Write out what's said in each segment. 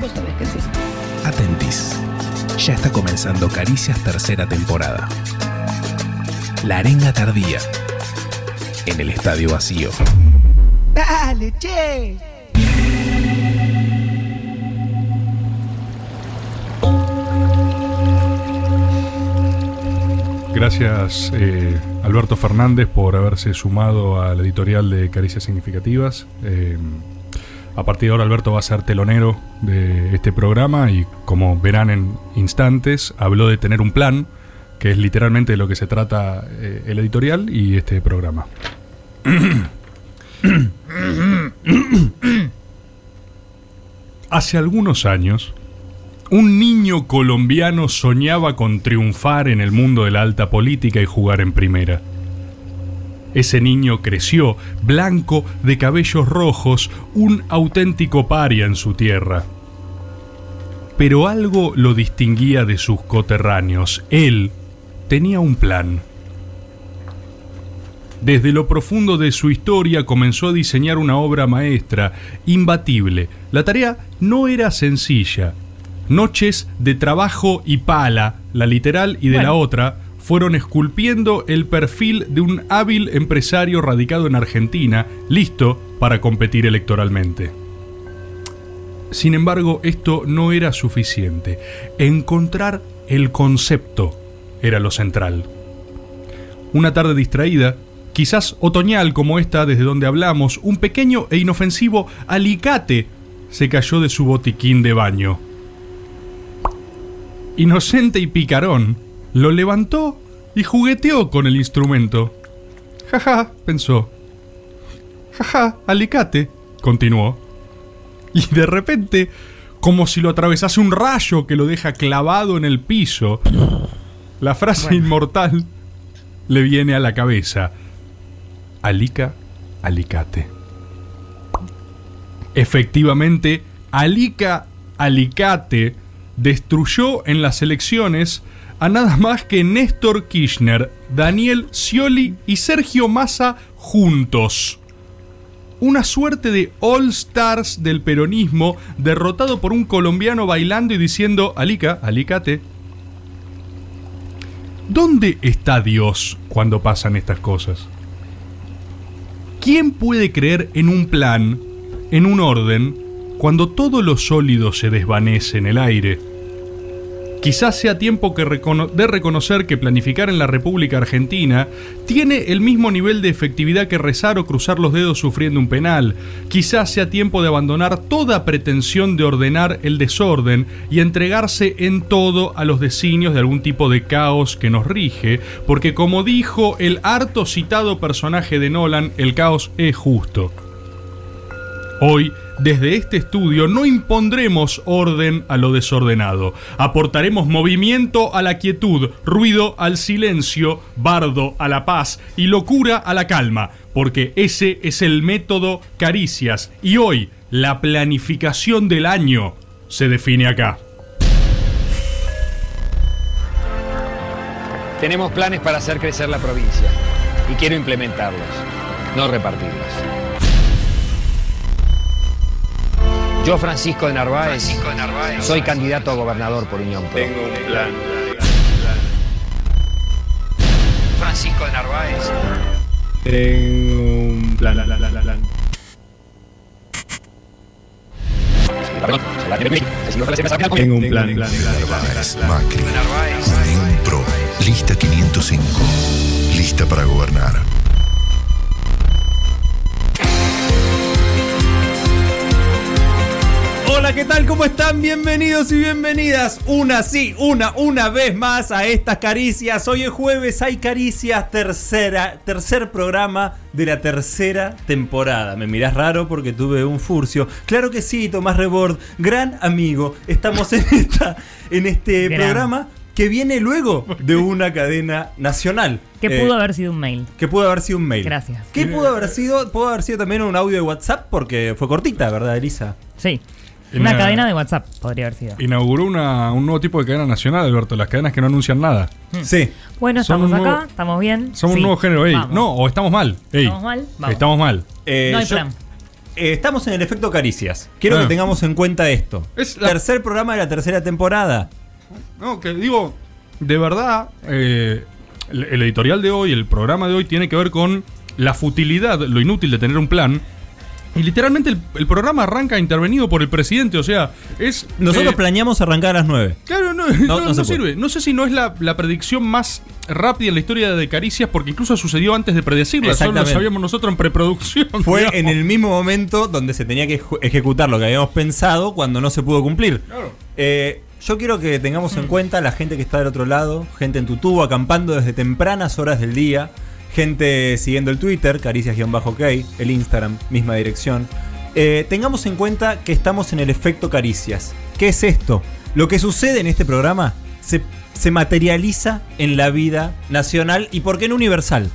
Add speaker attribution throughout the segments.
Speaker 1: Vos sabés que sí.
Speaker 2: Atentis. Ya está comenzando Caricias tercera temporada. La arenga tardía. En el estadio vacío.
Speaker 3: Dale, che.
Speaker 4: Gracias eh, Alberto Fernández por haberse sumado a la editorial de Caricias Significativas. Eh, a partir de ahora Alberto va a ser telonero de este programa y como verán en instantes habló de tener un plan, que es literalmente de lo que se trata eh, el editorial y este programa. Hace algunos años, un niño colombiano soñaba con triunfar en el mundo de la alta política y jugar en primera. Ese niño creció, blanco, de cabellos rojos, un auténtico paria en su tierra. Pero algo lo distinguía de sus coterráneos. Él tenía un plan. Desde lo profundo de su historia comenzó a diseñar una obra maestra, imbatible. La tarea no era sencilla. Noches de trabajo y pala, la literal y de la otra, fueron esculpiendo el perfil de un hábil empresario radicado en Argentina, listo para competir electoralmente. Sin embargo, esto no era suficiente. Encontrar el concepto era lo central. Una tarde distraída, quizás otoñal como esta desde donde hablamos, un pequeño e inofensivo alicate se cayó de su botiquín de baño. Inocente y picarón, lo levantó y jugueteó con el instrumento. Jaja, pensó. Jaja, alicate, continuó. Y de repente, como si lo atravesase un rayo que lo deja clavado en el piso, la frase inmortal le viene a la cabeza. Alica, alicate. Efectivamente, Alica Alicate destruyó en las elecciones a nada más que Néstor Kirchner, Daniel Scioli y Sergio Massa juntos. Una suerte de All Stars del peronismo derrotado por un colombiano bailando y diciendo Alica, alicate. ¿Dónde está Dios cuando pasan estas cosas? ¿Quién puede creer en un plan, en un orden, cuando todo lo sólido se desvanece en el aire? Quizás sea tiempo que recono- de reconocer que planificar en la República Argentina tiene el mismo nivel de efectividad que rezar o cruzar los dedos sufriendo un penal. Quizás sea tiempo de abandonar toda pretensión de ordenar el desorden y entregarse en todo a los designios de algún tipo de caos que nos rige, porque como dijo el harto citado personaje de Nolan, el caos es justo. Hoy, desde este estudio, no impondremos orden a lo desordenado. Aportaremos movimiento a la quietud, ruido al silencio, bardo a la paz y locura a la calma, porque ese es el método Caricias. Y hoy, la planificación del año se define acá.
Speaker 5: Tenemos planes para hacer crecer la provincia y quiero implementarlos, no repartirlos. Yo, Francisco de Narváez, soy candidato a gobernador por Unión Pro. Tengo un plan. Francisco de Narváez.
Speaker 6: Tengo un plan. Tengo un plan.
Speaker 7: Narváez, Macri, Unión Pro, lista 505, lista para gobernar.
Speaker 8: Hola, ¿qué tal? ¿Cómo están? Bienvenidos y bienvenidas una, sí, una, una vez más a estas caricias. Hoy es jueves, hay caricias, tercera, tercer programa de la tercera temporada. Me mirás raro porque tuve un furcio. Claro que sí, Tomás Rebord, gran amigo. Estamos en, esta, en este
Speaker 9: Gran.
Speaker 8: programa que viene luego de una cadena nacional.
Speaker 9: Que
Speaker 8: Eh,
Speaker 9: pudo haber sido un mail.
Speaker 8: que pudo haber sido un mail.
Speaker 9: Gracias.
Speaker 8: Que pudo haber sido? Pudo haber sido también un audio de WhatsApp porque fue cortita, ¿verdad, Elisa?
Speaker 9: Sí.
Speaker 4: En
Speaker 9: Una
Speaker 4: la-
Speaker 9: cadena de WhatsApp podría haber sido.
Speaker 4: Inauguró una- un nuevo tipo de cadena nacional, Alberto, las cadenas que no anuncian nada.
Speaker 8: Sí.
Speaker 9: Bueno,
Speaker 4: Son
Speaker 9: estamos
Speaker 4: un nuevo-
Speaker 9: acá, estamos bien.
Speaker 4: Somos
Speaker 9: Sí.
Speaker 4: un nuevo género, ey.
Speaker 9: Vamos.
Speaker 4: No, o estamos mal. ey.
Speaker 9: Estamos mal, vamos.
Speaker 4: Estamos mal.
Speaker 8: Eh,
Speaker 9: no hay
Speaker 8: yo-
Speaker 9: plan.
Speaker 8: eh, estamos en el efecto caricias. Quiero
Speaker 4: Ah.
Speaker 8: que tengamos en cuenta esto.
Speaker 4: Es la-
Speaker 8: Tercer programa de la tercera temporada.
Speaker 4: No, que digo, de verdad, eh, el, el editorial de hoy, el programa de hoy, tiene que ver con la futilidad, lo inútil de tener un plan. Y literalmente el, el programa arranca intervenido por el presidente, o sea, es...
Speaker 8: Nosotros
Speaker 4: eh,
Speaker 8: planeamos arrancar a las 9.
Speaker 4: Claro, no,
Speaker 8: no
Speaker 4: no- no
Speaker 8: se puede.
Speaker 4: sirve. No sé si no es la, la predicción más rápida en la historia de Caricias, porque incluso sucedió antes de predecirla, solo lo
Speaker 8: Exactamente.
Speaker 4: sabíamos nosotros en preproducción.
Speaker 8: Fue
Speaker 4: digamos.
Speaker 8: en el mismo momento donde se tenía que eje- ejecutar lo que habíamos pensado cuando no se pudo cumplir.
Speaker 4: Claro. Mm.
Speaker 8: Eh, yo quiero que tengamos en cuenta la gente que está del otro lado, gente en tu tubo acampando desde tempranas horas del día, gente siguiendo el Twitter, caricias-ok, el Instagram, misma dirección. Eh, tengamos en cuenta que estamos en el efecto caricias. ¿Qué es esto? Lo que sucede en este programa se, se materializa en la vida nacional y, ¿por qué no universal?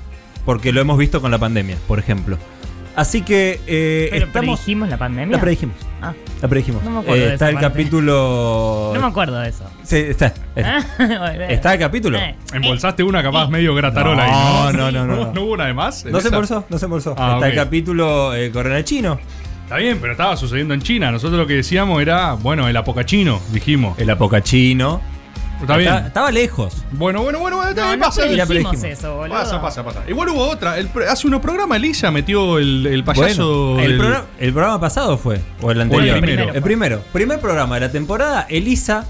Speaker 8: Porque lo hemos visto con la pandemia, por ejemplo. Así que eh,
Speaker 9: Pero
Speaker 8: estamos.
Speaker 9: predijimos la pandemia.
Speaker 8: La predijimos.
Speaker 9: Ah,
Speaker 8: La predijimos. Eh,
Speaker 9: No me acuerdo de
Speaker 8: está
Speaker 9: esa
Speaker 8: el
Speaker 9: parte.
Speaker 8: capítulo.
Speaker 9: no me acuerdo de eso.
Speaker 8: Sí, está. está. ¿Está el capítulo?
Speaker 9: Eh,
Speaker 4: Embolsaste una capaz medio gratarola
Speaker 8: No,
Speaker 4: ahí.
Speaker 8: no, no, no, no.
Speaker 4: ¿No hubo una de más?
Speaker 8: No se
Speaker 4: Esa-
Speaker 8: embolsó, no se embolsó.
Speaker 4: Ah,
Speaker 8: Está
Speaker 4: ok.
Speaker 8: el capítulo eh, Corona Chino.
Speaker 4: Está bien, pero estaba sucediendo en China. Nosotros lo que decíamos era, bueno, el apocachino, dijimos.
Speaker 8: El apocachino.
Speaker 4: Está bien.
Speaker 8: estaba lejos.
Speaker 4: Bueno, bueno, bueno, bueno, está
Speaker 9: No,
Speaker 4: bien,
Speaker 9: no
Speaker 4: pasa,
Speaker 8: y la
Speaker 9: predijimos
Speaker 8: predijimos.
Speaker 9: Ah, eso, boludo.
Speaker 4: pasa, pasa, pasa. Igual hubo otra. el pro- hace unos programas Elisa metió el, el payaso.
Speaker 8: Bueno, el,
Speaker 4: del-
Speaker 8: programa, el programa pasado fue. O el anterior.
Speaker 4: primero.
Speaker 8: El primero. Primer programa de la temporada. Elisa,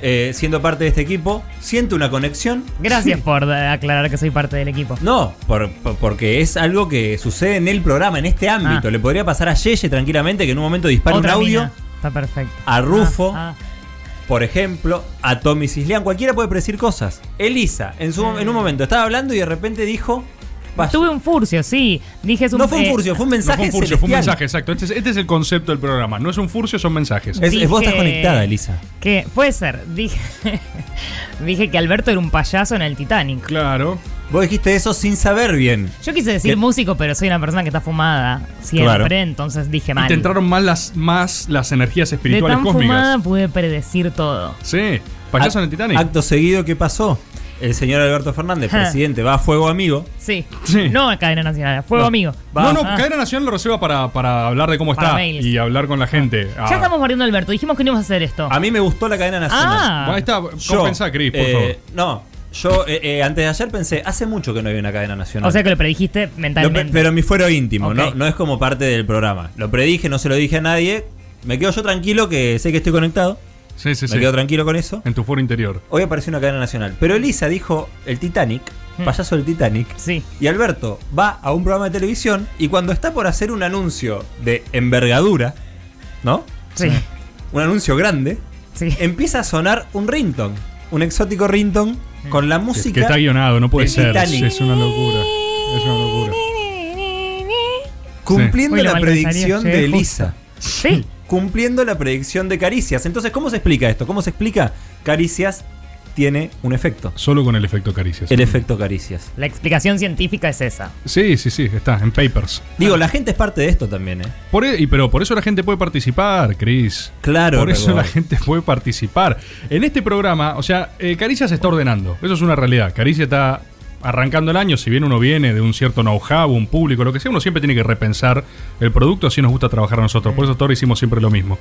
Speaker 8: eh, siendo parte de este equipo, siente una conexión.
Speaker 9: Gracias por eh, aclarar que soy parte del equipo.
Speaker 8: No, por- por- porque es algo que sucede en el programa, en este ámbito.
Speaker 9: Ah.
Speaker 8: Le podría pasar a Yeye tranquilamente que en un momento dispara
Speaker 9: Otra
Speaker 8: un audio.
Speaker 9: mina. Está perfecto.
Speaker 8: a Rufo.
Speaker 9: Ah, ah.
Speaker 8: Por ejemplo, a Tommy Cislian. Cualquiera puede predecir cosas. Elisa, en, su, en un momento, estaba hablando y de repente dijo. "Vaya".
Speaker 9: Tuve un furcio, sí. Dije es un
Speaker 8: no fue un
Speaker 9: eh,
Speaker 8: furcio, fue un
Speaker 4: No fue
Speaker 8: mensaje.
Speaker 4: un furcio, fue un
Speaker 8: celestial.
Speaker 4: mensaje, exacto. Este es, este es el concepto del programa. No es un furcio, son mensajes.
Speaker 8: Es- es vos estás
Speaker 9: Dije-
Speaker 8: conectada, Elisa.
Speaker 9: Que puede ser. Dije, dije que Alberto era un payaso en el Titanic.
Speaker 4: Claro.
Speaker 8: Vos dijiste eso sin saber bien.
Speaker 9: Yo quise decir
Speaker 8: Que-
Speaker 9: músico, pero soy una persona que está fumada siempre,
Speaker 8: Claro.
Speaker 9: entonces dije
Speaker 4: Y
Speaker 9: mal.
Speaker 4: te entraron más las, más las energías
Speaker 9: De
Speaker 4: espirituales
Speaker 9: tan
Speaker 4: cósmicas.
Speaker 9: fumada pude predecir todo.
Speaker 4: Sí. Payaso en el Titanic.
Speaker 8: Acto seguido, ¿qué pasó? El señor Alberto Fernández,
Speaker 9: Ja.
Speaker 8: presidente, va a fuego amigo.
Speaker 9: Sí.
Speaker 4: Sí.
Speaker 9: No a cadena nacional, a fuego amigo.
Speaker 4: No, no,
Speaker 9: Ah.
Speaker 4: Cadena Nacional lo reserva para, para hablar de cómo
Speaker 9: Para
Speaker 4: está
Speaker 9: mails.
Speaker 4: y hablar con la gente. Ah.
Speaker 9: Ya estamos barriendo a Alberto, dijimos que no íbamos a hacer esto.
Speaker 8: A mí me gustó la cadena nacional.
Speaker 9: Ah.
Speaker 4: Bueno, ahí está,
Speaker 8: Yo,
Speaker 4: compensa, Cris, por
Speaker 8: eh,
Speaker 4: favor.
Speaker 8: No, yo eh, eh, antes de ayer pensé, hace mucho que no había una cadena nacional.
Speaker 9: o sea que lo predijiste
Speaker 8: Lo
Speaker 9: mentalmente.
Speaker 8: pre- pero mi fuero íntimo,
Speaker 9: Ok.
Speaker 8: no, no es como parte del programa. Lo predije, no se lo dije a nadie. Me quedo yo tranquilo que sé que estoy conectado.
Speaker 4: Sí, sí,
Speaker 8: me
Speaker 4: sí.
Speaker 8: quedo tranquilo con eso.
Speaker 4: En tu foro interior.
Speaker 8: Hoy apareció una cadena nacional. Pero Elisa dijo el Titanic,
Speaker 9: Hmm.
Speaker 8: payaso del Titanic.
Speaker 9: Sí.
Speaker 8: Y Alberto va a un programa de televisión y cuando está por hacer un anuncio de envergadura, ¿no?
Speaker 9: Sí.
Speaker 8: Un anuncio grande,
Speaker 9: Sí.
Speaker 8: empieza a sonar un ringtone, un exótico ringtone
Speaker 9: Hmm.
Speaker 8: con la
Speaker 4: Que,
Speaker 8: música.
Speaker 4: que está guionado, no puede
Speaker 8: del
Speaker 4: ser.
Speaker 8: Titanic.
Speaker 4: Es una locura. Es una locura.
Speaker 8: Cumpliendo
Speaker 9: Uy,
Speaker 8: la
Speaker 9: lo malcanzaría,
Speaker 8: predicción
Speaker 9: che,
Speaker 8: de
Speaker 9: justo.
Speaker 8: Elisa.
Speaker 9: Sí.
Speaker 8: cumpliendo la predicción de Caricias. Entonces, ¿cómo se explica esto? ¿Cómo se explica? Caricias tiene un efecto.
Speaker 4: Solo con el efecto caricias.
Speaker 8: El efecto Caricias.
Speaker 9: La explicación científica es esa.
Speaker 4: Sí, sí, sí, está, en papers.
Speaker 8: Digo, la gente es parte de esto también, ¿eh?
Speaker 4: Por e- y, pero por eso la gente puede participar, Chris.
Speaker 8: Claro,
Speaker 4: Por eso
Speaker 8: Rago.
Speaker 4: la gente puede participar. En este programa, o sea, eh, Caricia se está ordenando. Eso es una realidad. Caricia está arrancando el año. Si bien uno viene de un cierto know-how, un público, lo que sea, uno siempre tiene que repensar el producto. Así nos gusta trabajar a nosotros. Por eso hasta ahora hicimos siempre lo mismo.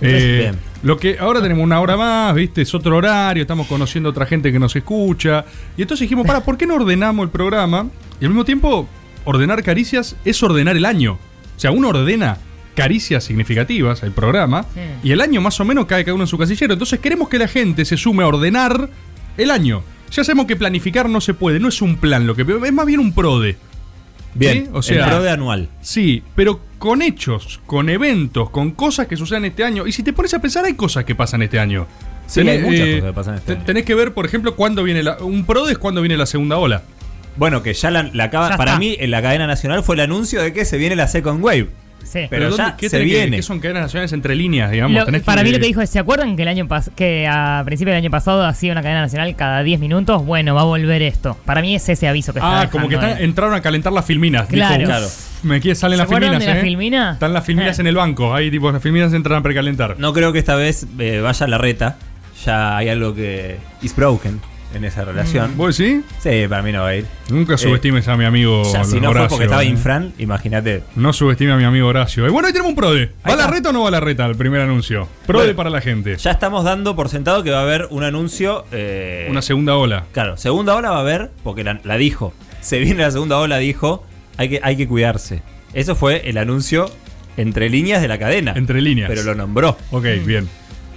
Speaker 4: Eh,
Speaker 8: Bien.
Speaker 4: lo que ahora tenemos una hora más, ¿viste? Es otro horario. Estamos conociendo a otra gente que nos escucha. Y entonces dijimos, para, ¿por qué no ordenamos el programa? Y al mismo tiempo, ordenar caricias es ordenar el año. O sea, uno ordena caricias significativas, el programa,
Speaker 9: Mm.
Speaker 4: y el año más o menos cae cada uno en su casillero. Entonces queremos que la gente se sume a ordenar el año. Ya sabemos que planificar no se puede, no es un plan, lo que es más bien un prode.
Speaker 8: Bien,
Speaker 4: Sí, o sea-
Speaker 8: el pro de anual.
Speaker 4: Sí, pero con hechos, con eventos, con cosas que sucedan este año. Y si te pones a pensar, hay cosas que pasan este año. eh,
Speaker 8: Sí, hay muchas cosas que pasan este
Speaker 4: te-
Speaker 8: año.
Speaker 4: Tenés que ver, por ejemplo, cuándo viene la. Un PRODE es cuándo viene la segunda ola.
Speaker 8: Bueno, que ya la, la acaba.
Speaker 9: Ya
Speaker 8: para
Speaker 9: está.
Speaker 8: mí, en la cadena nacional fue el anuncio de que se viene la Second Wave.
Speaker 9: Sí.
Speaker 8: Pero
Speaker 4: Eh, ¿dónde-
Speaker 8: ya
Speaker 4: ¿qué
Speaker 8: se
Speaker 4: tenés que-
Speaker 8: viene.
Speaker 4: qué son cadenas nacionales entre líneas, digamos?
Speaker 9: Lo-
Speaker 4: Tenés que-
Speaker 9: para mí lo que dijo es, ¿se acuerdan que el año pas- que a principio del año pasado hacía una cadena nacional cada 10 minutos? Bueno, va a volver esto. Para mí es ese aviso que está
Speaker 4: Ah, como que
Speaker 9: dejando
Speaker 4: están-
Speaker 9: él.
Speaker 4: entraron a calentar las filminas. dijo,
Speaker 9: Claro.
Speaker 8: Claro.
Speaker 4: Me quiere salen
Speaker 9: ¿Se
Speaker 4: las
Speaker 9: acuerdan
Speaker 4: filminas,
Speaker 9: de las
Speaker 4: ¿eh?
Speaker 9: filminas?
Speaker 4: Están las filminas
Speaker 9: Eh.
Speaker 4: en el banco. Ahí, tipo, las filminas entran a precalentar.
Speaker 8: No creo que esta vez eh, vaya la reta. Ya hay algo que. is broken. en esa relación.
Speaker 4: Mm, ¿Vos sí?
Speaker 8: Sí, para mí no va a ir.
Speaker 4: Nunca
Speaker 8: Eh,
Speaker 4: subestimes a mi amigo
Speaker 8: O sea, si no fue porque
Speaker 4: Horacio,
Speaker 8: estaba
Speaker 4: eh.
Speaker 8: infran, imagínate.
Speaker 4: No subestime a mi amigo Horacio. Y bueno, ahí tenemos un prode. ¿Va
Speaker 8: Ahí
Speaker 4: la
Speaker 8: está.
Speaker 4: reta o no va la reta el primer anuncio? Prode
Speaker 8: Bueno.
Speaker 4: para la gente.
Speaker 8: Ya estamos dando por sentado que va a haber un anuncio. eh,
Speaker 4: Una segunda ola.
Speaker 8: Claro, segunda ola va a haber, porque la, la dijo. Se viene la segunda ola, dijo. Hay que, hay que cuidarse. Eso fue el anuncio entre líneas de la cadena.
Speaker 4: Entre líneas.
Speaker 8: Pero lo nombró.
Speaker 4: Ok,
Speaker 9: Mm.
Speaker 4: bien.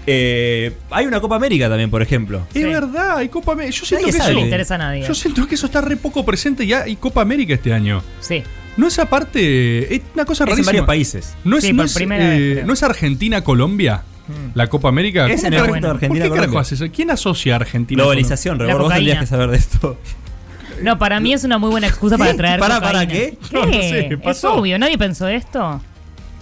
Speaker 8: Eh, hay una Copa América también, por ejemplo.
Speaker 9: Sí.
Speaker 4: Es verdad, hay Copa América. Yo siento
Speaker 8: Nadie
Speaker 4: que
Speaker 8: sabe.
Speaker 9: No
Speaker 4: eso.
Speaker 9: le interesa a nadie.
Speaker 4: Yo siento que eso está re poco presente ya hay Copa América este año.
Speaker 9: Sí.
Speaker 4: No esa parte. Es una cosa
Speaker 8: Es en
Speaker 4: rarísima.
Speaker 8: varios países.
Speaker 4: No es,
Speaker 9: Sí,
Speaker 4: no
Speaker 9: por
Speaker 4: es,
Speaker 9: primera
Speaker 4: eh,
Speaker 9: vez, creo.
Speaker 4: ¿no es Argentina Colombia. La Copa América.
Speaker 8: Mm. Es
Speaker 4: ¿Cómo
Speaker 8: en
Speaker 4: que
Speaker 8: el
Speaker 9: carajo-
Speaker 8: momento de
Speaker 4: ¿Por
Speaker 8: Argentina
Speaker 4: qué carajo
Speaker 8: Colombia.
Speaker 4: haces eso? ¿Quién asocia a Argentina? a Colombia?
Speaker 8: Globalización,
Speaker 9: La
Speaker 8: Rebor, vos
Speaker 9: cocaína.
Speaker 8: tendrías que saber de esto.
Speaker 9: No, para mí es una muy buena excusa para traer.
Speaker 8: ¿Para- para
Speaker 9: cocaína.
Speaker 8: qué?
Speaker 4: No, no sé,
Speaker 9: es
Speaker 4: pasó.
Speaker 9: obvio, nadie pensó esto.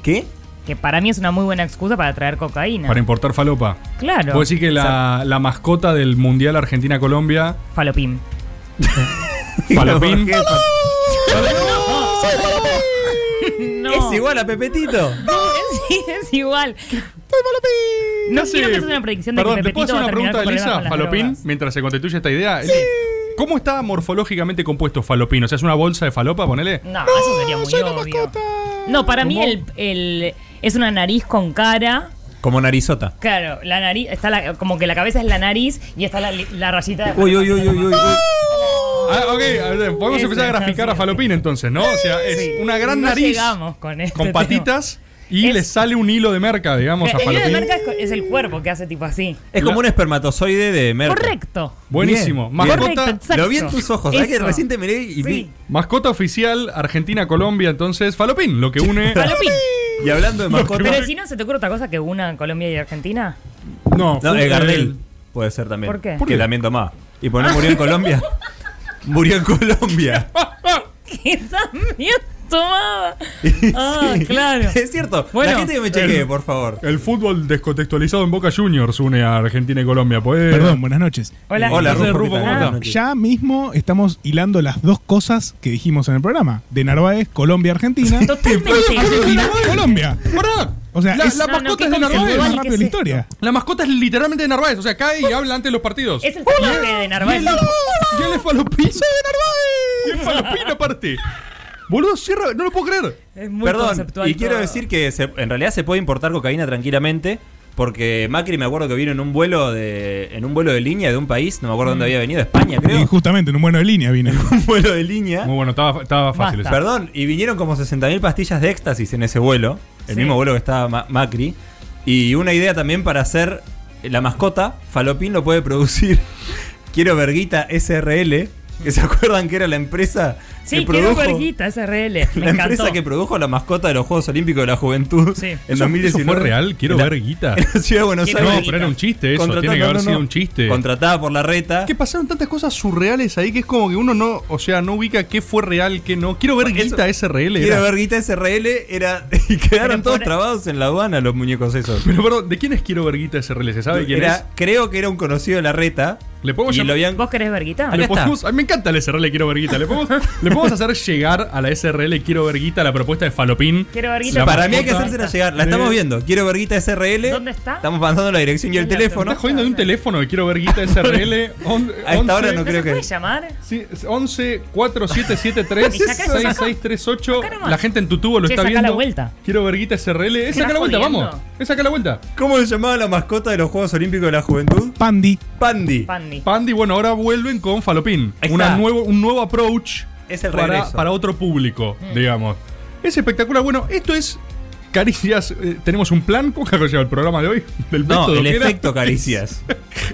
Speaker 8: ¿Qué?
Speaker 9: Que para mí es una muy buena excusa para traer cocaína.
Speaker 4: Para importar falopa.
Speaker 9: claro.
Speaker 4: Puedo decir que la, la mascota del Mundial Argentina-Colombia,
Speaker 9: Falopim.
Speaker 4: Falopín.
Speaker 9: No.
Speaker 8: Es igual a Pepetito.
Speaker 9: Sí, es igual. No
Speaker 4: sé.
Speaker 9: quiero que sea una predicción de
Speaker 4: Perdón,
Speaker 9: que
Speaker 4: ¿le puedo
Speaker 9: Pepetito
Speaker 4: hacer
Speaker 9: va a
Speaker 4: una
Speaker 9: terminar
Speaker 4: pregunta a
Speaker 9: con problemas
Speaker 4: Lisa
Speaker 9: con las
Speaker 4: Falopín
Speaker 9: drogas.
Speaker 4: mientras se constituye esta idea? ¿Cómo está morfológicamente compuesto Falopín? O sea, ¿es una bolsa de falopa, ponele?
Speaker 9: No, eso sería muy obvio. No, para mí el, el- es una nariz con cara.
Speaker 8: Como narizota.
Speaker 9: Claro, la nariz está la- como que la cabeza es la nariz y está la, la rayita. de-
Speaker 8: Uy, uy, uy, uy, uy. uy.
Speaker 4: Ah, ok, a ver, podemos
Speaker 9: Esa,
Speaker 4: empezar a
Speaker 9: esa,
Speaker 4: graficar a
Speaker 9: sí.
Speaker 4: Falopín entonces, ¿no? O sea, es una gran
Speaker 9: No
Speaker 4: nariz
Speaker 9: llegamos con este
Speaker 4: con
Speaker 9: tema.
Speaker 4: patitas y
Speaker 9: Es-
Speaker 4: le sale un hilo de merca, digamos, a
Speaker 9: El hilo de
Speaker 4: Falopín.
Speaker 9: marca es, es el cuerpo que hace tipo así.
Speaker 8: Es como un espermatozoide de merca.
Speaker 9: Correcto.
Speaker 4: Buenísimo.
Speaker 8: Bien,
Speaker 4: Mascota,
Speaker 9: Correcto, exacto.
Speaker 8: Lo vi en tus ojos. ¿sabes
Speaker 9: Eso.
Speaker 8: que recién te miré y vi?
Speaker 9: Sí.
Speaker 4: mascota oficial Argentina-Colombia, entonces Falopín, lo que une...
Speaker 9: Falopín.
Speaker 8: Y hablando de mascotas.
Speaker 9: Pero si no, ¿se te ocurre otra cosa que una Colombia y Argentina?
Speaker 4: No,
Speaker 8: No,
Speaker 4: fue-
Speaker 8: el Gardel puede ser también.
Speaker 9: ¿Por qué?
Speaker 8: Porque también tomaba. ¿Y por qué no murió en Colombia? murió en Colombia.
Speaker 9: Que también tomaba. Ah,
Speaker 8: Sí.
Speaker 9: claro.
Speaker 8: Es cierto.
Speaker 9: Bueno.
Speaker 8: La gente que me chequee, por favor.
Speaker 4: El fútbol descontextualizado en Boca Juniors une a Argentina y Colombia. Pues, ¿podés?
Speaker 2: Perdón, buenas noches.
Speaker 9: Hola.
Speaker 8: Hola,
Speaker 4: Entonces,
Speaker 8: Rufo,
Speaker 4: Rufo,
Speaker 8: ¿qué tal?
Speaker 4: ¿cómo
Speaker 8: Buenas
Speaker 9: estás?
Speaker 8: noches.
Speaker 2: Ya mismo estamos hilando las dos cosas que dijimos en el programa. De Narváez, Colombia, Argentina.
Speaker 9: Totalmente.
Speaker 2: Argentina, Colombia. O sea,
Speaker 4: La-
Speaker 2: es
Speaker 4: la
Speaker 9: No, no,
Speaker 4: mascota
Speaker 9: qué
Speaker 4: es de
Speaker 2: el
Speaker 4: Narváez.
Speaker 9: conceptual
Speaker 2: más
Speaker 9: que
Speaker 2: rápido de
Speaker 9: es
Speaker 2: la
Speaker 9: esto.
Speaker 2: historia.
Speaker 4: La mascota es literalmente de Narváez, o sea, cae y habla antes de los partidos.
Speaker 9: Es el tatuaje de Narváez.
Speaker 4: Y él- Y él es falopín. ¡Soy de Narváez! Y es falopín aparte. Boludo, cierra, no lo puedo creer.
Speaker 9: Es muy
Speaker 8: Perdón,
Speaker 9: conceptual.
Speaker 8: y quiero
Speaker 9: todo.
Speaker 8: decir que se- en realidad se puede importar cocaína tranquilamente. Porque Macri me acuerdo que vino en un vuelo de en un vuelo de línea de un país, no me acuerdo
Speaker 9: Mm.
Speaker 8: dónde había venido, España
Speaker 2: Y
Speaker 8: creo.
Speaker 2: justamente en un bueno de línea vine.
Speaker 8: un vuelo de línea.
Speaker 4: Muy bueno, estaba, estaba fácil eso.
Speaker 9: Basta.
Speaker 8: Perdón, y vinieron como 60.000 pastillas de éxtasis en ese vuelo, el
Speaker 9: Sí.
Speaker 8: mismo vuelo que estaba Ma- Macri. Y una idea también para hacer eh, la mascota, Falopín lo puede producir. Quiero Verguita SRL, que se acuerdan que era la empresa
Speaker 9: Sí,
Speaker 8: que
Speaker 9: quiero
Speaker 8: produjo
Speaker 9: verguita, SRL. Me
Speaker 8: la empresa
Speaker 9: encantó.
Speaker 8: que produjo la mascota de los Juegos Olímpicos de la Juventud
Speaker 9: Sí.
Speaker 8: en
Speaker 4: ¿Eso-
Speaker 8: 2019.
Speaker 4: eso fue real? Quiero
Speaker 8: En la-
Speaker 4: ver guita.
Speaker 8: En la ciudad de Buenos
Speaker 9: Quiero
Speaker 8: Aires.
Speaker 4: No,
Speaker 9: verguita.
Speaker 4: pero era un chiste eso.
Speaker 8: Contratada-
Speaker 4: Tiene que
Speaker 8: no,
Speaker 4: haber
Speaker 8: no,
Speaker 4: sido
Speaker 8: no.
Speaker 4: un chiste.
Speaker 8: Contratada por la reta.
Speaker 4: que pasaron tantas cosas surreales ahí que es como que uno no, o sea, no ubica qué fue real, qué no. Quiero ver
Speaker 8: Eso-
Speaker 4: guita SRL. era.
Speaker 8: Quiero Verguita SRL era y quedaron
Speaker 9: Pero
Speaker 8: todos
Speaker 9: por- e-
Speaker 8: trabados en la aduana los muñecos esos.
Speaker 4: Pero perdón, ¿de quién es Quiero ver guita SRL? ¿Se sabe quién
Speaker 8: Era-
Speaker 4: es?
Speaker 8: Creo que era un conocido de la reta.
Speaker 4: Le podemos
Speaker 8: y
Speaker 4: llamar-
Speaker 8: lo habían-
Speaker 9: ¿Vos querés verguita?
Speaker 8: Acá
Speaker 4: Le
Speaker 8: está.
Speaker 4: podemos- a mí me encanta el SRL Quiero Verguita. ¿Le podemos, le podemos hacer llegar a la SRL Quiero Verguita la propuesta de Falopín.
Speaker 9: Quiero Verguita.
Speaker 4: La
Speaker 8: Para mí hay que
Speaker 4: mascota-
Speaker 8: hacérsela llegar. La estamos viendo. Quiero Verguita SRL.
Speaker 9: ¿Dónde está?
Speaker 8: Estamos pasando la dirección y el
Speaker 9: ¿Dónde la
Speaker 8: teléfono.
Speaker 4: ¿Estás jodiendo de un teléfono de Quiero Verguita SRL? On-
Speaker 8: A esta hora
Speaker 4: 11
Speaker 8: no
Speaker 9: ¿No
Speaker 8: creo
Speaker 9: se
Speaker 8: que-
Speaker 9: puede llamar?
Speaker 4: Sí, es 11 4773
Speaker 9: Saca eso, saca.
Speaker 4: 6638.
Speaker 9: Saca nomás.
Speaker 4: La gente en tu tubo lo
Speaker 9: Ah. Che,
Speaker 4: está
Speaker 9: saca
Speaker 4: viendo.
Speaker 9: la vuelta.
Speaker 4: Quiero verguita SRL. Es saca
Speaker 9: estás
Speaker 4: la vuelta,
Speaker 9: jodiendo?
Speaker 4: vamos. Es saca la vuelta.
Speaker 8: ¿Cómo se llamaba la mascota de los Juegos Olímpicos de la Juventud?
Speaker 2: Pandi.
Speaker 8: Pandi.
Speaker 9: Pandi.
Speaker 4: Pandi, bueno, ahora vuelven con Falopín.
Speaker 8: Ahí
Speaker 4: Una
Speaker 8: está.
Speaker 4: nuevo, un nuevo approach
Speaker 8: Es el
Speaker 4: para,
Speaker 8: regreso.
Speaker 4: para otro público,
Speaker 9: Mm.
Speaker 4: digamos. Es espectacular. Bueno, esto es Caricias. eh, tenemos un plan. ¿Cómo que lleva el programa de hoy? Del
Speaker 8: No,
Speaker 4: método
Speaker 8: el
Speaker 4: que era.
Speaker 8: efecto caricias.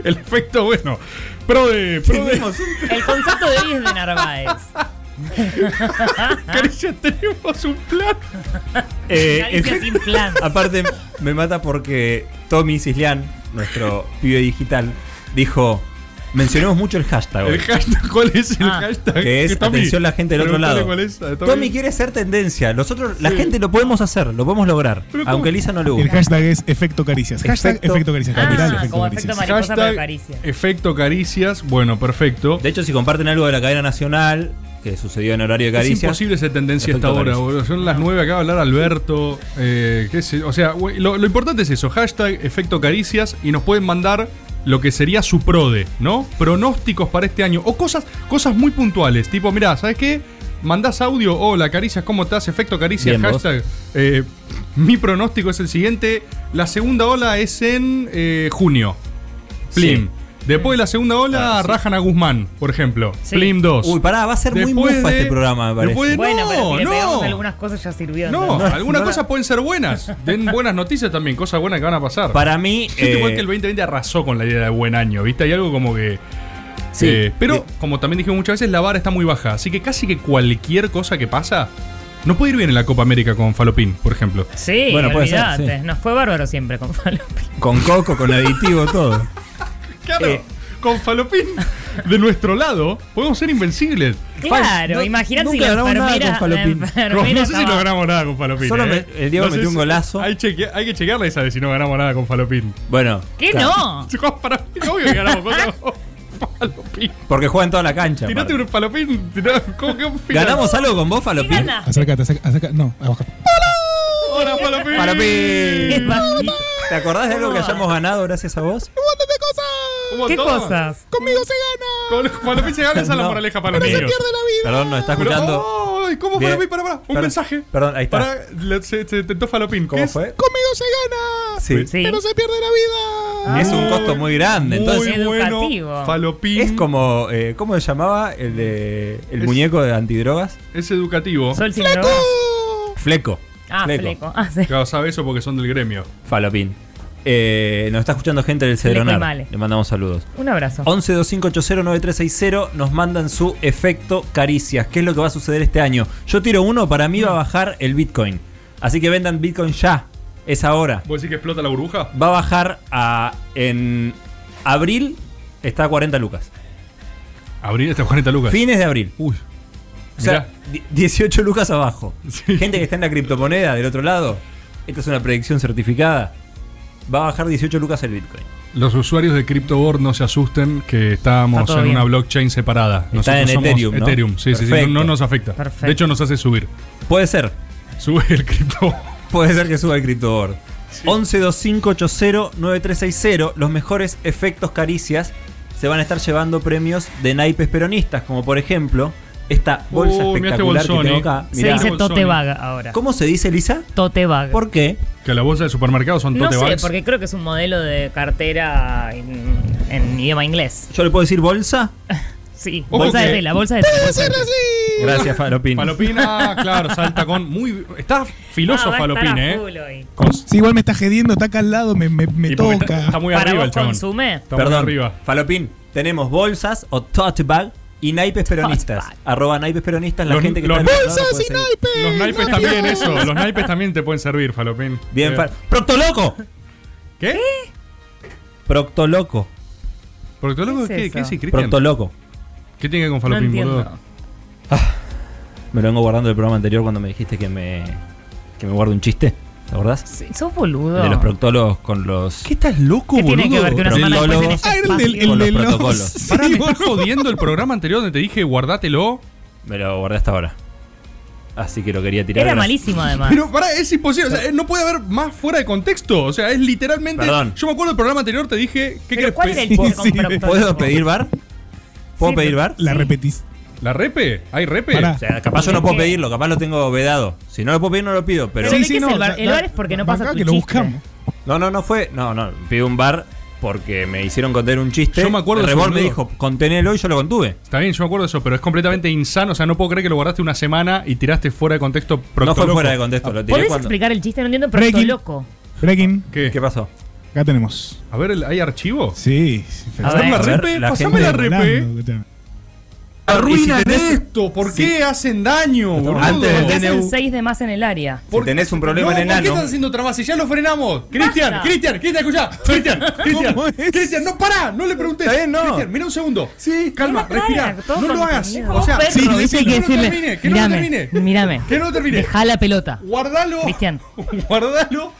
Speaker 4: el efecto, bueno. Pro de. Pro de
Speaker 8: Tenemos un-
Speaker 9: El concepto de hoy es de Narváez.
Speaker 4: Caricias, tenemos un plan.
Speaker 8: eh,
Speaker 9: Caricia
Speaker 8: efe-
Speaker 9: sin plan.
Speaker 8: Aparte, me mata porque Tommy Cislián, nuestro pibe digital, dijo: Mencionemos mucho el hashtag. hoy".
Speaker 4: El hashtag, ¿cuál es el
Speaker 9: Ah.
Speaker 4: hashtag?
Speaker 8: que es
Speaker 4: Tommy,
Speaker 8: atención la gente del otro
Speaker 4: preguntale
Speaker 8: lado.
Speaker 4: cuál es, a Tommy.
Speaker 8: Tommy quiere ser tendencia. Nosotros, la gente lo podemos hacer, lo podemos lograr.
Speaker 4: Pero ¿cómo?
Speaker 8: Aunque Lisa no le
Speaker 2: El
Speaker 8: gusta.
Speaker 2: hashtag es efecto caricias. Hashtag
Speaker 8: Efecto-
Speaker 2: efecto, caricias.
Speaker 9: Ah,
Speaker 2: Capital efecto
Speaker 9: como
Speaker 2: caricias.
Speaker 9: efecto mariposa, pero
Speaker 4: Hashtag
Speaker 9: caricia.
Speaker 4: Efecto caricias. Bueno, perfecto.
Speaker 8: De hecho, si comparten algo de la cadena nacional, que sucedió en horario de
Speaker 4: Es
Speaker 8: caricias.
Speaker 4: imposible esa tendencia
Speaker 8: Efecto
Speaker 4: hasta ahora,
Speaker 8: caricias.
Speaker 4: boludo. Son las 9, acaba de hablar Alberto. eh, qué sé- o sea, güey, lo, lo importante es eso. Hashtag efecto caricias. Y nos pueden mandar lo que sería su prode, ¿no? Pronósticos para este año o cosas, cosas muy puntuales, tipo, mirá, ¿sabes qué? Mandás audio, hola caricias, ¿cómo estás? Efecto caricias,
Speaker 8: Bien, vos.
Speaker 4: hashtag. Eh, mi pronóstico es el siguiente, la segunda ola es en eh, junio. Plim. Después de la segunda ola, rajan a Guzmán, por ejemplo.
Speaker 9: Sí.
Speaker 4: Plim 2.
Speaker 8: Uy, pará, va a ser muy mufa este programa, me parece.
Speaker 4: después de-
Speaker 9: bueno,
Speaker 4: no,
Speaker 9: pero si le
Speaker 4: no.
Speaker 9: pegamos algunas cosas ya sirvió.
Speaker 4: No,
Speaker 9: entonces.
Speaker 4: algunas
Speaker 8: no
Speaker 4: cosas
Speaker 8: la-
Speaker 4: pueden ser buenas. Den buenas noticias también, cosas buenas que van a pasar.
Speaker 8: Para mí.
Speaker 4: Siento igual
Speaker 8: eh,
Speaker 4: que el 2020 arrasó con la idea de buen año, ¿viste? Hay algo como que.
Speaker 8: Sí.
Speaker 4: eh, pero,
Speaker 8: Eh,
Speaker 4: como también dije muchas veces, la vara está muy baja. Así que casi que cualquier cosa que pasa. No puede ir bien en la Copa América con Falopín, por ejemplo.
Speaker 9: Sí,
Speaker 8: Bueno, puede ser,
Speaker 9: olvidate.
Speaker 8: sí.
Speaker 9: Nos fue bárbaro siempre con Falopi.
Speaker 8: Con coco, con aditivo, todo.
Speaker 4: Claro.
Speaker 8: Eh.
Speaker 4: Con Falopín de nuestro lado, podemos ser invencibles.
Speaker 9: Claro,
Speaker 8: no-
Speaker 9: imagínate si
Speaker 8: nunca
Speaker 9: la
Speaker 8: grabamos nada
Speaker 9: enfermera,
Speaker 8: con
Speaker 9: la
Speaker 8: Falopín.
Speaker 9: enfermera
Speaker 4: Con- no sé si
Speaker 9: estaba-
Speaker 4: logramos nada con Falopín.
Speaker 8: Solo
Speaker 4: eh.
Speaker 8: me- el Diego
Speaker 4: No sé
Speaker 8: metió un
Speaker 4: si-
Speaker 8: golazo.
Speaker 4: Hay, cheque- hay que chequearla esa de si no ganamos nada con Falopín.
Speaker 8: Bueno.
Speaker 9: ¿Qué
Speaker 8: claro.
Speaker 9: no?
Speaker 4: Falopín, obvio que ganamos cosas con Falopín.
Speaker 8: Porque juega en toda la cancha.
Speaker 4: Tirate
Speaker 8: aparte.
Speaker 4: un Falopín. tirá- ¿Cómo que opinas?
Speaker 8: ¿Ganamos algo con vos, Falopín?
Speaker 9: Gana.
Speaker 6: Acércate, acércate, acércate. No, abajo.
Speaker 4: Hola, Falopín.
Speaker 9: Qué
Speaker 8: Falopín.
Speaker 9: bajito.
Speaker 8: ¿Te acordás de algo que hayamos ganado gracias a vos?
Speaker 4: Un
Speaker 9: ¿Qué
Speaker 4: montón.
Speaker 9: cosas?
Speaker 6: ¡Conmigo se gana!
Speaker 4: Con Falopín se gana, esa es la
Speaker 8: No.
Speaker 4: moraleja para los
Speaker 8: Pero se
Speaker 4: niños.
Speaker 6: ¡Pierde la vida!
Speaker 8: Perdón, nos está
Speaker 4: Pero,
Speaker 8: escuchando.
Speaker 4: ¡Ay! ¿Cómo
Speaker 8: Bien.
Speaker 4: Falopín? Pará, pará. Un
Speaker 8: Perdón,
Speaker 4: mensaje.
Speaker 8: perdón, ahí está.
Speaker 4: Pará, le- se, se tentó Falopín. ¿Qué
Speaker 8: ¿Cómo
Speaker 4: es?
Speaker 8: fue?
Speaker 6: ¡Conmigo se gana!
Speaker 8: Sí.
Speaker 9: Sí.
Speaker 6: ¡Pero se pierde la vida!
Speaker 8: Es un costo muy grande. Entonces,
Speaker 4: Ah, muy bueno.
Speaker 9: Educativo.
Speaker 4: Falopín.
Speaker 8: es como. eh, ¿Cómo se llamaba el de. el
Speaker 4: Es-
Speaker 8: muñeco de antidrogas?
Speaker 4: Es educativo.
Speaker 9: Sol sin drogas.
Speaker 8: Fleco.
Speaker 9: Ah, fleco. Ah, sí.
Speaker 4: Claro, sabe eso porque son del gremio.
Speaker 8: Falopín. Eh, nos está escuchando gente del
Speaker 9: Fleco y
Speaker 8: Cedronar.
Speaker 9: Male.
Speaker 8: Le mandamos saludos.
Speaker 9: Un abrazo.
Speaker 8: 1125809360 nos mandan su efecto caricias. ¿Qué es lo que va a suceder este año? Yo tiro uno, para mí va a bajar el Bitcoin. Así que vendan Bitcoin ya. Es ahora.
Speaker 4: ¿Vos decís que explota la burbuja?
Speaker 8: Va a bajar a. En abril está a 40 lucas.
Speaker 4: Abrir estas 40 lucas.
Speaker 8: Fines de abril.
Speaker 4: Uy.
Speaker 8: O sea, di- 18 lucas abajo.
Speaker 4: Sí.
Speaker 8: Gente que está en la criptomoneda del otro lado. Esta es una predicción certificada. Va a bajar 18 lucas el Bitcoin.
Speaker 4: Los usuarios de CryptoBoard no se asusten que estábamos
Speaker 9: Está todo
Speaker 4: en una
Speaker 9: bien.
Speaker 4: blockchain separada.
Speaker 8: Está en Ethereum, ¿no?
Speaker 4: Ethereum, sí, sí, sí, no,
Speaker 8: Perfecto.
Speaker 4: no nos afecta.
Speaker 9: Perfecto.
Speaker 4: De hecho, nos hace subir.
Speaker 8: Puede ser.
Speaker 4: Sube el cripto.
Speaker 8: Puede ser que suba el criptoboard. 1125809360. Los mejores efectos caricias se van a estar llevando premios de naipes peronistas, como por ejemplo esta bolsa
Speaker 4: Uy, mirá este
Speaker 8: espectacular que
Speaker 4: bolsón,
Speaker 8: tengo
Speaker 4: eh.
Speaker 8: acá.
Speaker 9: Se
Speaker 8: Mirá.
Speaker 9: dice
Speaker 4: Bolsoni.
Speaker 9: Tote Vaga ahora.
Speaker 8: ¿Cómo se dice, Lisa?
Speaker 9: Tote Vaga.
Speaker 8: ¿Por qué?
Speaker 4: Que las bolsas de supermercado son
Speaker 9: No
Speaker 4: tote
Speaker 9: sé,
Speaker 4: bags.
Speaker 9: porque creo que es un modelo de cartera en, en idioma inglés.
Speaker 8: ¿Yo le puedo decir bolsa?
Speaker 9: Sí,
Speaker 4: Ojo
Speaker 9: bolsa
Speaker 4: que-
Speaker 9: de tela, bolsa de tela. bolsa de tela.
Speaker 8: Gracias, Falopín.
Speaker 4: Falopina, ah, claro, salta con. Muy, está filoso
Speaker 9: Ah, va a
Speaker 4: Falopín,
Speaker 9: estar a
Speaker 4: ¿eh?
Speaker 9: full hoy.
Speaker 4: Con-
Speaker 6: Sí, igual me está jediendo, está acá al lado, me, me, me
Speaker 4: y porque
Speaker 6: toca.
Speaker 4: Está, está muy
Speaker 9: ¿Para
Speaker 4: arriba
Speaker 9: vos
Speaker 4: el chabón.
Speaker 9: consume?
Speaker 4: Está muy
Speaker 8: Perdón,
Speaker 4: arriba.
Speaker 8: Falopín, tenemos bolsas o tote bag y naipes peronistas.
Speaker 9: bag.
Speaker 8: Arroba naipes peronistas, la
Speaker 4: Los-
Speaker 8: gente que
Speaker 4: los-
Speaker 8: está... en el otro lado
Speaker 6: ¡Bolsas
Speaker 8: puede
Speaker 6: y
Speaker 8: seguir.
Speaker 6: naipes!
Speaker 4: Los naipes también,
Speaker 6: ¡Naipes!
Speaker 4: eso. Los naipes también te pueden servir, Falopín.
Speaker 8: Bien,
Speaker 4: Eh,
Speaker 8: Fal- ¡Proctoloco!
Speaker 4: ¿Qué?
Speaker 8: Proctoloco.
Speaker 4: ¿Proctólogo?
Speaker 9: ¿Qué
Speaker 4: ¿Qué,
Speaker 9: es
Speaker 4: ¿Qué,
Speaker 9: eso?
Speaker 4: decís, Cristian?
Speaker 8: Proctoloco.
Speaker 4: ¿Qué tiene que ver con
Speaker 9: No
Speaker 4: Falopín, boludo? Uh,
Speaker 9: entiendo.
Speaker 8: Ah, Me lo vengo guardando del programa anterior cuando me dijiste que me, que me guarde un chiste. ¿Te acordás?
Speaker 9: Sí, sos
Speaker 8: El
Speaker 9: boludo.
Speaker 8: De los proctólogos con los.
Speaker 6: estás loco,
Speaker 9: ¿Qué tiene que ver que una
Speaker 8: Del
Speaker 9: semana después
Speaker 8: dolo-
Speaker 9: en
Speaker 6: Ah,
Speaker 9: este
Speaker 6: era el del,
Speaker 9: espacio?
Speaker 6: el
Speaker 8: Con los
Speaker 6: de los-
Speaker 8: protocolos.
Speaker 6: Sí,
Speaker 4: Pará, me
Speaker 6: vos-
Speaker 4: estás jodiendo el programa anterior donde te dije guardátelo.
Speaker 8: Me lo guardé hasta ahora. Así que lo quería tirar.
Speaker 9: Era
Speaker 8: Gracias.
Speaker 9: malísimo además.
Speaker 4: Pero pará, es imposible. O sea, eh, no puede haber más fuera de contexto. O sea, es literalmente.
Speaker 8: Perdón.
Speaker 4: Yo me acuerdo del programa anterior, te dije. ¿Qué
Speaker 9: ¿Pero
Speaker 4: querés?
Speaker 9: cuál
Speaker 4: pe-
Speaker 9: era el chiste
Speaker 6: Pues Sí,
Speaker 9: con proctólogo?
Speaker 8: ¿Puedo pedir bar? ¿Puedo
Speaker 9: Sí,
Speaker 8: pedir
Speaker 9: pero-
Speaker 8: bar?
Speaker 6: La
Speaker 9: Sí.
Speaker 6: repetís.
Speaker 4: ¿La repe? ¿Hay repe?
Speaker 6: Pará.
Speaker 8: O sea, capaz yo no puedo pedirlo, capaz lo tengo vedado. Si no lo puedo pedir, no lo pido. Pero.
Speaker 9: Sí, ¿de qué es el bar? El
Speaker 6: da-
Speaker 9: bar es porque no pasa
Speaker 6: bancá
Speaker 9: tu
Speaker 6: que lo
Speaker 9: chiste.
Speaker 6: buscamos.
Speaker 8: No, no, no fue. No, no. Pido un bar porque me hicieron contener un chiste.
Speaker 4: Yo me acuerdo
Speaker 8: El
Speaker 4: de
Speaker 8: Rebol
Speaker 4: ese
Speaker 8: me
Speaker 4: boludo.
Speaker 8: dijo, contenelo y yo lo contuve.
Speaker 4: Está bien, yo me acuerdo de eso, pero es completamente insano. O sea, no puedo creer que lo guardaste una semana y tiraste fuera de contexto
Speaker 8: No fue
Speaker 4: Proctoloco.
Speaker 8: fuera de contexto, lo tiré
Speaker 9: ¿Podés
Speaker 8: cuando.
Speaker 9: explicar el chiste? No entiendo, pero
Speaker 6: Breaking.
Speaker 9: loco.
Speaker 6: Breaking,
Speaker 4: ¿Qué?
Speaker 8: ¿Qué pasó?
Speaker 6: acá tenemos.
Speaker 4: A ver, ¿hay archivo?
Speaker 6: Sí. sí, pero-
Speaker 9: A
Speaker 4: Pasame
Speaker 9: ver.
Speaker 4: la
Speaker 8: A ver,
Speaker 4: repe,
Speaker 8: la
Speaker 4: pasame la
Speaker 8: gente
Speaker 4: repe.
Speaker 6: Volando, escuchame.
Speaker 8: Y si tenés-
Speaker 4: esto, ¿por qué hacen daño, boludo?
Speaker 8: Antes del
Speaker 9: ¿Por qué hacen
Speaker 8: DNU.
Speaker 9: seis de más en el área?
Speaker 8: Si tenés un problema
Speaker 4: No,
Speaker 8: en
Speaker 4: ¿por qué
Speaker 8: enano.
Speaker 4: estás haciendo trabas? Si ya lo frenamos. Cristian,
Speaker 9: Basta.
Speaker 4: Cristian, Cristian, escuchá. Cristian, Cristian,
Speaker 6: ¿Cómo es?
Speaker 4: Cristian, no pará, no le preguntes.
Speaker 8: Está bien, no.
Speaker 4: Cristian, mira un segundo. Sí, calma,
Speaker 9: ¿Qué más
Speaker 4: respira.
Speaker 9: traen? Todo
Speaker 4: No lo
Speaker 9: con
Speaker 4: hagas.
Speaker 9: contenido.
Speaker 4: O sea,
Speaker 9: Vos,
Speaker 6: Sí,
Speaker 9: perro,
Speaker 6: sí,
Speaker 9: viste
Speaker 6: sí,
Speaker 9: que
Speaker 4: que no
Speaker 9: decirle,
Speaker 4: termine, que no
Speaker 9: mirame,
Speaker 4: termine.
Speaker 9: Mirame.
Speaker 4: Que no termine.
Speaker 9: Dejá la pelota.
Speaker 4: Guardalo.
Speaker 9: Cristian.
Speaker 4: Guardalo.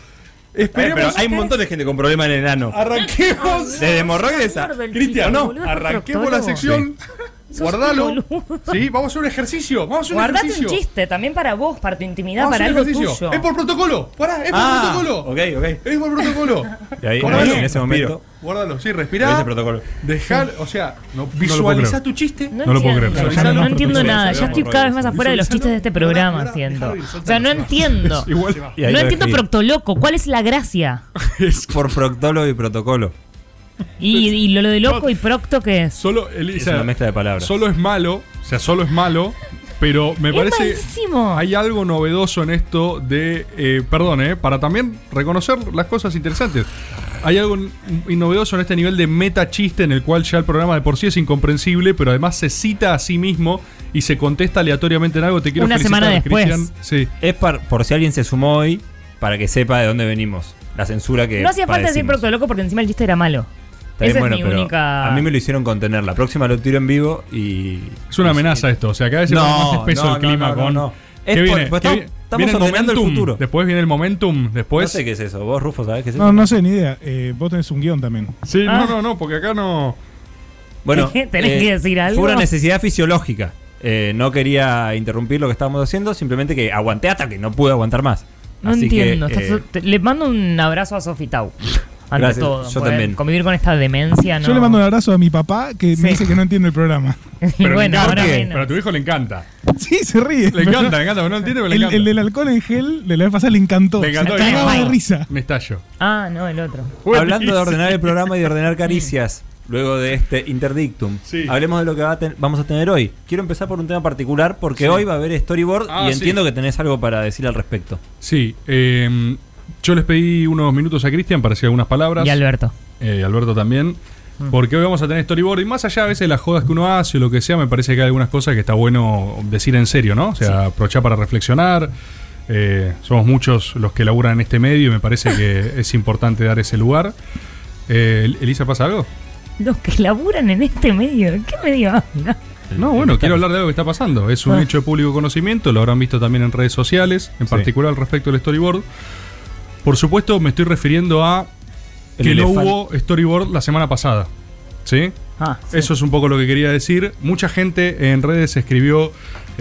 Speaker 8: Eh, pero
Speaker 4: Esperemos.
Speaker 8: hay un montón de gente con problema en enano.
Speaker 4: Arranquemos.
Speaker 8: Desde Morroguesa.
Speaker 9: Gordo el
Speaker 4: Cristian,
Speaker 9: chico,
Speaker 4: no.
Speaker 9: boludo, es un
Speaker 4: Arranquemos la
Speaker 9: proctólogo.
Speaker 4: sección. Guardalo.
Speaker 9: un
Speaker 4: Sí, vamos a hacer un ejercicio. Vamos a hacer un
Speaker 9: Guardate
Speaker 4: ejercicio.
Speaker 9: un chiste también para vos, para tu intimidad,
Speaker 4: Vamos a
Speaker 9: para
Speaker 4: hacer
Speaker 9: algo
Speaker 4: un ejercicio.
Speaker 9: tuyo.
Speaker 4: Es por protocolo. Pará, es por
Speaker 8: Ah,
Speaker 4: protocolo.
Speaker 8: ok, ok.
Speaker 4: Es por protocolo.
Speaker 8: Y ahí,
Speaker 4: Guardalo.
Speaker 8: ahí, en ese momento,
Speaker 4: Guardalo, sí,
Speaker 8: en ese
Speaker 4: respirá.
Speaker 8: protocolo.
Speaker 4: Dejar, o sea,
Speaker 8: visualizá
Speaker 4: visualizá tu chiste.
Speaker 9: No,
Speaker 4: No lo puedo
Speaker 9: entiendo,
Speaker 4: creer.
Speaker 9: ya
Speaker 6: Ya
Speaker 9: no,
Speaker 6: no-
Speaker 9: entiendo
Speaker 6: no-
Speaker 9: nada.
Speaker 8: no-
Speaker 9: Ya estoy
Speaker 8: no-
Speaker 9: cada vez más afuera de los chistes de este programa
Speaker 4: Pará, pará,
Speaker 9: haciendo.
Speaker 4: Javi, soltalo,
Speaker 9: O sea, no
Speaker 4: soltalo.
Speaker 9: entiendo.
Speaker 4: Igual
Speaker 8: Y ahí lo
Speaker 9: No entiendo
Speaker 8: escribí.
Speaker 9: Proctoloco. ¿Cuál es la gracia?
Speaker 1: Por proctólogo y protocolo.
Speaker 9: Y, y lo, lo de loco y procto que es.
Speaker 4: solo
Speaker 1: Es
Speaker 4: Elisa,
Speaker 1: una mezcla de palabras.
Speaker 4: solo es malo, o sea, solo es malo, pero me
Speaker 9: Es
Speaker 4: parece
Speaker 9: malísimo.
Speaker 4: hay algo novedoso en esto de, eh, perdón, eh, para también reconocer las cosas interesantes. Hay algo n- novedoso en este nivel de meta chiste en el cual ya el programa de por sí es incomprensible, pero además se cita a sí mismo y se contesta aleatoriamente en algo. Te quiero
Speaker 9: Una
Speaker 4: felicitar,
Speaker 9: semana después.
Speaker 4: Cristian. Sí.
Speaker 1: Es par- por si alguien se sumó hoy, para que sepa de dónde venimos. La censura que.
Speaker 9: No hacía falta decir
Speaker 1: padecimos.
Speaker 9: proctoloco porque encima el chiste era malo.
Speaker 1: Eh, Está bien,
Speaker 9: Esa
Speaker 1: bueno,
Speaker 9: es mi
Speaker 1: pero
Speaker 9: única.
Speaker 1: A mí me lo hicieron contener. La próxima lo tiro en vivo y.
Speaker 4: Es una amenaza esto, o sea, cada vez se
Speaker 1: No,
Speaker 4: pone más espeso
Speaker 1: no,
Speaker 4: el clima
Speaker 1: no, no,
Speaker 4: con.
Speaker 1: no.
Speaker 4: ¿Qué
Speaker 1: Es por-
Speaker 4: viene?
Speaker 1: pues
Speaker 4: ¿Qué
Speaker 1: estamos-
Speaker 4: viene?
Speaker 1: estamos
Speaker 4: Viene el
Speaker 1: ordenando el
Speaker 4: momentum,
Speaker 1: futuro.
Speaker 4: Después viene el momentum, después.
Speaker 1: No sé qué es eso. ¿Vos, Rufo, sabés qué es eso?
Speaker 6: No, no sé, ni idea. Eh, vos tenés un guión también.
Speaker 4: Sí,
Speaker 9: Ah.
Speaker 4: no, no, no, porque acá no.
Speaker 1: Bueno, eh,
Speaker 9: ¿Tenés que decir algo?
Speaker 1: Fue una necesidad fisiológica. Eh, no quería interrumpir lo que estábamos haciendo, simplemente que aguanté hasta que no pude aguantar más.
Speaker 9: No
Speaker 1: Así que,
Speaker 9: entiendo.
Speaker 1: eh,
Speaker 9: estás- te- le mando un abrazo a Sofi Tau. Ante
Speaker 1: Gracias,
Speaker 9: todo.
Speaker 1: yo
Speaker 9: poder
Speaker 1: también.
Speaker 9: Convivir con esta demencia, ah, ¿no?
Speaker 6: Yo le mando un abrazo a mi papá que
Speaker 9: Sí.
Speaker 6: me dice que no entiende el programa.
Speaker 9: Y
Speaker 4: le
Speaker 9: bueno,
Speaker 4: encanta,
Speaker 9: ahora
Speaker 4: ¿qué?
Speaker 9: menos.
Speaker 4: Pero a tu hijo le encanta.
Speaker 6: Sí, se ríe.
Speaker 4: Le encanta, le encanta, pero no entiende, pero le
Speaker 6: El,
Speaker 4: encanta.
Speaker 6: el del alcohol en gel de la vez pasada le encantó.
Speaker 4: Le encantó,
Speaker 6: Se
Speaker 9: le
Speaker 6: cagaba
Speaker 9: encantó.
Speaker 6: de risa.
Speaker 4: Me estallo.
Speaker 9: Ah, no, el otro.
Speaker 1: Hablando de ordenar el programa y de ordenar caricias, luego de este interdictum,
Speaker 4: Sí.
Speaker 1: hablemos de lo que va a ten- vamos a tener hoy. Quiero empezar por un tema particular porque hoy va a haber storyboard
Speaker 4: Ah,
Speaker 1: y
Speaker 4: sí.
Speaker 1: entiendo que tenés algo para decir al respecto.
Speaker 4: Sí, eh, yo les pedí unos minutos a Cristian para decir algunas palabras.
Speaker 9: Y Alberto. Mm.
Speaker 4: Eh, Alberto también. Porque hoy vamos a tener storyboard y más allá a veces de las jodas que uno hace o lo que sea, me parece que hay algunas cosas que está bueno decir en serio, ¿no? O sea, aprovechar para reflexionar. Eh, somos muchos los que laburan en este medio y me parece que es importante dar ese lugar. Eh, Elisa, ¿pasa algo?
Speaker 9: Los que laburan en este medio. ¿Qué medio habla?
Speaker 4: No, bueno, quiero hablar de algo que está pasando. Es un
Speaker 9: Ah.
Speaker 4: hecho de público conocimiento, lo habrán visto también en redes sociales, en particular respecto del storyboard. Por supuesto, me estoy refiriendo a
Speaker 1: El
Speaker 4: que no
Speaker 1: elefante.
Speaker 4: hubo storyboard la semana pasada. ¿Sí?
Speaker 9: Ah,
Speaker 4: Eso es un poco lo que quería decir. Mucha gente en redes escribió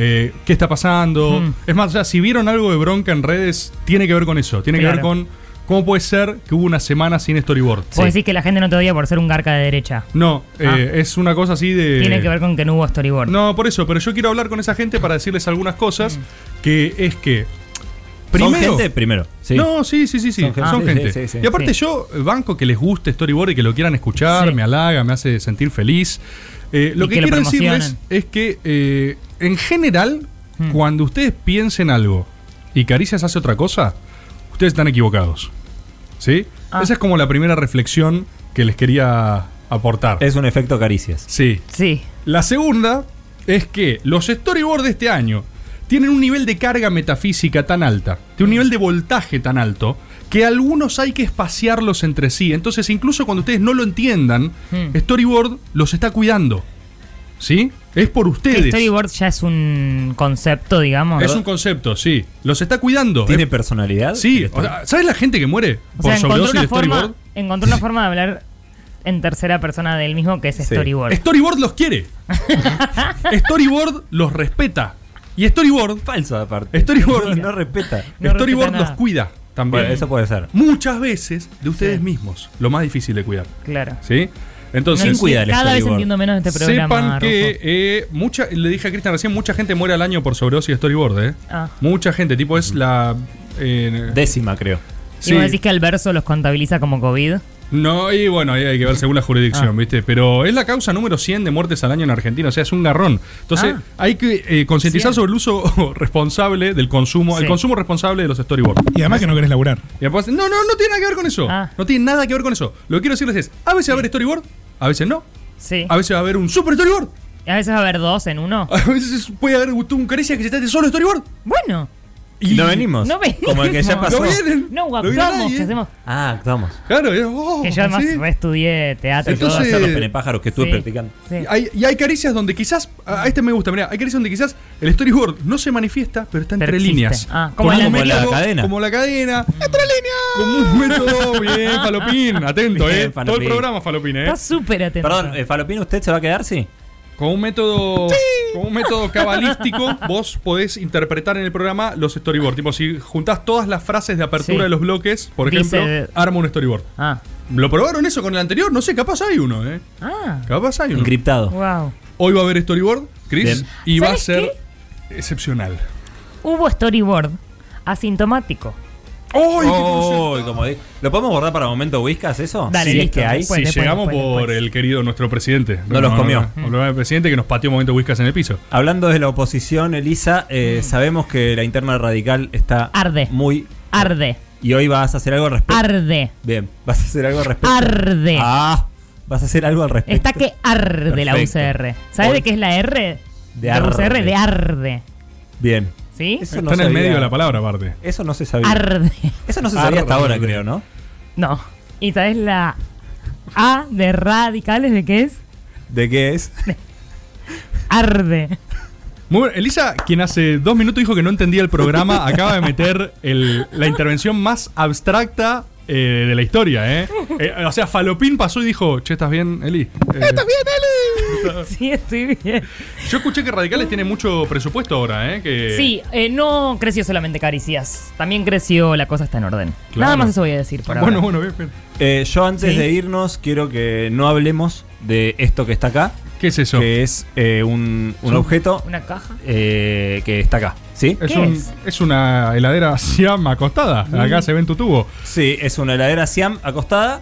Speaker 4: eh, qué está pasando.
Speaker 9: Mm.
Speaker 4: Es más, ya si vieron algo de bronca en redes, tiene que ver con eso. Tiene que ver
Speaker 9: Claro.
Speaker 4: con cómo puede ser que hubo una semana sin storyboard.
Speaker 9: Vos decís que la gente no te odia por ser un garca de derecha.
Speaker 4: No,
Speaker 9: Ah.
Speaker 4: eh, es una cosa así de...
Speaker 9: Tiene que ver con que no hubo storyboard.
Speaker 4: No, por eso, pero yo quiero hablar con esa gente para decirles algunas cosas,
Speaker 9: Mm.
Speaker 4: que es que...
Speaker 1: ¿Son
Speaker 4: Primero,
Speaker 1: gente? Primero. sí.
Speaker 4: No, sí, sí, sí, sí. Son
Speaker 1: Son
Speaker 4: gente.
Speaker 1: gente. Ah, sí, sí, sí, sí.
Speaker 4: Y aparte
Speaker 9: Sí.
Speaker 4: yo banco que les guste Storyboard y que lo quieran escuchar,
Speaker 9: Sí.
Speaker 4: me halaga, me hace sentir feliz. Eh, lo
Speaker 9: Y
Speaker 4: que,
Speaker 9: que lo
Speaker 4: quiero decirles
Speaker 9: promocionen.
Speaker 4: es que eh, en general,
Speaker 9: Hmm.
Speaker 4: cuando ustedes piensen algo y Caricias hace otra cosa, ustedes están equivocados. ¿Sí?
Speaker 9: Ah.
Speaker 4: Esa es como la primera reflexión que les quería aportar.
Speaker 1: Es un efecto caricias.
Speaker 4: Sí.
Speaker 9: Sí.
Speaker 4: La segunda es que los storyboards de este año tienen un nivel de carga metafísica tan alta, de un nivel de voltaje tan alto, que algunos hay que espaciarlos entre sí. Entonces, incluso cuando ustedes no lo entiendan,
Speaker 9: Mm.
Speaker 4: storyboard los está cuidando. ¿Sí? Es por
Speaker 9: El
Speaker 4: ustedes.
Speaker 9: storyboard ya es un concepto, digamos.
Speaker 4: Es un concepto, sí. Los está cuidando.
Speaker 1: ¿Tiene
Speaker 4: Es-
Speaker 1: personalidad?
Speaker 4: sí,
Speaker 1: El
Speaker 4: o sea, ¿sabes la gente que muere
Speaker 9: O
Speaker 4: por
Speaker 9: sea, encontró
Speaker 4: sobredosis
Speaker 9: una,
Speaker 4: de
Speaker 9: forma,
Speaker 4: storyboard?
Speaker 9: encontró una forma de hablar en tercera persona del mismo que es storyboard.
Speaker 4: Storyboard los quiere. storyboard los respeta. Y Storyboard
Speaker 1: falso aparte.
Speaker 4: Storyboard.
Speaker 1: No, no respeta.
Speaker 9: No
Speaker 4: Storyboard
Speaker 9: respeta nada.
Speaker 4: los cuida también.
Speaker 1: Bueno, eso puede ser.
Speaker 4: Muchas veces de ustedes
Speaker 9: Sí.
Speaker 4: mismos. Lo más difícil de cuidar.
Speaker 9: Claro.
Speaker 4: ¿Sí?
Speaker 9: No,
Speaker 4: Entonces,
Speaker 1: ¿Quién cuida el
Speaker 9: cada vez
Speaker 1: storyboard?
Speaker 9: entiendo menos este programa.
Speaker 4: sepan que
Speaker 9: Rufo.
Speaker 4: eh, mucha, le dije a Cristian recién, mucha gente muere al año por sobredosis de storyboard, ¿eh?
Speaker 9: Ah.
Speaker 4: Mucha gente, tipo es la... eh,
Speaker 1: Décima, creo.
Speaker 9: Y
Speaker 4: sí.
Speaker 9: vos decís que Alberto los contabiliza como COVID.
Speaker 4: No, y bueno, ahí hay que ver según la jurisdicción,
Speaker 9: Ah.
Speaker 4: ¿viste? Pero es la causa número 100 de muertes al año en Argentina, o sea, es un garrón. Entonces,
Speaker 9: Ah.
Speaker 4: hay que eh, concientizar
Speaker 9: Cien.
Speaker 4: sobre el uso responsable del consumo, el
Speaker 9: Sí.
Speaker 4: consumo responsable de los storyboards.
Speaker 6: Y además que no querés laburar.
Speaker 4: Y aparte, no, no, no tiene nada que ver con eso.
Speaker 9: Ah.
Speaker 4: No tiene nada que ver con eso. Lo que quiero decirles es, a veces va a haber storyboard, a veces no.
Speaker 9: Sí.
Speaker 4: A veces va a haber un super storyboard.
Speaker 9: A veces va a haber dos en uno.
Speaker 4: A veces puede haber un caricia que se trate solo de storyboard.
Speaker 9: Bueno,
Speaker 1: Y no venimos.
Speaker 9: No venimos.
Speaker 1: Como el que ya pasó.
Speaker 4: No vienen.
Speaker 9: no
Speaker 4: No viene
Speaker 9: guapamos,
Speaker 4: nadie.
Speaker 9: que hacemos.
Speaker 1: Ah, actuamos.
Speaker 4: Claro, es- oh,
Speaker 9: Que yo además
Speaker 4: sí.
Speaker 9: reestudié teatro
Speaker 1: Entonces,
Speaker 4: Entonces-
Speaker 9: y
Speaker 1: hacer los penepájaros que estuve
Speaker 9: Sí.
Speaker 1: practicando.
Speaker 9: todo. Sí.
Speaker 4: Y hay, y hay caricias donde quizás, a a este me gusta, mirá, hay caricias donde quizás el storyboard no se manifiesta, pero está entre
Speaker 9: Pero existe.
Speaker 4: líneas.
Speaker 9: Ah,
Speaker 4: Con
Speaker 9: como
Speaker 4: un
Speaker 9: la-
Speaker 1: como la
Speaker 4: método-
Speaker 1: cadena.
Speaker 4: Como la cadena. ¡Entre líneas! Como un método, bien, Falopín, atento,
Speaker 1: Bien,
Speaker 4: eh. Todo el
Speaker 1: Falopín.
Speaker 4: programa, Falopín, eh.
Speaker 9: Está súper atento.
Speaker 1: Perdón, eh, Falopino, ¿usted se va a quedar, sí?
Speaker 4: Con un método. Con un método cabalístico, vos podés interpretar en el programa los storyboards. Tipo, si juntás todas las frases de apertura
Speaker 9: Sí.
Speaker 4: de los bloques, por
Speaker 9: Dice-
Speaker 4: ejemplo, arma un storyboard.
Speaker 9: Ah.
Speaker 4: ¿Lo probaron eso con el anterior? No sé, capaz hay uno, ¿eh?
Speaker 9: Ah.
Speaker 4: Capaz hay uno.
Speaker 8: Encriptado.
Speaker 9: Wow.
Speaker 4: Hoy va a haber storyboard, Chris,
Speaker 8: Bien.
Speaker 4: y va a
Speaker 9: ¿Sabes
Speaker 4: ser excepcional.
Speaker 9: Hubo storyboard asintomático.
Speaker 4: ¡Ay,
Speaker 8: Oh, como di- ¿Lo podemos guardar para momento Whiskas eso?
Speaker 9: Dale,
Speaker 8: si es
Speaker 9: listo.
Speaker 8: que hay.
Speaker 9: Después,
Speaker 4: si
Speaker 9: después,
Speaker 4: llegamos
Speaker 9: después,
Speaker 4: por
Speaker 9: después.
Speaker 4: el querido nuestro presidente.
Speaker 8: No los comió.
Speaker 4: no, no, el presidente que nos pateó un momento whiskas en el piso.
Speaker 8: Hablando de la oposición, Elisa, eh, sabemos que la interna radical está
Speaker 9: Mm. Arde.
Speaker 8: muy.
Speaker 9: Arde,
Speaker 8: Y hoy vas a hacer algo al respecto.
Speaker 9: arde,
Speaker 8: Bien, vas a hacer algo al respecto.
Speaker 9: arde.
Speaker 8: Ah, vas a hacer algo al respecto.
Speaker 9: Está que arde la
Speaker 8: Perfecto.
Speaker 9: UCR. ¿Sabes
Speaker 8: Hoy-
Speaker 9: de qué es la R?
Speaker 8: De
Speaker 9: La
Speaker 8: arde.
Speaker 9: UCR de arde.
Speaker 8: Bien.
Speaker 9: ¿Sí?
Speaker 8: Eso
Speaker 4: Está
Speaker 8: no
Speaker 4: en el
Speaker 8: sabía.
Speaker 4: medio de la palabra, aparte.
Speaker 8: Eso no se sabía.
Speaker 9: Arde.
Speaker 8: Eso no se sabía hasta
Speaker 4: Arde.
Speaker 8: ahora, creo, ¿no?
Speaker 9: No. ¿Y sabes la A de radicales de qué es?
Speaker 8: ¿De qué es?
Speaker 9: Arde.
Speaker 4: Muy bien. Elisa, quien hace dos minutos dijo que no entendía el programa, acaba de meter el- la intervención más abstracta eh, de la historia, ¿eh? Eh, O sea, Falopín pasó y dijo, che, ¿estás bien, Eli? Eh, ¿Estás bien,
Speaker 9: Sí, estoy bien.
Speaker 4: Yo escuché que Radicales tiene mucho presupuesto ahora, ¿eh? Que
Speaker 9: Sí, eh, no creció solamente Caricias. También creció La Cosa Está en Orden.
Speaker 4: Claro.
Speaker 9: Nada más eso voy a decir por
Speaker 4: Bueno,
Speaker 9: ahora.
Speaker 4: bueno, bien, bien.
Speaker 8: Eh, yo antes
Speaker 9: Sí.
Speaker 8: de irnos quiero que no hablemos de esto que está acá,
Speaker 4: ¿Qué es eso?
Speaker 8: que es eh, un, un objeto
Speaker 9: ¿Una caja?
Speaker 8: eh, que está acá, ¿sí?
Speaker 4: Es,
Speaker 9: ¿Qué
Speaker 4: un-
Speaker 9: es? Mm.
Speaker 4: es una heladera Siam acostada. Acá se ve en tu tubo.
Speaker 8: Sí, es una heladera Siam acostada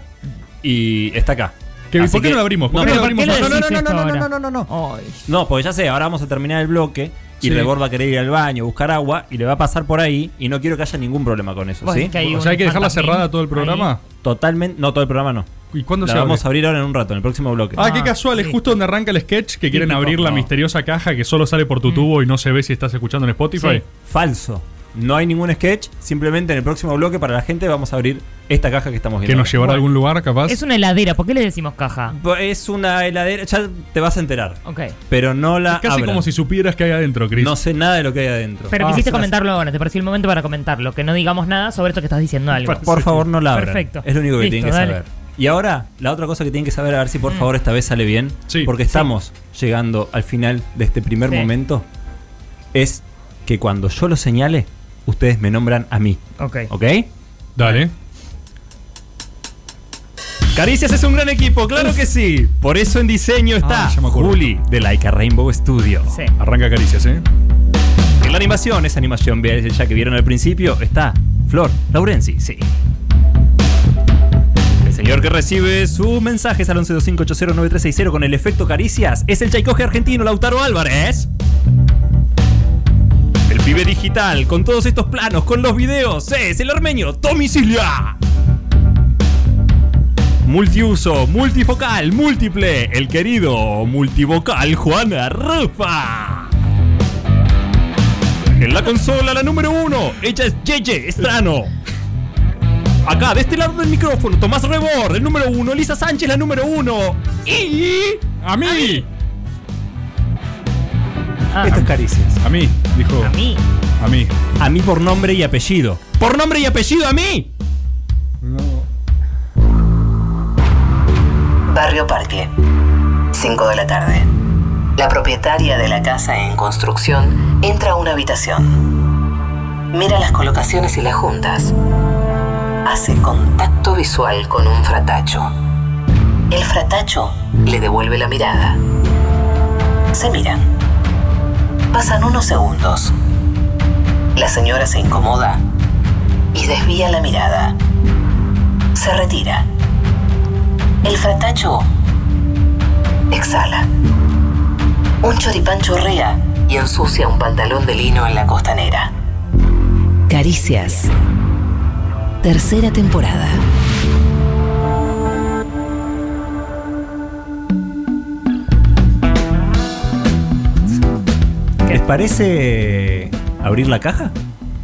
Speaker 8: y está acá.
Speaker 4: Que-
Speaker 8: Así
Speaker 4: ¿Por qué
Speaker 8: que-
Speaker 4: no la abrimos?
Speaker 8: no,
Speaker 4: ¿Por qué no la
Speaker 8: pero
Speaker 4: abrimos?
Speaker 9: ¿por qué
Speaker 4: No, no,
Speaker 9: lo
Speaker 4: no,
Speaker 9: decís
Speaker 4: no, no,
Speaker 9: esto
Speaker 4: no,
Speaker 9: ahora?
Speaker 4: no, no, no, no.
Speaker 9: Ay.
Speaker 8: No, porque ya sé, ahora vamos a terminar el bloque y
Speaker 4: Sí.
Speaker 8: Rebord va a querer ir al baño, buscar agua y le va a pasar por ahí y no quiero que haya ningún problema con eso,
Speaker 9: Vos
Speaker 8: ¿sí?
Speaker 9: decís que hay
Speaker 4: O sea, hay
Speaker 9: un
Speaker 4: que dejarla
Speaker 9: fantasmín
Speaker 4: cerrada todo el
Speaker 9: ahí.
Speaker 4: programa.
Speaker 8: Totalmente, no todo el programa no.
Speaker 4: ¿Y cuándo
Speaker 8: La
Speaker 4: se abre?
Speaker 8: vamos a abrir ahora en un rato, en el próximo bloque.
Speaker 4: Ah, qué
Speaker 9: Ah,
Speaker 4: casual, es
Speaker 9: listo.
Speaker 4: justo donde arranca el sketch que quieren
Speaker 9: Típico, Mm.
Speaker 4: abrir la
Speaker 8: no.
Speaker 4: misteriosa caja que solo sale por tu tubo y no se ve si estás escuchando en Spotify.
Speaker 9: Sí.
Speaker 8: Falso. No hay ningún sketch, simplemente en el próximo bloque para la gente vamos a abrir esta caja que estamos
Speaker 4: Que
Speaker 8: viendo.
Speaker 4: nos llevará a algún lugar, capaz.
Speaker 9: Es una heladera, ¿por qué le decimos caja?
Speaker 8: Es una heladera, ya te vas a enterar,
Speaker 9: Ok.
Speaker 8: pero no la
Speaker 4: Casi
Speaker 8: abran.
Speaker 4: como si supieras que hay adentro, Chris.
Speaker 8: No sé nada de lo que hay adentro.
Speaker 9: Pero
Speaker 4: Ah,
Speaker 9: quisiste
Speaker 4: sí,
Speaker 9: comentarlo ahora, te pareció el momento para comentarlo, que no digamos nada sobre esto que estás diciendo algo.
Speaker 8: Por favor, no la abran.
Speaker 9: Perfecto.
Speaker 8: Es lo único que
Speaker 9: Listo,
Speaker 8: tienen que
Speaker 9: dale. Mm.
Speaker 8: saber. Y ahora, la otra cosa que tienen que saber, a ver si por favor esta vez sale bien,
Speaker 4: Sí.
Speaker 8: porque
Speaker 4: Sí.
Speaker 8: estamos llegando al final de este primer
Speaker 9: Sí.
Speaker 8: momento, es que cuando yo lo señale, ustedes me nombran a mí,
Speaker 9: Ok.
Speaker 8: ¿ok?
Speaker 4: Dale.
Speaker 8: Caricias es un gran equipo, claro que sí. Por eso en diseño está
Speaker 4: Ah, ya me acuerdo.
Speaker 8: Juli de Laika Rainbow Studio.
Speaker 9: Sí.
Speaker 4: Arranca caricias, ¿eh?
Speaker 8: En la animación, esa animación ve- ya que vieron al principio, está Flor Laurenzi, sí. El señor que recibe sus mensajes al 1125809360 con el efecto caricias es el chaicoje argentino Lautaro Álvarez. El pibe digital, con todos estos planos, con los videos, es el armenio Tommy Cilia. Multiuso, multifocal, múltiple, el querido multivocal Juana Rufa. En la consola, la número uno. Ella es Yeye Estrano. Acá, de este lado del micrófono, Tomás Rebord, el número uno. Elisa Sánchez, la número uno. Y.
Speaker 4: ¡A mí!
Speaker 9: Ah,
Speaker 8: Esto es caricias.
Speaker 4: A mí, dijo.
Speaker 9: a mí.
Speaker 4: A mí.
Speaker 8: A mí por nombre y apellido. ¡Por nombre y apellido a mí!
Speaker 10: Barrio Parque, 5 de la tarde. La propietaria de la casa en construcción entra a una habitación. Mira las colocaciones y las juntas. Hace contacto visual con un fratacho. El fratacho le devuelve la mirada. Se miran. Pasan unos segundos. La señora se incomoda y desvía la mirada. Se retira. El fratacho exhala. Un choripán chorrea y ensucia un pantalón de lino en la costanera. Caricias. Tercera temporada.
Speaker 8: ¿Les parece. abrir la caja?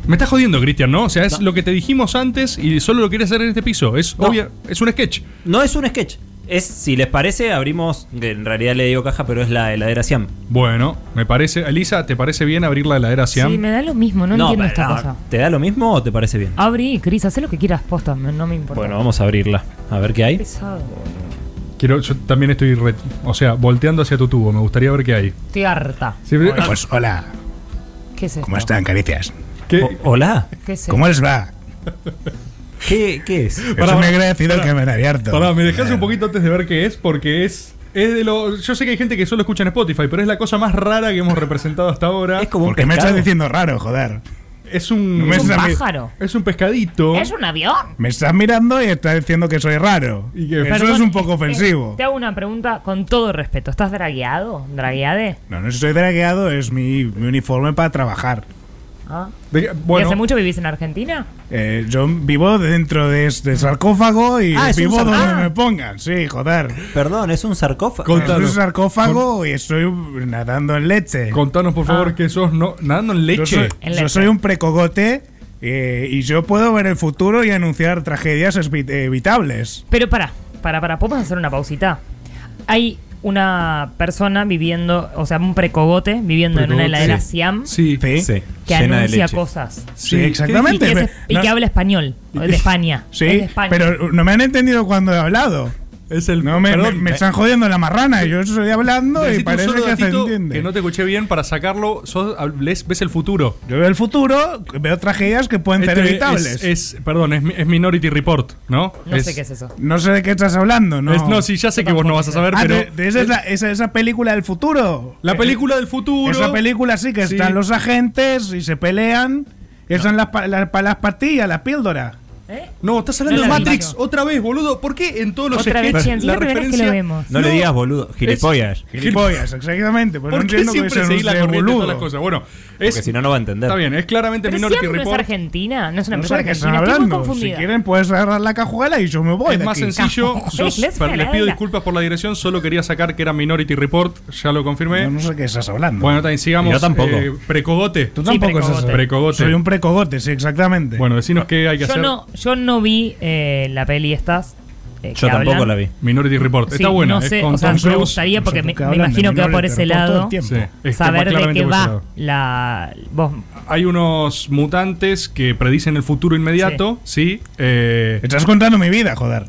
Speaker 4: Me estás jodiendo, Cristian, ¿no? O sea, es
Speaker 8: No.
Speaker 4: lo que te dijimos antes y solo lo quieres hacer en este piso. Es
Speaker 8: No.
Speaker 4: obvio, es un sketch.
Speaker 8: No es un sketch. Es, si les parece, abrimos. En realidad le digo caja, pero es la heladera Siam.
Speaker 4: Bueno, me parece. Elisa, ¿te parece bien abrir la heladera Siam?
Speaker 9: Sí, me da lo mismo, no, entiendo
Speaker 8: pa-
Speaker 9: esta
Speaker 8: no,
Speaker 9: cosa.
Speaker 8: ¿Te da lo mismo o te parece bien?
Speaker 9: Abri, Cris, haz lo que quieras, posta, no no me importa.
Speaker 8: Bueno, vamos a abrirla. A ver qué
Speaker 9: Qué
Speaker 8: hay.
Speaker 9: pesado, boludo.
Speaker 4: Quiero, yo también estoy, re- o sea, volteando hacia tu tubo. Me gustaría ver qué hay.
Speaker 9: Estoy harta.
Speaker 4: Sí, Ah.
Speaker 9: Hola.
Speaker 6: Pues hola,
Speaker 9: ¿Qué es esto?
Speaker 6: ¿cómo están, caricias?
Speaker 8: hola.
Speaker 9: ¿Qué es
Speaker 6: ¿Cómo
Speaker 9: esto?
Speaker 6: les va?
Speaker 8: ¿Qué, qué es?
Speaker 6: Yo me he agradecido
Speaker 4: pará.
Speaker 6: que me han abierto.
Speaker 4: Pará, me dejás un poquito antes de ver qué es, porque es. Es de lo. Yo sé que hay gente que solo escucha en Spotify, pero es la cosa más rara que hemos representado hasta ahora.
Speaker 8: Es como un
Speaker 6: Porque me
Speaker 8: pescado.
Speaker 6: estás diciendo raro, joder.
Speaker 4: Es un.
Speaker 6: No me
Speaker 9: ¿Es un
Speaker 6: haces a mí-
Speaker 9: pájaro?
Speaker 4: Es un pescadito.
Speaker 9: ¿Es un avión?
Speaker 6: Me estás mirando y estás diciendo que soy raro.
Speaker 4: Y que-
Speaker 6: Eso
Speaker 9: Perdón,
Speaker 6: es un poco
Speaker 9: eh,
Speaker 6: ofensivo.
Speaker 9: Te hago una pregunta con todo respeto. ¿Estás dragueado? ¿Dragueade?
Speaker 6: No, no soy dragueado, es mi, mi uniforme para trabajar.
Speaker 9: ¿Ah?
Speaker 4: De-
Speaker 9: ¿Y hace
Speaker 4: bueno,
Speaker 9: mucho vivís en Argentina?
Speaker 6: Eh, yo vivo dentro de, este sarcófago y
Speaker 8: Ah, es un
Speaker 6: vivo
Speaker 8: sarcófago.
Speaker 6: donde me pongan. Sí, joder.
Speaker 8: Perdón, es un sarcófago.
Speaker 6: Soy
Speaker 4: Contanos.
Speaker 6: un sarcófago y estoy nadando en leche.
Speaker 4: contanos por favor
Speaker 9: Ah.
Speaker 4: que sos no, nadando en
Speaker 6: Yo
Speaker 4: leche.
Speaker 6: soy,
Speaker 9: En
Speaker 6: yo
Speaker 9: leche.
Speaker 6: soy un precogote eh, y yo puedo ver el futuro y anunciar tragedias esvi- evitables.
Speaker 9: Pero para, para, para, ¿podemos hacer una pausita? Hay una persona viviendo, o sea, un precogote viviendo en una
Speaker 4: Precogote.
Speaker 9: heladera
Speaker 4: Pues Sí.
Speaker 9: Siam
Speaker 4: Sí.
Speaker 8: Sí,
Speaker 9: que
Speaker 8: llena de
Speaker 9: anuncia
Speaker 8: leche.
Speaker 9: cosas.
Speaker 6: Sí,
Speaker 4: Sí,
Speaker 9: Y que,
Speaker 6: exactamente.
Speaker 9: es- y
Speaker 6: No-
Speaker 9: que habla español, o de España. es
Speaker 6: sí,
Speaker 9: de España.
Speaker 4: uh,
Speaker 6: pero no me han entendido cuando he hablado.
Speaker 4: Es el.
Speaker 6: No, me,
Speaker 4: perdón, eh.
Speaker 6: me- me están jodiendo la marrana. Yo estoy hablando y
Speaker 4: necesito un
Speaker 6: parece
Speaker 4: solo
Speaker 6: que se
Speaker 4: datito
Speaker 6: entiende.
Speaker 4: que no te escuché bien para sacarlo. Sos, les- ves el futuro.
Speaker 6: Yo veo el futuro, veo tragedias que pueden ser
Speaker 4: Este
Speaker 6: evitables.
Speaker 4: Es, es- perdón, es, es Minority Report, ¿no?
Speaker 9: no sé qué es eso.
Speaker 6: no sé de qué estás hablando, ¿no?
Speaker 4: es- no, sí, ya sé que vos no vas a saber,
Speaker 6: Ah,
Speaker 4: pero.
Speaker 6: de- de esa, es la, esa, esa película del futuro. Eh,
Speaker 4: La película del futuro.
Speaker 6: Esa película sí que
Speaker 4: Sí.
Speaker 6: están los agentes y se pelean. Esas son las, pa- las, pa- las pastillas, las píldoras.
Speaker 9: ¿Eh?
Speaker 4: No, estás hablando
Speaker 9: No
Speaker 4: de
Speaker 9: la vi.
Speaker 4: Matrix otra vez, boludo. ¿Por qué en todos los
Speaker 9: Otra vez,
Speaker 4: sketches
Speaker 9: Chian, si es la primera vez que lo vemos.
Speaker 8: No, le digas boludo, gilipollas.
Speaker 6: Gilipollas, exactamente. Pues
Speaker 4: ¿Por
Speaker 6: no
Speaker 4: qué
Speaker 6: entiendo que
Speaker 4: siempre
Speaker 6: sean
Speaker 4: seguís la
Speaker 6: ustedes
Speaker 4: corriente de todas las
Speaker 6: boludos.
Speaker 4: cosas? Bueno,
Speaker 8: Porque
Speaker 4: es,
Speaker 8: si no, no va a entender.
Speaker 4: está bien, es claramente
Speaker 9: Pero
Speaker 4: Minority
Speaker 9: Siam no es
Speaker 4: Report.
Speaker 9: argentina, no es una
Speaker 6: No
Speaker 9: empresa
Speaker 6: sé de qué están
Speaker 9: argentina. Estoy muy
Speaker 6: hablando. Si
Speaker 9: confundida.
Speaker 6: quieren, puedes agarrar la cajuela y yo me voy.
Speaker 4: Es
Speaker 6: de
Speaker 4: más
Speaker 6: aquí.
Speaker 4: sencillo. sos-
Speaker 9: Les
Speaker 4: per- les pido
Speaker 9: regala.
Speaker 4: disculpas por la dirección, solo quería sacar que era Minority Report, ya lo confirmé.
Speaker 6: Yo no sé de qué estás hablando.
Speaker 4: Bueno, también sigamos. eh,
Speaker 8: Yo tampoco.
Speaker 4: precogote.
Speaker 6: Tú
Speaker 9: Sí,
Speaker 6: tampoco estás
Speaker 9: precogote.
Speaker 4: Precogote.
Speaker 6: Soy un precogote, sí, exactamente.
Speaker 4: Bueno, decinos qué hay que
Speaker 9: Yo
Speaker 4: hacer.
Speaker 9: no, yo no vi eh, la peli estas. eh,
Speaker 8: Yo
Speaker 9: que
Speaker 8: tampoco
Speaker 9: hablan.
Speaker 8: la vi.
Speaker 4: Minority Report.
Speaker 9: Sí,
Speaker 4: Está buena.
Speaker 9: No
Speaker 4: es
Speaker 9: sé,
Speaker 4: con
Speaker 9: o sea,
Speaker 4: Tom
Speaker 9: me
Speaker 4: Cruise.
Speaker 6: No
Speaker 9: gustaría
Speaker 6: sé
Speaker 9: porque
Speaker 6: por
Speaker 9: me,
Speaker 6: qué
Speaker 9: me
Speaker 6: hablan de
Speaker 9: imagino que va
Speaker 6: menores,
Speaker 9: por ese
Speaker 6: pero todo el
Speaker 9: lado
Speaker 6: tiempo.
Speaker 4: Sí, es que
Speaker 9: saber de
Speaker 4: claramente
Speaker 9: qué
Speaker 4: por ese
Speaker 9: va
Speaker 4: lado.
Speaker 9: la. Vos,
Speaker 4: Hay unos mutantes que predicen el futuro inmediato, ¿sí? Eh,
Speaker 6: Estás contando mi vida, joder.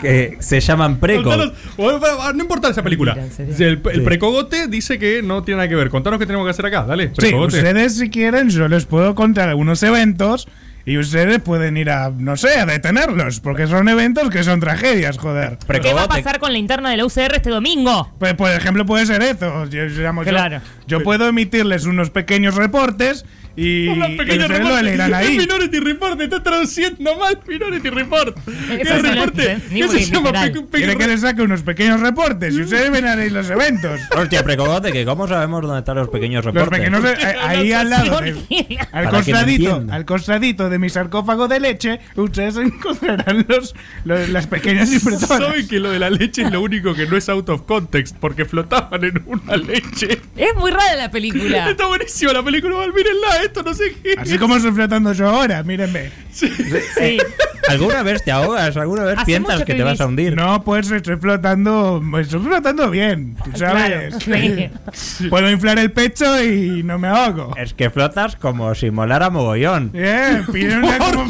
Speaker 8: Que Eh, se llaman preco.
Speaker 4: Contanos- bueno, bueno, bueno, no importa esa película.
Speaker 9: Mira, en serio.
Speaker 4: El,
Speaker 8: Sí.
Speaker 4: el precogote dice que no tiene nada que ver. Contanos qué tenemos que hacer acá, dale.
Speaker 6: Sí,
Speaker 4: Precogote.
Speaker 6: ustedes si quieren, yo les puedo contar algunos eventos y ustedes pueden ir a, no sé, a detenerlos, porque son eventos que son tragedias, joder.
Speaker 9: ¿Qué va a pasar con la interna de la UCR este domingo?
Speaker 6: Pues, por ejemplo, puede ser eso. Yo, yo- digamos, yo-
Speaker 9: Claro.
Speaker 6: yo puedo emitirles unos pequeños reportes y,
Speaker 4: Unos
Speaker 6: y
Speaker 4: pequeños
Speaker 6: ustedes lo
Speaker 4: reportes.
Speaker 6: leerán
Speaker 4: Es
Speaker 6: ahí.
Speaker 4: Minority Report, está traduciendo mal Minority Report.
Speaker 9: Eso
Speaker 4: Es
Speaker 9: no lo
Speaker 4: reporte,
Speaker 9: entendí,
Speaker 4: eso
Speaker 9: porque
Speaker 4: se llama
Speaker 9: ¿eh? literal.
Speaker 4: pecu- pecu-
Speaker 6: Quiere que les saque unos pequeños reportes y ustedes ven ahí los eventos.
Speaker 8: Hostia, precogote, que cómo sabemos dónde están los pequeños
Speaker 6: Los
Speaker 8: reportes.
Speaker 6: pequeños re- eh, ahí al lado, del- al
Speaker 8: Para que me
Speaker 6: costadito,
Speaker 8: entiendan.
Speaker 6: al costadito de mi sarcófago de leche, ustedes encontrarán los, los- las pequeñas impresoras.
Speaker 4: Saben que lo de la leche es lo único que no es out of context, porque flotaban en una leche.
Speaker 9: Es muy rara la película.
Speaker 4: Está buenísima la película, Val, mírenla, esto no sé qué.
Speaker 6: Así como estoy flotando yo ahora, mírenme.
Speaker 9: Sí.
Speaker 8: ¿Alguna vez te ahogas? ¿Alguna vez
Speaker 9: Hace
Speaker 8: piensas
Speaker 9: mucho
Speaker 8: que
Speaker 9: que
Speaker 8: te vas a
Speaker 9: vivís.
Speaker 8: hundir?
Speaker 6: No, pues estoy flotando, estoy flotando bien, tú
Speaker 9: Claro,
Speaker 6: ¿sabes?
Speaker 9: sí.
Speaker 6: Puedo inflar el pecho y no me ahogo.
Speaker 8: Es que flotas como si molara mogollón.
Speaker 6: Bien, piden una como-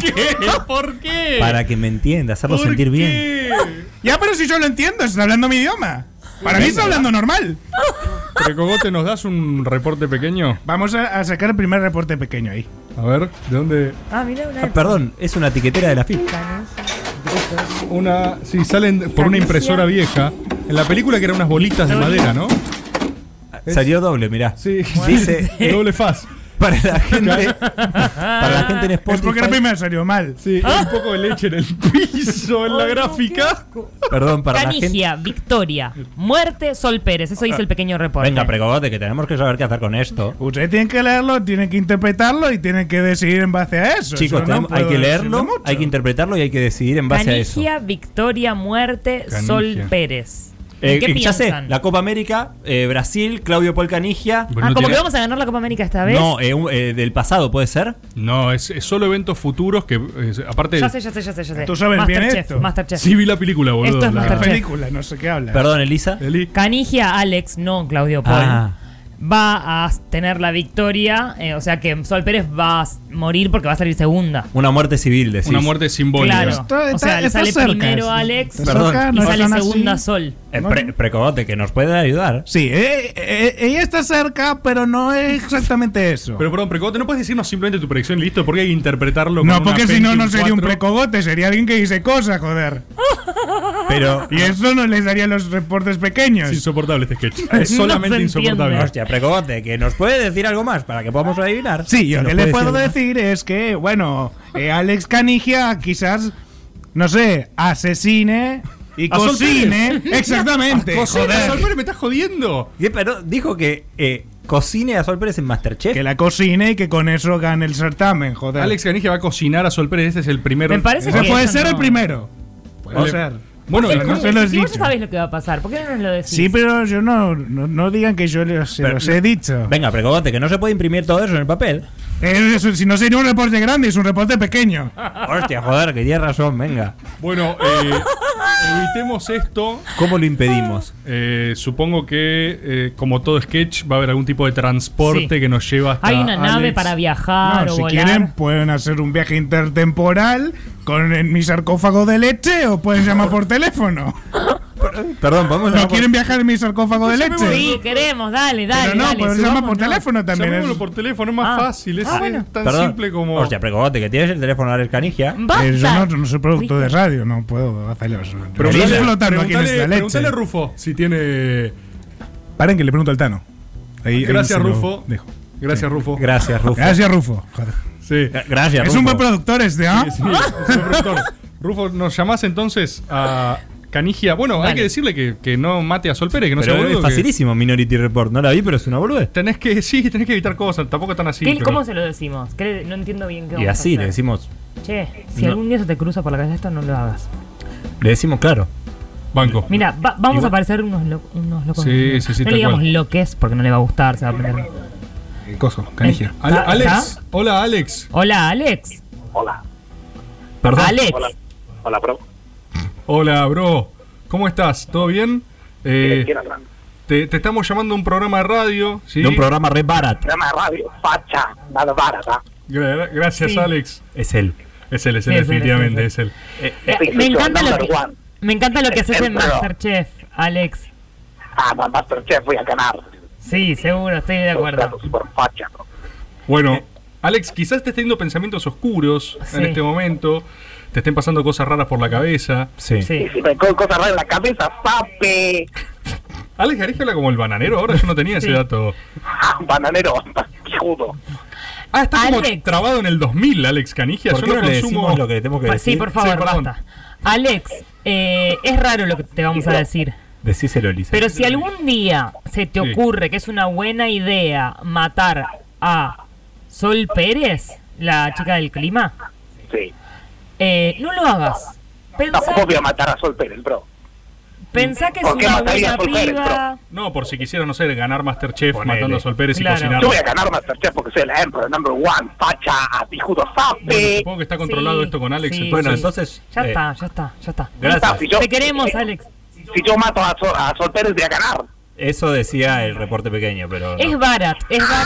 Speaker 4: ¿Por qué?
Speaker 8: Para que me entienda, hacerlo
Speaker 4: ¿Por
Speaker 8: sentir bien.
Speaker 4: qué?
Speaker 6: Ya, pero si yo lo entiendo, está hablando mi idioma. Para mí está hablando normal.
Speaker 4: Precogote, ¿nos das un reporte pequeño?
Speaker 6: Vamos a, a sacar el primer reporte pequeño ahí.
Speaker 4: A ver, ¿de dónde?
Speaker 9: Ah, mira una.
Speaker 8: Ah, perdón, es una tiquetera de la FIP.
Speaker 4: Una. Sí, salen por una impresora vieja. En la película que eran unas bolitas de madera, ¿no?
Speaker 8: Salió doble, mirá.
Speaker 4: Sí,
Speaker 8: Dice,
Speaker 4: Doble faz.
Speaker 8: para la gente, para la gente en
Speaker 6: Pues porque la
Speaker 8: Spotify,
Speaker 6: primera salió mal.
Speaker 4: Sí, un poco de leche en el piso, en la gráfica.
Speaker 8: perdón, para la gente.
Speaker 9: Canigia, Victoria, Muerte, Sol Pérez. Eso dice el pequeño reporte.
Speaker 8: Venga, precogote, que tenemos que saber qué hacer con esto.
Speaker 6: Ustedes tienen que leerlo, tienen que interpretarlo y tienen que decidir en base a eso.
Speaker 8: Chicos,
Speaker 6: Yo no
Speaker 8: tenemos- hay
Speaker 6: puedo
Speaker 8: que
Speaker 6: decirlo
Speaker 8: leerlo,
Speaker 6: mucho.
Speaker 8: hay que interpretarlo y hay que decidir en base a eso.
Speaker 9: Canigia, Victoria, Muerte,
Speaker 4: Canigia.
Speaker 9: Sol Pérez.
Speaker 8: Eh,
Speaker 9: ¿Qué
Speaker 8: eh, ya
Speaker 9: piensan?
Speaker 8: sé, la Copa América, eh, Brasil, Claudio Polcanigia.
Speaker 9: Ah,
Speaker 4: no
Speaker 9: como
Speaker 4: tiene-
Speaker 9: que vamos a ganar la Copa América esta vez.
Speaker 8: No, eh, un- eh, del pasado, ¿puede ser?
Speaker 4: No, es, es solo eventos futuros que. eh, aparte.
Speaker 9: Ya sé, ya sé, ya sé, ya sé.
Speaker 6: Tú sabes bien
Speaker 9: Masterchef,
Speaker 6: esto.
Speaker 9: Masterchef.
Speaker 4: Sí, vi la película, boludo.
Speaker 9: Esto es
Speaker 4: la-
Speaker 6: La
Speaker 9: Masterchef.
Speaker 6: película, no sé qué habla.
Speaker 8: Perdón, Elisa.
Speaker 4: Eli.
Speaker 9: Canigia, Alex, no Claudio Paul.
Speaker 8: Ah.
Speaker 9: va a tener la victoria, eh, o sea que Sol Pérez va a s- morir porque va a salir segunda.
Speaker 8: Una muerte civil, decís.
Speaker 4: Una muerte simbólica.
Speaker 9: Claro. o sea, le sale primero Alex
Speaker 8: Está cerca,
Speaker 9: y
Speaker 8: no
Speaker 9: sale
Speaker 8: tan así.
Speaker 9: segunda Sol.
Speaker 8: Eh, pre- precogote, que nos puede ayudar.
Speaker 6: Sí, eh, eh, ella está cerca, pero no es exactamente eso.
Speaker 4: Pero perdón, Precogote, ¿no puedes decirnos simplemente tu predicción y listo? Porque hay que interpretarlo con
Speaker 6: No,
Speaker 4: una
Speaker 6: porque si no, no
Speaker 4: Pentium
Speaker 6: sería un
Speaker 4: 4?
Speaker 6: precogote, sería alguien que dice cosas, joder.
Speaker 8: Pero.
Speaker 6: Y eso no les daría los reportes pequeños.
Speaker 4: Es insoportable este sketch. Es solamente insoportable.
Speaker 8: Hostia, precogote, que nos puede decir algo más para que podamos adivinar.
Speaker 6: Sí, yo
Speaker 8: Nos
Speaker 6: lo que le
Speaker 8: puede
Speaker 6: puedo
Speaker 8: decir-
Speaker 6: decir es que, bueno, eh, Alex Canigia quizás, no sé, asesine y
Speaker 4: A Sol
Speaker 6: cocine.
Speaker 4: Pérez.
Speaker 6: Exactamente.
Speaker 4: A Cocina,
Speaker 6: joder.
Speaker 4: Sol Pérez, me estás jodiendo.
Speaker 8: Sí, pero dijo que eh, cocine a Sol Pérez en Masterchef.
Speaker 6: Que la cocine y que con eso gane el certamen, joder.
Speaker 4: Alex Canigia va a cocinar a Sol Pérez. Este es el primero.
Speaker 9: Me parece
Speaker 6: Ese
Speaker 9: que
Speaker 6: puede
Speaker 9: eso
Speaker 6: ser
Speaker 9: no.
Speaker 6: el primero.
Speaker 4: Vale.
Speaker 6: Puede ser.
Speaker 4: Bueno,
Speaker 9: Sí,
Speaker 6: Pero no
Speaker 9: ¿cómo?
Speaker 6: se los
Speaker 9: si vos
Speaker 6: dicho.
Speaker 9: sabés lo que va a pasar, ¿por qué no nos lo decís?
Speaker 6: Sí, pero yo no, no, no digan que yo les, se
Speaker 8: Pero-
Speaker 6: los he dicho.
Speaker 8: Venga, precogote, que no se puede imprimir todo eso en el papel.
Speaker 6: Eh, es un- si no sería un reporte grande, es un reporte pequeño.
Speaker 8: Hostia, joder, que tienes razón, venga.
Speaker 4: bueno eh, evitemos esto.
Speaker 8: ¿Cómo lo impedimos?
Speaker 4: Eh, supongo que, eh, como todo sketch, va a haber algún tipo de transporte
Speaker 9: Sí.
Speaker 4: que nos lleva hasta.
Speaker 9: Hay una nave
Speaker 4: Ah, Alex.
Speaker 9: para viajar
Speaker 6: No,
Speaker 9: o
Speaker 6: si
Speaker 9: volar.
Speaker 6: quieren pueden hacer un viaje intertemporal con eh, mi sarcófago de leche o pueden llamar por teléfono.
Speaker 8: Perdón, vamos
Speaker 6: ¿No quieren viajar en mi sarcófago de
Speaker 9: Pues
Speaker 6: leche? Eh,
Speaker 9: Sí, queremos, dale, dale.
Speaker 6: Pero no,
Speaker 9: dale,
Speaker 6: pueden llamar por
Speaker 9: subámonos.
Speaker 6: teléfono también.
Speaker 4: Llamémoslo
Speaker 6: es-
Speaker 4: por teléfono, es más
Speaker 9: Ah.
Speaker 4: fácil. Es,
Speaker 9: Ah, bueno.
Speaker 4: es tan
Speaker 8: Perdón.
Speaker 4: simple como. Mm,
Speaker 8: Hostia, precogote, que tienes el teléfono de Alex Canigia.
Speaker 9: ¡Basta!
Speaker 6: Eh, yo no, no soy producto de radio, no puedo hacerlo. Pero
Speaker 4: Preguntale-
Speaker 6: estoy flotando aquí en
Speaker 4: preguntale-
Speaker 6: esta leche.
Speaker 4: preguntale a Rufo si tiene.
Speaker 6: Paren que le pregunto al Tano. Ahí- ahí
Speaker 4: Gracias,
Speaker 6: se lo
Speaker 4: Rufo.
Speaker 6: dejo.
Speaker 4: Gracias, Rufo.
Speaker 8: Gracias, Rufo.
Speaker 6: Gracias, Rufo. Joder.
Speaker 4: Sí.
Speaker 8: Gra- Gracias,
Speaker 6: Es
Speaker 8: Rufo.
Speaker 6: un buen productor este, ¿ah?
Speaker 4: Sí, sí, señor productor. Rufo, nos llamás entonces a Canigia. Bueno, hay
Speaker 9: Vale.
Speaker 4: que decirle que, que no mate a Sol Pérez, que no sea
Speaker 8: Pero
Speaker 4: boludo.
Speaker 8: es
Speaker 4: que
Speaker 8: facilísimo Minority Report. No la vi, pero es una boludez.
Speaker 4: Tenés que, sí, tenés que evitar cosas, tampoco tan así.
Speaker 9: ¿Qué-
Speaker 4: pero-
Speaker 9: ¿Cómo se lo decimos? ¿Qué- No entiendo bien
Speaker 8: Y
Speaker 9: qué vamos a
Speaker 8: así
Speaker 9: hacer.
Speaker 8: le decimos.
Speaker 9: Che, si
Speaker 8: No.
Speaker 9: algún día se te cruza por la calle esto, no lo hagas.
Speaker 8: Le decimos claro.
Speaker 4: Banco.
Speaker 9: Mira, va- vamos
Speaker 8: Igual-
Speaker 9: a parecer unos, lo- unos locos.
Speaker 4: Sí, sí, sí,
Speaker 9: No
Speaker 4: tal
Speaker 9: le digamos
Speaker 4: cual.
Speaker 9: lo que es porque no le va a gustar, se va a aprender.
Speaker 6: Coso,
Speaker 9: canigia.
Speaker 4: Ale-
Speaker 9: ¿Está-
Speaker 4: Alex,
Speaker 9: está?
Speaker 4: hola Alex.
Speaker 9: Hola, Alex.
Speaker 11: Hola,
Speaker 8: Perdón.
Speaker 9: Alex.
Speaker 11: hola, pro.
Speaker 4: Hola, bro. ¿Cómo estás? ¿Todo bien? Eh,
Speaker 11: ¿Quién habla?
Speaker 4: te, te estamos llamando a un programa de radio. ¿sí?
Speaker 8: De un programa re barato.
Speaker 11: Programa de radio, facha, nada barata.
Speaker 4: Gra- gracias,
Speaker 9: Sí.
Speaker 4: Alex.
Speaker 8: Es él.
Speaker 4: Es él, es él,
Speaker 9: Sí, es él,
Speaker 4: definitivamente
Speaker 9: es
Speaker 4: es él.
Speaker 9: Eh,
Speaker 11: Este
Speaker 9: me,
Speaker 11: es el
Speaker 9: encanta lo
Speaker 11: number
Speaker 9: que,
Speaker 11: one.
Speaker 9: me encanta lo que haces en
Speaker 11: Ejemplo.
Speaker 9: Masterchef, Alex.
Speaker 11: Ah, ma- Masterchef voy a ganar.
Speaker 9: Sí, seguro, estoy de acuerdo.
Speaker 11: Soy Super facha, bro.
Speaker 4: Bueno, Alex, quizás te estés teniendo pensamientos oscuros en
Speaker 9: Eh, Sí.
Speaker 4: este momento. Te estén pasando cosas raras por la cabeza.
Speaker 8: Sí.
Speaker 11: Y
Speaker 9: Sí.
Speaker 11: si me cojo cosas raras en la cabeza, papi.
Speaker 4: Alex Garige habla como el bananero. Ahora yo no tenía
Speaker 9: Sí.
Speaker 4: ese dato.
Speaker 11: Ah, bananero, pijudo.
Speaker 4: Ah, está como
Speaker 9: Alex.
Speaker 4: trabado en el 2000, Alex Canigia.
Speaker 8: ¿Por
Speaker 4: Yo
Speaker 8: qué no
Speaker 4: no
Speaker 8: le
Speaker 4: consumo.
Speaker 8: decimos lo que le tenemos que
Speaker 9: Pa-
Speaker 8: decir?
Speaker 9: Sí, por favor,
Speaker 4: Sí, perdón.
Speaker 9: basta. Alex, eh, es raro lo que te vamos a decir.
Speaker 8: Decíselo, Lisa.
Speaker 9: Pero si algún día se te
Speaker 4: Sí.
Speaker 9: ocurre que es una buena idea matar a Sol Pérez, la chica del clima,
Speaker 11: Sí.
Speaker 9: eh, no lo hagas. Pensá,
Speaker 11: Tampoco voy a matar a Sol Pérez, bro.
Speaker 9: pensá que es
Speaker 11: ¿Por qué
Speaker 9: una
Speaker 11: mataría
Speaker 9: buena
Speaker 11: a Sol Pérez,
Speaker 9: piba.
Speaker 4: No, por si quisieras, no sé, ganar Masterchef
Speaker 8: Ponele.
Speaker 4: matando a Sol Pérez
Speaker 9: Claro.
Speaker 4: y cocinando.
Speaker 11: Yo voy a ganar Masterchef porque soy el Emperor number one, facha, a pijudo,
Speaker 4: Bueno,
Speaker 11: papi.
Speaker 4: supongo que está controlado
Speaker 9: Sí,
Speaker 4: esto con Alex.
Speaker 9: sí,
Speaker 4: entonces-
Speaker 8: Bueno,
Speaker 9: sí.
Speaker 8: entonces.
Speaker 9: Ya
Speaker 8: eh,
Speaker 9: está, ya está, ya está.
Speaker 8: Gracias.
Speaker 11: Si yo-
Speaker 9: Te queremos, Alex.
Speaker 11: Si yo mato a Sol, a Sol Pérez, voy a ganar.
Speaker 8: Eso decía el reporte pequeño, pero. no. Eh,
Speaker 9: Es barat, es
Speaker 11: ¡Ah,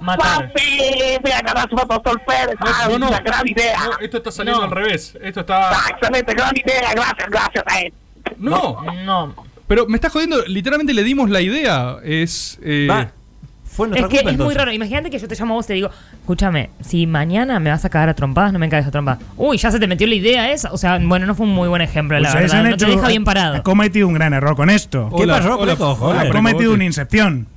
Speaker 9: barat matar.
Speaker 11: papi! Voy a ganar su mato a Sol Pérez. ¡Ah,
Speaker 4: No, no,
Speaker 11: una
Speaker 4: no.
Speaker 11: gran idea!
Speaker 4: No, esto está saliendo
Speaker 9: No.
Speaker 4: al revés. Esto está.
Speaker 11: Ah, excelente, gran idea, gracias, gracias. eh.
Speaker 4: No,
Speaker 9: No,
Speaker 4: pero me está jodiendo. Literalmente le dimos la idea. Es. eh,
Speaker 8: Va. Fue nuestra
Speaker 9: es que
Speaker 8: culpa,
Speaker 9: es muy
Speaker 8: entonces.
Speaker 9: raro. Imagínate que yo te llamo a vos y te digo, escúchame, si mañana me vas a cagar a trompadas, no me cagues a trompadas. Uy, ya se te metió la idea esa. O sea, bueno, no fue un muy buen ejemplo, la
Speaker 6: Ustedes
Speaker 9: verdad.
Speaker 6: Pues han
Speaker 9: No te
Speaker 6: hecho-
Speaker 9: deja bien
Speaker 6: Ha
Speaker 9: parado.
Speaker 6: cometido un gran error con esto.
Speaker 8: ¿Qué pasó, Preco? Joder.
Speaker 6: Ha
Speaker 8: Preco,
Speaker 6: cometido una incepción.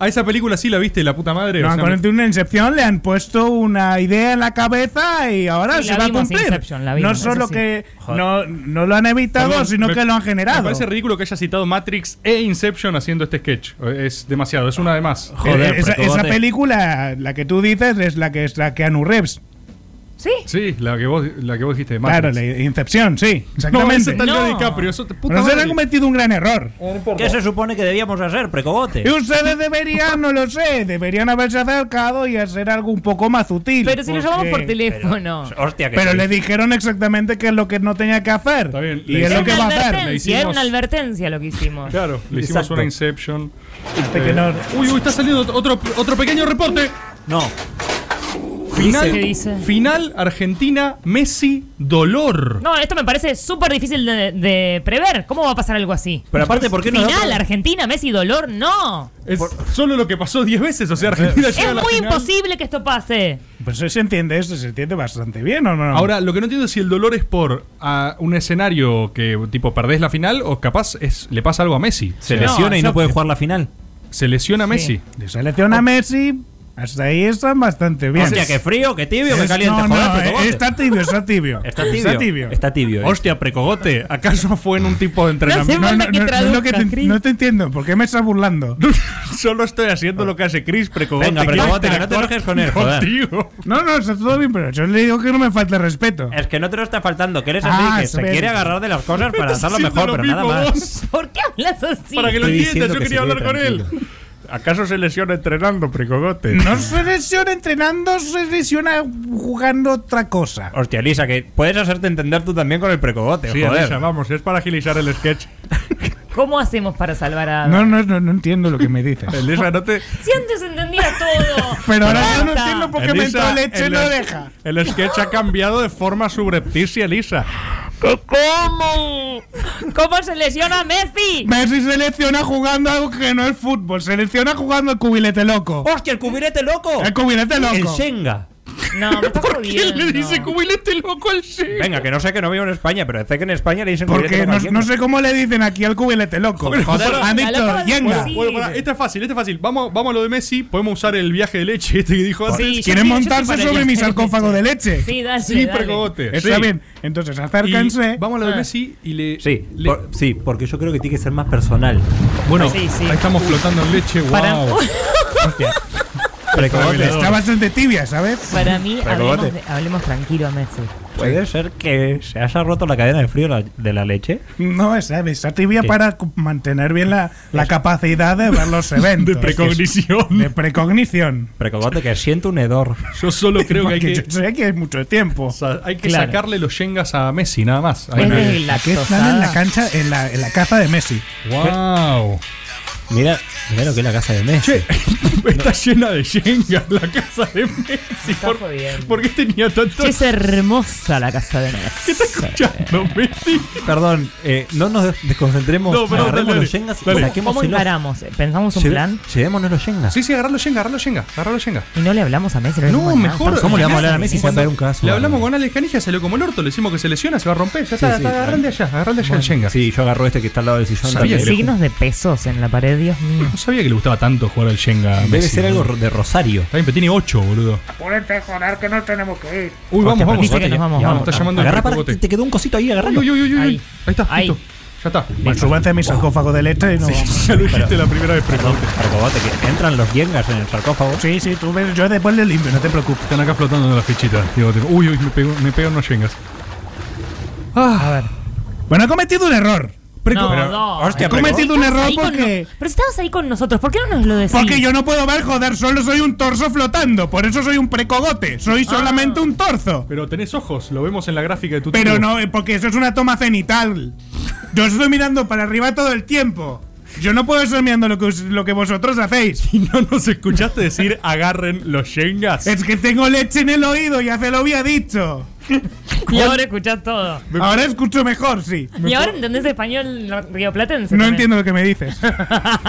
Speaker 4: A esa película sí la viste, la puta madre.
Speaker 6: No,
Speaker 4: o sea,
Speaker 6: han cometido una incepción, le han puesto una idea en la cabeza y ahora
Speaker 9: Sí,
Speaker 6: se
Speaker 9: la
Speaker 6: va a
Speaker 9: vimos,
Speaker 6: cumplir.
Speaker 9: Inception, la vimos,
Speaker 6: no solo
Speaker 9: eso sí.
Speaker 6: que
Speaker 8: Joder.
Speaker 6: no, no lo han evitado,
Speaker 4: Perdón,
Speaker 6: sino
Speaker 4: me-
Speaker 6: que lo han generado.
Speaker 4: Me parece ridículo que haya citado Matrix e Inception haciendo este sketch. Es demasiado, es una de más.
Speaker 8: Joder,
Speaker 4: pues,
Speaker 6: Eh, esa,
Speaker 8: Precogote.
Speaker 6: esa película, la que tú dices, es la que es la que Anu Reeves.
Speaker 9: ¿Sí?
Speaker 4: Sí, la que vos, la que vos dijiste de
Speaker 6: Claro,
Speaker 4: Matrix.
Speaker 6: la Incepción, sí. Exactamente.
Speaker 4: No, ese tal vez DiCaprio, eso te- puta
Speaker 6: Nos
Speaker 4: madre.
Speaker 6: han cometido un gran error.
Speaker 8: ¿Qué se supone que debíamos hacer, precogote?
Speaker 6: Y ustedes deberían, no lo sé, deberían haberse acercado y hacer algo un poco más sutil.
Speaker 9: Pero si lo
Speaker 6: porque-
Speaker 9: llamamos por teléfono.
Speaker 8: Hostia, que
Speaker 6: Pero
Speaker 8: sí.
Speaker 6: le dijeron exactamente qué es lo que no tenía que hacer. y es lo que
Speaker 9: Era
Speaker 6: va a
Speaker 9: una
Speaker 6: hacer.
Speaker 9: advertencia, Era una advertencia lo que hicimos.
Speaker 4: Claro, le hicimos
Speaker 9: Exacto.
Speaker 4: una Inception. Eh,
Speaker 6: Este que no-
Speaker 4: Uy, uy, está saliendo otro, otro pequeño reporte.
Speaker 8: No.
Speaker 4: Final,
Speaker 9: ¿Qué dice?
Speaker 4: final Argentina, Messi, dolor.
Speaker 9: No, esto me parece súper difícil de, de prever. ¿Cómo va a pasar algo así?
Speaker 4: Pero aparte, ¿por qué no da
Speaker 9: Final,
Speaker 4: para-
Speaker 9: Argentina, Messi, dolor, no.
Speaker 4: Es solo lo que pasó 10 veces. O sea, Argentina llega
Speaker 9: Es
Speaker 4: a la
Speaker 9: muy
Speaker 4: final.
Speaker 9: imposible que esto pase.
Speaker 6: Pues se entiende eso, se entiende bastante bien, ¿o no?
Speaker 4: Ahora, lo que no entiendo es si el dolor es por ah, un escenario que, tipo, perdés la final o capaz es, le pasa algo a Messi.
Speaker 8: Se lesiona y no puede jugar la final.
Speaker 4: Se lesiona a Messi. Ah.
Speaker 6: Sí. Le selecciona a Messi. Hasta ahí están bastante bien.
Speaker 8: Hostia, qué frío, qué tibio, qué
Speaker 6: Es-
Speaker 8: caliente.
Speaker 6: No,
Speaker 8: Joder,
Speaker 6: no,
Speaker 8: precogote.
Speaker 6: eh, está tibio, está tibio.
Speaker 8: Está tibio. Está tibio, eh.
Speaker 4: Hostia, precogote, ¿acaso fue en un tipo de entrenamiento?
Speaker 6: No, no, no, no, no, que te- no te entiendo, ¿por qué me estás burlando?
Speaker 4: Solo estoy haciendo lo que hace Chris, precogote.
Speaker 8: Venga, precogote, que no te enojes con él, joder.
Speaker 6: No, no, está todo bien, pero yo le digo que no me falta respeto.
Speaker 8: Es que no te lo está faltando, que eres
Speaker 6: Ah,
Speaker 8: así, que
Speaker 6: es
Speaker 8: se
Speaker 6: verdad.
Speaker 8: quiere agarrar de las cosas para
Speaker 6: Estás
Speaker 8: hacerlo
Speaker 6: haciendo
Speaker 8: mejor,
Speaker 6: lo
Speaker 8: pero nada
Speaker 6: mismo
Speaker 8: más.
Speaker 6: vos.
Speaker 9: ¿Por qué hablas así?
Speaker 4: Para que lo
Speaker 8: Estoy
Speaker 4: entiendas,
Speaker 8: diciendo
Speaker 4: yo
Speaker 8: que
Speaker 4: quería
Speaker 8: se
Speaker 4: hablar
Speaker 8: quede
Speaker 4: con él. ¿Acaso se lesiona entrenando, precogote?
Speaker 6: No se lesiona entrenando, se lesiona jugando otra cosa.
Speaker 8: Hostia, Lisa, que puedes hacerte entender tú también con el precogote,
Speaker 4: Sí,
Speaker 8: joder.
Speaker 4: Elisa, vamos, es para agilizar el sketch.
Speaker 9: ¿Cómo hacemos para salvar a.?
Speaker 6: No, no, no, no entiendo lo que me dices.
Speaker 4: Elisa, no te.
Speaker 9: Si antes entendía todo.
Speaker 6: Pero ahora yo no
Speaker 9: Basta.
Speaker 6: entiendo por qué me entró leche en la oreja.
Speaker 4: El sketch ha cambiado de forma subrepticia, Elisa.
Speaker 9: ¿Cómo? ¿Cómo se lesiona a Messi?
Speaker 6: Messi selecciona jugando algo que no es fútbol, selecciona jugando el cubilete loco.
Speaker 8: ¡Hostia, el cubilete loco!
Speaker 6: El cubilete loco.
Speaker 8: Oh, El Shenga.
Speaker 9: No, me estás jodiendo.
Speaker 4: cubilete este loco al Shenga?
Speaker 8: Venga, que no sé que no vivo en España, pero sé que en España le dicen
Speaker 6: Porque
Speaker 8: cubilete loco.
Speaker 6: no,
Speaker 8: a quien-
Speaker 6: no sé cómo le dicen aquí al cubilete loco.
Speaker 4: Joder,
Speaker 6: Han dicho yenga.
Speaker 4: Bueno, bueno, pará, esta es fácil, esta es fácil. Vamos, vamos a lo de Messi. Podemos usar el viaje de leche este que dijo antes.
Speaker 6: Sí, Quieren montarse sobre mi sarcófago de leche.
Speaker 9: Sí, dale,
Speaker 4: Sí, dale. precogote,
Speaker 6: Está
Speaker 4: sí.
Speaker 6: bien. Entonces, acérquense.
Speaker 4: Y vamos a lo de Messi y le.
Speaker 8: Sí, por- sí, porque yo creo que tiene que ser más personal.
Speaker 4: Bueno,
Speaker 8: Sí, sí.
Speaker 4: ahí estamos flotando en leche.
Speaker 8: Para-
Speaker 4: ¡Wow! Hostia.
Speaker 8: Precogote.
Speaker 6: Está bastante tibia, ¿sabes?
Speaker 9: Para mí,
Speaker 8: Precogote.
Speaker 9: hablemos, de- hablemos tranquilo a Messi.
Speaker 8: ¿Puede ser que se haya roto la cadena de frío la- de la leche?
Speaker 6: No, esa está tibia
Speaker 8: ¿Qué?
Speaker 6: para cu- mantener bien la, la capacidad de ver los eventos.
Speaker 8: De precognición.
Speaker 6: De precognición.
Speaker 8: Precogote, que siento un hedor.
Speaker 4: Yo solo creo que hay
Speaker 6: Porque
Speaker 4: que.
Speaker 6: yo sé que hay mucho tiempo.
Speaker 4: hay que
Speaker 6: Claro.
Speaker 4: sacarle los yengas a Messi, nada más. Ahí
Speaker 6: Bueno,
Speaker 4: no hay-
Speaker 6: aquí están en la cancha, en la, en la caza de Messi.
Speaker 4: ¡Wow!
Speaker 8: Mira, mira lo que es la casa de Messi.
Speaker 4: Está llena de yengas la casa de Messi. ¿Por, por qué tenía tanto.?
Speaker 9: Es hermosa la casa de Messi.
Speaker 4: ¿Qué está escuchando, Messi?
Speaker 8: Perdón, eh, no nos des- desconcentremos.
Speaker 4: No, perdón,
Speaker 8: agarremos
Speaker 4: dale,
Speaker 8: los
Speaker 4: dale,
Speaker 8: yengas y
Speaker 4: dale.
Speaker 8: saquemos
Speaker 9: ¿Cómo
Speaker 8: el-
Speaker 9: encaramos? eh, ¿Pensamos un
Speaker 8: Lle-
Speaker 9: plan?
Speaker 8: Llevémonos los yengas.
Speaker 4: Sí, sí, agarrar los yengas, agarrar los yengas, agarrar los yengas.
Speaker 9: Y no le hablamos a Messi. le
Speaker 4: No,
Speaker 9: decimos nada.
Speaker 4: mejor.
Speaker 8: ¿Cómo le vamos a hablar a
Speaker 4: Messi?
Speaker 8: Messi si va a caer un caso?
Speaker 4: Le hablamos con Alex Canija, salió como el orto, le decimos que se lesiona, se va a romper. Ya está,
Speaker 8: sí,
Speaker 4: está, agarrale allá, agarrale allá el yenga.
Speaker 8: Sí, yo agarro este que está al lado del sillón.
Speaker 4: Sabía
Speaker 8: también.
Speaker 4: que le-
Speaker 9: Signos de pesos en la pared, Dios mío.
Speaker 4: No sabía que le gustaba tanto jugar al Shenga.
Speaker 8: Debe ser algo de Rosario.
Speaker 4: Está bien, pero tiene 8, boludo.
Speaker 3: Apúrate, joder, que no tenemos que ir.
Speaker 4: Uy, vamos,
Speaker 8: Hostia,
Speaker 4: vamos.
Speaker 8: dice que nos vamos, vamos.
Speaker 4: Está llamando
Speaker 8: Agarra
Speaker 4: el
Speaker 8: para
Speaker 4: precogote.
Speaker 8: que te quedó un cosito ahí agarrando.
Speaker 4: Uy, uy, uy, uy, uy.
Speaker 8: Ahí.
Speaker 4: Ahí, está,
Speaker 8: Ahí.
Speaker 4: listo. Ya está.
Speaker 6: Bueno, súbete a mi sarcófago de leche y no vamos.
Speaker 4: Ya lo dijiste la primera vez,
Speaker 8: Perdón, sarcófago, que entran los yengas en el sarcófago.
Speaker 6: Sí, sí, tú ves, yo después le limpio, no te preocupes.
Speaker 4: Están acá flotando las fichitas. Digo, tipo, uy, uy, me pegó, me pegó unos yengas.
Speaker 6: a ver. Ah. Bueno, ha cometido un error.
Speaker 9: No,
Speaker 6: Pero-
Speaker 9: no.
Speaker 6: He cometido un error
Speaker 9: Ahí con
Speaker 6: porque.
Speaker 9: no- Pero si estabas ahí con nosotros, ¿por qué no nos lo decís?
Speaker 6: Porque yo no puedo ver, joder, solo soy un torso flotando. Por eso soy un precogote. Soy
Speaker 9: Ah.
Speaker 6: solamente un torso.
Speaker 4: Pero tenés ojos, lo vemos en la gráfica de tu
Speaker 6: Pero
Speaker 4: tío.
Speaker 6: no, eh, porque eso es una toma cenital. Yo estoy mirando para arriba todo el tiempo. Yo no puedo estar mirando lo que, us- lo que vosotros hacéis.
Speaker 4: Y no nos escuchaste decir agarren los yengas.
Speaker 6: Es que tengo leche en el oído, ya se lo había dicho.
Speaker 9: Y ahora escuchás todo.
Speaker 6: Ahora escucho mejor, sí.
Speaker 9: Y ahora entendés español rioplatense.
Speaker 6: No
Speaker 9: también.
Speaker 6: entiendo lo que me dices.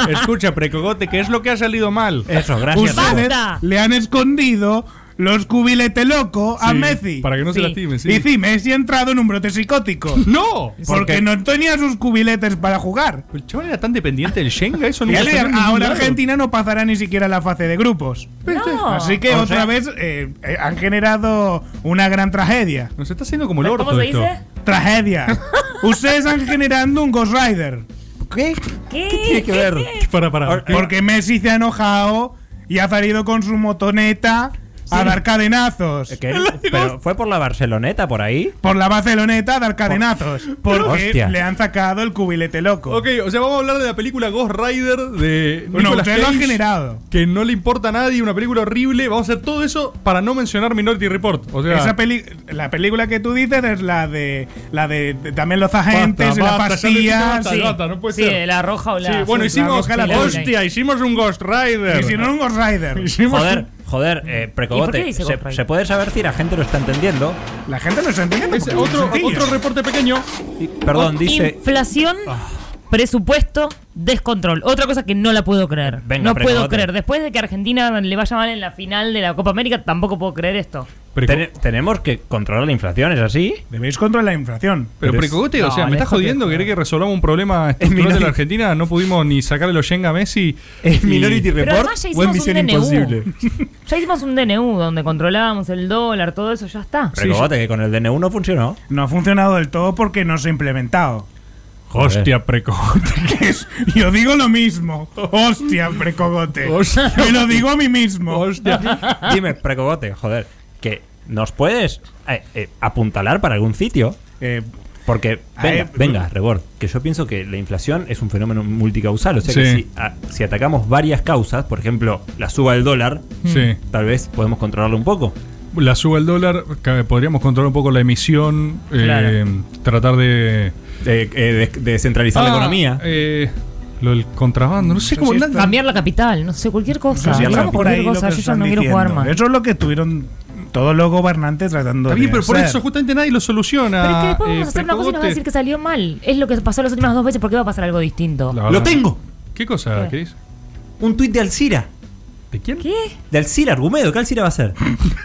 Speaker 4: Escucha, precogote, ¿qué es lo que ha salido mal?
Speaker 8: Eso, gracias.
Speaker 6: Ustedes
Speaker 9: ¡Basta!
Speaker 6: le han escondido los cubilete loco a
Speaker 4: Sí,
Speaker 6: Messi.
Speaker 4: para que no se Sí. lastime, sí.
Speaker 6: Y sí, Messi ha entrado en un brote psicótico.
Speaker 4: ¡No!
Speaker 6: Porque no tenía sus cubiletes para jugar.
Speaker 4: El chaval era tan dependiente del Shenga, eso
Speaker 6: Y
Speaker 4: nunca
Speaker 6: Ale,
Speaker 4: salió en ningún
Speaker 6: ahora
Speaker 4: lado.
Speaker 6: Argentina no pasará ni siquiera la fase de grupos.
Speaker 9: No.
Speaker 6: Así que
Speaker 4: este- O
Speaker 6: otra
Speaker 4: sea-
Speaker 6: vez eh, eh, han generado una gran tragedia.
Speaker 4: Nos está haciendo como el orto
Speaker 9: ¿Cómo se
Speaker 4: esto.
Speaker 9: dice?
Speaker 6: Tragedia. Ustedes están generando un Ghost Rider.
Speaker 8: ¿Qué?
Speaker 9: ¿Qué?
Speaker 4: Para, para.
Speaker 6: Porque Messi se ha enojado y ha salido con su motoneta. a dar cadenazos.
Speaker 8: ¿Qué? ¿Pero fue por la Barceloneta por ahí?
Speaker 6: Por la Barceloneta a dar cadenazos.
Speaker 8: Pero-
Speaker 6: Porque
Speaker 8: Hostia.
Speaker 6: le han sacado el cubilete loco.
Speaker 4: Ok, o sea, vamos a hablar de la película Ghost Rider de
Speaker 6: Bueno,
Speaker 4: Nicolas
Speaker 6: ustedes lo han
Speaker 4: Cage,
Speaker 6: generado.
Speaker 4: Que no le importa a nadie, una película horrible. Vamos a hacer todo eso para no mencionar Minority Report. O sea,
Speaker 6: Esa peli- la película que tú dices es la de la de, de- también los agentes,
Speaker 4: Basta,
Speaker 6: la
Speaker 4: basta, ya lo
Speaker 6: pastilla,
Speaker 4: hiciste, basta,
Speaker 6: sí.
Speaker 4: basta, no puede
Speaker 9: Sí,
Speaker 4: ser.
Speaker 9: la roja o la
Speaker 4: Sí,
Speaker 9: azul,
Speaker 4: bueno,
Speaker 9: la
Speaker 4: hicimos.
Speaker 9: roja y la
Speaker 4: hostia, hicimos un Ghost Rider.
Speaker 6: Hicieron un Ghost Rider.
Speaker 4: Hicimos
Speaker 8: Joder,
Speaker 4: un-
Speaker 8: joder, eh,
Speaker 9: ¿Y por qué
Speaker 8: precogote. Se,
Speaker 9: dice Ghost Rider?
Speaker 8: se puede saber si la gente lo está entendiendo.
Speaker 6: La gente no se entiende.
Speaker 4: Es
Speaker 6: porque es
Speaker 4: otro,
Speaker 6: sencillo.
Speaker 4: otro reporte pequeño.
Speaker 8: Perdón, dice. Ah.
Speaker 9: Inflación, presupuesto, descontrol. Otra cosa que no la puedo creer.
Speaker 8: Venga,
Speaker 9: no
Speaker 8: precogote.
Speaker 9: puedo creer. Después de que Argentina le vaya mal en la final de la Copa América, tampoco puedo creer esto.
Speaker 8: "Tene- tenemos que controlar la inflación, ¿es así?
Speaker 6: Debéis controlar la inflación.
Speaker 4: Pero
Speaker 8: Pero es-
Speaker 4: Precogote, o
Speaker 9: No,
Speaker 4: sea, me estás
Speaker 9: déjate de
Speaker 4: jodiendo,
Speaker 9: joder.
Speaker 4: querés que resolvamos un problema estructural de
Speaker 8: Minority-
Speaker 4: la Argentina, no pudimos ni sacarle los Shenga a Messi.
Speaker 8: Es
Speaker 4: y-
Speaker 8: Minority
Speaker 9: Pero
Speaker 8: Report
Speaker 9: además ya
Speaker 8: o es
Speaker 9: hicimos
Speaker 8: Misión
Speaker 9: un DNU.
Speaker 8: Imposible.
Speaker 9: Ya hicimos un DNU donde controlábamos el dólar, todo eso, ya está.
Speaker 8: Precogote, que con el DNU no funcionó.
Speaker 6: No ha funcionado del todo porque no se ha implementado.
Speaker 4: Hostia, Precogote.
Speaker 6: Es- Yo digo lo mismo. Hostia, precogote. Me lo digo a mí mismo.
Speaker 8: Dime, precogote, joder, que nos puedes eh, eh, apuntalar para algún sitio.
Speaker 6: Eh,
Speaker 8: Porque, venga,
Speaker 6: Ay,
Speaker 8: venga, Rebord, que yo pienso que la inflación es un fenómeno multicausal. O sea que
Speaker 4: Sí.
Speaker 8: si, a- si atacamos varias causas, por ejemplo, la suba del dólar,
Speaker 4: Sí.
Speaker 8: tal vez podemos controlarlo un poco.
Speaker 4: La suba del dólar, ca- podríamos controlar un poco la emisión, eh,
Speaker 9: Claro.
Speaker 4: tratar de.
Speaker 8: Eh, eh, de- descentralizar la
Speaker 4: Ah,
Speaker 8: economía.
Speaker 4: eh, lo del contrabando, no sé cómo
Speaker 6: sí
Speaker 4: andan.
Speaker 9: Cambiar la capital, no sé, cualquier cosa.
Speaker 8: Cambiar la capital.
Speaker 9: Hagamos
Speaker 6: por ahí
Speaker 9: cualquier
Speaker 6: lo
Speaker 9: cosa,
Speaker 6: que
Speaker 9: yo ya
Speaker 6: están
Speaker 9: no quiero jugar
Speaker 6: diciendo.
Speaker 9: más.
Speaker 6: Eso es lo que tuvieron todos los gobernantes tratando
Speaker 4: Está bien,
Speaker 6: de
Speaker 4: pero por
Speaker 6: hacer.
Speaker 4: eso justamente nadie lo soluciona.
Speaker 9: Pero es que después
Speaker 4: eh,
Speaker 9: vamos a hacer una cosa y nos van a
Speaker 4: Precogote.
Speaker 9: decir que salió mal. Es lo que pasó las últimas dos veces, porque va a pasar algo distinto.
Speaker 4: La
Speaker 8: ¡Lo
Speaker 4: verdad.
Speaker 8: tengo!
Speaker 4: ¿Qué cosa,
Speaker 9: ¿Qué?
Speaker 4: Chris?
Speaker 8: Un tuit de Alcira.
Speaker 4: ¿De quién?
Speaker 9: ¿Qué?
Speaker 8: De Alcira, Argumedo, ¿qué Alcira va a hacer?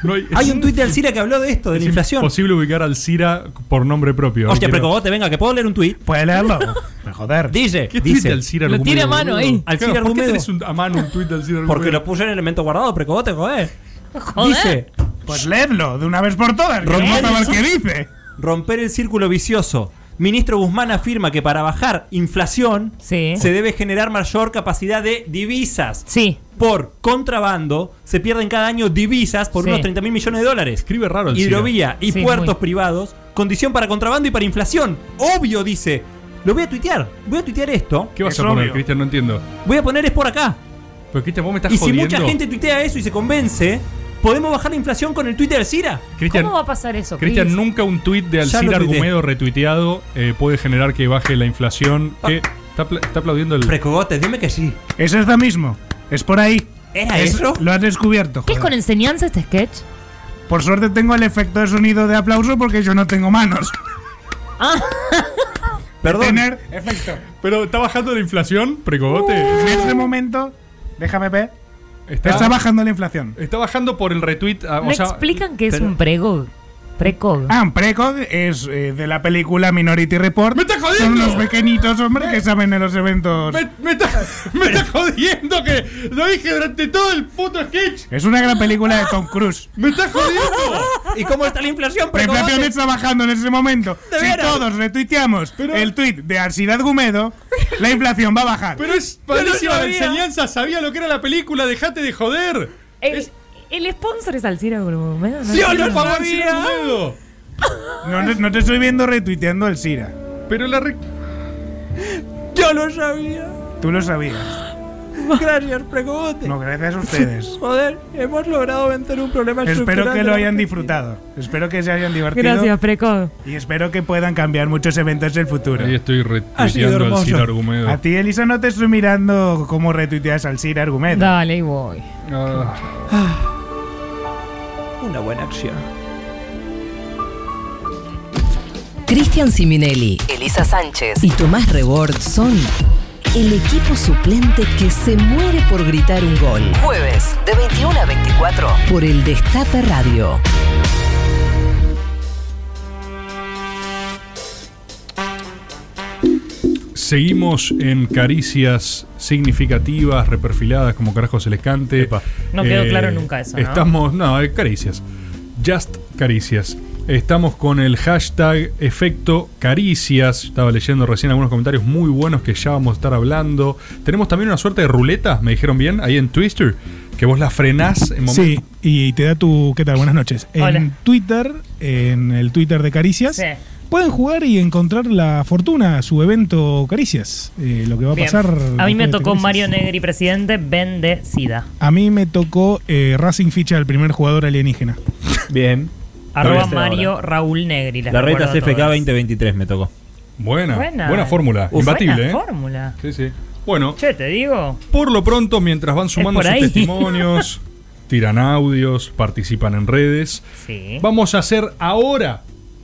Speaker 4: No hay,
Speaker 8: Hay un tuit de Alcira que habló de esto, de la inflación.
Speaker 4: Posible ubicar al Cira por nombre propio.
Speaker 8: Hostia,
Speaker 4: Quiero-
Speaker 8: precogote, venga, que puedo leer un tuit.
Speaker 6: Puedes leerlo. Me joder.
Speaker 8: Dice,
Speaker 4: ¿Qué tuit de
Speaker 8: dice,
Speaker 4: al Cira
Speaker 9: Lo tiene a mano ahí.
Speaker 8: eh, Al Cira
Speaker 4: ¿Por qué
Speaker 8: Argumedo.
Speaker 4: tenés un- a mano un tuit del Cira
Speaker 8: porque lo
Speaker 4: Argumedo?
Speaker 8: puse en elemento guardado, precogote, joder.
Speaker 9: Joder.
Speaker 8: Dice,
Speaker 6: Pues leedlo de una vez por todas. que
Speaker 8: Romero.
Speaker 6: Vamos a ver qué dice.
Speaker 8: romper el círculo vicioso. Ministro Guzmán afirma que para bajar inflación
Speaker 9: Sí.
Speaker 8: se debe generar mayor capacidad de divisas.
Speaker 9: Sí.
Speaker 8: Por contrabando se pierden cada año divisas por
Speaker 9: Sí.
Speaker 8: unos 30 mil millones de dólares.
Speaker 4: Escribe raro el Cira.
Speaker 8: Hidrovía y
Speaker 9: Sí,
Speaker 8: puertos
Speaker 9: muy.
Speaker 8: privados, condición para contrabando y para inflación. Obvio, dice. Lo voy a tuitear. Voy a tuitear esto.
Speaker 4: ¿Qué vas
Speaker 6: Es
Speaker 4: a poner,
Speaker 6: obvio.
Speaker 4: Cristian? No entiendo.
Speaker 8: Voy a poner es por acá.
Speaker 4: Pero Cristian, vos me estás
Speaker 8: Y si
Speaker 4: jodiendo.
Speaker 8: mucha gente tuitea eso y se convence, ¿podemos bajar la inflación con el Twitter del Cira?
Speaker 4: Cristian,
Speaker 9: ¿Cómo va a pasar eso?
Speaker 4: Cristian,
Speaker 9: Chris?
Speaker 4: nunca un tuit
Speaker 8: Ya
Speaker 4: de
Speaker 8: lo
Speaker 4: Alcira
Speaker 8: tuiteé.
Speaker 4: Argumedo retuiteado eh, puede generar que baje la inflación. ¿Qué? Está, apla- está aplaudiendo el.
Speaker 8: Precogote, Ah. dime que sí.
Speaker 6: Es esta mismo. Es por ahí.
Speaker 8: ¿Era
Speaker 6: Es-
Speaker 8: eso?
Speaker 6: Lo has descubierto.
Speaker 9: ¿Qué es con
Speaker 6: joder.
Speaker 9: enseñanza este sketch?
Speaker 6: Por suerte tengo el efecto de sonido de aplauso porque yo no tengo manos.
Speaker 8: Perdón.
Speaker 6: Tener efecto.
Speaker 4: Pero está bajando la inflación, precogote.
Speaker 6: En este momento, déjame ver.
Speaker 4: Está,
Speaker 6: Está bajando la inflación.
Speaker 4: está bajando por el retweet. ah,
Speaker 9: Me
Speaker 4: o sea,
Speaker 9: explican que es
Speaker 8: pero-
Speaker 9: un pregog. Precog.
Speaker 6: Ah, Precog es eh, de la película Minority Report.
Speaker 4: ¡Me estás jodiendo!
Speaker 6: Son unos pequeñitos, hombre, que saben de los eventos.
Speaker 4: Me, me está, me está jodiendo que lo dije durante todo el puto sketch.
Speaker 6: Es una gran película de Tom Cruise.
Speaker 4: Me está jodiendo.
Speaker 8: ¿Y cómo está la inflación,
Speaker 6: La inflación
Speaker 8: precogote?
Speaker 6: está bajando en ese momento.
Speaker 8: ¿De
Speaker 6: Si
Speaker 8: veras?
Speaker 6: todos retuiteamos el tweet de Arsidad Gumedo, la inflación va a bajar.
Speaker 4: Pero es
Speaker 8: Yo
Speaker 4: malísima
Speaker 8: no
Speaker 4: la
Speaker 8: sabía.
Speaker 4: enseñanza. Sabía lo que era la película. Dejate de joder.
Speaker 9: El,
Speaker 4: es-
Speaker 9: el sponsor es Alcira Gourmet.
Speaker 4: Sí,
Speaker 9: No,
Speaker 4: no,
Speaker 9: no,
Speaker 4: Pablo
Speaker 9: no.
Speaker 4: Alcira Argumedo.
Speaker 6: No, no te estoy viendo retuiteando el Sira.
Speaker 4: Pero la re-
Speaker 8: Yo lo sabía.
Speaker 6: Tú lo sabías.
Speaker 8: Gracias, precogote.
Speaker 6: No, gracias a ustedes.
Speaker 8: Joder, hemos logrado vencer un problema
Speaker 6: Espero
Speaker 8: estructural
Speaker 6: que
Speaker 8: de
Speaker 6: lo
Speaker 8: la
Speaker 6: hayan
Speaker 8: Argentina.
Speaker 6: disfrutado. Espero que se hayan divertido.
Speaker 9: Gracias, Precog.
Speaker 6: Y espero que puedan cambiar muchos eventos del futuro.
Speaker 4: Ahí estoy
Speaker 8: Ha sido
Speaker 4: retuiteando al
Speaker 8: hermoso.
Speaker 4: Ciro Argumedo.
Speaker 6: A ti, Elisa, no te estoy mirando cómo retuiteas al Sir Argumento.
Speaker 9: Dale, y voy.
Speaker 4: Ah,
Speaker 8: Una buena acción.
Speaker 10: Cristian Siminelli
Speaker 12: Elisa Sánchez.
Speaker 10: y Tomás Rebord son el equipo suplente que se muere por gritar un gol
Speaker 12: Jueves de 21 a 24.
Speaker 10: por el Destape Radio.
Speaker 4: seguimos en caricias significativas, reperfiladas, como carajo se les cante. Eh,
Speaker 9: No quedó claro nunca eso, ¿no?
Speaker 4: Estamos, no, eh, caricias. Just caricias. Estamos con el hashtag efecto caricias. Estaba leyendo recién algunos comentarios muy buenos que ya vamos a estar hablando. Tenemos también una suerte de ruletas, me dijeron bien, ahí en Twister. Que vos la frenás en momento.
Speaker 6: Sí, y te da tu. ¿Qué tal? Buenas noches. En
Speaker 9: Hola.
Speaker 6: Twitter, en el Twitter de Caricias, pueden jugar y encontrar la fortuna, su evento Caricias. eh, lo que va a
Speaker 9: Bien.
Speaker 6: pasar.
Speaker 9: A mí
Speaker 6: después de
Speaker 9: me
Speaker 6: este
Speaker 9: tocó
Speaker 4: este
Speaker 6: Caricias.
Speaker 9: Mario Negri, presidente, bendecida.
Speaker 6: A mí me tocó eh, Racing ficha al primer jugador alienígena.
Speaker 8: Bien.
Speaker 9: Arroba
Speaker 8: Ahora.
Speaker 9: Mario Raúl Negri. les
Speaker 8: La reta
Speaker 9: recuerdo a
Speaker 8: CFK
Speaker 9: todos.
Speaker 8: 2023 me tocó.
Speaker 4: Buena,
Speaker 9: Buena.
Speaker 4: buena, fórmula,
Speaker 13: Uh,
Speaker 9: Uf,
Speaker 4: imbatible,
Speaker 9: buena
Speaker 4: ¿eh?
Speaker 9: fórmula.
Speaker 4: Sí, sí. Bueno,
Speaker 9: Che, te digo.
Speaker 4: por lo pronto, mientras van sumando
Speaker 9: por
Speaker 4: sus
Speaker 9: ahí.
Speaker 4: testimonios, tiran audios, participan en redes,
Speaker 9: Sí.
Speaker 4: vamos a hacer ahora,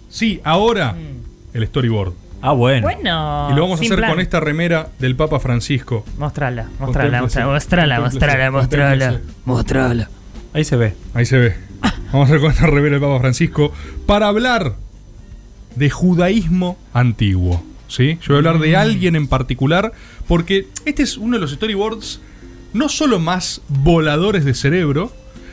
Speaker 4: sí, ahora,
Speaker 9: Mm.
Speaker 4: el storyboard.
Speaker 8: Ah, bueno.
Speaker 9: Bueno.
Speaker 4: Y lo vamos a
Speaker 9: sin
Speaker 4: hacer
Speaker 9: plan.
Speaker 4: con esta remera del Papa Francisco.
Speaker 9: Mostrala, mostrala,
Speaker 4: Contémplese,
Speaker 9: mostrala, mostrala, mostrala,
Speaker 4: contémplese,
Speaker 9: mostrala.
Speaker 4: contémplese.
Speaker 9: Mostrala.
Speaker 8: Ahí se ve.
Speaker 4: Ahí se ve. Vamos a hacer con esta remera del Papa Francisco para hablar de judaísmo antiguo. ¿sí? Yo voy a hablar
Speaker 9: Mm.
Speaker 4: de alguien en particular porque este es uno de los storyboards no solo más voladores de cerebro,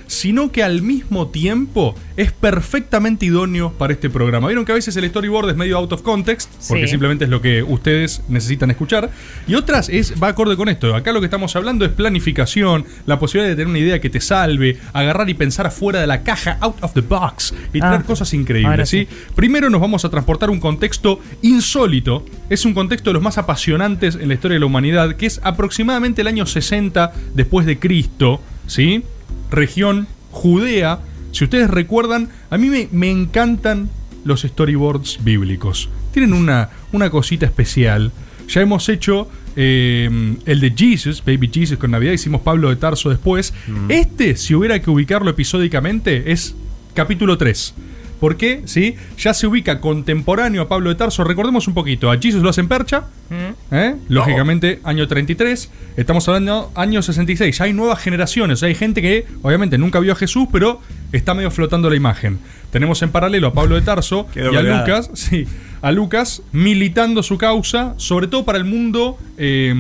Speaker 4: sino que al mismo tiempo es perfectamente idóneo para este programa. Vieron que a veces el storyboard es medio out of context, porque
Speaker 2: Sí.
Speaker 4: simplemente es lo que ustedes necesitan escuchar, y otras es va acorde con esto. Acá lo que estamos hablando es planificación, la posibilidad de tener una idea que te salve, agarrar y pensar fuera de la caja, out of the box, y
Speaker 2: Ah.
Speaker 4: tener cosas
Speaker 2: Ahora
Speaker 4: increíbles, ¿sí? Primero nos vamos a transportar a un contexto insólito, es un contexto de los más apasionantes en la historia de la humanidad, que es aproximadamente el año 60 después de Cristo, ¿sí? Región Judea. Si ustedes recuerdan, a mí me, me encantan los storyboards bíblicos. Tienen una, una cosita especial. Ya hemos hecho eh, el de Jesus, Baby Jesus con Navidad, hicimos Pablo de Tarso después.
Speaker 8: Mm.
Speaker 4: Este, si hubiera que ubicarlo episódicamente, es capítulo 3. ¿Por qué? ¿Sí? Ya se ubica contemporáneo a Pablo de Tarso. Recordemos un poquito, a Jesus lo hacen percha,
Speaker 9: ¿Mm?
Speaker 4: ¿eh? lógicamente año 33, estamos hablando año 66, ya hay nuevas generaciones, hay gente que obviamente nunca vio a Jesús, pero está medio flotando la imagen. Tenemos en paralelo a Pablo de Tarso y
Speaker 8: Quedó
Speaker 4: a
Speaker 8: colgada.
Speaker 4: Lucas, sí, a Lucas militando su causa, sobre todo para el mundo... eh,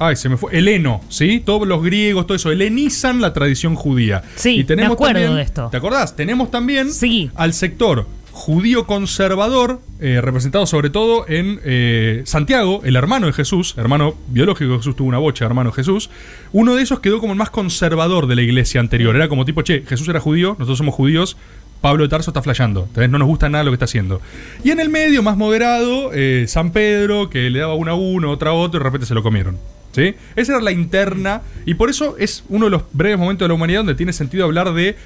Speaker 4: Ay, se me fue. Heleno, ¿sí? Todos los griegos, todo eso. Helenizan la tradición judía.
Speaker 9: Sí,
Speaker 4: y tenemos
Speaker 9: me acuerdo
Speaker 4: también-
Speaker 9: de esto.
Speaker 4: ¿Te acordás? Tenemos también al sector judío conservador, eh, representado sobre todo en eh, Santiago, el hermano de Jesús, hermano biológico de Jesús, tuvo una bocha, hermano de Jesús. Uno de esos quedó como el más conservador de la iglesia anterior. Era como tipo, che, Jesús era judío, nosotros somos judíos. Pablo de Tarso está flayando, ¿entendés? no nos gusta nada lo que está haciendo. Y en el medio, más moderado, eh, San Pedro, que le daba una a uno, otra a otro, y de repente se lo comieron. ¿Sí? Esa era la interna, y por eso es uno de los breves momentos de la humanidad donde tiene sentido hablar de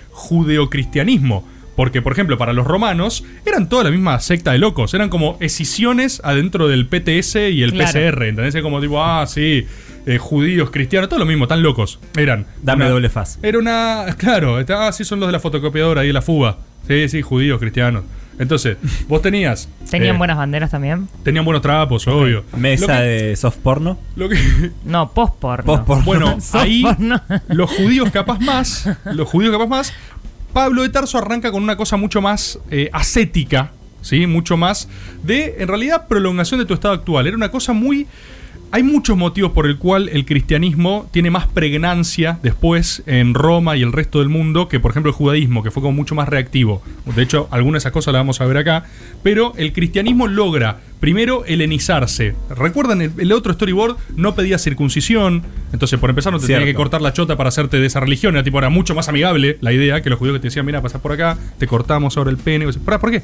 Speaker 4: judeocristianismo. Porque, por ejemplo, para los romanos eran toda la misma secta de locos, eran como escisiones adentro del PTS y el
Speaker 2: Claro.
Speaker 4: PCR, ¿entendés? Es como tipo, ah, sí, eh, judíos, cristianos, todo lo mismo, tan locos. Eran.
Speaker 8: Dame
Speaker 4: Una-
Speaker 8: doble faz.
Speaker 4: era una. Claro, está, ah, sí son los de la fotocopiadora y de la fuga. Sí, sí, judíos, cristianos. Entonces, vos tenías.
Speaker 9: ¿Tenían
Speaker 4: eh,
Speaker 9: buenas banderas también?
Speaker 4: Tenían buenos trapos, obvio.
Speaker 8: Mesa
Speaker 4: Lo que-
Speaker 8: de soft porno.
Speaker 4: Lo que,
Speaker 9: No, post-porno.
Speaker 4: Bueno,
Speaker 9: Soft
Speaker 4: ahí
Speaker 9: porno.
Speaker 4: los judíos capaz más, los judíos capaz más, Pablo de Tarso arranca con una cosa mucho más eh, ascética, ¿sí? Mucho más de, en realidad, prolongación de tu estado actual. Era una cosa muy... Hay muchos motivos por el cual el cristianismo tiene más pregnancia después en Roma y el resto del mundo que, por ejemplo, el judaísmo, que fue como mucho más reactivo. De hecho, algunas de esas cosas las vamos a ver acá. Pero el cristianismo logra, primero, helenizarse. Recuerdan, el, el otro storyboard no pedía circuncisión. Entonces, por empezar, no te tenía
Speaker 8: Cierto.
Speaker 4: que cortar la chota para hacerte de esa religión. Era tipo, era mucho más amigable la idea que los judíos que te decían, mira, pasás por acá, te cortamos ahora el pene. Y vos decís, "Pará, ¿Por qué?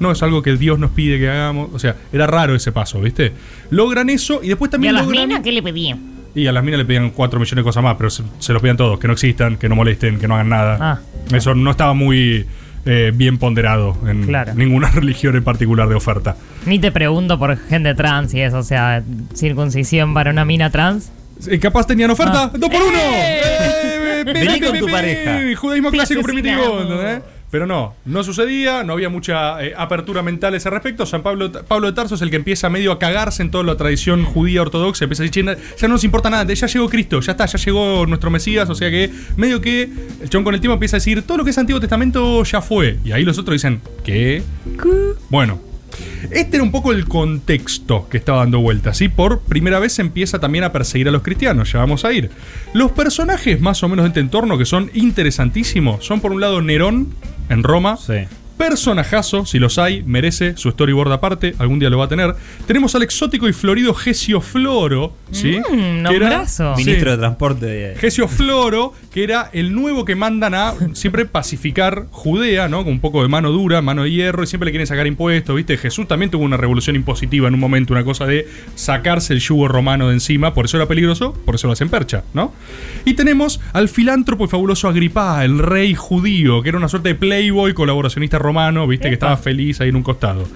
Speaker 4: No, es algo que Dios nos pide que hagamos. O sea, era raro ese paso, ¿viste? Logran eso y después
Speaker 9: ¿Y a
Speaker 4: también
Speaker 9: las
Speaker 4: logran.
Speaker 9: minas qué le pedí?
Speaker 4: Y a las minas le pedían 4 millones de cosas más, pero se, se los pedían todos, que no existan, que no molesten, que no hagan nada.
Speaker 9: Ah.
Speaker 4: Eso no estaba muy eh, bien ponderado en
Speaker 9: Claro.
Speaker 4: ninguna religión en particular de oferta.
Speaker 9: Ni te pregunto por gente trans y eso, o sea, circuncisión para una mina trans. Ah,
Speaker 4: capaz tenían oferta, dos por uno.
Speaker 9: ¡Eh!
Speaker 8: Vení con tu pareja.
Speaker 4: Judaísmo
Speaker 8: Te
Speaker 4: clásico
Speaker 8: asesinamos.
Speaker 4: primitivo, ¿entendés? Pero no, eh? no sucedía, no había mucha eh, apertura mental a ese respecto. San Pablo, Pablo de Tarso es el que empieza medio a cagarse en toda la tradición judía ortodoxa. Empieza a decir, "Che, ya no nos importa nada, ya llegó Cristo, ya está, ya llegó nuestro Mesías. O sea que medio que el chon con el tiempo empieza a decir, todo lo que es Antiguo Testamento ya fue. Y ahí los otros dicen, ¿qué? Bueno, este era un poco el contexto que estaba dando vueltas, y por primera vez se empieza también a perseguir a los cristianos, ya vamos a ir. Los personajes más o menos de este entorno que son interesantísimos son por un lado Nerón en Roma, personajazo, si los hay, merece su storyboard aparte, algún día lo va a tener. Tenemos al exótico y florido Gesio Floro, ¿sí?
Speaker 9: Mm,
Speaker 4: Que era-
Speaker 9: nombrazo.
Speaker 4: Sí.
Speaker 8: Ministro de Transporte. de-
Speaker 4: Gesio Floro, que era el nuevo que mandan a siempre pacificar Judea, ¿no? Con un poco de mano dura, mano de hierro, y siempre le quieren sacar impuestos, ¿viste? Jesús también tuvo una revolución impositiva en un momento, una cosa de sacarse el yugo romano de encima, por eso era peligroso, por eso lo hacen percha, ¿no? Y tenemos al filántropo y fabuloso Agripa, el rey judío, que era una suerte de playboy colaboracionista romano, ¿viste? Que estaba feliz ahí en un costado.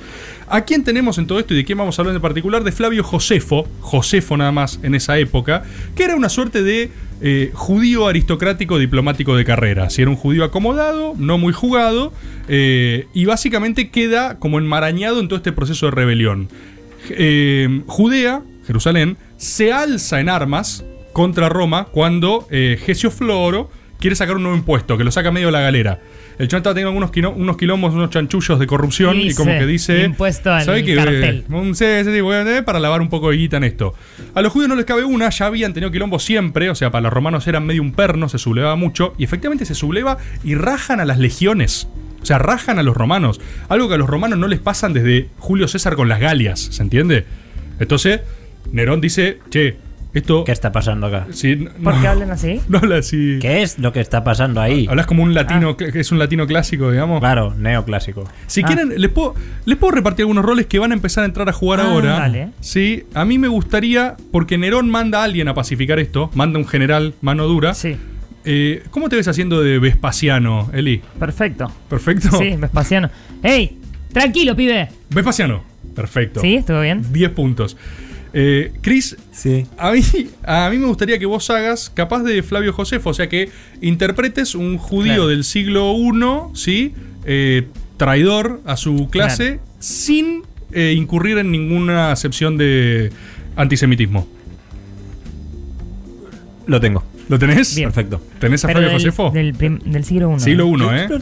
Speaker 4: ¿A quién tenemos en todo esto y de quién vamos a hablar en particular? De Flavio Josefo, Josefo nada más en esa época, que era una suerte de eh, judío aristocrático diplomático de carrera. Si era un judío acomodado, no muy jugado, eh, y básicamente queda como enmarañado en todo este proceso de rebelión. Eh, Judea, Jerusalén, se alza en armas contra Roma cuando eh, Gesio Floro quiere sacar un nuevo impuesto, que lo saca medio de la galera. El chon estaba teniendo algunos quino- unos quilombos, unos chanchullos de corrupción y como que dice...
Speaker 9: Impuesto al
Speaker 4: ¿Sabe qué?
Speaker 9: cartel.
Speaker 4: Un- sí, sí, sí, voy a tener para lavar un poco de guita en esto. A los judíos no les cabe una, ya habían tenido quilombo siempre, o sea, para los romanos eran medio un perno, se sublevaba mucho, y efectivamente se subleva y rajan a las legiones. O sea, rajan a los romanos. Algo que a los romanos no les pasan desde Julio César con las Galias, ¿se entiende? Entonces, Nerón dice, che, esto...
Speaker 13: ¿Qué está pasando acá?
Speaker 4: Sí, n-
Speaker 9: ¿Por
Speaker 4: no-
Speaker 9: qué hablan así?
Speaker 4: no habla así.
Speaker 13: ¿Qué es lo que está pasando ahí? Ah.
Speaker 4: Hablas como un latino, cl- que es un latino clásico, digamos.
Speaker 13: Claro, neoclásico.
Speaker 4: Si
Speaker 13: Ah.
Speaker 4: quieren, les puedo, les puedo repartir algunos roles que van a empezar a entrar a jugar
Speaker 13: Ah,
Speaker 4: ahora.
Speaker 13: dale.
Speaker 4: Sí, a mí me gustaría, porque Nerón manda a alguien a pacificar esto, manda un general mano dura. Sí. ¿Cómo te ves haciendo de Vespasiano, Eli?
Speaker 9: Perfecto.
Speaker 4: Perfecto.
Speaker 9: Sí, Vespasiano. ¡Ey! Tranquilo, pibe.
Speaker 4: Vespasiano. Perfecto.
Speaker 9: Sí, estuvo bien.
Speaker 4: 10 puntos. Eh, Chris, a, mí, a mí me gustaría que vos hagas, capaz de Flavio Josefo, o sea que interpretes un judío
Speaker 13: Claro.
Speaker 4: del siglo I, ¿sí? Eh, traidor a su clase,
Speaker 13: Claro.
Speaker 4: sin eh, incurrir en ninguna acepción de antisemitismo.
Speaker 13: Lo tengo.
Speaker 4: ¿Lo tenés?
Speaker 13: Bien. Perfecto.
Speaker 4: ¿Tenés a
Speaker 9: Pero
Speaker 4: Flavio
Speaker 9: del,
Speaker 4: Josefo?
Speaker 9: Del, prim- del siglo I.
Speaker 4: Siglo I, ¿eh?
Speaker 9: Pero-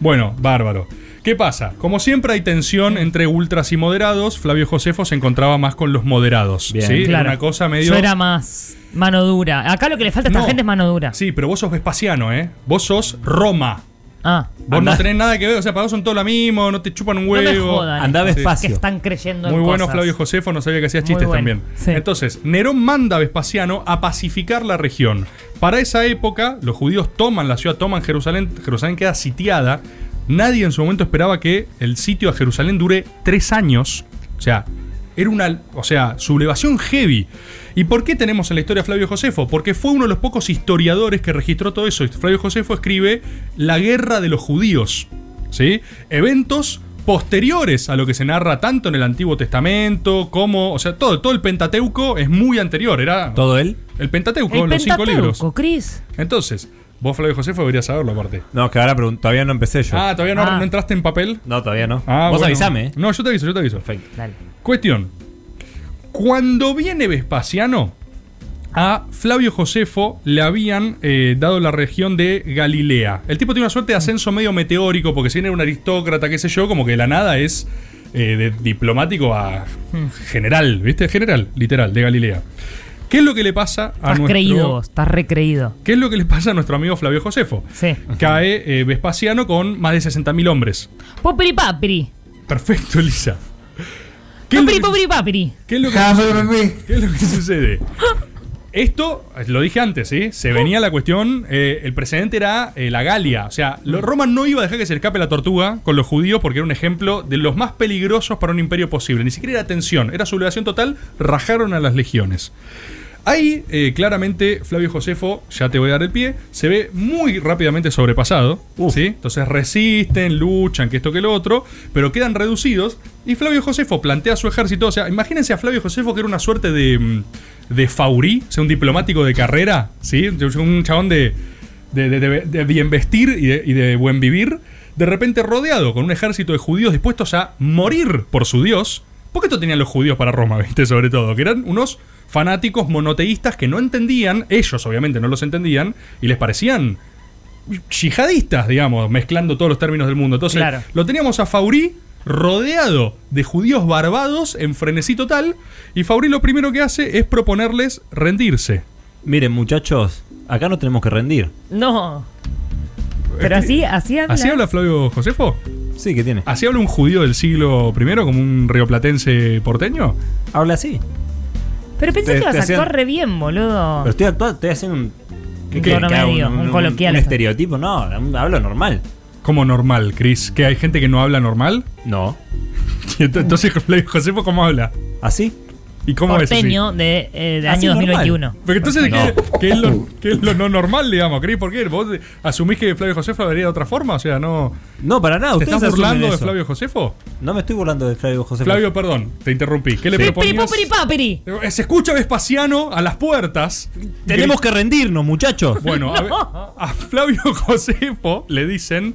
Speaker 4: Bueno, bárbaro. ¿Qué pasa? Como siempre hay tensión entre ultras y moderados. Flavio Josefo se encontraba más con los moderados.
Speaker 13: Bien.
Speaker 4: ¿sí? Era
Speaker 9: Claro.
Speaker 4: Una cosa medio.
Speaker 9: Yo era más mano dura. Acá lo que le falta a esta
Speaker 4: No.
Speaker 9: gente es mano dura.
Speaker 4: Sí, pero vos sos Vespasiano, ¿eh? Vos sos Roma.
Speaker 9: Ah.
Speaker 4: Vos no tenés nada que ver, o sea, para vos son todo lo mismo, no te chupan un
Speaker 9: No
Speaker 4: huevo.
Speaker 9: me jodan.
Speaker 4: Sí.
Speaker 9: Que están creyendo en
Speaker 4: Muy bueno,
Speaker 9: cosas.
Speaker 4: Flavio Josefo, no sabía que hacías
Speaker 9: Muy
Speaker 4: chistes
Speaker 9: bueno,
Speaker 4: también. Entonces, Nerón manda a Vespasiano a pacificar la región. Para esa época, los judíos toman la ciudad, toman Jerusalén, Jerusalén queda sitiada. Nadie en su momento esperaba que el sitio a Jerusalén dure tres años. O sea, era una, o sea, sublevación heavy. ¿Y por qué tenemos en la historia a Flavio Josefo? Porque fue uno de los pocos historiadores que registró todo eso. Flavio Josefo escribe La guerra de los judíos. ¿sí? Eventos posteriores a lo que se narra tanto en el Antiguo Testamento como, o sea, todo, todo el Pentateuco es muy anterior, era
Speaker 13: ¿Todo él?
Speaker 4: el Pentateuco,
Speaker 9: El
Speaker 4: los cinco libros.
Speaker 9: Pentateuco, Chris.
Speaker 4: Entonces, vos Flavio Josefo deberías saberlo aparte.
Speaker 13: No, que ahora pregun- todavía no empecé yo.
Speaker 4: Ah, todavía no,
Speaker 13: Ah.
Speaker 4: no entraste en papel.
Speaker 13: No, todavía no.
Speaker 4: Ah,
Speaker 13: Vos
Speaker 4: bueno.
Speaker 13: avisame, ¿eh?
Speaker 4: No, yo te aviso, yo te aviso.
Speaker 13: Perfecto.
Speaker 4: Cuestión. Cuando viene Vespasiano, a Flavio Josefo le habían eh, dado la región de Galilea. El tipo tiene una
Speaker 9: Mm.
Speaker 4: suerte de ascenso medio meteórico, porque si bien era un aristócrata, qué sé yo, como que de la nada es eh, de diplomático a
Speaker 9: Mm.
Speaker 4: general, ¿viste? General, literal, de Galilea. ¿Qué es lo que le pasa a
Speaker 9: Estás
Speaker 4: nuestro...
Speaker 9: creído vos, estás recreído.
Speaker 4: ¿Qué es lo que le pasa a nuestro amigo Flavio Josefo?
Speaker 9: Sí.
Speaker 4: Cae eh, Vespasiano con más de 60.000 hombres.
Speaker 9: Popiri papiri.
Speaker 4: Perfecto, Elisa. ¿Qué es lo
Speaker 9: Popiri
Speaker 4: que-
Speaker 9: popiri papiri.
Speaker 4: ¿Qué es lo que, ¿Qué es lo que sucede? Esto, lo dije antes, ¿sí? Se venía la cuestión, eh, el precedente era eh, la Galia. O sea, lo- Roma no iba a dejar que se escape la tortuga con los judíos porque era un ejemplo de los más peligrosos para un imperio posible. Ni siquiera era tensión, era sublevación total, rajaron a las legiones. Ahí, eh, claramente, Flavio Josefo, ya te voy a dar el pie, se ve muy rápidamente sobrepasado. ¿sí? Entonces resisten, luchan, que esto que lo otro, pero quedan reducidos. Y Flavio Josefo plantea su ejército. O sea, imagínense a Flavio Josefo que era una suerte de, mm, de Faurí, o sea, un diplomático de carrera, ¿sí? un chabón de, de, de- de- de bien vestir y de, y de buen vivir, de repente rodeado con un ejército de judíos dispuestos a morir por su Dios. Porque esto tenían los judíos para Roma, viste, sobre todo, que eran unos fanáticos monoteístas que no entendían, ellos obviamente no los entendían, y les parecían yihadistas, digamos, mezclando todos los términos del mundo. Entonces,
Speaker 9: Claro.
Speaker 4: lo teníamos a Faurí rodeado de judíos barbados en frenesí total, y Faurí lo primero que hace es proponerles rendirse.
Speaker 13: Miren, muchachos, acá no tenemos que rendir.
Speaker 9: No. Pero así, así habla.
Speaker 4: ¿Así habla Flavio Josefo?
Speaker 13: Sí, que tiene.
Speaker 4: ¿Así habla un judío del siglo I, como un rioplatense porteño?
Speaker 13: Habla así.
Speaker 9: Pero pensé
Speaker 13: Te-
Speaker 9: que ibas
Speaker 13: te
Speaker 9: a
Speaker 13: hacían-
Speaker 9: actuar re bien, boludo.
Speaker 13: Pero estoy actuando, estoy haciendo un.
Speaker 9: Un tono
Speaker 13: hago?
Speaker 9: medio, un coloquial.
Speaker 13: Un
Speaker 4: este,
Speaker 13: estereotipo, no, hablo normal.
Speaker 4: ¿Cómo normal, Chris? ¿Que hay gente que no habla normal?
Speaker 13: No.
Speaker 4: Y ento- entonces Flavio Josefo, ¿cómo habla?
Speaker 13: ¿Así?
Speaker 4: ¿Y cómo Ah,
Speaker 9: Porteño de, eh,
Speaker 4: es?
Speaker 9: de
Speaker 4: así?
Speaker 9: año 2021.
Speaker 4: Porque entonces, ¿qué,
Speaker 9: No.
Speaker 4: qué es lo, qué es lo no normal, digamos, Chris? ¿Por qué? ¿Vos asumís que Flavio Josefo hablaría de otra forma? O sea, no.
Speaker 13: No, para nada.
Speaker 4: ¿Te
Speaker 13: Ah, ustedes
Speaker 4: estás
Speaker 13: asumen
Speaker 4: burlando de
Speaker 13: eso.
Speaker 4: Flavio Josefo?
Speaker 13: No me estoy burlando de Flavio Josefo.
Speaker 4: Flavio, perdón, te interrumpí. ¿Qué le
Speaker 13: Sí.
Speaker 4: proponías?
Speaker 9: Piripopiri papiri.
Speaker 4: Eh, Se escucha Vespasiano a las puertas.
Speaker 13: Tenemos que rendirnos, muchachos.
Speaker 4: Bueno, a, ver, a Flavio Josefo le dicen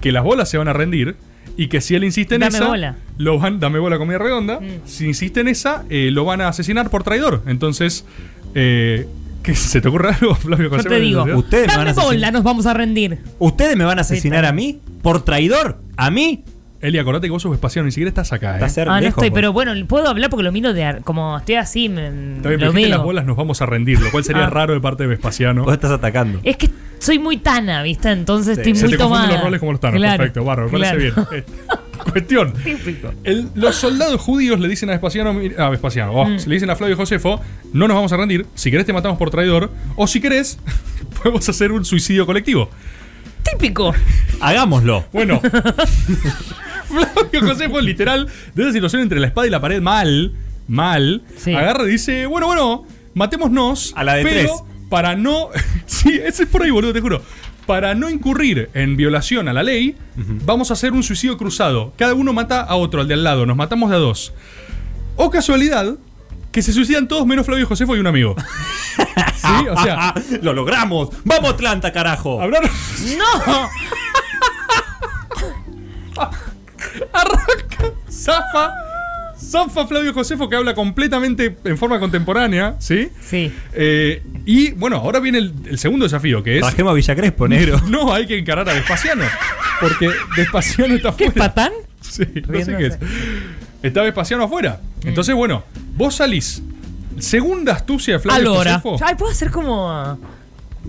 Speaker 4: que las bolas se van a rendir y que si él insiste en
Speaker 9: Dame
Speaker 4: esa,
Speaker 9: bola. Mm.
Speaker 4: lo van, dame bola comida redonda. Si insiste en esa, eh, lo van a asesinar por traidor. Entonces, eh, ¿qué, ¿se te ocurre algo, Flavio
Speaker 9: Yo
Speaker 4: Josefo?
Speaker 9: te digo,
Speaker 13: Ustedes me van a
Speaker 9: dame
Speaker 13: asesinar.
Speaker 9: bola, nos vamos a rendir.
Speaker 13: ¿Ustedes me van a asesinar a mí? ¿Por traidor? ¿A mí?
Speaker 4: Eli, acordate que vos sos Vespasiano, ni siquiera estás acá. ¿eh?
Speaker 9: Ah, no estoy, pero bueno, puedo hablar porque lo miro de. ar- Como estoy así, me-
Speaker 4: Está bien, pero
Speaker 9: lo
Speaker 4: dijiste
Speaker 9: veo.
Speaker 4: las bolas nos vamos a rendir, lo cual sería
Speaker 9: Ah.
Speaker 4: raro de parte de Vespasiano.
Speaker 13: Vos estás atacando.
Speaker 9: Es que soy muy tana, ¿viste? Entonces estoy
Speaker 4: Se
Speaker 9: muy
Speaker 4: te
Speaker 9: tomada.
Speaker 4: confunden los roles como los Thanos.
Speaker 9: Claro,
Speaker 4: Perfecto, bárbaro, me parece
Speaker 9: claro.
Speaker 4: bien. Eh, Cuestión. El- los soldados judíos le dicen a Vespasiano, mi- a Vespasiano, oh,
Speaker 9: Mm.
Speaker 4: le dicen a Flavio Josefo, no nos vamos a rendir, si querés te matamos por traidor, o si querés, podemos hacer un suicidio colectivo.
Speaker 9: Típico.
Speaker 13: Hagámoslo.
Speaker 4: Bueno. Flavio Josefo, literal, de esa situación entre la espada y la pared, mal, mal, agarra y dice, bueno, bueno, matémonos. A la
Speaker 13: de
Speaker 4: pero
Speaker 13: tres.
Speaker 4: para no... sí, ese es por ahí, boludo, te juro. Para no incurrir en violación a la ley, vamos a hacer un suicidio cruzado. Cada uno mata a otro, al de al lado. Nos matamos de a dos. O casualidad, que se suicidan todos menos Flavio Josefo y un amigo. sí, o sea...
Speaker 13: ¡Lo logramos! ¡Vamos, Atlanta, carajo!
Speaker 4: Hablaron...
Speaker 9: ¡No!
Speaker 4: Arranca, zafa, zafa Flavio Josefo que habla completamente en forma contemporánea, ¿sí? Eh,
Speaker 9: Sí.
Speaker 4: y bueno, ahora viene el, el segundo desafío, que es...
Speaker 13: Trajemos a Villa Crespo, negro.
Speaker 4: No, hay que encarar a Vespasiano. Porque Vespasiano está afuera. ¿Qué es
Speaker 9: patán?
Speaker 4: Sí, no sé qué es. Está Vespasiano afuera. Entonces, bueno, vos salís. Segunda astucia de Flavio
Speaker 9: Allora.
Speaker 4: Josefo.
Speaker 9: Ay, puedo hacer como.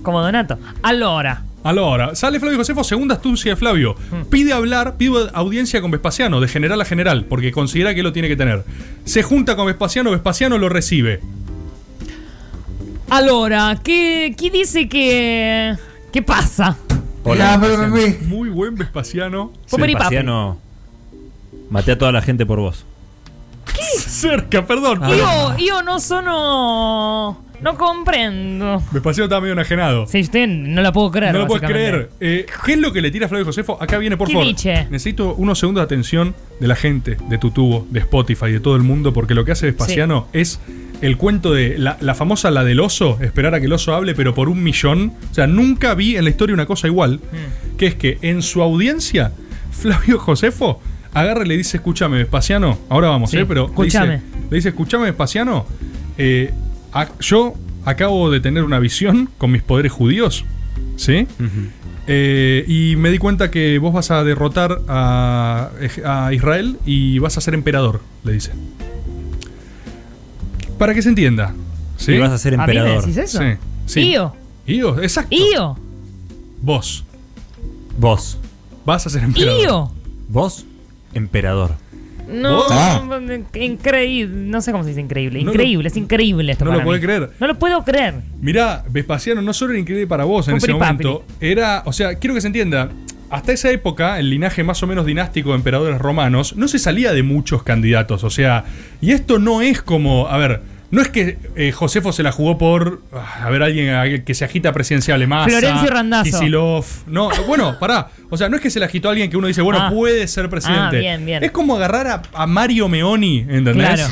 Speaker 9: Como Donato. Allora.
Speaker 4: Ahora, sale Flavio Josefo, segunda astucia de Flavio. Pide hablar, pide audiencia con Vespasiano, de general a general, porque considera que lo tiene que tener. Se junta con Vespasiano, Vespasiano lo recibe.
Speaker 9: Allora, ¿qué, qué dice que. ¿Qué pasa?
Speaker 4: Ah,
Speaker 13: Hola,
Speaker 4: Muy buen Vespasiano.
Speaker 9: Poperi papi.
Speaker 13: Vespasiano, maté a toda la gente por vos.
Speaker 4: Cerca, perdón.
Speaker 9: Yo, yo no sono. No comprendo.
Speaker 4: Vespasiano estaba medio enajenado.
Speaker 9: Sí, usted no la puedo creer.
Speaker 4: no lo puedes
Speaker 9: básicamente.
Speaker 4: creer. Eh, ¿Qué es lo que le tira Flavio Josefo? Acá viene, por
Speaker 9: ¿Qué
Speaker 4: favor.
Speaker 9: dice?
Speaker 4: Necesito unos segundos de atención de la gente, de tu tubo, de Spotify, de todo el mundo, porque lo que hace Vespasiano es el cuento de la, la famosa, la del oso, esperar a que el oso hable, pero por un millón. O sea, nunca vi en la historia una cosa igual,
Speaker 9: hmm.
Speaker 4: que es que en su audiencia, Flavio Josefo agarra y le dice, escúchame, Vespasiano, ahora vamos,
Speaker 9: Sí,
Speaker 4: ¿eh? Pero le dice-
Speaker 9: escúchame.
Speaker 4: le dice, escúchame, Vespasiano, eh, a- yo acabo de tener una visión con mis poderes judíos, ¿sí? Eh, y me di cuenta que vos vas a derrotar a, a Israel y vas a ser emperador, le dice. Para que se entienda. ¿sí?
Speaker 13: Y vas a ser ¿A mí me emperador. decís
Speaker 9: eso?
Speaker 4: Sí. sí.
Speaker 9: Io.
Speaker 4: Io, exacto.
Speaker 9: Io.
Speaker 4: Vos.
Speaker 13: Vos.
Speaker 4: Vas a ser
Speaker 9: emperador. Io.
Speaker 13: Vos, emperador.
Speaker 9: No,
Speaker 13: ¿Vos? Ah.
Speaker 9: increíble. No sé cómo se dice increíble.
Speaker 4: No lo-
Speaker 9: Increíble, es increíble esto.
Speaker 4: no lo
Speaker 9: para
Speaker 4: puede
Speaker 9: mí.
Speaker 4: creer.
Speaker 9: No lo puedo creer.
Speaker 4: Mirá, Vespasiano no solo era increíble para vos en ese
Speaker 9: Popri papri.
Speaker 4: momento, era, o sea, quiero que se entienda, hasta esa época el linaje más o menos dinástico de emperadores romanos no se salía de muchos candidatos, o sea, y esto no es como, a ver, no es que eh, Josefo se la jugó por, ah, a ver, alguien a- que se agita presidencial alemán.
Speaker 9: Florencio Randazzo.
Speaker 4: No, bueno, pará, o sea, no es que se la agitó a alguien que uno dice, bueno,
Speaker 9: Ah.
Speaker 4: puede ser presidente.
Speaker 9: Ah, bien, bien.
Speaker 4: Es como agarrar a, a Mario Meoni, ¿entendés?
Speaker 9: Claro.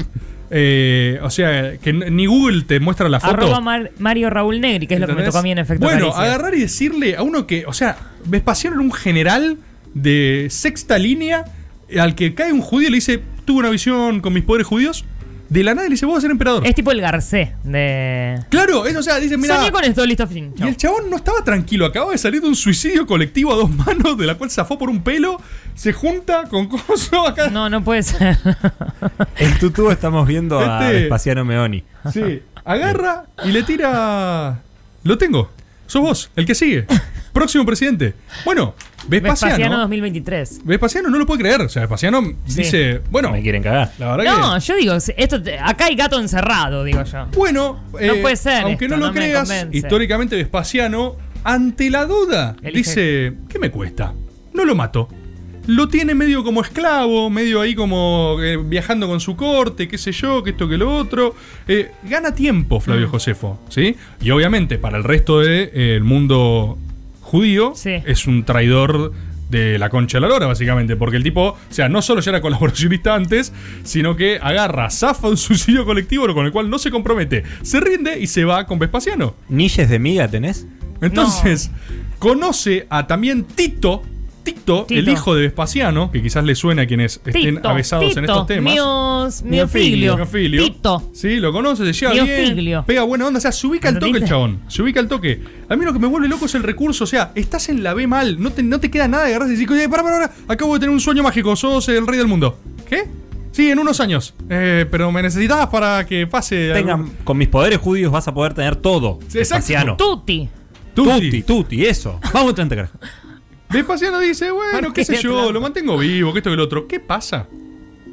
Speaker 4: Eh, o sea, que n- ni Google te muestra la foto.
Speaker 9: Arroba Mar- Mario Raúl Negri, que es lo que me
Speaker 4: ¿Entendés?
Speaker 9: tocó a mí en efecto.
Speaker 4: Bueno,
Speaker 9: Caricia.
Speaker 4: agarrar y decirle a uno que, o sea, Vespasiano era un general de sexta línea eh, al que cae un judío y le dice, tuve una visión con mis poderes judíos. De la nada le dice, vos vas a ser emperador.
Speaker 9: Es tipo el Garcé de.
Speaker 4: Claro, es, o sea, dice, mira.
Speaker 9: Soñé con esto, listo, fin.
Speaker 4: Y el chabón no estaba tranquilo, acababa de salir de un suicidio colectivo a dos manos, de la cual zafó por un pelo, se junta con Coso acá.
Speaker 9: No, no puede ser.
Speaker 13: En tu tubo estamos viendo a
Speaker 4: Este-
Speaker 13: Vespasiano Meoni.
Speaker 4: Sí, agarra y le tira. Lo tengo. Sos vos, el que sigue. Próximo presidente. Bueno, Vespasiano.
Speaker 9: Vespasiano 2023.
Speaker 4: Vespasiano no lo puede creer. O sea, Vespasiano dice, bueno.
Speaker 1: Me quieren cagar.
Speaker 4: La verdad
Speaker 9: No,
Speaker 4: que.
Speaker 9: yo digo, esto, te- acá hay gato encerrado, digo yo.
Speaker 4: Bueno,
Speaker 9: no
Speaker 4: eh,
Speaker 9: puede ser.
Speaker 4: Aunque
Speaker 9: esto,
Speaker 4: no lo
Speaker 9: me
Speaker 4: creas,
Speaker 9: convence.
Speaker 4: históricamente Vespasiano, ante la duda,
Speaker 9: Elige.
Speaker 4: dice: ¿Qué me cuesta? No lo mato. Lo tiene medio como esclavo, medio ahí como eh, viajando con su corte, qué sé yo, que esto, que lo otro. Eh, gana tiempo
Speaker 9: Mm.
Speaker 4: Flavio Josefo, ¿sí? Y obviamente para el resto del mundo judío es un traidor de la concha de la lora, básicamente, porque el tipo, o sea, no solo ya era colaboracionista antes, sino que agarra, zafa un suicidio colectivo con el cual no se compromete, se rinde y se va con Vespasiano.
Speaker 1: ¿Nilles de miga tenés?
Speaker 4: Entonces, conoce a también Tito, Tito,
Speaker 9: Tito.
Speaker 4: el hijo de Vespasiano, que quizás le suene a quienes estén
Speaker 9: Tito,
Speaker 4: avesados
Speaker 9: Tito,
Speaker 4: en estos temas.
Speaker 9: mios- miofilio.
Speaker 4: Miofilio. Sí, lo conoce, se lleva bien.
Speaker 9: Miofilio.
Speaker 4: Pega buena onda, o sea, se ubica al toque el chabón. Se ubica al toque. A mí lo que me vuelve loco es el recurso, o sea, estás en la B mal, no te, no te queda nada de agarrar y decir, oye, pará, pará, pará, acabo de tener un sueño mágico, sos el rey del mundo. ¿Qué? Sí, en unos años. Eh, pero me necesitabas para que pase.
Speaker 1: Tengan,
Speaker 4: algún-
Speaker 1: con mis poderes judíos vas a poder tener todo.
Speaker 4: Sí, exacto.
Speaker 1: Vespasiano.
Speaker 9: Tuti.
Speaker 1: Tuti, tuti, eso. Vamos, tanta carajo.
Speaker 4: Vespasiano dice, bueno, qué sé yo, lo mantengo vivo, que esto que el otro. ¿Qué pasa?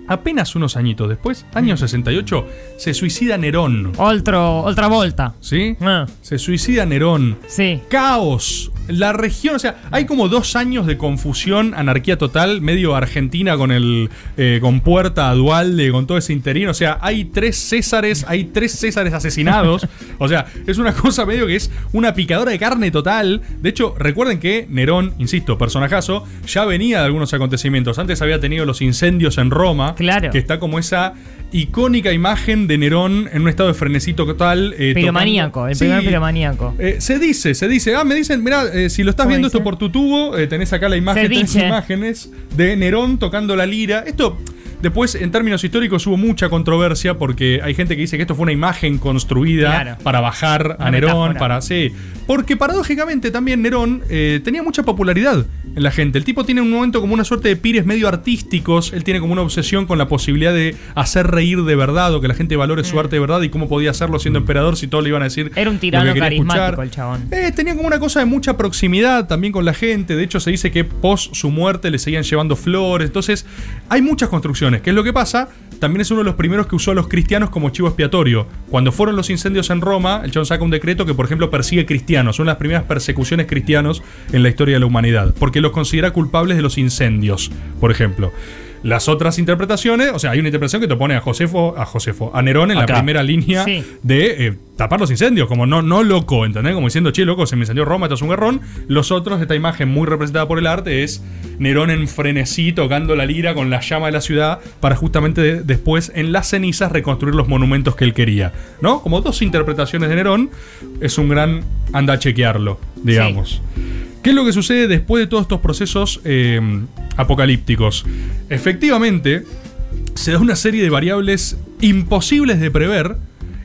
Speaker 4: Apenas unos añitos después, año 68, se suicida Nerón.
Speaker 9: Otro, otra volta.
Speaker 4: ¿Sí? Se suicida Nerón.
Speaker 9: Sí.
Speaker 4: Caos. La región, o sea, hay como dos años de confusión, anarquía total, medio Argentina con el. eh, con Puerta, Dualde, con todo ese interino. O sea, hay tres Césares, hay tres Césares asesinados. o sea, es una cosa medio que es una picadora de carne total. De hecho, recuerden que Nerón, insisto, personajazo, ya venía de algunos acontecimientos. Antes había tenido los incendios en Roma.
Speaker 9: Claro.
Speaker 4: Que está como esa icónica imagen de Nerón en un estado de frenesito total. eh,
Speaker 9: Piromaníaco,
Speaker 4: tocando-
Speaker 9: el
Speaker 4: Sí,
Speaker 9: primer piromaníaco.
Speaker 4: eh, se dice, se dice. Ah, me dicen, mira, si lo estás viendo esto por tu tubo, eh, tenés acá la imagen,
Speaker 9: Se
Speaker 4: tres
Speaker 9: dice.
Speaker 4: imágenes de Nerón tocando la lira. Esto. Después, en términos históricos, hubo mucha controversia porque hay gente que dice que esto fue una imagen construida
Speaker 1: Claro.
Speaker 4: para bajar a
Speaker 1: Una
Speaker 4: Nerón,
Speaker 1: metáfora.
Speaker 4: para. Sí. Porque paradójicamente también Nerón eh, tenía mucha popularidad en la gente. El tipo tiene en un momento como una suerte de pires medio artísticos. Él tiene como una obsesión con la posibilidad de hacer reír de verdad o que la gente valore su arte de verdad y cómo podía hacerlo siendo emperador si todos le iban a decir.
Speaker 9: Mm. Era un
Speaker 4: lo que
Speaker 9: tirano
Speaker 4: quería
Speaker 9: carismático
Speaker 4: escuchar.
Speaker 9: el chabón.
Speaker 4: Eh, tenía como una cosa de mucha proximidad también con la gente. De hecho, se dice que pos su muerte le seguían llevando flores. Entonces, hay muchas construcciones. ¿Qué es lo que pasa? También es uno de los primeros que usó a los cristianos como chivo expiatorio. Cuando fueron los incendios en Roma, el chabón saca un decreto que, por ejemplo, persigue cristianos. Una de las primeras persecuciones cristianos en la historia de la humanidad. Porque los considera culpables de los incendios, por ejemplo. Las otras interpretaciones, o sea, hay una interpretación que te pone a Josefo, a Josefo, a Nerón en
Speaker 1: Acá.
Speaker 4: la primera línea
Speaker 1: Sí.
Speaker 4: de eh, tapar los incendios, como no, no loco, ¿entendés? Como diciendo, che, loco, se me incendió Roma, esto es un garrón. Los otros, esta imagen muy representada por el arte, es Nerón en frenesí tocando la lira con la llama de la ciudad para justamente de- después, en las cenizas, reconstruir los monumentos que él quería, ¿no? Como dos interpretaciones de Nerón, es un gran anda a chequearlo, digamos. ¿Qué es lo que sucede después de todos estos procesos eh, apocalípticos? Efectivamente, se da una serie de variables imposibles de prever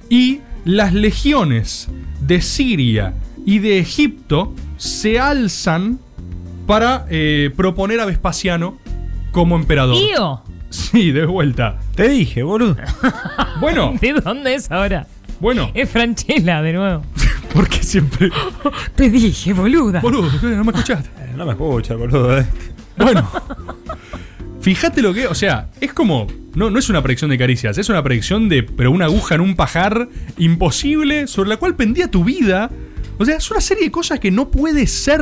Speaker 4: y las legiones de Siria y de Egipto se alzan para eh, proponer a Vespasiano como emperador.
Speaker 9: Tío.
Speaker 4: Sí, de vuelta.
Speaker 1: Te dije, boludo.
Speaker 4: Bueno.
Speaker 9: ¿De dónde es ahora?
Speaker 4: Bueno.
Speaker 9: Es Franchella de nuevo.
Speaker 4: Porque siempre.
Speaker 9: Te dije, boluda.
Speaker 4: Boludo, "Eh, no me escuchaste.
Speaker 1: Eh, No me escucha, boludo, eh.
Speaker 4: Bueno. Fíjate lo que. O sea, es como. No, no es una predicción de caricias, es una predicción de. Pero una aguja en un pajar imposible sobre la cual pendía tu vida. O sea, es una serie de cosas que no puede ser.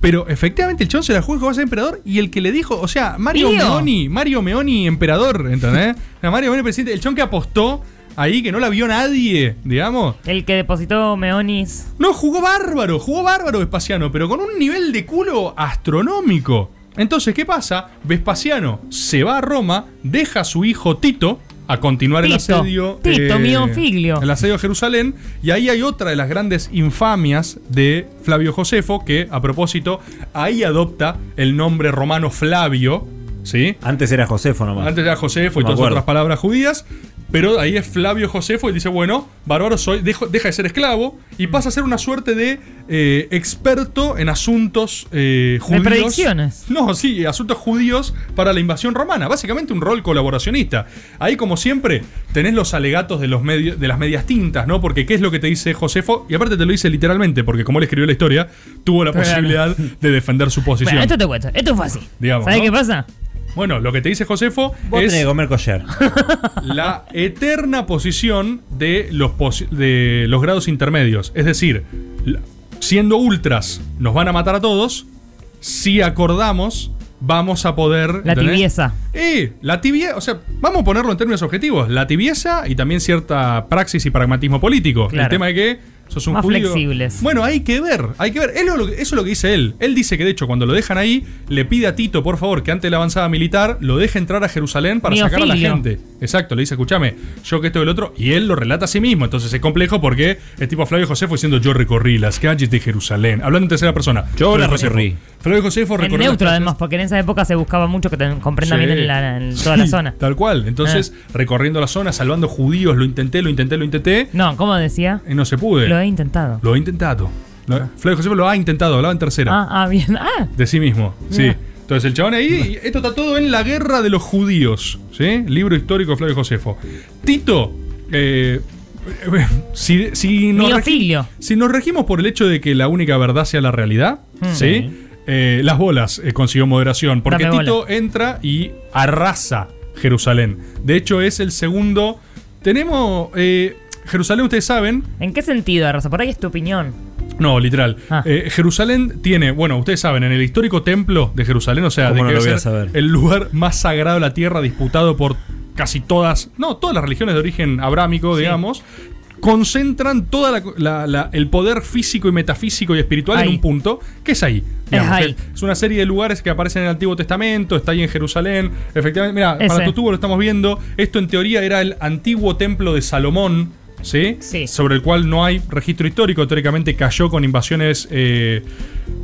Speaker 4: Pero efectivamente el chabón se la jugó que va a ser emperador y el que le dijo, o sea, Mario
Speaker 1: Tío.
Speaker 4: Meoni, Mario Meoni emperador, ¿entendés? O sea, Mario Meoni presidente, el chabón que apostó ahí, que no la vio nadie, digamos.
Speaker 9: El que depositó Meonis.
Speaker 4: No, jugó bárbaro, jugó bárbaro Vespasiano, pero con un nivel de culo astronómico. Entonces, ¿qué pasa? Vespasiano se va a Roma, deja a su hijo Tito a continuar el
Speaker 9: Tito,
Speaker 4: asedio. eh,
Speaker 9: Tito, miofiglio.
Speaker 4: El asedio a Jerusalén. Y ahí hay otra de las grandes infamias de Flavio Josefo, que a propósito, ahí adopta el nombre romano Flavio. ¿Sí?
Speaker 1: Antes era Josefo nomás.
Speaker 4: Antes era Josefo y
Speaker 1: Me
Speaker 4: todas
Speaker 1: acuerdo.
Speaker 4: otras palabras judías. Pero ahí es Flavio Josefo y dice, bueno, bárbaro soy, dejo- deja de ser esclavo y pasa a ser una suerte de eh, experto en asuntos eh, judíos.
Speaker 9: predicciones.
Speaker 4: No, sí, asuntos judíos para la invasión romana. Básicamente un rol colaboracionista. Ahí, como siempre, tenés los alegatos de, los medios de las medias tintas, ¿no? Porque qué es lo que te dice Josefo, y aparte te lo dice literalmente, porque como él escribió la historia, tuvo la
Speaker 9: Claro.
Speaker 4: posibilidad de defender su posición.
Speaker 9: Bueno, esto te cuento. Esto fue así.
Speaker 4: Digamos,
Speaker 9: ¿Sabes
Speaker 4: ¿no?
Speaker 9: qué pasa?
Speaker 4: Bueno, lo que te dice Josefo
Speaker 13: Vos
Speaker 4: es
Speaker 13: tenés que comer collar.
Speaker 4: la eterna posición de los, posi- de los grados intermedios. Es decir, la- siendo ultras, nos van a matar a todos. Si acordamos, vamos a poder.
Speaker 9: La
Speaker 4: ¿entendés?
Speaker 9: tibieza.
Speaker 4: Eh, la tibieza. O sea, vamos a ponerlo en términos objetivos. La tibieza y también cierta praxis y pragmatismo político. El
Speaker 9: Claro.
Speaker 4: tema de que sos un
Speaker 9: Más
Speaker 4: judío-
Speaker 9: flexibles.
Speaker 4: Bueno, hay que ver, hay que ver. Él lo- eso es lo que dice él. Él dice que de hecho cuando lo dejan ahí, le pide a Tito, por favor, que ante la avanzada militar lo deje entrar a Jerusalén para sacar a la
Speaker 9: Miofilio.
Speaker 4: gente. Exacto, le dice, escúchame, yo que esto y el otro, y él lo relata a sí mismo. Entonces es complejo porque el tipo Flavio José fue diciendo yo recorrí las calles de Jerusalén. Hablando en tercera persona. Yo
Speaker 9: la
Speaker 4: recorrí. Flavio José fue
Speaker 9: En neutro, además, porque en esa época se buscaba mucho que te comprendan
Speaker 4: Sí.
Speaker 9: bien en, la- en toda la
Speaker 4: Sí,
Speaker 9: zona. Ah.
Speaker 4: Tal cual. Entonces, recorriendo la zona, salvando judíos, lo intenté, lo intenté, lo intenté.
Speaker 9: No, ¿cómo decía?
Speaker 4: Y no se pude.
Speaker 9: Lo he intentado.
Speaker 4: Lo he intentado. Lo- Flavio José lo ha intentado, hablaba en tercera.
Speaker 9: Ah, ah, bien. Ah,
Speaker 4: De sí mismo,
Speaker 9: Mira.
Speaker 4: sí. Entonces el chabón ahí, y esto está todo en la guerra de los judíos, ¿sí? Libro histórico de Flavio Josefo. Tito, eh, si, si, nos
Speaker 9: Miofilio.
Speaker 4: si nos regimos por el hecho de que la única verdad sea la realidad,
Speaker 9: Mm.
Speaker 4: ¿sí? Eh, las bolas eh, consiguió moderación, porque
Speaker 9: Dame
Speaker 4: Tito entra y arrasa Jerusalén. De hecho es el segundo... Tenemos... eh, Jerusalén, ustedes saben,
Speaker 9: ¿En qué sentido, Rosa? Por ahí es tu opinión.
Speaker 4: no, literal.
Speaker 9: Ah.
Speaker 4: Eh, Jerusalén tiene, bueno, ustedes saben, en el histórico templo de Jerusalén, o sea, de
Speaker 13: ¿Cómo no
Speaker 4: que
Speaker 13: lo
Speaker 4: debe
Speaker 13: voy a
Speaker 4: ser
Speaker 13: saber?
Speaker 4: el lugar más sagrado de la tierra, disputado por casi todas, no, todas las religiones de origen abrámico, digamos, concentran todo el poder físico y metafísico y espiritual en
Speaker 9: Ahí.
Speaker 4: un punto, que es ahí. digamos,
Speaker 9: ahí.
Speaker 4: que es una serie de lugares que aparecen en el Antiguo Testamento, está ahí en Jerusalén. Efectivamente, mira, para
Speaker 9: Ese.
Speaker 4: tu tubo lo estamos viendo. Esto en teoría era el antiguo templo de Salomón, ¿sí?
Speaker 9: Sí.
Speaker 4: Sobre el cual no hay registro histórico. Teóricamente cayó con invasiones eh,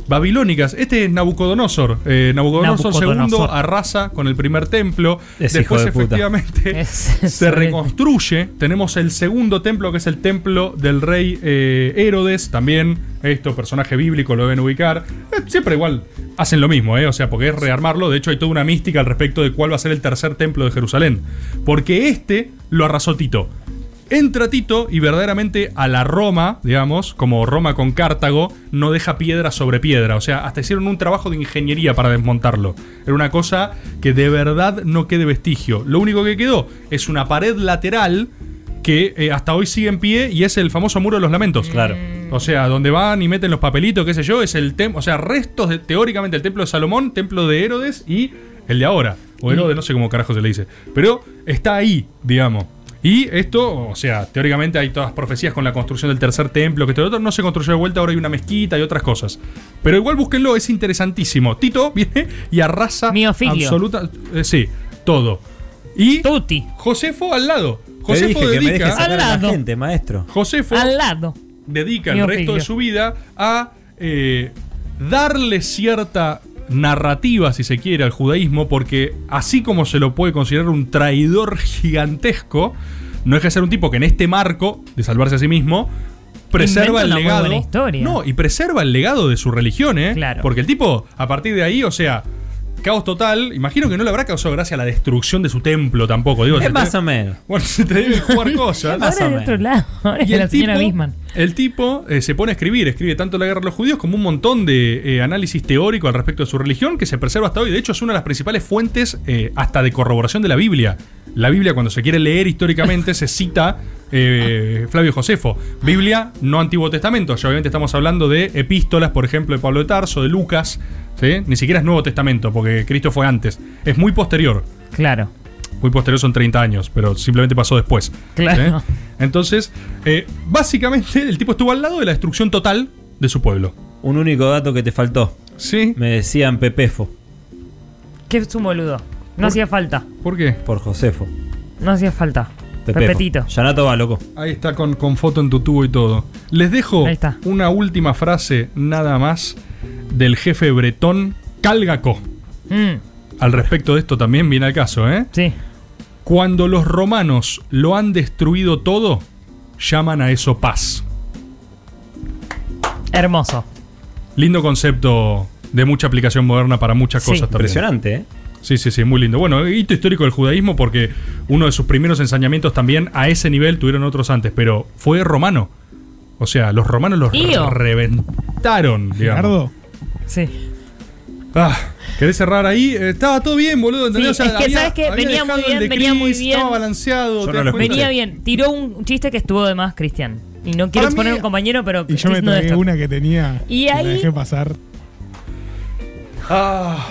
Speaker 4: babilónicas. Este es Nabucodonosor. Eh, Nabucodonosor,
Speaker 13: Nabucodonosor.
Speaker 4: II arrasa con el primer templo.
Speaker 13: Es hijo
Speaker 4: Después,
Speaker 13: de puta.
Speaker 4: efectivamente, se reconstruye. Tenemos el segundo templo, que es el templo del rey eh, Herodes. También, esto, personaje bíblico, lo deben ubicar. Eh, siempre igual hacen lo mismo, ¿eh? O sea, porque es rearmarlo. De hecho, hay toda una mística al respecto de cuál va a ser el tercer templo de Jerusalén. Porque este lo arrasó Tito. Entra Tito y verdaderamente a la Roma, digamos, como Roma con Cartago, no deja piedra sobre piedra. O sea, hasta hicieron un trabajo de ingeniería para desmontarlo. Era una cosa que de verdad no quede vestigio. Lo único que quedó es una pared lateral que eh, hasta hoy sigue en pie y es el famoso muro de los lamentos. Claro. O sea, donde van y meten los papelitos, qué sé yo, es el templo, o sea, restos de teóricamente el templo de Salomón, templo de Herodes y el de ahora. O Herodes, no sé cómo carajo se le dice. Pero está ahí, digamos. Y esto, o sea, teóricamente hay todas profecías con la construcción del tercer templo, que esto y lo otro no se construyó de vuelta, ahora hay una mezquita y otras cosas. Pero igual búsquenlo, es interesantísimo. Tito viene y arrasa
Speaker 9: Miofilio.
Speaker 4: absoluta. eh, sí, todo. Y
Speaker 9: Tuti.
Speaker 4: Josefo al lado.
Speaker 13: Te dije
Speaker 4: Josefo
Speaker 13: que me dejes
Speaker 4: dedica.
Speaker 13: sacar a la gente, maestro.
Speaker 4: Josefo
Speaker 9: Al lado.
Speaker 4: dedica el
Speaker 9: Mío
Speaker 4: resto de
Speaker 9: filio.
Speaker 4: su vida a eh, darle cierta narrativa, si se quiere, al judaísmo, porque así como se lo puede considerar un traidor gigantesco, no es que ser un tipo que en este marco de salvarse a sí mismo preserva
Speaker 9: Inventa
Speaker 4: el
Speaker 9: una muy
Speaker 4: legado.
Speaker 9: buena historia.
Speaker 4: No, y preserva el legado de su religión, ¿eh?
Speaker 9: Claro.
Speaker 4: Porque el tipo, a partir de ahí, o sea, caos total, imagino que no le habrá causado gracia a la destrucción de su templo tampoco, digo. se
Speaker 13: Es más
Speaker 4: te-
Speaker 13: o menos.
Speaker 4: Bueno, se te deben jugar cosas.
Speaker 9: Ahora de otro lado. Ahora
Speaker 4: Y
Speaker 9: es
Speaker 4: el
Speaker 9: la señora
Speaker 4: tipo-
Speaker 9: Bisman.
Speaker 4: El tipo eh, se pone a escribir, escribe tanto la guerra de los judíos como un montón de eh, análisis teórico al respecto de su religión que se preserva hasta hoy. De hecho, es una de las principales fuentes eh, hasta de corroboración de la Biblia. La Biblia, cuando se quiere leer históricamente, se cita eh, Flavio Josefo. Biblia, no Antiguo Testamento. Ya obviamente estamos hablando de epístolas, por ejemplo, de Pablo de Tarso, de Lucas. ¿sí? Ni siquiera es Nuevo Testamento, porque Cristo fue antes. Es muy posterior.
Speaker 9: Claro.
Speaker 4: Muy posterior son 30 años, pero simplemente pasó después.
Speaker 9: Claro.
Speaker 4: ¿Sí? Entonces, eh, básicamente el tipo estuvo al lado de la destrucción total de su pueblo.
Speaker 13: Un único dato que te faltó.
Speaker 4: Sí.
Speaker 13: Me decían Pepefo
Speaker 9: Qué es un boludo. No hacía falta.
Speaker 4: ¿Por qué?
Speaker 13: por Josefo.
Speaker 9: No hacía falta.
Speaker 13: Pepefo.
Speaker 9: Repetito.
Speaker 13: Ya no va, loco.
Speaker 4: Ahí está con, con foto en tu tubo y todo. Les dejo
Speaker 9: Ahí está.
Speaker 4: una última frase nada más del jefe bretón Calgaco.
Speaker 9: Mm,
Speaker 4: Al respecto de esto también viene al caso, ¿eh?
Speaker 9: sí.
Speaker 4: Cuando los romanos lo han destruido todo, llaman a eso paz.
Speaker 9: Hermoso.
Speaker 4: Lindo concepto de mucha aplicación moderna para muchas
Speaker 13: Sí,
Speaker 4: cosas también.
Speaker 13: impresionante, ¿eh?
Speaker 4: Sí, sí, sí, muy lindo. Bueno, hito histórico del judaísmo porque uno de sus primeros ensañamientos también a ese nivel tuvieron otros antes, pero fue romano. O sea, los romanos los
Speaker 9: Tío.
Speaker 4: reventaron, digamos.
Speaker 9: Gerardo. Sí.
Speaker 4: Ah, ¿querés cerrar ahí? Eh, estaba todo bien, boludo. ¿entendés?
Speaker 9: Sí,
Speaker 4: O sea,
Speaker 9: es que,
Speaker 4: había-
Speaker 9: ¿sabes qué?
Speaker 4: había
Speaker 9: Venía muy
Speaker 4: dejado el
Speaker 9: bien,
Speaker 4: de
Speaker 9: venía muy
Speaker 4: Chris,
Speaker 9: bien.
Speaker 4: Estaba balanceado. ¿te das cuenta?
Speaker 9: Venía bien. Tiró un un chiste que estuvo de más, Cristian. Y no
Speaker 6: Para mí-
Speaker 9: quiero exponer a un compañero, pero.
Speaker 6: Y yo
Speaker 9: estoy
Speaker 6: me
Speaker 9: haciendo
Speaker 6: tragué
Speaker 9: esto.
Speaker 6: una que tenía.
Speaker 9: Y
Speaker 6: que la
Speaker 9: ahí-
Speaker 6: dejé pasar.
Speaker 4: Ah,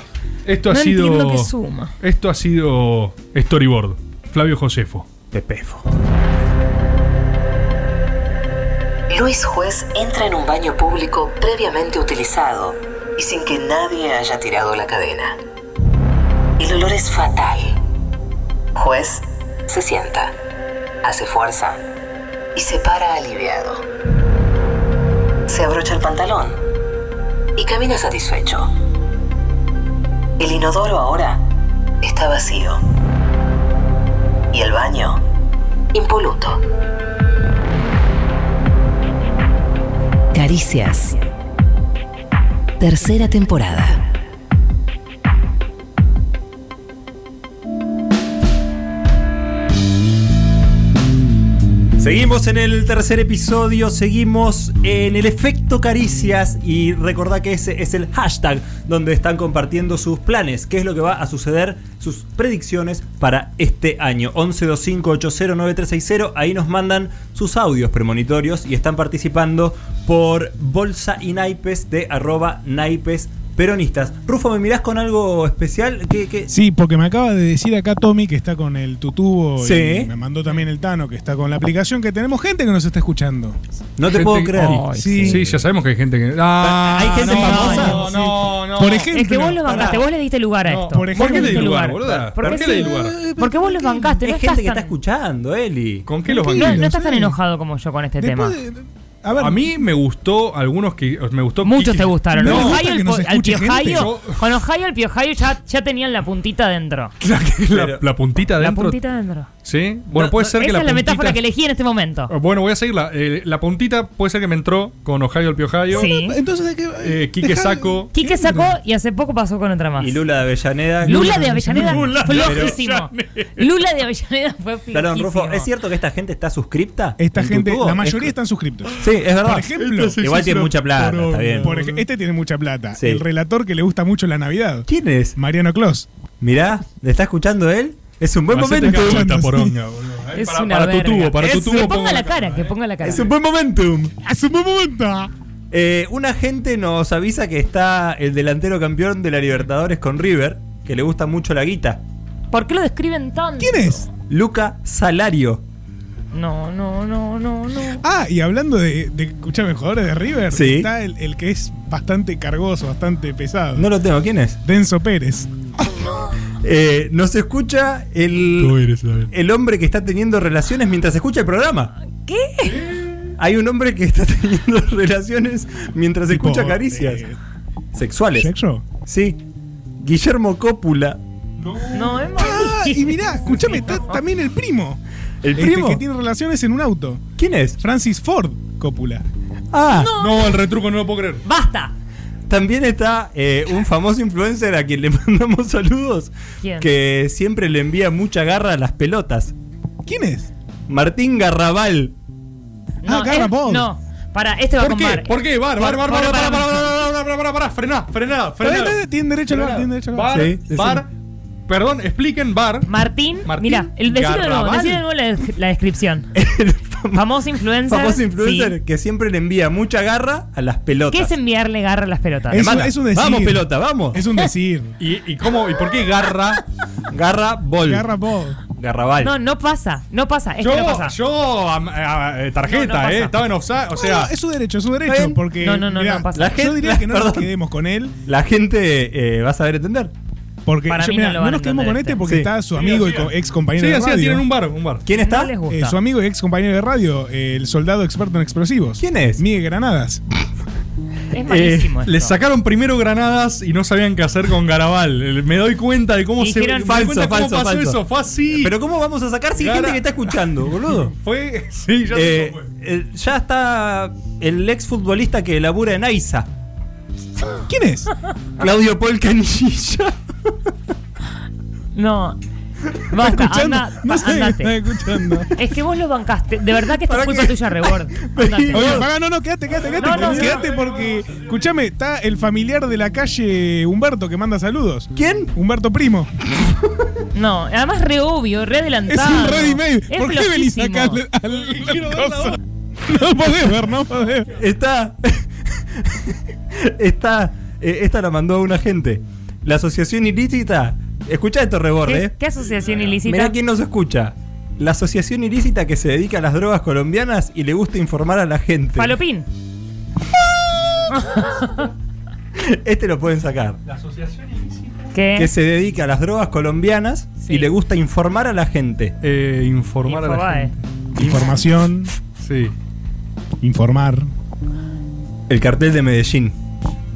Speaker 4: esto ha
Speaker 9: No
Speaker 4: sido.
Speaker 9: entiendo qué suma.
Speaker 4: Esto ha sido Storyboard. Flavio Josefo. Pepefo.
Speaker 14: Luis Juez entra en un baño público previamente utilizado y sin que nadie haya tirado la cadena. El olor es fatal. Juez se sienta, hace fuerza y se para aliviado. Se abrocha el pantalón y camina satisfecho. El inodoro ahora está vacío y el baño impoluto.
Speaker 10: Caricias. Tercera temporada.
Speaker 8: Seguimos en el tercer episodio, seguimos en el efecto caricias y recordá que ese es el hashtag donde están compartiendo sus planes, qué es lo que va a suceder, sus predicciones para este año. 1125809360, ahí nos mandan sus audios premonitorios y están participando por bolsa y naipes de arroba naipes peronistas. Rufo, ¿me mirás con algo especial? ¿Qué, qué?
Speaker 6: Sí, porque me acaba de decir acá Tommy que está con el tutubo
Speaker 8: Sí.
Speaker 6: y me mandó también el Tano que está con la aplicación que tenemos gente que nos está escuchando.
Speaker 8: No te
Speaker 4: Gente-
Speaker 8: puedo creer.
Speaker 4: Ay, sí. sí, ya sabemos que hay gente que. Ah,
Speaker 8: ¿Hay gente
Speaker 4: no,
Speaker 8: famosa?
Speaker 4: No, no, no.
Speaker 6: Por ejemplo,
Speaker 9: Es que vos los bancaste, vos le diste lugar a esto.
Speaker 4: por ejemplo,
Speaker 9: Vos le
Speaker 4: ¿Por qué le
Speaker 9: diste
Speaker 4: di lugar, boluda?
Speaker 9: Porque
Speaker 4: ¿Por qué le di
Speaker 9: sí.
Speaker 4: lugar?
Speaker 9: Porque vos los bancaste,
Speaker 8: Es
Speaker 9: no estás
Speaker 8: gente que está
Speaker 9: tan-
Speaker 8: escuchando, Eli.
Speaker 4: ¿Con qué los
Speaker 9: no-
Speaker 4: bancaste?
Speaker 9: No estás tan enojado como yo con este tema.
Speaker 4: A, mí me gustó algunos que me gustó
Speaker 9: Muchos
Speaker 4: Kiki.
Speaker 9: te gustaron.
Speaker 4: No,
Speaker 9: Ohio,
Speaker 4: que
Speaker 9: el,
Speaker 4: nos
Speaker 9: po- al
Speaker 4: escuche gente.
Speaker 9: Piojayo,
Speaker 4: Yo-
Speaker 9: con Ohio al Piojayo ya, ya tenían la puntita dentro.
Speaker 4: la, la puntita
Speaker 9: La
Speaker 4: adentro.
Speaker 9: puntita dentro.
Speaker 4: Sí. Bueno, puede ser
Speaker 9: Esa
Speaker 4: que la
Speaker 9: es la metáfora
Speaker 4: puntita-
Speaker 9: que elegí en este momento.
Speaker 4: Bueno, voy a seguirla. Eh, la puntita puede ser que me entró con Ohio el Piojayo.
Speaker 9: Sí.
Speaker 6: Entonces,
Speaker 4: Eh, Quique Saco.
Speaker 9: Quique sacó y hace poco pasó con otra más.
Speaker 8: Y Lula de Avellaneda.
Speaker 9: Lula de Avellaneda,
Speaker 8: Lula de
Speaker 9: flojísimo. Lula de Avellaneda fue flojísimo.
Speaker 8: Perdón, Rufo, ¿es cierto que esta gente está suscripta?
Speaker 6: Esta
Speaker 8: ¿En
Speaker 6: gente,
Speaker 8: Tutubo?
Speaker 6: la mayoría
Speaker 8: Es-
Speaker 6: están suscriptos.
Speaker 8: Sí, es verdad.
Speaker 6: Por ejemplo,
Speaker 8: Este sí Igual es tiene un mucha plata, poronga, está bien.
Speaker 6: Por ej- este tiene mucha plata.
Speaker 8: Sí.
Speaker 6: El relator que le gusta mucho la Navidad.
Speaker 8: ¿Quién es?
Speaker 6: Mariano Clos.
Speaker 8: Mirá, ¿le está escuchando él? Es un buen
Speaker 6: Hacete
Speaker 8: momento.
Speaker 6: cachonda, sí.
Speaker 9: Es una verga. Es- Que ponga la cara,
Speaker 6: eh.
Speaker 9: que ponga la cara.
Speaker 8: Es un buen momentum.
Speaker 6: Es un buen momento.
Speaker 8: Eh, una gente nos avisa que está el delantero campeón de la Libertadores con River, que le gusta mucho la guita.
Speaker 9: ¿Por qué lo describen tanto? ¿Quién
Speaker 6: es?
Speaker 8: Luca Salario.
Speaker 9: No, no, no, no, no.
Speaker 6: Ah, y hablando de, de escuchame, jugadores de River,
Speaker 8: Sí.
Speaker 6: está el, el que es bastante cargoso, bastante pesado.
Speaker 8: No lo tengo, ¿quién es?
Speaker 6: Denso Pérez.
Speaker 8: Eh, nos escucha el, el hombre que está teniendo relaciones mientras escucha el programa. ¿Qué? Hay un hombre que está teniendo relaciones mientras
Speaker 6: Tipo,
Speaker 8: escucha caricias sexuales.
Speaker 6: ¿Sexo?
Speaker 8: Sí. Guillermo Cópula.
Speaker 9: No, es
Speaker 6: Ah, y mirá, escúchame, está también el primo.
Speaker 8: ¿El
Speaker 6: Este,
Speaker 8: primo?
Speaker 6: que tiene relaciones en un auto.
Speaker 8: ¿Quién es?
Speaker 6: Francis Ford Coppola.
Speaker 8: Ah,
Speaker 4: no, el retruco no lo puedo creer.
Speaker 9: ¡Basta!
Speaker 8: También está eh, un famoso influencer a quien le mandamos saludos.
Speaker 9: ¿Quién?
Speaker 8: Que siempre le envía mucha garra a las pelotas.
Speaker 6: ¿Quién es?
Speaker 8: Martín Garrabal.
Speaker 9: No,
Speaker 6: Ah, agarra
Speaker 9: es-
Speaker 6: vos.
Speaker 9: No, para, este va
Speaker 4: ¿Por
Speaker 9: con
Speaker 4: qué?
Speaker 9: Bar.
Speaker 4: ¿Por qué? Bar, bar, bar, bar,
Speaker 9: Por-
Speaker 4: bar,
Speaker 9: para-
Speaker 4: bar, bar, bar, bar, bar, bar, frená, frená, frená.
Speaker 6: Pero, eh, Tiene derecho al bar, tiene derecho al bar.
Speaker 4: Bar,
Speaker 8: Sí, decime.
Speaker 4: bar. Perdón, expliquen bar.
Speaker 9: Martín,
Speaker 4: Martín
Speaker 9: mira, el decilo de nuevo,
Speaker 4: Garrabal.
Speaker 9: decilo de nuevo la, la descripción. Famoso influencer.
Speaker 8: Famoso influencer
Speaker 9: sí.
Speaker 8: que siempre le envía mucha garra a las pelotas.
Speaker 9: ¿Qué es enviarle garra a las pelotas?
Speaker 8: Le
Speaker 6: Es, un-
Speaker 8: manda,
Speaker 6: es un decir.
Speaker 8: Vamos, pelota, vamos.
Speaker 6: Es un decir.
Speaker 4: ¿Y, y cómo? ¿Y por qué garra?
Speaker 8: Garra bol.
Speaker 6: Agarra vos.
Speaker 8: Garrabal.
Speaker 9: No, no pasa, no pasa, es
Speaker 4: Yo,
Speaker 9: que no pasa.
Speaker 4: yo, am- a- eh, tarjeta,
Speaker 9: No, no pasa.
Speaker 4: ¿eh? Estaba en offside, o sea...
Speaker 6: Bueno, es su derecho, es su derecho. Porque
Speaker 9: No, no, no,
Speaker 6: mirá,
Speaker 9: no pasa.
Speaker 8: La
Speaker 6: yo
Speaker 8: gente-
Speaker 6: diría que no nos
Speaker 8: perdón.
Speaker 6: quedemos con él.
Speaker 8: La gente eh, va a saber entender.
Speaker 6: Porque
Speaker 9: Para
Speaker 6: yo,
Speaker 9: mí
Speaker 6: mirá,
Speaker 9: no lo
Speaker 6: no,
Speaker 9: van a
Speaker 6: nos quedemos con este
Speaker 9: entender este.
Speaker 6: porque
Speaker 8: Sí.
Speaker 6: está su amigo y
Speaker 4: sigan.
Speaker 6: co- ex compañero
Speaker 4: Sí,
Speaker 6: de
Speaker 4: así,
Speaker 6: radio.
Speaker 4: tienen un bar, un bar.
Speaker 8: ¿Quién
Speaker 9: No
Speaker 8: está?
Speaker 9: les
Speaker 6: Eh,
Speaker 9: gusta.
Speaker 6: su amigo y ex compañero de radio, eh, el soldado experto en explosivos.
Speaker 8: ¿Quién es? Eh,
Speaker 6: Miguel Granadas.
Speaker 9: Es malísimo esto.
Speaker 4: Les sacaron primero granadas y no sabían qué hacer con Garabal. Eh, Me doy cuenta de cómo
Speaker 9: Y
Speaker 4: se.
Speaker 9: dijeron-
Speaker 4: me doy cuenta
Speaker 9: Falso,
Speaker 4: cómo
Speaker 9: falso,
Speaker 4: pasó
Speaker 9: falso.
Speaker 4: eso. Fue así.
Speaker 8: Pero ¿cómo vamos a sacar si hay gente que está escuchando, boludo?
Speaker 4: Fue. Sí, ya sé
Speaker 8: Eh, el- ya está el ex futbolista que labura en AISA.
Speaker 12: ¿Quién es?
Speaker 8: Claudio Polcanilla.
Speaker 9: No. Basta,
Speaker 8: escuchando,
Speaker 9: anda,
Speaker 8: no
Speaker 9: pa-
Speaker 8: sé qué
Speaker 9: andate.
Speaker 8: está
Speaker 9: Es que vos lo bancaste. De verdad que esto es culpa tuya, Rebord. Andate.
Speaker 6: Oye, paga, no, no, quédate, quédate, quédate.
Speaker 9: No, no, no.
Speaker 6: quédate porque, escúchame, está el familiar de la calle Humberto que manda saludos.
Speaker 8: ¿Quién?
Speaker 6: Humberto Primo.
Speaker 9: No, además re obvio, re
Speaker 6: Es
Speaker 9: adelantado.
Speaker 6: un ready made.
Speaker 9: Es
Speaker 6: ¿Por qué venís
Speaker 9: flojísimo.
Speaker 6: acá al, al- cosa? No podés ver, no podés.
Speaker 8: Está. está. eh, esta la mandó un agente. La asociación ilícita. Escucha esto, reborde,
Speaker 9: ¿Qué,
Speaker 8: eh.
Speaker 9: qué asociación
Speaker 8: Mirá
Speaker 9: ilícita?
Speaker 8: quién nos escucha. La asociación ilícita que se dedica a las drogas colombianas y le gusta informar a la gente.
Speaker 9: Palopín.
Speaker 8: Este lo pueden sacar.
Speaker 9: ¿Qué?
Speaker 8: Que se dedica a las drogas colombianas y le gusta informar a la gente.
Speaker 4: Eh, informar a la
Speaker 9: Infobae.
Speaker 4: gente.
Speaker 6: Información,
Speaker 4: Sí.
Speaker 6: informar.
Speaker 8: El cartel de Medellín.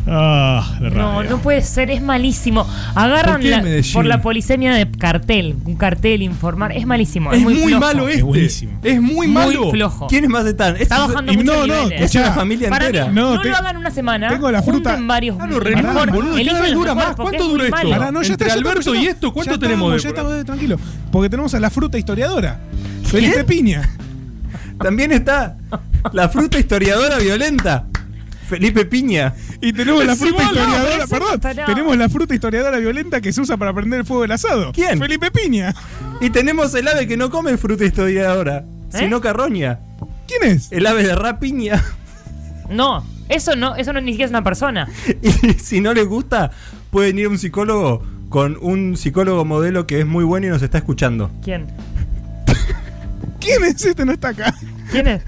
Speaker 6: Ah, la
Speaker 9: No,
Speaker 6: radio.
Speaker 9: no puede ser, es malísimo. Agarran
Speaker 8: ¿Por qué
Speaker 9: la-
Speaker 8: Medellín?
Speaker 9: por la polisemia de cartel, un cartel informar, es malísimo. Es,
Speaker 8: es muy,
Speaker 9: flojo.
Speaker 8: malo este.
Speaker 6: Es buenísimo.
Speaker 8: Es muy
Speaker 9: Muy
Speaker 8: malo.
Speaker 9: flojo.
Speaker 8: ¿Quiénes más están?
Speaker 9: Está
Speaker 8: Estos-
Speaker 9: bajando
Speaker 6: y
Speaker 9: mucho
Speaker 6: no,
Speaker 9: el
Speaker 6: no,
Speaker 9: nivel, eh.
Speaker 8: Es una
Speaker 6: Escuchá,
Speaker 8: familia
Speaker 9: Para mí,
Speaker 8: entera.
Speaker 9: no,
Speaker 6: No, te-
Speaker 9: lo hagan una semana.
Speaker 6: tengo la fruta-
Speaker 9: junten varios.
Speaker 4: Ah, lo renuevan,
Speaker 9: mejor,
Speaker 4: boludo,
Speaker 9: elijan
Speaker 4: cada vez
Speaker 9: los
Speaker 4: dura
Speaker 9: mejores
Speaker 4: más.
Speaker 9: porque
Speaker 4: ¿Cuánto
Speaker 9: es
Speaker 4: dura
Speaker 9: muy
Speaker 4: esto?
Speaker 9: malo.
Speaker 6: Pará, no,
Speaker 4: Entre
Speaker 6: ya está, ya está,
Speaker 4: Alberto
Speaker 6: ya
Speaker 4: y
Speaker 6: está.
Speaker 4: esto, ¿cuánto
Speaker 6: Ya
Speaker 4: tenemos
Speaker 6: estamos,
Speaker 4: de
Speaker 6: Ya
Speaker 4: programa?
Speaker 6: estamos tranquilo. Porque tenemos a la fruta historiadora. Felipe Piña.
Speaker 8: También está la fruta historiadora violenta. Felipe Piña.
Speaker 6: Y tenemos la
Speaker 9: Es
Speaker 6: fruta
Speaker 9: igual, no,
Speaker 6: historiadora.
Speaker 9: pero eso
Speaker 6: perdón.
Speaker 9: no estará.
Speaker 6: Tenemos la fruta historiadora violenta que se usa para prender el fuego del asado.
Speaker 8: ¿Quién?
Speaker 6: Felipe Piña.
Speaker 8: Y tenemos el ave que no come fruta historiadora,
Speaker 15: ¿Eh?
Speaker 8: sino carroña.
Speaker 6: ¿Quién es?
Speaker 8: El ave de rapiña.
Speaker 9: No, eso no, eso no ni siquiera es una persona.
Speaker 8: Y si no les gusta, pueden ir a un psicólogo con un psicólogo modelo que es muy bueno y nos está escuchando.
Speaker 9: ¿Quién?
Speaker 6: ¿Quién es este? No está acá.
Speaker 9: ¿Quién es?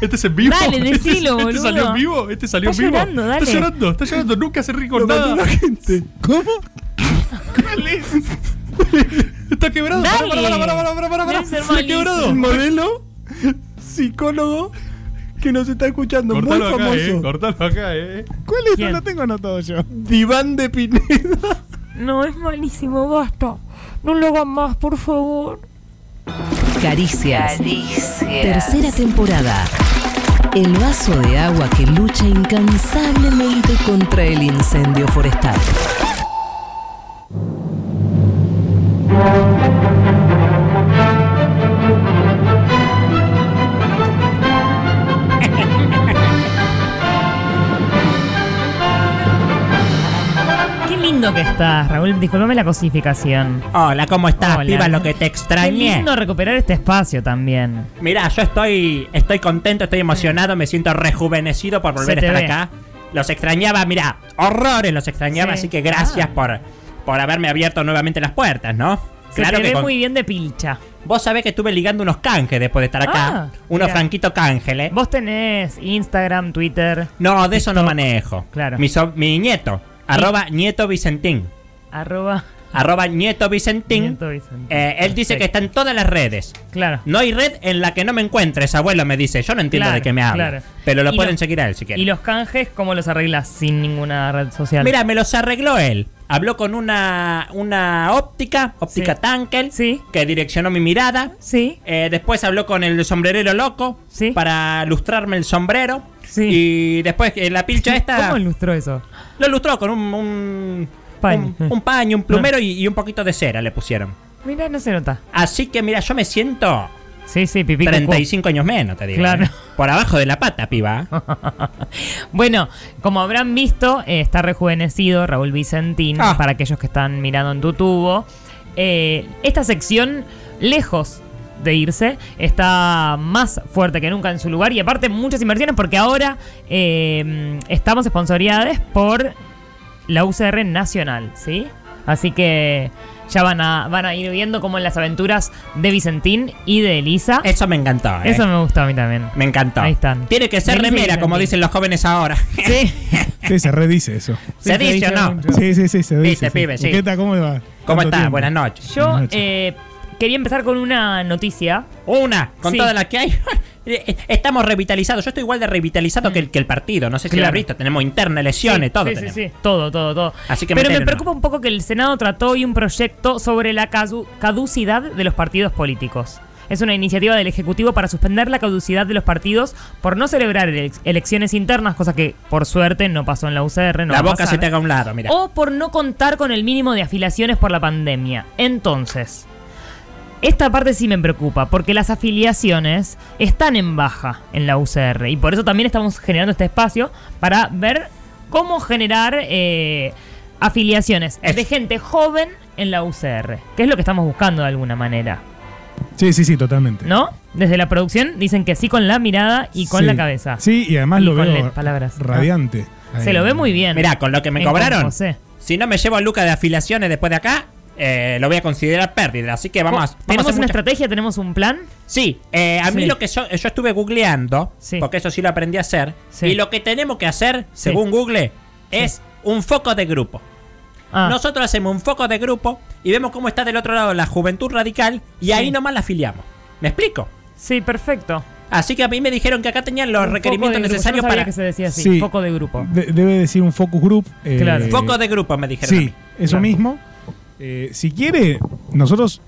Speaker 4: Este es en vivo.
Speaker 9: Dale,
Speaker 4: este,
Speaker 9: decilo, boludo.
Speaker 4: Este salió en vivo. Este salió
Speaker 9: Está
Speaker 4: en vivo.
Speaker 9: llorando, dale.
Speaker 4: Está llorando, está llorando. Nunca se ríe con nada.
Speaker 8: gente.
Speaker 6: ¿Cómo? ¿Cuál es?
Speaker 4: Está quebrado.
Speaker 9: Dale.
Speaker 4: Pará, pará, pará, pará, pará, pará, pará.
Speaker 9: Debe ser
Speaker 4: Está quebrado.
Speaker 8: Un modelo psicólogo que nos está escuchando.
Speaker 4: Cortalo
Speaker 8: muy
Speaker 4: acá,
Speaker 8: famoso.
Speaker 4: eh. Cortalo acá, eh.
Speaker 6: ¿Cuál es?
Speaker 9: ¿Quién?
Speaker 6: No lo tengo anotado yo.
Speaker 8: Diván de Pineda.
Speaker 9: No, es malísimo, basta. No lo hagan más, por favor.
Speaker 10: Caricias. Tercera temporada. El vaso de agua que lucha incansablemente contra el incendio forestal.
Speaker 9: Qué lindo que estás, Raúl. Disculpame la cosificación.
Speaker 15: Hola, ¿cómo estás,
Speaker 9: Hola.
Speaker 15: piba? Lo que te
Speaker 9: Qué
Speaker 15: extrañé.
Speaker 9: lindo recuperar este espacio también.
Speaker 15: Mirá, yo estoy, estoy contento, estoy emocionado, me siento rejuvenecido por volver a
Speaker 9: Se te
Speaker 15: estar
Speaker 9: ve.
Speaker 15: acá. Los extrañaba, mirá, horrores los extrañaba,
Speaker 9: Sí.
Speaker 15: así que gracias
Speaker 9: Ah.
Speaker 15: por, por haberme abierto nuevamente las puertas, ¿no?
Speaker 9: Se te ve
Speaker 15: con-
Speaker 9: muy bien de pilcha.
Speaker 15: vos sabés que estuve ligando unos canjes después de estar acá.
Speaker 9: Ah,
Speaker 15: unos
Speaker 9: mirá.
Speaker 15: franquitos cángeles.
Speaker 9: Vos tenés Instagram, Twitter,
Speaker 15: No, de eso no manejo.
Speaker 9: Claro.
Speaker 15: Mi, so- mi nieto, arroba nieto Vicentín.
Speaker 9: arroba.
Speaker 15: Arroba nieto Vicentín.
Speaker 9: Nieto Vicentín.
Speaker 15: Eh, él dice que está en todas las redes.
Speaker 9: Claro.
Speaker 15: No hay red en la que no me encuentres, abuelo, me dice. Yo no entiendo
Speaker 9: Claro,
Speaker 15: de qué me habla.
Speaker 9: claro.
Speaker 15: Pero lo
Speaker 9: Y
Speaker 15: pueden
Speaker 9: los-
Speaker 15: seguir a él si quieren.
Speaker 9: ¿Y los canjes cómo los arreglas sin ninguna red social?
Speaker 15: Mira, me los arregló él. Habló con una, una óptica, óptica
Speaker 9: Sí.
Speaker 15: Tankel,
Speaker 9: Sí.
Speaker 15: que direccionó mi mirada.
Speaker 9: Sí.
Speaker 15: Eh, después habló con el sombrerero loco
Speaker 9: Sí.
Speaker 15: para lustrarme el sombrero.
Speaker 9: Sí.
Speaker 15: Y después eh, la pilcha esta
Speaker 9: ¿Cómo ilustró eso?
Speaker 15: lo lustró con un, un,
Speaker 9: Paño. Ah.
Speaker 15: un, un paño, un plumero y, y un poquito de cera le pusieron.
Speaker 9: Mira, no se nota.
Speaker 15: Así que mira, yo me siento
Speaker 9: Sí, sí, pipí. cucú.
Speaker 15: 35 años menos, te digo.
Speaker 9: Claro.
Speaker 15: ¿eh? Por abajo de la pata, piba.
Speaker 9: Bueno, como habrán visto, eh, está rejuvenecido Raúl Vicentín,
Speaker 15: Ah.
Speaker 9: para aquellos que están mirando en tu tubo. Eh, esta sección, lejos de irse, está más fuerte que nunca en su lugar y aparte muchas inversiones porque ahora eh, estamos sponsoriadas por la UCR Nacional, ¿sí? Así que ya van a, van a ir viendo cómo en las aventuras de Vicentín y de Elisa.
Speaker 15: Eso me encantó. ¿eh?
Speaker 9: Eso me gustó a mí también.
Speaker 15: me encantó.
Speaker 9: Ahí están.
Speaker 15: Tiene que ser
Speaker 9: Feliz
Speaker 15: remera,
Speaker 9: día,
Speaker 15: como
Speaker 9: Santi.
Speaker 15: dicen los jóvenes ahora.
Speaker 9: Sí.
Speaker 6: Sí, se redice eso.
Speaker 15: ¿Se dice o no?
Speaker 6: Sí, sí, sí, se
Speaker 15: Viste,
Speaker 6: dice.
Speaker 15: pibe, sí.
Speaker 6: ¿Qué tal? ¿Cómo va?
Speaker 15: ¿Cómo
Speaker 6: Tanto
Speaker 15: estás?
Speaker 6: tiempo.
Speaker 15: Buenas noches.
Speaker 9: Yo
Speaker 6: Buenas noches.
Speaker 9: eh, quería empezar con una noticia.
Speaker 15: Una, con
Speaker 9: Sí.
Speaker 15: todas las que hay. eh, estamos revitalizados. Yo estoy igual de revitalizado que, el, que el partido. No sé si lo
Speaker 9: Mm. Claro.
Speaker 15: has visto. Tenemos internas, lesiones,
Speaker 9: Sí,
Speaker 15: todo.
Speaker 9: sí, sí,
Speaker 15: tenemos.
Speaker 9: sí. Todo, todo, todo.
Speaker 15: Así que
Speaker 9: Pero me
Speaker 15: metele
Speaker 9: preocupa un poco que el Senado trató hoy un proyecto sobre la cadu- caducidad de los partidos políticos. Es una iniciativa del Ejecutivo para suspender la caducidad de los partidos por no celebrar ele- elecciones internas, cosa que por suerte no pasó en la UCR. No
Speaker 15: La
Speaker 9: va a
Speaker 15: boca
Speaker 9: pasar.
Speaker 15: se te haga a un lado, mira.
Speaker 9: O por no contar con el mínimo de afiliaciones por la pandemia. Entonces, esta parte sí me preocupa, porque las afiliaciones están en baja en la UCR. Y por eso también estamos generando este espacio para ver cómo generar eh, afiliaciones de gente joven en la UCR. Que es lo que estamos buscando de alguna manera.
Speaker 6: Sí, sí, sí, totalmente.
Speaker 9: ¿No? Desde la producción dicen que sí con la mirada y con
Speaker 6: Sí.
Speaker 9: la cabeza.
Speaker 6: Sí, y además
Speaker 9: Y
Speaker 6: lo
Speaker 9: con
Speaker 6: veo
Speaker 9: las palabras.
Speaker 6: radiante.
Speaker 9: Ah, Se lo ve muy bien.
Speaker 15: Mirá, con lo que me
Speaker 9: En
Speaker 15: cobraron,
Speaker 9: Juan José.
Speaker 15: Si no me llevo a Luca de afiliaciones después de acá, eh, lo voy a considerar pérdida. Así que vamos, a- vamos a
Speaker 9: ¿Tenemos
Speaker 15: hacer
Speaker 9: una
Speaker 15: mucha-
Speaker 9: estrategia? ¿Tenemos un plan?
Speaker 15: Sí, eh, a mí
Speaker 9: Sí.
Speaker 15: lo que yo, yo estuve googleando, porque eso sí lo aprendí a hacer, y lo que tenemos que hacer, según Google, es un foco de grupo.
Speaker 9: Ah.
Speaker 15: Nosotros hacemos un foco de grupo y vemos cómo está del otro lado la juventud radical y ahí
Speaker 9: Sí.
Speaker 15: nomás la afiliamos. ¿Me explico?
Speaker 9: Sí, perfecto.
Speaker 15: Así que a mí me dijeron que acá tenían los
Speaker 9: Un
Speaker 15: requerimientos
Speaker 9: foco de grupo. Yo
Speaker 15: necesarios
Speaker 9: no sabía
Speaker 15: para...
Speaker 9: que se decía así,
Speaker 6: Sí.
Speaker 9: foco de grupo.
Speaker 6: De- debe decir un focus group. eh,
Speaker 15: Foco de grupo, me dijeron. a
Speaker 6: Sí,
Speaker 15: mí.
Speaker 6: eso mismo. Eh, si quiere, nosotros.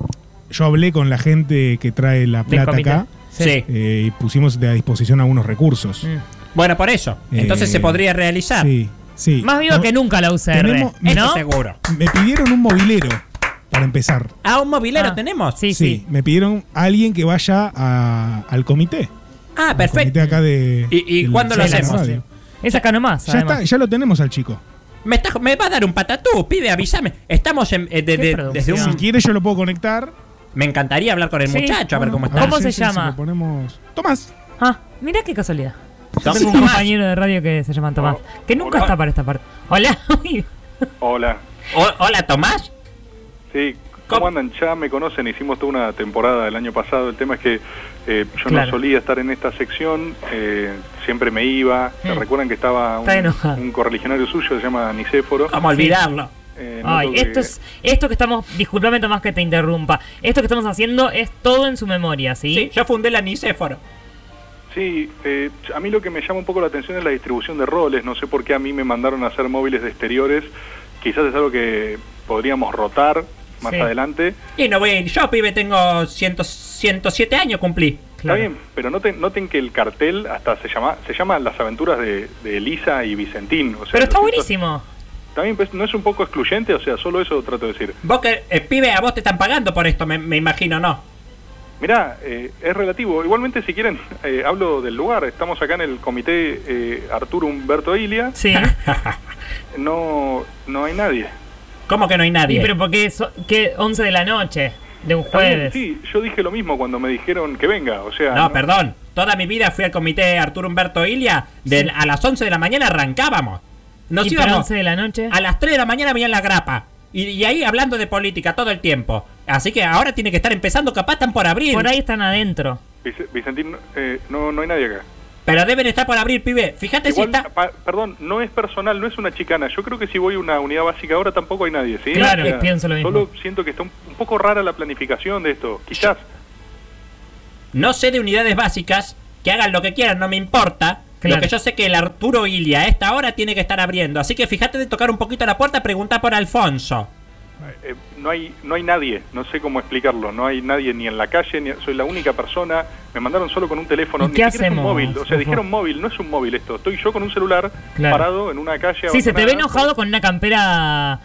Speaker 6: Yo hablé con la gente que trae la
Speaker 15: Del
Speaker 6: plata
Speaker 15: comité.
Speaker 6: acá.
Speaker 15: Sí.
Speaker 6: eh, y pusimos de a disposición algunos recursos.
Speaker 9: Mm.
Speaker 15: Bueno, por eso. Entonces
Speaker 6: Eh,
Speaker 15: se podría realizar.
Speaker 6: Sí, sí.
Speaker 9: Más viva
Speaker 6: No,
Speaker 9: que nunca la UCR.
Speaker 6: tenemos-
Speaker 9: ¿no?
Speaker 6: Eso
Speaker 15: seguro.
Speaker 6: Me pidieron un mobilero para empezar.
Speaker 15: Ah, un mobilero tenemos.
Speaker 6: Sí, me pidieron a alguien que vaya a- al comité.
Speaker 15: Ah,
Speaker 6: Al
Speaker 15: perfecto.
Speaker 6: comité acá de.
Speaker 15: ¿Y, y
Speaker 6: del-
Speaker 15: cuándo lo
Speaker 6: de la
Speaker 15: hacemos?
Speaker 6: radio.
Speaker 9: Es acá nomás.
Speaker 6: Ya, está, ya lo tenemos al chico.
Speaker 15: Me, está- me va a dar un patatú, pibe, avísame. Estamos en, eh, de- de- desde
Speaker 6: Si
Speaker 15: un.
Speaker 6: quiere, yo lo puedo conectar. Ah,
Speaker 15: Me encantaría hablar con el
Speaker 6: Sí.
Speaker 15: muchacho, a ver cómo está.
Speaker 9: ¿Cómo se llama?
Speaker 6: ponemos... Tomás.
Speaker 9: Ah, mirá qué casualidad. Yo
Speaker 15: Tomás.
Speaker 9: tengo un compañero de radio que se llama Tomás. Que nunca está para esta parte. Hola. Uy,
Speaker 16: Hola.
Speaker 15: hola, Tomás.
Speaker 16: Sí, ¿cómo andan? Ya me conocen, hicimos toda una temporada el año pasado. El tema es que eh, yo
Speaker 9: Claro.
Speaker 16: no solía estar en esta sección, eh, siempre me iba. ¿Se recuerdan que estaba
Speaker 9: Hmm. Está
Speaker 16: un,
Speaker 9: enojado.
Speaker 16: un correligionario suyo, se llama Nicéforo?
Speaker 9: Cómo olvidarlo.
Speaker 16: Eh, noto
Speaker 9: Ay,
Speaker 16: que-
Speaker 9: esto, es, esto que estamos. Disculpame, Tomás, que te interrumpa. Esto que estamos haciendo es todo en su memoria, ¿sí? Sí,
Speaker 15: yo fundé la Nicéforo.
Speaker 16: Sí, eh, a mí lo que me llama un poco la atención es la distribución de roles. No sé por qué a mí me mandaron a hacer móviles de exteriores. Quizás es algo que podríamos rotar más
Speaker 15: Sí.
Speaker 16: adelante.
Speaker 15: Y no voy, yo, pibe, tengo 100 107 años cumplí.
Speaker 16: Está bien, pero noten, noten que el cartel hasta se llama se llama Las aventuras de, de Elisa y Vicentín. O sea,
Speaker 9: Pero está
Speaker 16: los-
Speaker 9: buenísimo.
Speaker 16: Está bien, pues no es un poco excluyente, o sea, solo eso trato de decir.
Speaker 15: Vos que, eh, pibe, a vos te están pagando por esto, me, me imagino, ¿no?
Speaker 16: Mirá, eh, es relativo. Igualmente, si quieren, eh, hablo del lugar. Estamos acá en el comité eh, Arturo Humberto Ilia.
Speaker 9: Sí.
Speaker 16: No, no hay nadie.
Speaker 15: ¿Cómo que no hay
Speaker 9: Y pero porque es que 11 de la noche de un
Speaker 16: Está bien,
Speaker 9: jueves.
Speaker 16: sí, yo dije lo mismo cuando me dijeron que venga, o sea...
Speaker 15: No, perdón. Toda mi vida fui al comité Arturo Humberto Ilia. de- A las 11 de la mañana arrancábamos. Nos
Speaker 9: ¿Y para
Speaker 15: íbamos
Speaker 9: 11 de la noche?
Speaker 15: A las 3 de la mañana veían la grapa. Y, y ahí hablando de política todo el tiempo. Así que ahora tiene que estar empezando, capaz están por abrir.
Speaker 9: Por ahí están adentro.
Speaker 16: Vic- Vicentín, eh, no, no hay nadie acá.
Speaker 15: Pero deben estar por abrir, pibe. Fíjate
Speaker 16: Igual,
Speaker 15: si está.
Speaker 16: pa- perdón, no es personal, no es una chicana. Yo creo que si voy a una unidad básica ahora tampoco hay nadie, ¿sí?
Speaker 9: Claro, pienso lo mismo.
Speaker 16: Solo siento que está un, un poco rara la planificación de esto. Quizás.
Speaker 15: No sé de unidades básicas. Que hagan lo que quieran, no me importa.
Speaker 16: Claro.
Speaker 15: Lo que yo sé que el Arturo Ilia a esta hora tiene que estar abriendo. Así que fíjate de tocar un poquito la puerta, pregunta por Alfonso.
Speaker 16: eh, no hay no hay nadie, no sé cómo explicarlo. No hay nadie ni en la calle, ni, soy la única persona. Me mandaron solo con un teléfono.
Speaker 9: ¿Y
Speaker 16: ni
Speaker 9: qué
Speaker 16: siquiera es un
Speaker 9: hacemos?
Speaker 16: móvil. O sea,
Speaker 9: Ujú.
Speaker 16: dijeron móvil, no es un móvil esto. Estoy yo con un celular
Speaker 9: Claro.
Speaker 16: parado en una calle.
Speaker 9: Sí, se te ve
Speaker 16: abandonada.
Speaker 9: enojado con una campera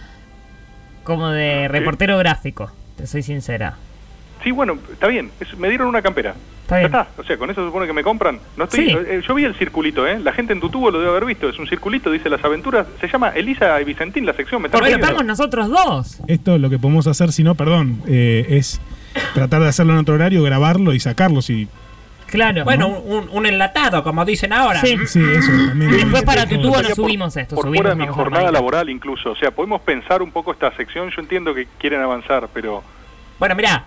Speaker 9: como de reportero gráfico, te soy sincera.
Speaker 16: Sí, bueno, está bien. es- me dieron una campera.
Speaker 9: Está
Speaker 16: Ya
Speaker 9: bien.
Speaker 16: está. O sea, con eso se supone que me compran. No estoy,
Speaker 9: Mm. Sí.
Speaker 16: eh, yo vi el circulito, ¿eh? La gente en tu tubo lo debe haber visto. Es un circulito, dice las aventuras. Se llama Elisa y Vicentín, la sección. Me está
Speaker 9: Porque
Speaker 16: jodiendo.
Speaker 9: estamos nosotros dos.
Speaker 6: Esto lo que podemos hacer, si no, perdón, eh, es tratar de hacerlo en otro horario, grabarlo y sacarlo. Si,
Speaker 9: Claro.
Speaker 15: Bueno, un, un- un enlatado, como dicen ahora.
Speaker 6: sí, eso también.
Speaker 9: Después para tu tubo no
Speaker 16: Estaría por-
Speaker 9: subimos esto,
Speaker 16: Por
Speaker 9: subimos
Speaker 16: fuera de mi
Speaker 9: una cosa
Speaker 16: jornada
Speaker 9: normal.
Speaker 16: laboral incluso. O sea, podemos pensar un poco esta sección. Yo entiendo que quieren avanzar, pero...
Speaker 15: Bueno, mira,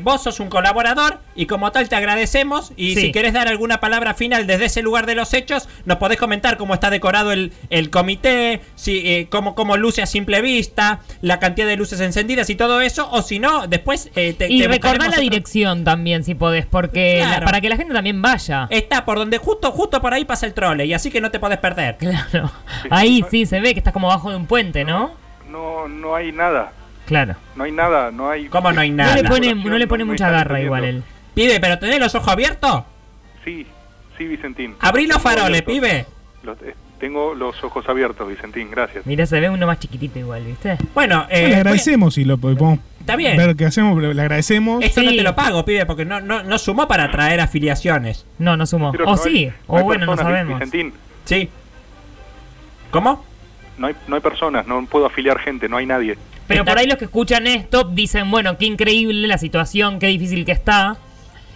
Speaker 15: vos sos un colaborador y como tal te agradecemos. Y
Speaker 9: Sí.
Speaker 15: si querés dar alguna palabra final desde ese lugar de los hechos, nos podés comentar cómo está decorado el, el comité, si, eh, cómo, cómo luce a simple vista, la cantidad de luces encendidas y todo eso. O si no, después eh, te,
Speaker 9: Y
Speaker 15: te
Speaker 9: recordá
Speaker 15: buscaremos
Speaker 9: la
Speaker 15: otro-
Speaker 9: dirección también, si podés, porque la-
Speaker 15: Claro.
Speaker 9: para que la gente también vaya.
Speaker 15: Está por donde justo, justo por ahí pasa el trole. Y así que no te podés perder.
Speaker 9: Claro. Ahí sí se ve que estás como bajo de un puente, ¿no?
Speaker 16: No, no hay nada.
Speaker 9: Claro.
Speaker 16: No hay nada, no hay.
Speaker 15: ¿Cómo no hay nada?
Speaker 9: No le pone, no le pone mucha garra igual él.
Speaker 15: Pibe, pero tenés los ojos abiertos.
Speaker 16: Sí, sí, Vicentín.
Speaker 15: Abrí los
Speaker 16: Tengo
Speaker 15: faroles,
Speaker 16: abiertos.
Speaker 15: pibe.
Speaker 16: Los- eh, tengo los ojos abiertos, Vicentín, gracias.
Speaker 9: Mirá, se ve uno más chiquitito igual, ¿viste?
Speaker 15: Bueno, eh,
Speaker 6: Bueno, le agradecemos y lo podemos
Speaker 15: Está bien. Eh,
Speaker 6: ver qué hacemos, pero le agradecemos.
Speaker 15: Esto no te lo pago, pibe, porque no, no, no sumó para traer afiliaciones.
Speaker 9: No, no sumó.
Speaker 16: Pero no hay- no hay
Speaker 9: Oh,
Speaker 16: personas, Vicentín.
Speaker 15: Sí. ¿Cómo?
Speaker 16: No hay, no hay personas, no puedo afiliar gente, no hay nadie.
Speaker 9: Pero por ahí los que escuchan esto dicen, bueno, qué increíble la situación, qué difícil que está,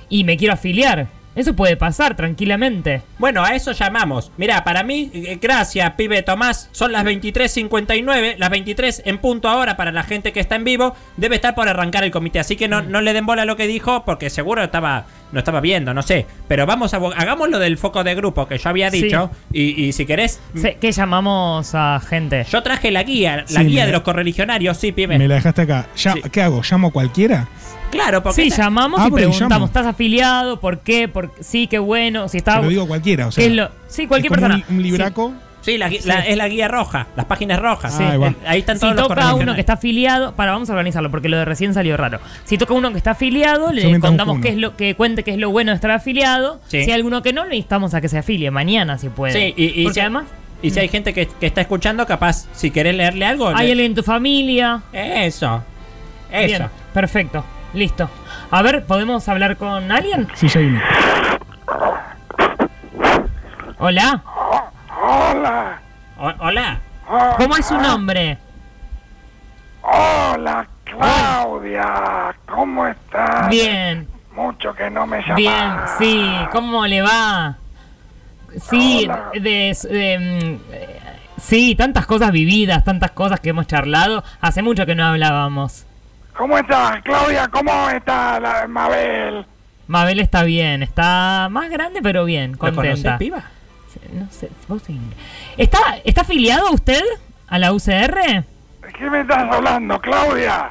Speaker 9: y me quiero afiliar. Eso puede pasar tranquilamente.
Speaker 15: Bueno, a eso llamamos. Mirá, para mí, eh, gracias, pibe Tomás. Son las 23.59, las 23 en punto ahora para la gente que está en vivo. Debe estar por arrancar el comité, así que no,
Speaker 9: Mm.
Speaker 15: no le den bola a lo que dijo, porque seguro estaba no estaba viendo, no sé. Pero vamos a... bo- Hagamos lo del foco de grupo que yo había
Speaker 9: Sí.
Speaker 15: dicho. Y, y si querés... mm.
Speaker 9: Se- ¿Qué llamamos a gente?
Speaker 15: Yo traje la guía, la
Speaker 6: Sí,
Speaker 15: guía
Speaker 6: me-
Speaker 15: de los correligionarios, sí, pibe.
Speaker 6: Me la dejaste acá. Ya- ¿Qué hago? ¿Llamo a cualquiera?
Speaker 15: Claro, porque... Ah,
Speaker 9: Sí, llamamos y
Speaker 6: Abro y llamo.
Speaker 9: preguntamos, ¿estás afiliado? ¿Por qué? ¿Por qué? Sí, qué bueno. Si está...
Speaker 6: Te lo digo a cualquiera, o
Speaker 9: ¿Qué
Speaker 6: sea.
Speaker 9: es lo- Sí, cualquier
Speaker 6: es como
Speaker 9: persona.
Speaker 6: un- un libraco. Ah,
Speaker 15: Sí, la gui- la- es la guía roja, las páginas rojas.
Speaker 9: Sí.
Speaker 15: Eh, Ahí están todos
Speaker 9: si
Speaker 15: los
Speaker 9: toca uno
Speaker 15: correligionarios.
Speaker 9: que está afiliado, para vamos a organizarlo porque lo de recién salió raro. Si toca uno que está afiliado,
Speaker 15: Yo
Speaker 9: le
Speaker 15: mientras
Speaker 9: contamos
Speaker 15: busco
Speaker 9: qué es
Speaker 15: uno.
Speaker 9: lo que cuente qué es lo bueno de estar afiliado.
Speaker 15: Sí.
Speaker 9: Si hay alguno que no, le instamos a que se afilie mañana si puede.
Speaker 15: Sí, y, y
Speaker 9: Porque
Speaker 15: si,
Speaker 9: además
Speaker 15: y si hay gente que, que está escuchando, capaz, si querés leerle algo.
Speaker 9: hay
Speaker 15: le-
Speaker 9: alguien en tu familia.
Speaker 15: Eso. Eso.
Speaker 9: Bien, perfecto. Listo. A ver, ¿podemos hablar con alguien?
Speaker 6: Sí, ya hay uno.
Speaker 9: Hola.
Speaker 11: Hola,
Speaker 15: O- hola.
Speaker 9: ¿Cómo es su nombre?
Speaker 11: hola, Claudia. ¿Cómo estás?
Speaker 9: Bien,
Speaker 11: Mucho que no me
Speaker 9: bien,
Speaker 11: llamas.
Speaker 9: sí. ¿Cómo le va? Sí, de, de, mm, eh, sí, tantas cosas vividas, tantas cosas que hemos charlado. Hace mucho que no hablábamos.
Speaker 11: ¿Cómo estás, Claudia? ¿Cómo está la- Mabel?
Speaker 9: Mabel está bien, está más grande pero bien,
Speaker 15: conocés,
Speaker 9: contenta.
Speaker 15: piba?
Speaker 9: No sé, vos sí. ¿Está, ¿Está afiliado usted a la UCR?
Speaker 11: ¿De qué me estás hablando, Claudia?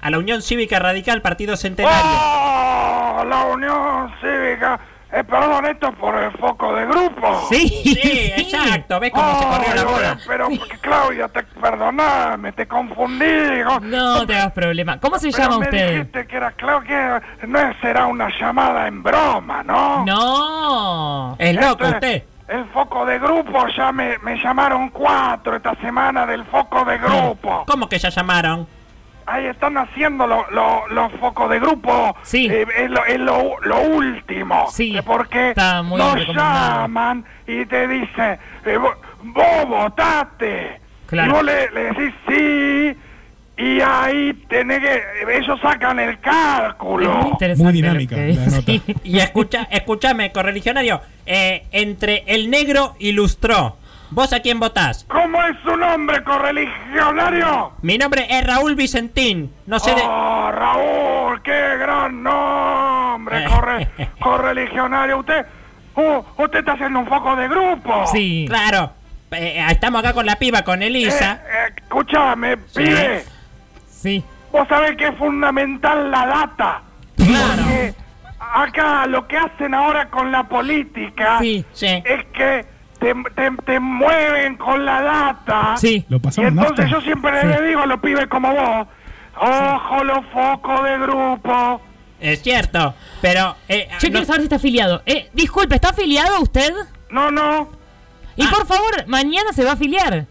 Speaker 15: A la Unión Cívica Radical, Partido Centenario.
Speaker 11: Oh, la Unión Cívica. Eh, perdón, esto es por el foco de grupo.
Speaker 15: Sí, exacto. ¿Ves cómo se corrió la bola?
Speaker 11: Pero, porque, Claudia, te perdoname, te confundí. digo,
Speaker 9: No te hagas problema. ¿Cómo se
Speaker 11: Pero
Speaker 9: llama
Speaker 11: me
Speaker 9: usted?
Speaker 11: dijiste que era Claudia, no será una llamada en broma, ¿no?
Speaker 9: No.
Speaker 15: Es loco
Speaker 11: Esto
Speaker 15: usted.
Speaker 11: El foco de grupo, ya me, me llamaron cuatro esta semana del foco de grupo.
Speaker 15: ¿Cómo que ya llamaron?
Speaker 11: Ahí están haciendo los lo, los focos de grupo.
Speaker 9: Sí.
Speaker 11: Eh, es lo, es lo, lo último.
Speaker 9: Sí,
Speaker 11: Eh, Porque
Speaker 9: está muy
Speaker 11: nos
Speaker 9: recomendado.
Speaker 11: llaman y te dicen, eh, vo- vos votaste.
Speaker 9: Claro.
Speaker 11: Y vos le, le decís sí. Y ahí tenés que... Ellos sacan el cálculo.
Speaker 6: Muy dinámica la nota.
Speaker 15: Y escucha, escúchame, correligionario. Eh, entre el negro y Lustró, ¿vos a quién votás?
Speaker 11: ¿Cómo es su nombre, correligionario?
Speaker 15: Mi nombre es Raúl Vicentín. No sé de.
Speaker 11: Oh, Raúl, qué gran nombre, corre, correligionario. Usted, uh, usted está haciendo un foco de grupo.
Speaker 15: Claro. Eh, estamos acá con la piba, con Elisa.
Speaker 11: Eh, Escúchame, pibe.
Speaker 9: Sí.
Speaker 11: Vos sabés que es fundamental la data. Porque acá lo que hacen ahora con la política
Speaker 9: Sí,
Speaker 11: es que te, te- te mueven con la data.
Speaker 9: Sí.
Speaker 6: Lo
Speaker 11: Y
Speaker 6: pasamos
Speaker 11: entonces
Speaker 6: nafta.
Speaker 11: yo siempre
Speaker 6: Sí.
Speaker 11: le digo a los pibes como vos, ojo los focos ¡Oh, de grupo.
Speaker 15: Es cierto. Pero. eh,
Speaker 9: Yo
Speaker 15: no-
Speaker 9: quiero saber si está afiliado. Eh, disculpe, ¿está afiliado usted?
Speaker 11: No, no. Ah.
Speaker 9: Y por favor, mañana se va a afiliar.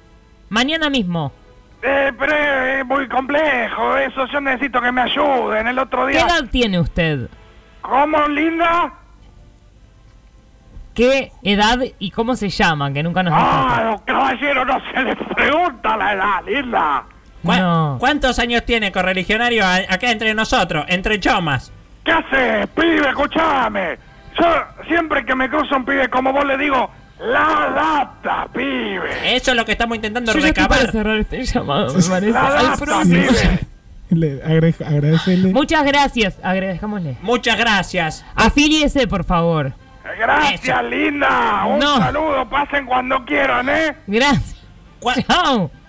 Speaker 9: Mañana mismo.
Speaker 11: Eh, pero es muy complejo eso, yo necesito que me ayuden el otro
Speaker 9: ¿Qué
Speaker 11: día.
Speaker 9: edad tiene usted?
Speaker 11: ¿Cómo, linda?
Speaker 9: ¿Qué edad y cómo se llama? Que nunca nos
Speaker 11: Ah,
Speaker 9: dijo.
Speaker 11: los caballeros no se les pregunta la edad, linda.
Speaker 15: ¿Cuá-
Speaker 9: No.
Speaker 15: ¿Cuántos años tiene correligionario a- acá entre nosotros, entre chomas?
Speaker 11: ¿Qué haces, pibe? Escuchame. Yo siempre que me cruzo un pibe como vos le digo, la data, pibe.
Speaker 15: Eso es lo que estamos intentando
Speaker 9: Yo ya estoy para
Speaker 15: recabar.
Speaker 9: cerrar este llamado, me parece.
Speaker 11: La
Speaker 9: Al
Speaker 11: data,
Speaker 9: próximo.
Speaker 11: pibe.
Speaker 6: Le agrade- agradecele.
Speaker 9: Muchas gracias, agradezcámosle.
Speaker 15: Muchas gracias.
Speaker 9: Afíliese, por favor.
Speaker 11: Gracias, linda. Un
Speaker 9: No.
Speaker 11: saludo. Pasen cuando quieran, ¿eh?
Speaker 9: Gracias.
Speaker 15: ¿Cuál,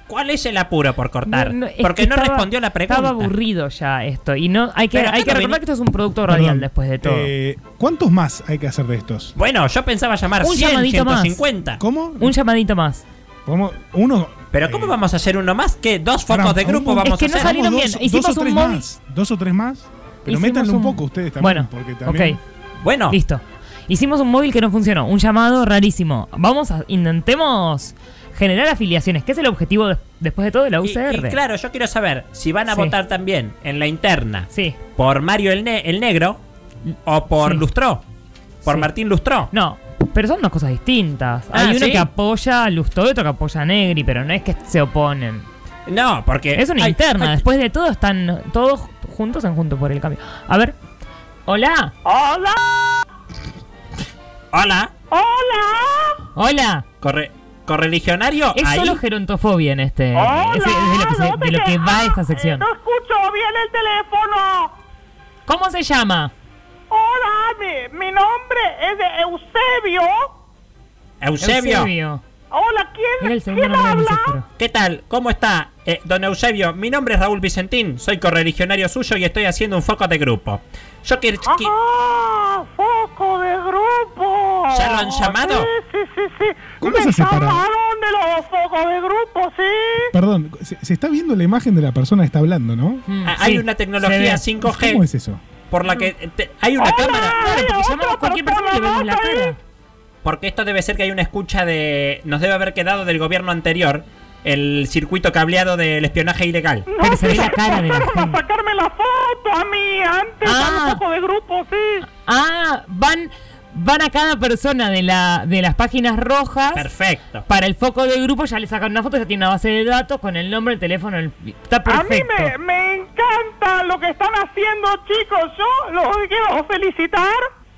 Speaker 15: cuál es el apuro por cortar?
Speaker 9: No, no, es
Speaker 15: Porque
Speaker 9: que
Speaker 15: no
Speaker 9: estaba-
Speaker 15: respondió la pregunta.
Speaker 9: Estaba aburrido ya esto. Y no hay que,
Speaker 15: Pero
Speaker 9: hay
Speaker 15: acá
Speaker 9: que
Speaker 15: no veni-
Speaker 9: recordar que esto es un producto radial
Speaker 6: Perdón,
Speaker 9: después de todo.
Speaker 6: eh, ¿Cuántos más hay que hacer de estos?
Speaker 15: Bueno, yo pensaba llamar
Speaker 9: Un
Speaker 15: 100,
Speaker 9: llamadito más.
Speaker 15: 150.
Speaker 6: ¿Cómo?
Speaker 9: Un llamadito más.
Speaker 6: ¿Cómo? Uno. Eh,
Speaker 15: ¿Pero cómo vamos a hacer uno más? ¿Qué? ¿Dos fotos
Speaker 6: Fran,
Speaker 15: de grupo
Speaker 6: un-
Speaker 15: vamos
Speaker 9: que
Speaker 15: a
Speaker 9: no
Speaker 15: hacer?
Speaker 9: salieron
Speaker 6: Dos-
Speaker 9: bien.
Speaker 6: dos,
Speaker 9: Hicimos
Speaker 6: o
Speaker 9: un
Speaker 6: tres
Speaker 9: móvil.
Speaker 6: más. Dos o tres más. Pero
Speaker 9: Hicimos
Speaker 6: métanle un...
Speaker 9: un-
Speaker 6: poco ustedes también.
Speaker 9: Bueno,
Speaker 6: porque también.
Speaker 9: ok. Bueno. Listo. Hicimos un móvil que no funcionó. Un llamado rarísimo. Vamos a. Intentemos generar afiliaciones, que es el objetivo de- después de todo de la
Speaker 15: Y-
Speaker 9: UCR.
Speaker 15: Y, claro, yo quiero saber si van a
Speaker 9: Sí.
Speaker 15: votar también en la interna
Speaker 9: Sí.
Speaker 15: por Mario el, Ne- el Negro o por Lustró. Por
Speaker 9: Sí.
Speaker 15: Martín Lustró.
Speaker 9: No, pero son dos cosas distintas.
Speaker 15: Ah,
Speaker 9: Hay uno
Speaker 15: ¿sí?
Speaker 9: que apoya a Lustó y otro que apoya a Negri, pero no es que se oponen.
Speaker 15: No, Ah, porque.
Speaker 9: Es una
Speaker 15: Ay,
Speaker 9: interna.
Speaker 15: ay,
Speaker 9: Después de todo, están todos juntos en Juntos por el Cambio. A ver. Hola. Hola.
Speaker 15: Hola.
Speaker 9: Hola.
Speaker 15: Corre, correligionario.
Speaker 9: Ah. Es
Speaker 15: ahí.
Speaker 9: solo gerontofobia en este.
Speaker 15: Hola,
Speaker 9: es- es de lo que, se- de lo que va esta sección.
Speaker 11: Ah, Escucho bien el teléfono.
Speaker 9: ¿Cómo se llama?
Speaker 11: Hola, mi, mi nombre es de Eusebio.
Speaker 15: Eusebio.
Speaker 11: Hola,
Speaker 9: Era
Speaker 11: ¿quién,
Speaker 9: el segundo
Speaker 11: ¿quién
Speaker 9: nombre de
Speaker 11: habla?
Speaker 9: Nicéforo.
Speaker 15: ¿Qué tal? ¿Cómo está? Eh, don Eusebio, mi nombre es Raúl Vicentín, soy correligionario suyo y estoy haciendo un foco de grupo. Yo quiero... qui-
Speaker 11: ¡Ah! ¡Foco de grupo!
Speaker 15: ¿Ya lo han llamado?
Speaker 11: Sí, sí, sí. sí.
Speaker 6: ¿Cómo
Speaker 11: Me
Speaker 6: se separan?
Speaker 11: llamaron de los focos de grupo, sí.
Speaker 6: Perdón, se, se está viendo la imagen de la persona que está hablando, ¿no?
Speaker 15: Ah, Hay
Speaker 9: sí,
Speaker 15: una
Speaker 9: se ve.
Speaker 15: tecnología
Speaker 6: ¿Cómo
Speaker 15: 5G
Speaker 6: es eso?
Speaker 15: por la que... te- hay una cámara...
Speaker 9: Claro, porque llamamos a cualquier persona y le vemos la cara.
Speaker 15: Porque esto debe ser que hay una escucha de... Nos debe haber quedado del gobierno anterior el circuito cableado del espionaje ilegal.
Speaker 9: Pero se ve la cara de la
Speaker 11: Para
Speaker 9: gente.
Speaker 11: sacarme la foto a mí antes,
Speaker 9: Ah.
Speaker 11: a los focos de grupo, sí.
Speaker 9: Ah, van, van a cada persona de, la, de las páginas rojas.
Speaker 15: Perfecto.
Speaker 9: Para el foco del grupo ya le sacan una foto, ya tiene una base de datos con el nombre, el teléfono, el- está
Speaker 11: A mí
Speaker 9: perfecto.
Speaker 11: me, me encanta lo que están haciendo, chicos. Yo los quiero felicitar.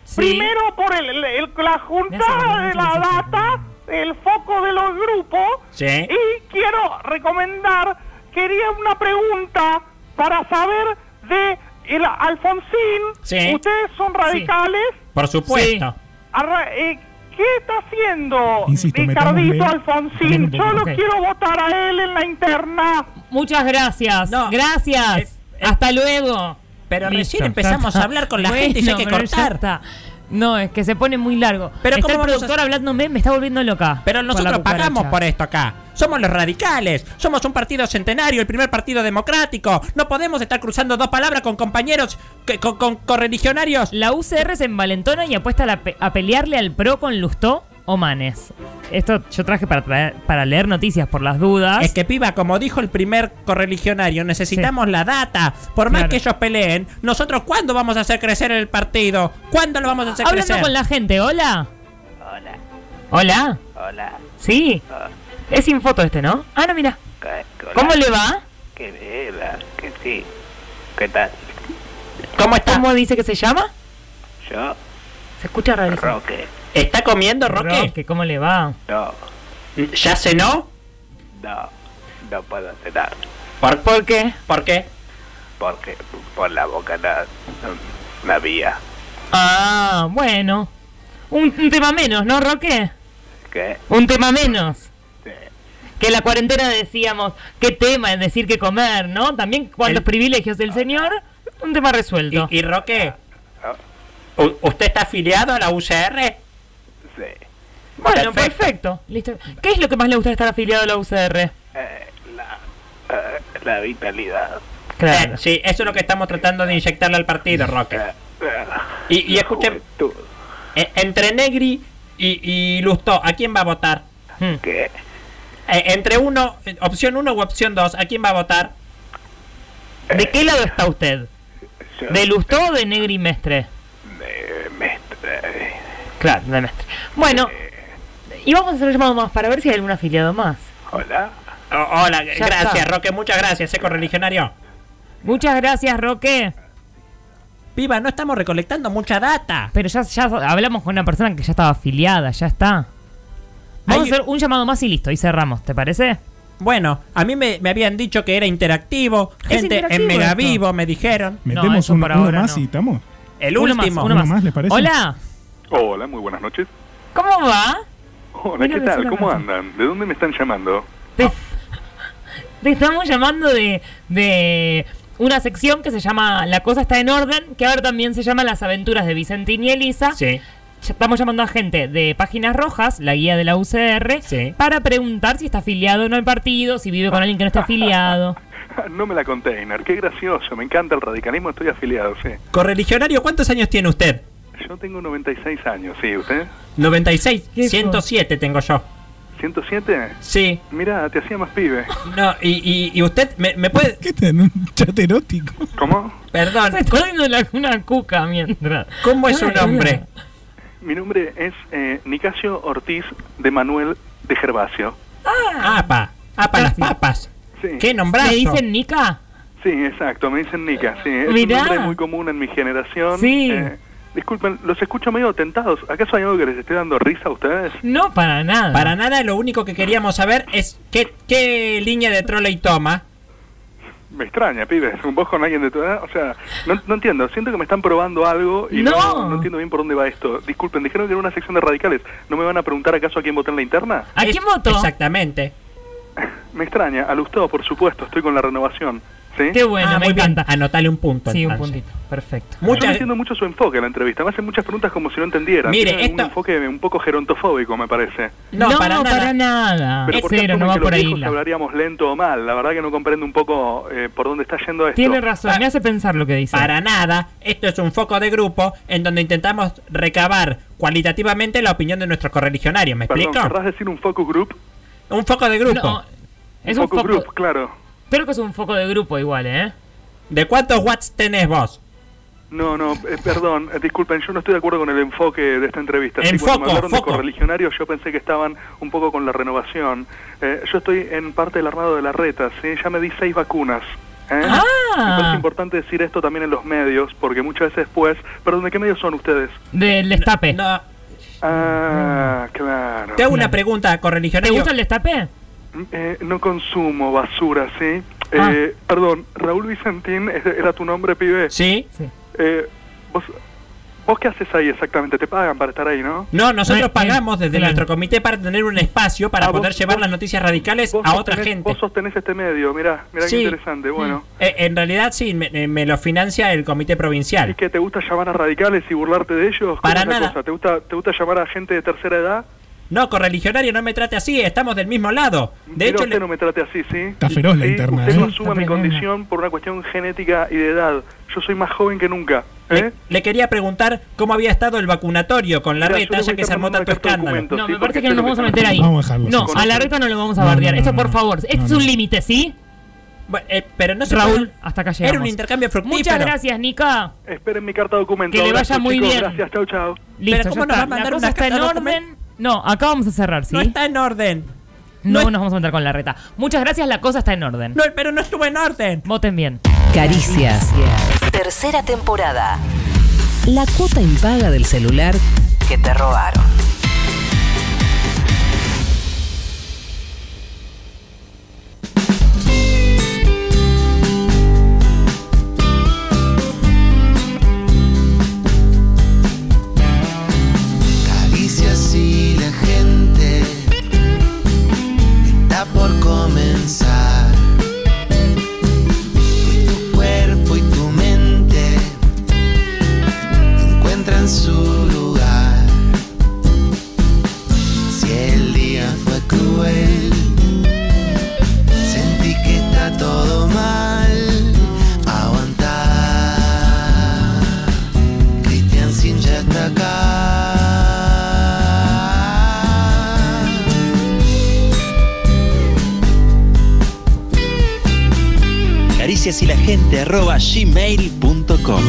Speaker 9: Sí.
Speaker 11: Primero por el, el- el- la juntada de la data, el foco de los grupos.
Speaker 15: Sí.
Speaker 11: Y quiero recomendar, quería una pregunta para saber de el Alfonsín.
Speaker 15: Sí.
Speaker 11: Ustedes son radicales.
Speaker 15: Por supuesto.
Speaker 11: Arra- eh, ¿Qué está haciendo
Speaker 6: Insisto,
Speaker 11: Ricardito
Speaker 6: metámosle-
Speaker 11: Alfonsín?
Speaker 6: metámosle un
Speaker 11: Yo
Speaker 6: poco.
Speaker 11: lo
Speaker 9: Ok.
Speaker 11: quiero votar a él en la interna.
Speaker 9: Muchas gracias.
Speaker 15: No,
Speaker 9: gracias.
Speaker 15: eh, eh,
Speaker 9: Hasta luego.
Speaker 15: Pero
Speaker 9: Listo,
Speaker 15: recién empezamos
Speaker 9: ya
Speaker 15: a
Speaker 9: está.
Speaker 15: hablar con la
Speaker 9: Bueno,
Speaker 15: gente y ya hay que
Speaker 9: pero
Speaker 15: cortar.
Speaker 9: está. No, es que se pone muy largo.
Speaker 15: Pero
Speaker 9: Pero está el
Speaker 15: ¿cómo vamos a
Speaker 9: productor hablándome, me está volviendo loca.
Speaker 15: Pero
Speaker 9: con la
Speaker 15: nosotros
Speaker 9: cucaracha.
Speaker 15: pagamos por esto acá. Somos los radicales. Somos un partido centenario, el primer partido democrático. No podemos estar cruzando dos palabras con compañeros, que- con, con correligionarios.
Speaker 9: La UCR se envalentona y apuesta a, la pe- a pelearle al pro con Lustó o Manes. Esto yo traje para, traer- para leer noticias por las dudas.
Speaker 15: Es que, piba, como dijo el primer correligionario, necesitamos la data. Por más
Speaker 9: Claro.
Speaker 15: que ellos peleen, nosotros, ¿cuándo vamos a hacer crecer el partido? ¿Cuándo lo vamos a hacer
Speaker 9: Hablando
Speaker 15: crecer?
Speaker 9: con la gente, hola. Hola. Hola. Sí. Es sin foto este, ¿no? Ah, no, mira. ¿Cómo le va?
Speaker 17: Que beba, que sí. ¿Qué tal?
Speaker 15: ¿Cómo está?
Speaker 9: ¿Cómo dice que se llama?
Speaker 17: Yo,
Speaker 9: Se escucha rarísimo.
Speaker 17: Roque.
Speaker 15: ¿Está comiendo, Roque?
Speaker 9: Roque, ¿cómo le va?
Speaker 17: No,
Speaker 15: ¿Ya cenó?
Speaker 17: no, no puedo cenar.
Speaker 15: ¿Por,
Speaker 9: ¿Por qué?
Speaker 15: ¿Por qué?
Speaker 17: Porque por la boca no, no, no había.
Speaker 9: Ah, bueno. Un, un tema menos, ¿no, Roque?
Speaker 17: ¿Qué?
Speaker 9: Un tema menos.
Speaker 17: Sí.
Speaker 9: Que en la cuarentena decíamos, ¿qué tema es decir que comer, no? También cuántos
Speaker 15: El-
Speaker 9: privilegios del señor, un tema resuelto.
Speaker 15: ¿Y, y Roque? ¿u- ¿Usted está afiliado a la UCR?
Speaker 17: Sí.
Speaker 9: bueno, perfecto. Listo. ¿Qué es lo que más le gusta de estar afiliado a la UCR?
Speaker 17: Eh, la, eh, la vitalidad.
Speaker 9: Claro.
Speaker 15: Eh, sí, eso es lo que estamos tratando de inyectarle al partido, Roque. Y, y escuche,
Speaker 17: Tú,
Speaker 15: eh, entre Negri y, y Lustó, ¿a quién va a votar? Hmm.
Speaker 9: Mm.
Speaker 17: ¿qué?
Speaker 15: Eh, entre uno, eh, opción 1 u opción 2, ¿a quién va a votar?
Speaker 9: ¿De qué lado está usted?
Speaker 17: Yo
Speaker 9: ¿De Lustó o de Negri Mestre?
Speaker 17: me, me- eh,
Speaker 9: Claro, de Mestre. Bueno, y vamos a hacer un llamado más para ver si hay algún afiliado más.
Speaker 17: Hola.
Speaker 15: Oh, hola,
Speaker 9: Ya
Speaker 15: gracias,
Speaker 9: está.
Speaker 15: Roque, muchas gracias, eh, correligionario.
Speaker 9: Muchas gracias, Roque.
Speaker 15: Piba, no estamos recolectando mucha data.
Speaker 9: Pero ya, ya hablamos con una persona que ya estaba afiliada, ya está. Vamos
Speaker 15: Hay-
Speaker 9: a hacer un llamado más y listo, y cerramos, ¿te parece?
Speaker 15: Bueno, a mí me, me habían dicho que era interactivo.
Speaker 9: Es
Speaker 15: Gente
Speaker 9: interactivo
Speaker 15: en Mega
Speaker 9: esto.
Speaker 15: Vivo me dijeron.
Speaker 9: No,
Speaker 6: Metemos
Speaker 9: eso
Speaker 6: un-
Speaker 9: por
Speaker 6: uno
Speaker 9: ahora
Speaker 6: más
Speaker 9: no.
Speaker 6: y estamos.
Speaker 15: El
Speaker 9: Uno más,
Speaker 15: último.
Speaker 9: uno más.
Speaker 6: ¿les parece?
Speaker 9: Hola,
Speaker 1: Hola, muy buenas noches.
Speaker 9: ¿cómo va?
Speaker 1: Hola, ¿qué tal? ¿Cómo andan? ¿De dónde me están llamando?
Speaker 9: Te estamos llamando de, de una sección que se llama La cosa está en orden, que ahora también se llama Las aventuras de Vicentín y Elisa.
Speaker 15: Sí.
Speaker 9: Estamos llamando a gente de Páginas Rojas, la guía de la UCR, para preguntar si está afiliado o no al partido, si vive con alguien que no está afiliado.
Speaker 1: No me la container, qué gracioso, me encanta el radicalismo, estoy afiliado, sí.
Speaker 15: Correligionario, ¿cuántos años tiene usted?
Speaker 1: Yo tengo 96 años, ¿sí? ¿Usted?
Speaker 15: 96. 107 tengo yo.
Speaker 1: ¿107?
Speaker 15: Sí.
Speaker 1: Mirá, te hacía más pibe.
Speaker 15: No, y, y- y usted me, me puede.
Speaker 6: ¿Qué te un chat erótico?
Speaker 1: ¿Cómo?
Speaker 15: Perdón.
Speaker 9: Se está haciendo la- una cuca mientras.
Speaker 15: ¿Cómo es su
Speaker 9: Ay,
Speaker 15: nombre?
Speaker 1: Mi nombre es eh, Nicasio Ortiz de Manuel de Gervasio.
Speaker 15: Apa. Apa, las papas.
Speaker 1: Sí.
Speaker 15: Ah. ¿Qué nombrazo?
Speaker 9: ¿Le dicen Nica?
Speaker 1: Sí, exacto, me dicen Nica, sí. Es
Speaker 9: Mirá.
Speaker 1: un nombre muy común en mi generación.
Speaker 9: Sí.
Speaker 1: Eh, disculpen, los escucho medio tentados. ¿Acaso hay algo que les esté dando risa a ustedes?
Speaker 9: No, para nada.
Speaker 15: Para nada, lo único que queríamos saber es qué, qué línea de trolley toma.
Speaker 1: Me extraña, pibes. Vos con alguien de tu edad, o sea, no, no entiendo. Siento que me están probando algo y no.
Speaker 9: No.
Speaker 1: no entiendo bien por dónde va esto. Disculpen, dijeron que era una sección de radicales. ¿No me van a preguntar acaso a quién voté en la interna?
Speaker 9: ¿A quién votó?
Speaker 15: Exactamente.
Speaker 1: Me extraña, al Gustavo, por supuesto. Estoy con la renovación. ¿Sí?
Speaker 9: Qué bueno,
Speaker 15: Ah,
Speaker 9: me
Speaker 15: muy bien.
Speaker 9: encanta.
Speaker 15: Anotale un punto.
Speaker 9: Sí, un
Speaker 15: entonces.
Speaker 9: puntito. Perfecto.
Speaker 1: Yo no
Speaker 15: Muchas,
Speaker 1: entiendo mucho su enfoque en la entrevista. Me hacen muchas preguntas como si no entendiera.
Speaker 15: Mire,
Speaker 1: Tiene un
Speaker 15: esta-
Speaker 1: enfoque un poco gerontofóbico, me parece.
Speaker 15: No, para nada.
Speaker 9: nada.
Speaker 1: Pero
Speaker 9: Es
Speaker 1: ¿por qué
Speaker 9: cero,
Speaker 1: asumen
Speaker 9: no va
Speaker 1: que los
Speaker 9: por ahí.
Speaker 1: viejos
Speaker 9: la-
Speaker 1: hablaríamos lento o mal? La verdad que no comprendo un poco eh, por dónde está yendo esto.
Speaker 9: Tiene razón, me hace pensar lo que dice.
Speaker 15: Ah, Para nada, esto es un foco de grupo en donde intentamos recabar cualitativamente la opinión de nuestros correligionarios, ¿me
Speaker 1: Perdón,
Speaker 15: explico?
Speaker 1: ¿querrás decir un focus group?
Speaker 15: Un foco de grupo.
Speaker 9: No, es un foco.
Speaker 1: group, claro.
Speaker 9: Creo que es un foco de grupo igual, ¿eh?
Speaker 15: ¿De cuántos watts tenés vos?
Speaker 1: No, no, eh, perdón, eh, disculpen, yo no estoy de acuerdo con el enfoque de esta entrevista. Sí,
Speaker 15: Enfoco,
Speaker 1: cuando me hablaron
Speaker 15: foco.
Speaker 1: de correligionarios, yo pensé que estaban un poco con la renovación. Eh, yo estoy en parte del armado de la reta, ¿sí? ya me di seis vacunas. ¿eh?
Speaker 15: Ah.
Speaker 1: Me parece importante decir esto también en los medios, porque muchas veces después. ¿Perdón, ¿de qué medios son ustedes?
Speaker 9: Del destape.
Speaker 15: No,
Speaker 1: Ah, claro.
Speaker 15: Mm. te hago una pregunta,
Speaker 9: ¿Te
Speaker 15: correligionario.
Speaker 9: gusta el destape?
Speaker 1: Eh, no consumo basura, ¿sí?
Speaker 9: Ah.
Speaker 1: Eh, Perdón, Raúl Vicentín, ¿e- ¿era tu nombre, pibe?
Speaker 15: ¿Sí?
Speaker 1: Eh, ¿vos, ¿Vos qué haces ahí exactamente? Te pagan para estar ahí, ¿no?
Speaker 15: No, nosotros
Speaker 9: No, eh,
Speaker 15: pagamos desde
Speaker 9: claro.
Speaker 15: nuestro comité para tener un espacio para
Speaker 1: Ah, vos-
Speaker 15: poder llevar
Speaker 1: vos-
Speaker 15: las noticias radicales
Speaker 1: Vos
Speaker 15: a otra
Speaker 1: sostenés-
Speaker 15: gente.
Speaker 1: Vos sostenés este medio, mirá, mirá
Speaker 15: Sí.
Speaker 1: qué interesante, bueno.
Speaker 15: Eh, en realidad sí, me, eh, me lo financia el comité
Speaker 1: ¿Y
Speaker 15: provincial.
Speaker 1: que te gusta llamar a radicales y burlarte de ellos? ¿Cómo
Speaker 15: Para
Speaker 1: es la
Speaker 15: nada.
Speaker 1: cosa? ¿Te, gusta, ¿Te gusta llamar a gente de tercera edad?
Speaker 15: No, correligionario, no me trate así, estamos del mismo lado. De
Speaker 1: Mirá,
Speaker 15: hecho,
Speaker 1: usted
Speaker 15: le-
Speaker 1: no me trate así, ¿sí?
Speaker 6: Está feroz la
Speaker 1: Sí,
Speaker 6: interna,
Speaker 1: Usted
Speaker 6: ¿eh?
Speaker 1: no asuma
Speaker 9: Está
Speaker 1: mi
Speaker 9: feroz.
Speaker 1: condición por una cuestión genética y de edad. Yo soy más joven que nunca, ¿eh?
Speaker 15: le, le quería preguntar cómo había estado el vacunatorio con la
Speaker 1: Mira, yo
Speaker 15: reta,
Speaker 1: le voy
Speaker 15: ya que se armó
Speaker 1: armando una
Speaker 15: tanto
Speaker 1: carta
Speaker 15: escándalo.
Speaker 1: documento,
Speaker 9: No,
Speaker 1: ¿sí?
Speaker 9: me
Speaker 1: Porque
Speaker 9: parece que
Speaker 1: esto
Speaker 9: no
Speaker 1: es
Speaker 9: nos vamos a
Speaker 1: lo
Speaker 9: meter ahí.
Speaker 6: Vamos a dejarlo
Speaker 9: No,
Speaker 6: así.
Speaker 9: a la reta no lo vamos a
Speaker 6: No, no,
Speaker 9: bardear.
Speaker 6: no,
Speaker 9: Esto,
Speaker 6: no,
Speaker 9: por
Speaker 6: no.
Speaker 9: favor, este
Speaker 6: No,
Speaker 9: es
Speaker 6: no.
Speaker 9: un límite, ¿sí?
Speaker 15: Bueno, eh, pero no se
Speaker 9: Raúl,
Speaker 15: puede-
Speaker 9: hasta acá llegamos.
Speaker 15: Era un intercambio fructífero.
Speaker 9: Muchas gracias, Nica.
Speaker 1: Esperen mi carta documento.
Speaker 9: Que le
Speaker 1: Abrazo,
Speaker 9: vaya muy
Speaker 1: chicos.
Speaker 9: bien.
Speaker 1: Gracias, chau, chau.
Speaker 9: Listo,
Speaker 15: Pero ¿cómo
Speaker 9: ya
Speaker 15: nos va a
Speaker 9: está.
Speaker 15: mandar
Speaker 9: la cosa
Speaker 15: una
Speaker 9: está
Speaker 15: carta
Speaker 9: en
Speaker 15: de
Speaker 9: orden. No, acá vamos a cerrar, ¿sí?
Speaker 15: No está en orden. no
Speaker 9: No,
Speaker 15: es-
Speaker 9: nos vamos a meter con la reta. Muchas gracias, la cosa está en orden.
Speaker 15: No, pero no estuvo en orden.
Speaker 9: Voten bien.
Speaker 10: Caricias. Tercera temporada. La cuota impaga del celular que te robaron.
Speaker 18: Caricias y la gente está por comenzar. Y tu cuerpo y tu mente encuentran su lugar. Si el día fue cruel, sentí que está todo mal. Aguantar. Cristian Sin ya está acá. Caricias y la gente arroba gmail.com.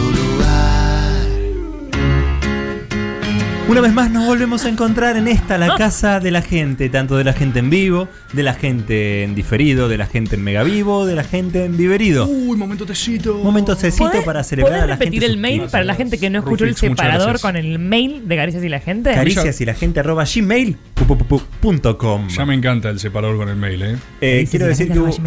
Speaker 8: Una vez más nos volvemos a encontrar en esta,
Speaker 9: Ah.
Speaker 8: la casa de la gente, tanto de la gente en vivo, de la gente en diferido, de la gente en megavivo, de la gente en viverido.
Speaker 4: Uy, momento tecito.
Speaker 8: Momento tecito para celebrar a la gente.
Speaker 9: repetir el mail
Speaker 8: suscrita?
Speaker 9: para la gente que no escuchó el
Speaker 8: Rufix, muchas
Speaker 9: separador
Speaker 8: gracias.
Speaker 9: con el mail de Caricias y la gente?
Speaker 8: Caricias y la gente arroba gmail
Speaker 4: Ya me encanta el separador con el mail, ¿eh?
Speaker 8: Eh, quiero decir que hubo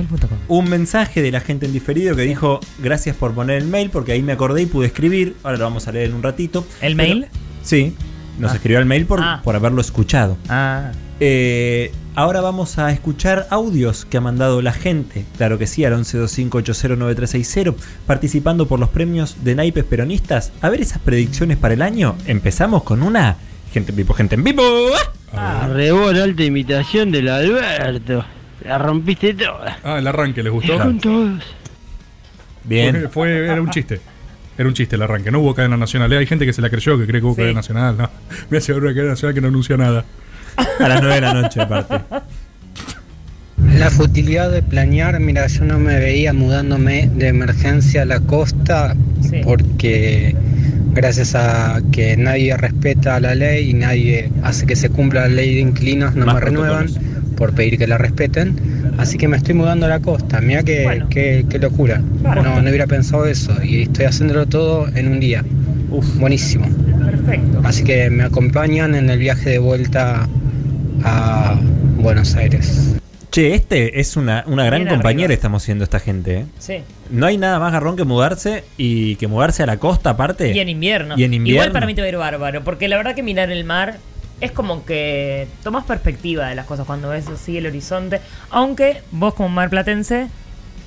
Speaker 8: un mensaje de la gente en diferido que dijo gracias por poner el mail porque ahí me acordé y pude escribir. Ahora lo vamos a leer en un ratito.
Speaker 9: ¿El
Speaker 8: Pero-
Speaker 9: mail?
Speaker 8: sí, nos
Speaker 9: Ah.
Speaker 8: escribió el mail por,
Speaker 9: Ah.
Speaker 8: por haberlo escuchado.
Speaker 19: Ah.
Speaker 8: Eh, ahora vamos a escuchar audios que ha mandado la gente, claro que sí, al 1125809360, participando por los premios de naipes peronistas. A ver esas predicciones para el año. Empezamos con una gente en vivo, gente en vivo. Ah.
Speaker 19: Ah.
Speaker 20: Rebol, alta imitación del Alberto. La rompiste toda.
Speaker 4: Ah, el arranque, ¿les gustó?
Speaker 20: Con todos.
Speaker 4: Fue, fue- era un chiste. Era un chiste el arranque. No hubo cadena nacional. Eh, Hay gente que se la creyó, que cree que hubo cadena nacional. No. Me hace una cadena nacional que no anunció nada.
Speaker 8: A las 9 de la noche, aparte.
Speaker 19: La futilidad de planear, mira, yo no me veía mudándome de emergencia a la costa porque gracias a que nadie respeta la ley y nadie hace que se cumpla la ley de inquilinos, no
Speaker 21: Más
Speaker 19: me renuevan por pedir que la respeten. Así que me estoy mudando a la costa, mira qué, qué- qué locura. No, no hubiera pensado eso y estoy haciéndolo todo en un día. buenísimo.
Speaker 9: Perfecto.
Speaker 19: Así que me acompañan en el viaje de vuelta a Buenos Aires.
Speaker 8: Che, este es una, una gran
Speaker 19: Bien
Speaker 8: compañera
Speaker 19: arriba.
Speaker 8: estamos siendo esta gente. ¿eh?
Speaker 9: Sí.
Speaker 8: No hay nada más garrón que mudarse y que mudarse a la costa aparte.
Speaker 9: Y en invierno.
Speaker 8: Y en invierno.
Speaker 9: Igual para mí te va a ir bárbaro, porque la verdad que mirar el mar es como que tomás perspectiva de las cosas cuando ves así el horizonte. Aunque vos como mar platense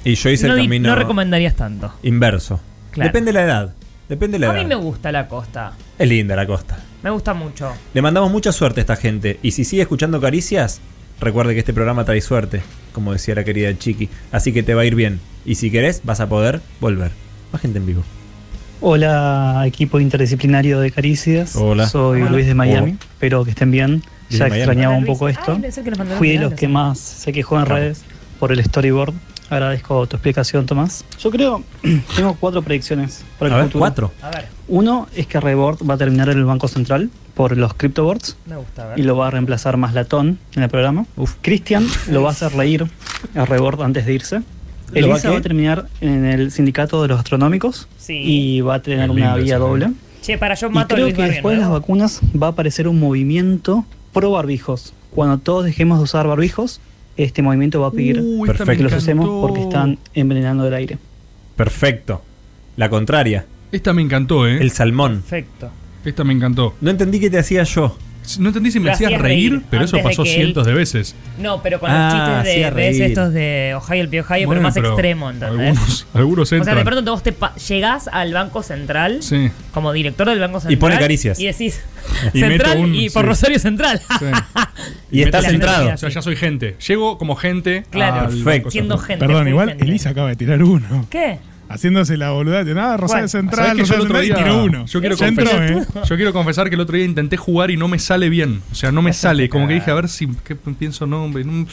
Speaker 8: Y yo hice
Speaker 9: no,
Speaker 8: el
Speaker 9: di-
Speaker 8: camino
Speaker 9: no recomendarías tanto.
Speaker 8: inverso.
Speaker 9: Claro.
Speaker 8: Depende de la edad. Depende de la
Speaker 9: A
Speaker 8: edad.
Speaker 9: mí me gusta la costa.
Speaker 8: Es linda la costa.
Speaker 9: Me gusta mucho.
Speaker 8: Le mandamos mucha suerte a esta gente. Y si sigue escuchando caricias, recuerde que este programa trae suerte, como decía la querida Chiqui. Así que te va a ir bien. Y si querés, vas a poder volver. Más gente en vivo.
Speaker 22: Hola, equipo interdisciplinario de Caricias.
Speaker 8: Hola.
Speaker 22: Soy
Speaker 8: Hola.
Speaker 22: Luis de Miami.
Speaker 8: Hola.
Speaker 22: Espero que estén bien.
Speaker 8: de
Speaker 22: ya
Speaker 8: Miami.
Speaker 22: extrañaba
Speaker 8: Hola,
Speaker 22: un poco esto.
Speaker 9: Ay, pensé que nos mandaron
Speaker 22: Fui de
Speaker 9: regalos.
Speaker 22: los que más se quejó en redes por el storyboard. Agradezco tu explicación, Tomás. Yo creo, tengo cuatro predicciones para
Speaker 8: A
Speaker 22: el
Speaker 8: ver,
Speaker 22: futuro.
Speaker 8: cuatro.
Speaker 9: A ver.
Speaker 22: Uno es que Rebord va a terminar en el Banco Central por los CryptoBoards
Speaker 9: Me gusta, a ver.
Speaker 22: y lo va a reemplazar más Latón en el programa. Cristian lo va a hacer reír a Rebord antes de irse.
Speaker 9: ¿Lo va a
Speaker 22: Elisa va,
Speaker 9: qué?
Speaker 22: a terminar en el sindicato de los astronómicos
Speaker 9: Sí.
Speaker 22: y va a tener
Speaker 9: Es
Speaker 22: una
Speaker 9: lindo
Speaker 22: vía
Speaker 9: ese
Speaker 22: doble.
Speaker 9: Che, para yo
Speaker 22: Y
Speaker 9: mato a
Speaker 22: creo
Speaker 9: Luis
Speaker 22: que
Speaker 9: Barrio
Speaker 22: después de las
Speaker 9: Nuevo.
Speaker 22: vacunas va a aparecer un movimiento pro barbijos. Cuando todos dejemos de usar barbijos, este movimiento va a pedir
Speaker 4: Uy, esta me
Speaker 22: que los
Speaker 4: encantó.
Speaker 22: usemos porque están envenenando el aire.
Speaker 8: Perfecto. La contraria.
Speaker 4: Esta me encantó, ¿eh?
Speaker 8: El salmón.
Speaker 9: Perfecto.
Speaker 4: Esta me encantó.
Speaker 8: No entendí qué te hacía yo.
Speaker 4: No entendí si me
Speaker 9: Lo
Speaker 4: hacías
Speaker 9: hacías
Speaker 4: reír,
Speaker 9: reír
Speaker 4: pero eso
Speaker 9: antes de
Speaker 4: pasó
Speaker 9: que él-
Speaker 4: cientos de veces.
Speaker 9: No, pero con
Speaker 4: Ah,
Speaker 9: los chistes
Speaker 4: hacía
Speaker 9: de ves
Speaker 4: reír.
Speaker 9: estos de Ohio el Pio Ohio, pero
Speaker 4: Bueno,
Speaker 9: más
Speaker 4: pero
Speaker 9: extremo, ¿entendés?
Speaker 4: Algunos, algunos
Speaker 9: O sea,
Speaker 4: entran.
Speaker 9: de pronto vos te pa- llegás al Banco Central
Speaker 4: Sí.
Speaker 9: como director del Banco Central.
Speaker 4: pone caricias.
Speaker 9: Y decís,
Speaker 4: Y meto
Speaker 9: Central
Speaker 4: un-
Speaker 9: y por
Speaker 4: sí.
Speaker 9: Rosario Central.
Speaker 8: Y
Speaker 4: meto
Speaker 8: estás
Speaker 4: la
Speaker 8: centrado.
Speaker 4: energía, O sea, ya soy gente. Llego como gente.
Speaker 9: Claro.
Speaker 4: al
Speaker 9: Perfecto.
Speaker 4: Banco
Speaker 9: Siendo
Speaker 4: Central.
Speaker 9: gente.
Speaker 6: Perdón, igual Elisa acaba de tirar uno.
Speaker 9: ¿Qué?
Speaker 6: Haciéndose la boluda de nada, Rosario
Speaker 4: ¿Sabés
Speaker 6: Central,
Speaker 4: que yo el
Speaker 6: Rosario
Speaker 4: otro
Speaker 6: Central y
Speaker 4: día-
Speaker 6: tiró uno.
Speaker 4: Yo quiero,
Speaker 6: Ya entró,
Speaker 4: confesar,
Speaker 6: ¿eh?
Speaker 4: yo quiero confesar que el otro día intenté jugar y no me sale bien. O sea, no me sale. Como que dije, a ver si qué pienso, no, hombre, no,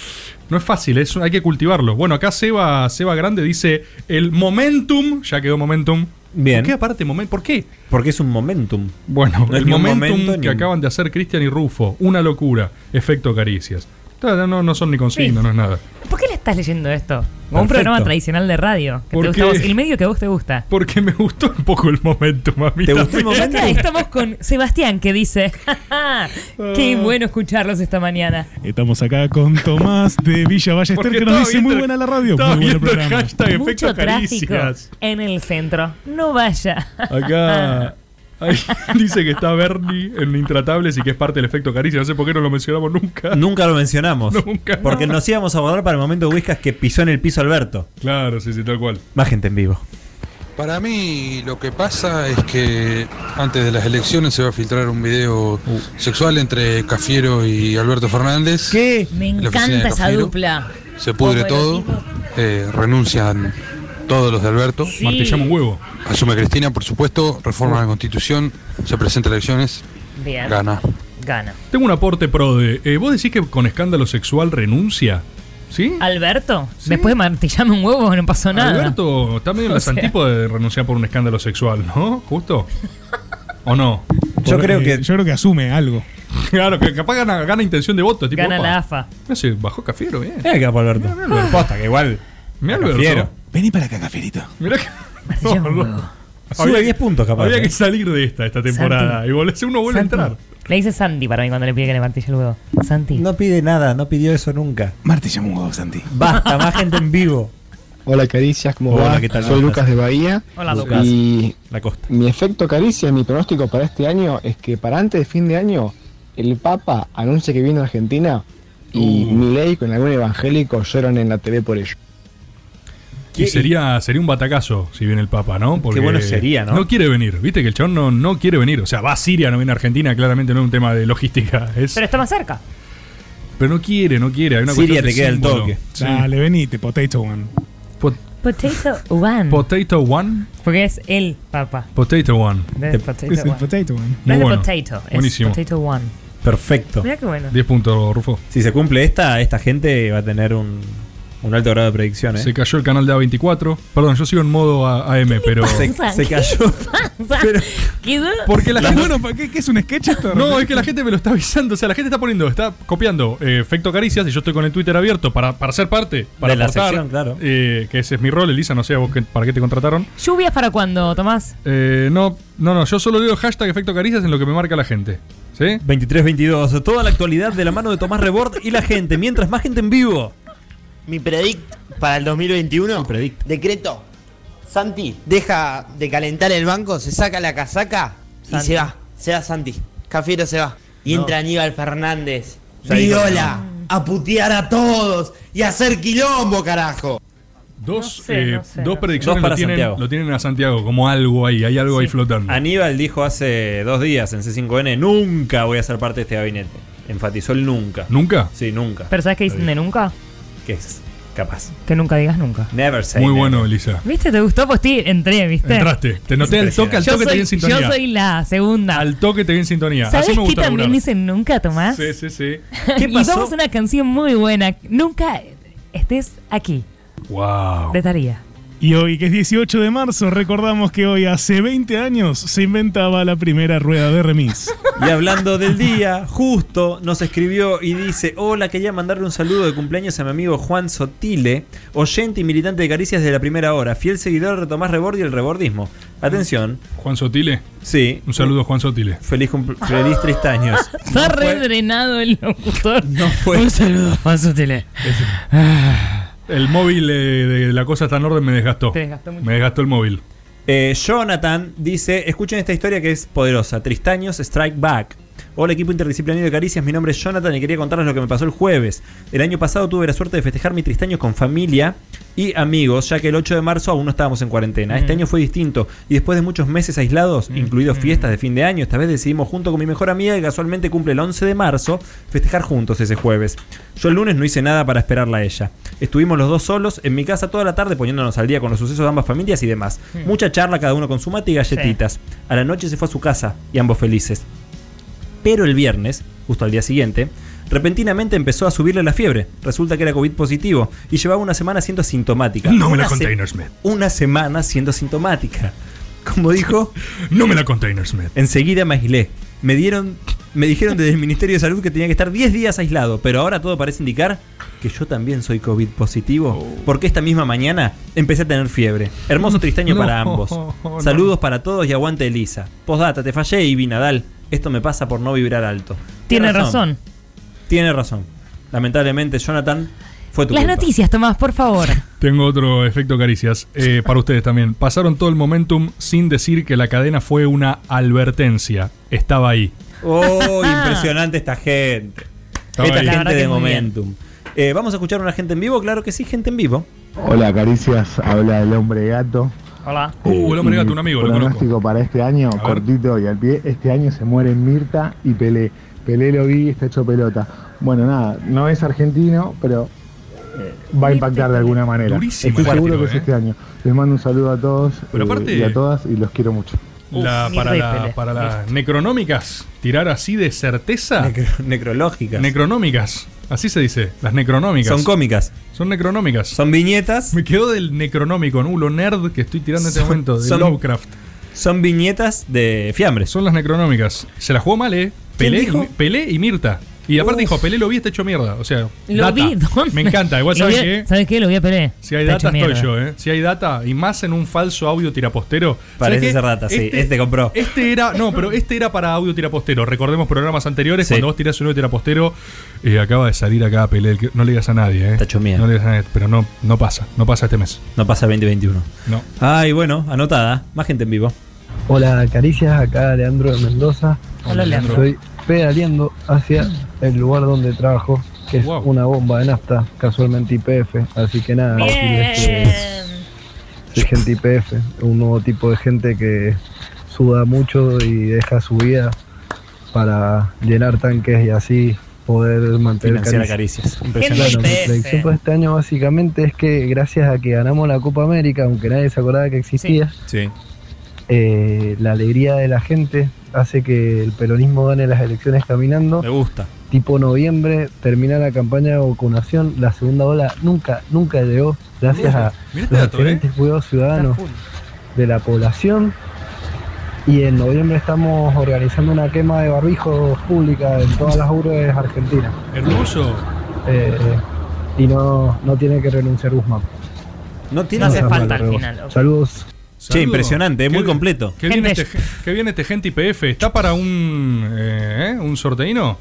Speaker 4: no es fácil, es, hay que cultivarlo. Bueno, acá Seba, Seba Grande dice el momentum, ya quedó momentum.
Speaker 8: Bien.
Speaker 4: ¿Por qué aparte momen- ¿Por qué?
Speaker 8: Porque es un momentum.
Speaker 4: Bueno,
Speaker 8: No es
Speaker 4: el
Speaker 8: ni un
Speaker 4: momentum
Speaker 8: momento, ni
Speaker 4: que
Speaker 8: un-
Speaker 4: acaban de hacer Cristian y Rufo, una locura, efecto caricias. No, no, no son ni consignas, no es nada.
Speaker 9: ¿Por qué le estás leyendo esto? Como un
Speaker 4: Perfecto.
Speaker 9: programa tradicional de radio. Que te
Speaker 4: ¿Por
Speaker 9: gusta a
Speaker 4: qué?
Speaker 9: vos, el medio que a vos te gusta.
Speaker 4: Porque me gustó un poco el momentum a mí.
Speaker 8: ¿Te gustó el
Speaker 4: también.
Speaker 9: Acá estamos con Sebastián que dice, "Ja, ja,
Speaker 4: Ah.
Speaker 9: qué bueno escucharlos esta mañana.
Speaker 6: Estamos acá con Tomás de Villa Ballester
Speaker 9: Porque
Speaker 6: que nos
Speaker 9: estaba
Speaker 6: dice
Speaker 9: viendo-
Speaker 6: muy buena la radio.
Speaker 4: estaba
Speaker 6: Muy buen
Speaker 4: viendo el
Speaker 6: programa.
Speaker 4: hashtag
Speaker 9: Mucho tráfico en el centro. No vaya.
Speaker 4: Acá ahí dice que está Bernie en Intratables y que es parte del efecto caricia. No sé por qué no lo mencionamos nunca.
Speaker 8: Nunca lo mencionamos.
Speaker 4: Nunca.
Speaker 8: Porque nos íbamos a abordar para el momento Whiskas que pisó en el piso Alberto.
Speaker 4: Claro, sí, sí, tal cual.
Speaker 8: Más gente en vivo.
Speaker 23: Para mí lo que pasa es que antes de las elecciones se va a filtrar un video
Speaker 4: Uh.
Speaker 23: sexual entre Cafiero y Alberto Fernández.
Speaker 8: ¿Qué?
Speaker 9: Me encanta esa dupla.
Speaker 23: Se pudre
Speaker 9: Poco
Speaker 23: todo, eh, renuncian todos los de Alberto.
Speaker 4: Martillamos un huevo.
Speaker 23: Asume Cristina, por supuesto, reforma la constitución, se presenta a elecciones,
Speaker 9: Bien.
Speaker 23: gana.
Speaker 9: Gana.
Speaker 4: Tengo un aporte pro de. eh, ¿Vos decís que con escándalo sexual renuncia? ¿Sí?
Speaker 9: Alberto, después de martillarme un huevo no pasó nada.
Speaker 4: Alberto está medio en
Speaker 9: O
Speaker 4: las
Speaker 9: sea.
Speaker 4: antípodas de renunciar por un escándalo sexual, ¿no? ¿Justo? ¿O no?
Speaker 6: Yo creo que- yo creo que asume algo.
Speaker 4: Claro, que capaz gana, gana intención de voto. Tipo,
Speaker 9: Gana
Speaker 4: opa,
Speaker 9: la AFA.
Speaker 4: mira, se bajó Cafiero, bien.
Speaker 8: Mira acá, Alberto.
Speaker 4: Alberto.
Speaker 8: Eh, Posta, que igual.
Speaker 4: Mira,
Speaker 8: Cafiero.
Speaker 4: Alberto.
Speaker 6: Vení para acá, Caferito.
Speaker 4: Mira que. No, no.
Speaker 8: Sube
Speaker 4: Había-
Speaker 8: 10 puntos, capaz. eh.
Speaker 4: Había que salir de esta, esta temporada.
Speaker 9: Santi.
Speaker 4: Y volverse uno vuelve
Speaker 9: Santi.
Speaker 4: a entrar.
Speaker 9: Le dice Santi para mí cuando le pide que le martille el huevo. Santi.
Speaker 8: No pide nada, no pidió eso nunca.
Speaker 2: Martilla un huevo, Santi.
Speaker 8: Basta, más gente en vivo.
Speaker 5: Hola Caricias, ¿cómo
Speaker 8: Hola,
Speaker 5: va?
Speaker 8: ¿qué tal?
Speaker 5: Soy
Speaker 8: ¿Cómo
Speaker 5: Lucas
Speaker 8: estás?
Speaker 5: de Bahía.
Speaker 8: Hola, Lucas.
Speaker 5: Y
Speaker 8: La costa.
Speaker 5: mi efecto Caricia, mi pronóstico para este año es que para antes de fin de año el Papa anuncia que viene a Argentina y Milei con algún evangélico lloran en la TV por ello.
Speaker 4: Y sería, sería un batacazo si viene el Papa, ¿no? Porque
Speaker 8: bueno sería, ¿no?
Speaker 4: No quiere venir, viste que el chabón no, no quiere venir. O sea, va a Siria, no viene a Argentina, claramente no es un tema de logística. Es,
Speaker 9: Pero está más cerca.
Speaker 4: pero no quiere, no quiere. Hay una cuestión
Speaker 6: Siria
Speaker 4: de
Speaker 6: te queda el
Speaker 4: símbolo.
Speaker 6: toque.
Speaker 4: Sí.
Speaker 12: Ah,
Speaker 6: Dale, venite, Potato One.
Speaker 9: Potato One.
Speaker 4: Potato One.
Speaker 9: Porque es el papa.
Speaker 4: Potato One.
Speaker 9: No es Potato
Speaker 6: Es el
Speaker 9: One.
Speaker 6: Potato One.
Speaker 9: No es
Speaker 4: Muy
Speaker 9: de
Speaker 4: bueno.
Speaker 9: potato, es
Speaker 4: Buenísimo.
Speaker 9: potato one.
Speaker 8: Perfecto.
Speaker 9: Mira qué bueno.
Speaker 4: 10 puntos, Rufo.
Speaker 8: Si se cumple esta, esta gente va a tener un, un alto grado de predicción, ¿eh?
Speaker 4: Se cayó el canal de A24. Perdón, yo sigo en modo A- AM, pero.
Speaker 8: Se- se cayó.
Speaker 9: Quedó.
Speaker 4: Porque la gente-
Speaker 6: Bueno, ¿para qué? ¿Qué es un sketch esto?
Speaker 4: No, es que la gente me lo está avisando. O sea, la gente está poniendo, está copiando eh, Efecto Caricias y yo estoy con el Twitter abierto para, para ser parte, para
Speaker 8: De la
Speaker 4: aportar,
Speaker 8: sección, claro.
Speaker 4: eh, que ese es mi rol, Elisa, no sé a vos qué- para qué te contrataron.
Speaker 9: ¿Lluvias para cuándo, Tomás?
Speaker 4: Eh, no, no, no, yo solo leo el hashtag Efecto Caricias en lo que me marca la gente. ¿Sí?
Speaker 8: 23-22. Toda la actualidad de la mano de Tomás Rebord y la gente. Mientras más gente en vivo.
Speaker 21: Mi predict para el 2021. Decreto. Santi deja de calentar el banco, se saca la casaca Santi. y se va. Se va Santi. Cafiero se va. Y No. entra Aníbal Fernández. Ya dijo. Viola. A putear a todos y a hacer quilombo, carajo.
Speaker 4: Dos,
Speaker 21: sé,
Speaker 4: eh,
Speaker 21: no sé,
Speaker 4: dos
Speaker 21: no sé.
Speaker 4: predicciones
Speaker 8: Dos para
Speaker 4: lo, tienen,
Speaker 8: Santiago.
Speaker 4: lo tienen a Santiago, como algo ahí, hay algo ahí flotando.
Speaker 8: Aníbal dijo hace dos días en C5N: Nunca voy a ser parte de este gabinete. Enfatizó el nunca.
Speaker 4: ¿Nunca?
Speaker 8: Sí, nunca.
Speaker 9: ¿Pero sabes qué dicen de nunca?
Speaker 8: ¿Qué es? Capaz.
Speaker 9: Que nunca digas nunca.
Speaker 8: Never say.
Speaker 4: Muy
Speaker 8: never.
Speaker 4: bueno, Elisa.
Speaker 9: ¿Viste? ¿Te gustó? Pues sí, entré, ¿viste?
Speaker 4: Entraste. Te noté al toque, al
Speaker 9: Yo
Speaker 4: toque te
Speaker 9: soy-
Speaker 4: vi en sintonía.
Speaker 9: Yo soy la segunda.
Speaker 4: Al toque te vi en sintonía.
Speaker 9: ¿Sabes
Speaker 4: Así me
Speaker 9: qué
Speaker 4: gusta
Speaker 9: también
Speaker 4: laburar.
Speaker 9: dicen nunca, Tomás?
Speaker 4: Sí, sí, sí.
Speaker 9: y vamos a una canción muy buena. Nunca estés aquí.
Speaker 4: Wow.
Speaker 9: De tarea.
Speaker 6: Y hoy, que es 18 de marzo, recordamos que hoy, hace 20 años, se inventaba la primera rueda de remis.
Speaker 8: Y hablando del día, justo nos escribió y dice: Hola, quería mandarle un saludo de cumpleaños a mi amigo Juan Sotile, oyente y militante de Caricias desde la primera hora, fiel seguidor de Tomás Rebord y el rebordismo. Atención.
Speaker 4: Juan Sotile.
Speaker 8: Sí.
Speaker 4: Un saludo, Juan Sotile.
Speaker 8: Feliz, cumple- feliz tristaños.
Speaker 9: Está re drenado el locutor. No
Speaker 8: fue.
Speaker 9: Un saludo, Ah. Juan Sotile.
Speaker 4: El móvil eh, de la cosa está en orden me desgastó.
Speaker 9: Te desgastó mucho.
Speaker 4: Me desgastó el móvil.
Speaker 8: Eh, Jonathan dice, escuchen esta historia que es poderosa. Tristaños Strike Back. Hola equipo interdisciplinario de Caricias, mi nombre es Jonathan y quería contarles lo que me pasó el jueves. El año pasado tuve la suerte de festejar mi tristaño con familia y amigos, ya que el 8 de marzo aún no estábamos en cuarentena.
Speaker 9: Mm.
Speaker 8: Este año fue distinto y después de muchos meses aislados, incluidos fiestas de fin de año, esta vez decidimos junto con mi mejor amiga que casualmente cumple el 11 de marzo, festejar juntos ese jueves. Yo el lunes no hice nada para esperarla a ella. Estuvimos los dos solos en mi casa toda la tarde poniéndonos al día con los sucesos de ambas familias y demás.
Speaker 21: Mm.
Speaker 8: Mucha charla, cada uno con su mate y galletitas. A la noche se fue a su casa y ambos felices. Pero el viernes, justo al día siguiente, repentinamente empezó a subirle la fiebre. Resulta que era COVID positivo y llevaba una semana siendo asintomática.
Speaker 4: No me
Speaker 8: Una
Speaker 4: la
Speaker 8: se-
Speaker 4: containers med.
Speaker 8: Una semana siendo asintomática. Como dijo.
Speaker 4: No me la containers med.
Speaker 8: Enseguida me aislé. Me dieron. Me dijeron desde el Ministerio de Salud que tenía que estar 10 días aislado, pero ahora todo parece indicar que yo también soy COVID positivo, porque esta misma mañana empecé a tener fiebre. Hermoso tristeño
Speaker 21: No,
Speaker 8: para ambos.
Speaker 4: Oh,
Speaker 21: no.
Speaker 8: Saludos para todos y aguante Elisa. Postdata, te fallé y vi Nadal. Esto me pasa por no vibrar alto.
Speaker 9: Tiene
Speaker 8: Tienes
Speaker 9: razón.
Speaker 8: Tiene razón. Lamentablemente, Jonathan, fue tu
Speaker 9: Las
Speaker 8: culpa.
Speaker 9: noticias, Tomás, por favor.
Speaker 4: Tengo otro efecto caricias eh, para ustedes también. Pasaron todo el momentum sin decir que la cadena fue una advertencia. Estaba ahí.
Speaker 8: Oh,
Speaker 4: Ah.
Speaker 8: impresionante esta gente.
Speaker 4: Estaba
Speaker 8: esta
Speaker 4: ahí. La verdad
Speaker 8: gente
Speaker 4: que
Speaker 8: de
Speaker 4: muy bien.
Speaker 8: Momentum. Eh, ¿Vamos a escuchar a una gente en vivo? Claro que sí, gente en vivo.
Speaker 5: Hola Caricias, habla el hombre gato.
Speaker 9: Hola.
Speaker 4: Uh, el
Speaker 5: mm,
Speaker 4: hombre gato, un amigo, lo conozco.
Speaker 5: pronóstico para este año, cortito y al pie, este año se mueren Mirta y Pelé. Pelé lo vi y está hecho pelota. Bueno, nada, no es argentino, pero eh, va a impactar de alguna manera.
Speaker 4: Durísimo
Speaker 5: Estoy
Speaker 4: el
Speaker 5: seguro
Speaker 4: tiro,
Speaker 5: que es
Speaker 4: eh.
Speaker 5: este año. Les mando un saludo a todos
Speaker 4: Pero
Speaker 5: eh,
Speaker 4: aparte-
Speaker 5: y a todas y los quiero mucho.
Speaker 4: La-
Speaker 5: Uf,
Speaker 4: para
Speaker 5: ni
Speaker 4: la-
Speaker 5: repele.
Speaker 4: para las necronómicas, tirar así de certeza.
Speaker 8: necrológicas.
Speaker 4: Necronómicas. Así se dice, las necronómicas.
Speaker 8: Son cómicas.
Speaker 4: Son necronómicas.
Speaker 8: Son viñetas.
Speaker 4: Me quedó del necronómico, uh, lo nerd que estoy tirando en este
Speaker 8: Son-
Speaker 4: momento, de
Speaker 8: son-
Speaker 4: Lovecraft.
Speaker 8: Son viñetas de fiambre.
Speaker 4: Son las necronómicas. Se la jugó mal, ¿eh?
Speaker 8: ¿Quién
Speaker 4: Pelé,
Speaker 8: dijo?
Speaker 4: Y, Pelé y Mirta. Y aparte dijo, Pelé lo vi, está hecho mierda. O sea,
Speaker 9: Lo
Speaker 4: data.
Speaker 9: vi, ¿dónde?
Speaker 4: Me encanta. Igual
Speaker 9: Lo
Speaker 4: sabes
Speaker 9: vi-
Speaker 4: que
Speaker 9: ¿Sabes qué? Lo voy a Pelé.
Speaker 4: si hay
Speaker 9: Está
Speaker 4: data
Speaker 9: hecho
Speaker 4: estoy
Speaker 9: mierda.
Speaker 4: yo, ¿eh? Si hay data, y más en un falso audio tirapostero.
Speaker 8: Parece
Speaker 4: ¿Sabes qué?
Speaker 8: ese rata, sí. Este compró.
Speaker 4: Este era, no, pero este era para audio tirapostero. Recordemos programas anteriores, cuando vos tirás un audio tirapostero, eh, acaba de salir acá Pelé. el que- No le digas a nadie, ¿eh? Está hecho mierda. No le digas a nadie, pero no, no pasa, no pasa este mes.
Speaker 8: No pasa 2021.
Speaker 4: No.
Speaker 8: Ay, bueno, anotada. Más gente en vivo.
Speaker 3: Hola Caricias, acá Leandro de Mendoza.
Speaker 8: Hola, Leandro.
Speaker 3: Estoy pedaleando hacia el lugar donde trabajo, que es una bomba de nafta, casualmente IPF. Así que nada,
Speaker 9: Bien.
Speaker 3: decirles que soy gente IPF, un nuevo tipo de gente que suda mucho y deja su vida para llenar tanques y así poder mantener
Speaker 8: Financiar a Caricias. Impresionante.
Speaker 3: Bueno, mi
Speaker 8: IPF.
Speaker 3: predicción para este año básicamente es que gracias a que ganamos la Copa América, aunque nadie se acordaba que existía,
Speaker 8: Sí.
Speaker 3: eh, la alegría de la gente hace que el peronismo gane las elecciones caminando.
Speaker 8: Me gusta.
Speaker 3: Tipo noviembre termina la campaña de vacunación, la segunda ola nunca, nunca llegó, gracias a
Speaker 4: Mirá
Speaker 3: los
Speaker 4: este dato,
Speaker 8: eh.
Speaker 3: diferentes cuidados ciudadanos de la población. Y en noviembre estamos organizando una quema de barbijos pública en todas las urbes argentinas.
Speaker 4: Hermoso.
Speaker 3: Eh, y no, no tiene que renunciar Guzmán.
Speaker 8: No
Speaker 3: tiene- No hace falta al final, ok. Saludos.
Speaker 8: Che, impresionante, es muy completo.
Speaker 4: Qué bien, este, qué bien este gente IPF. ¿Está para un, eh, ¿eh? un sorteíno?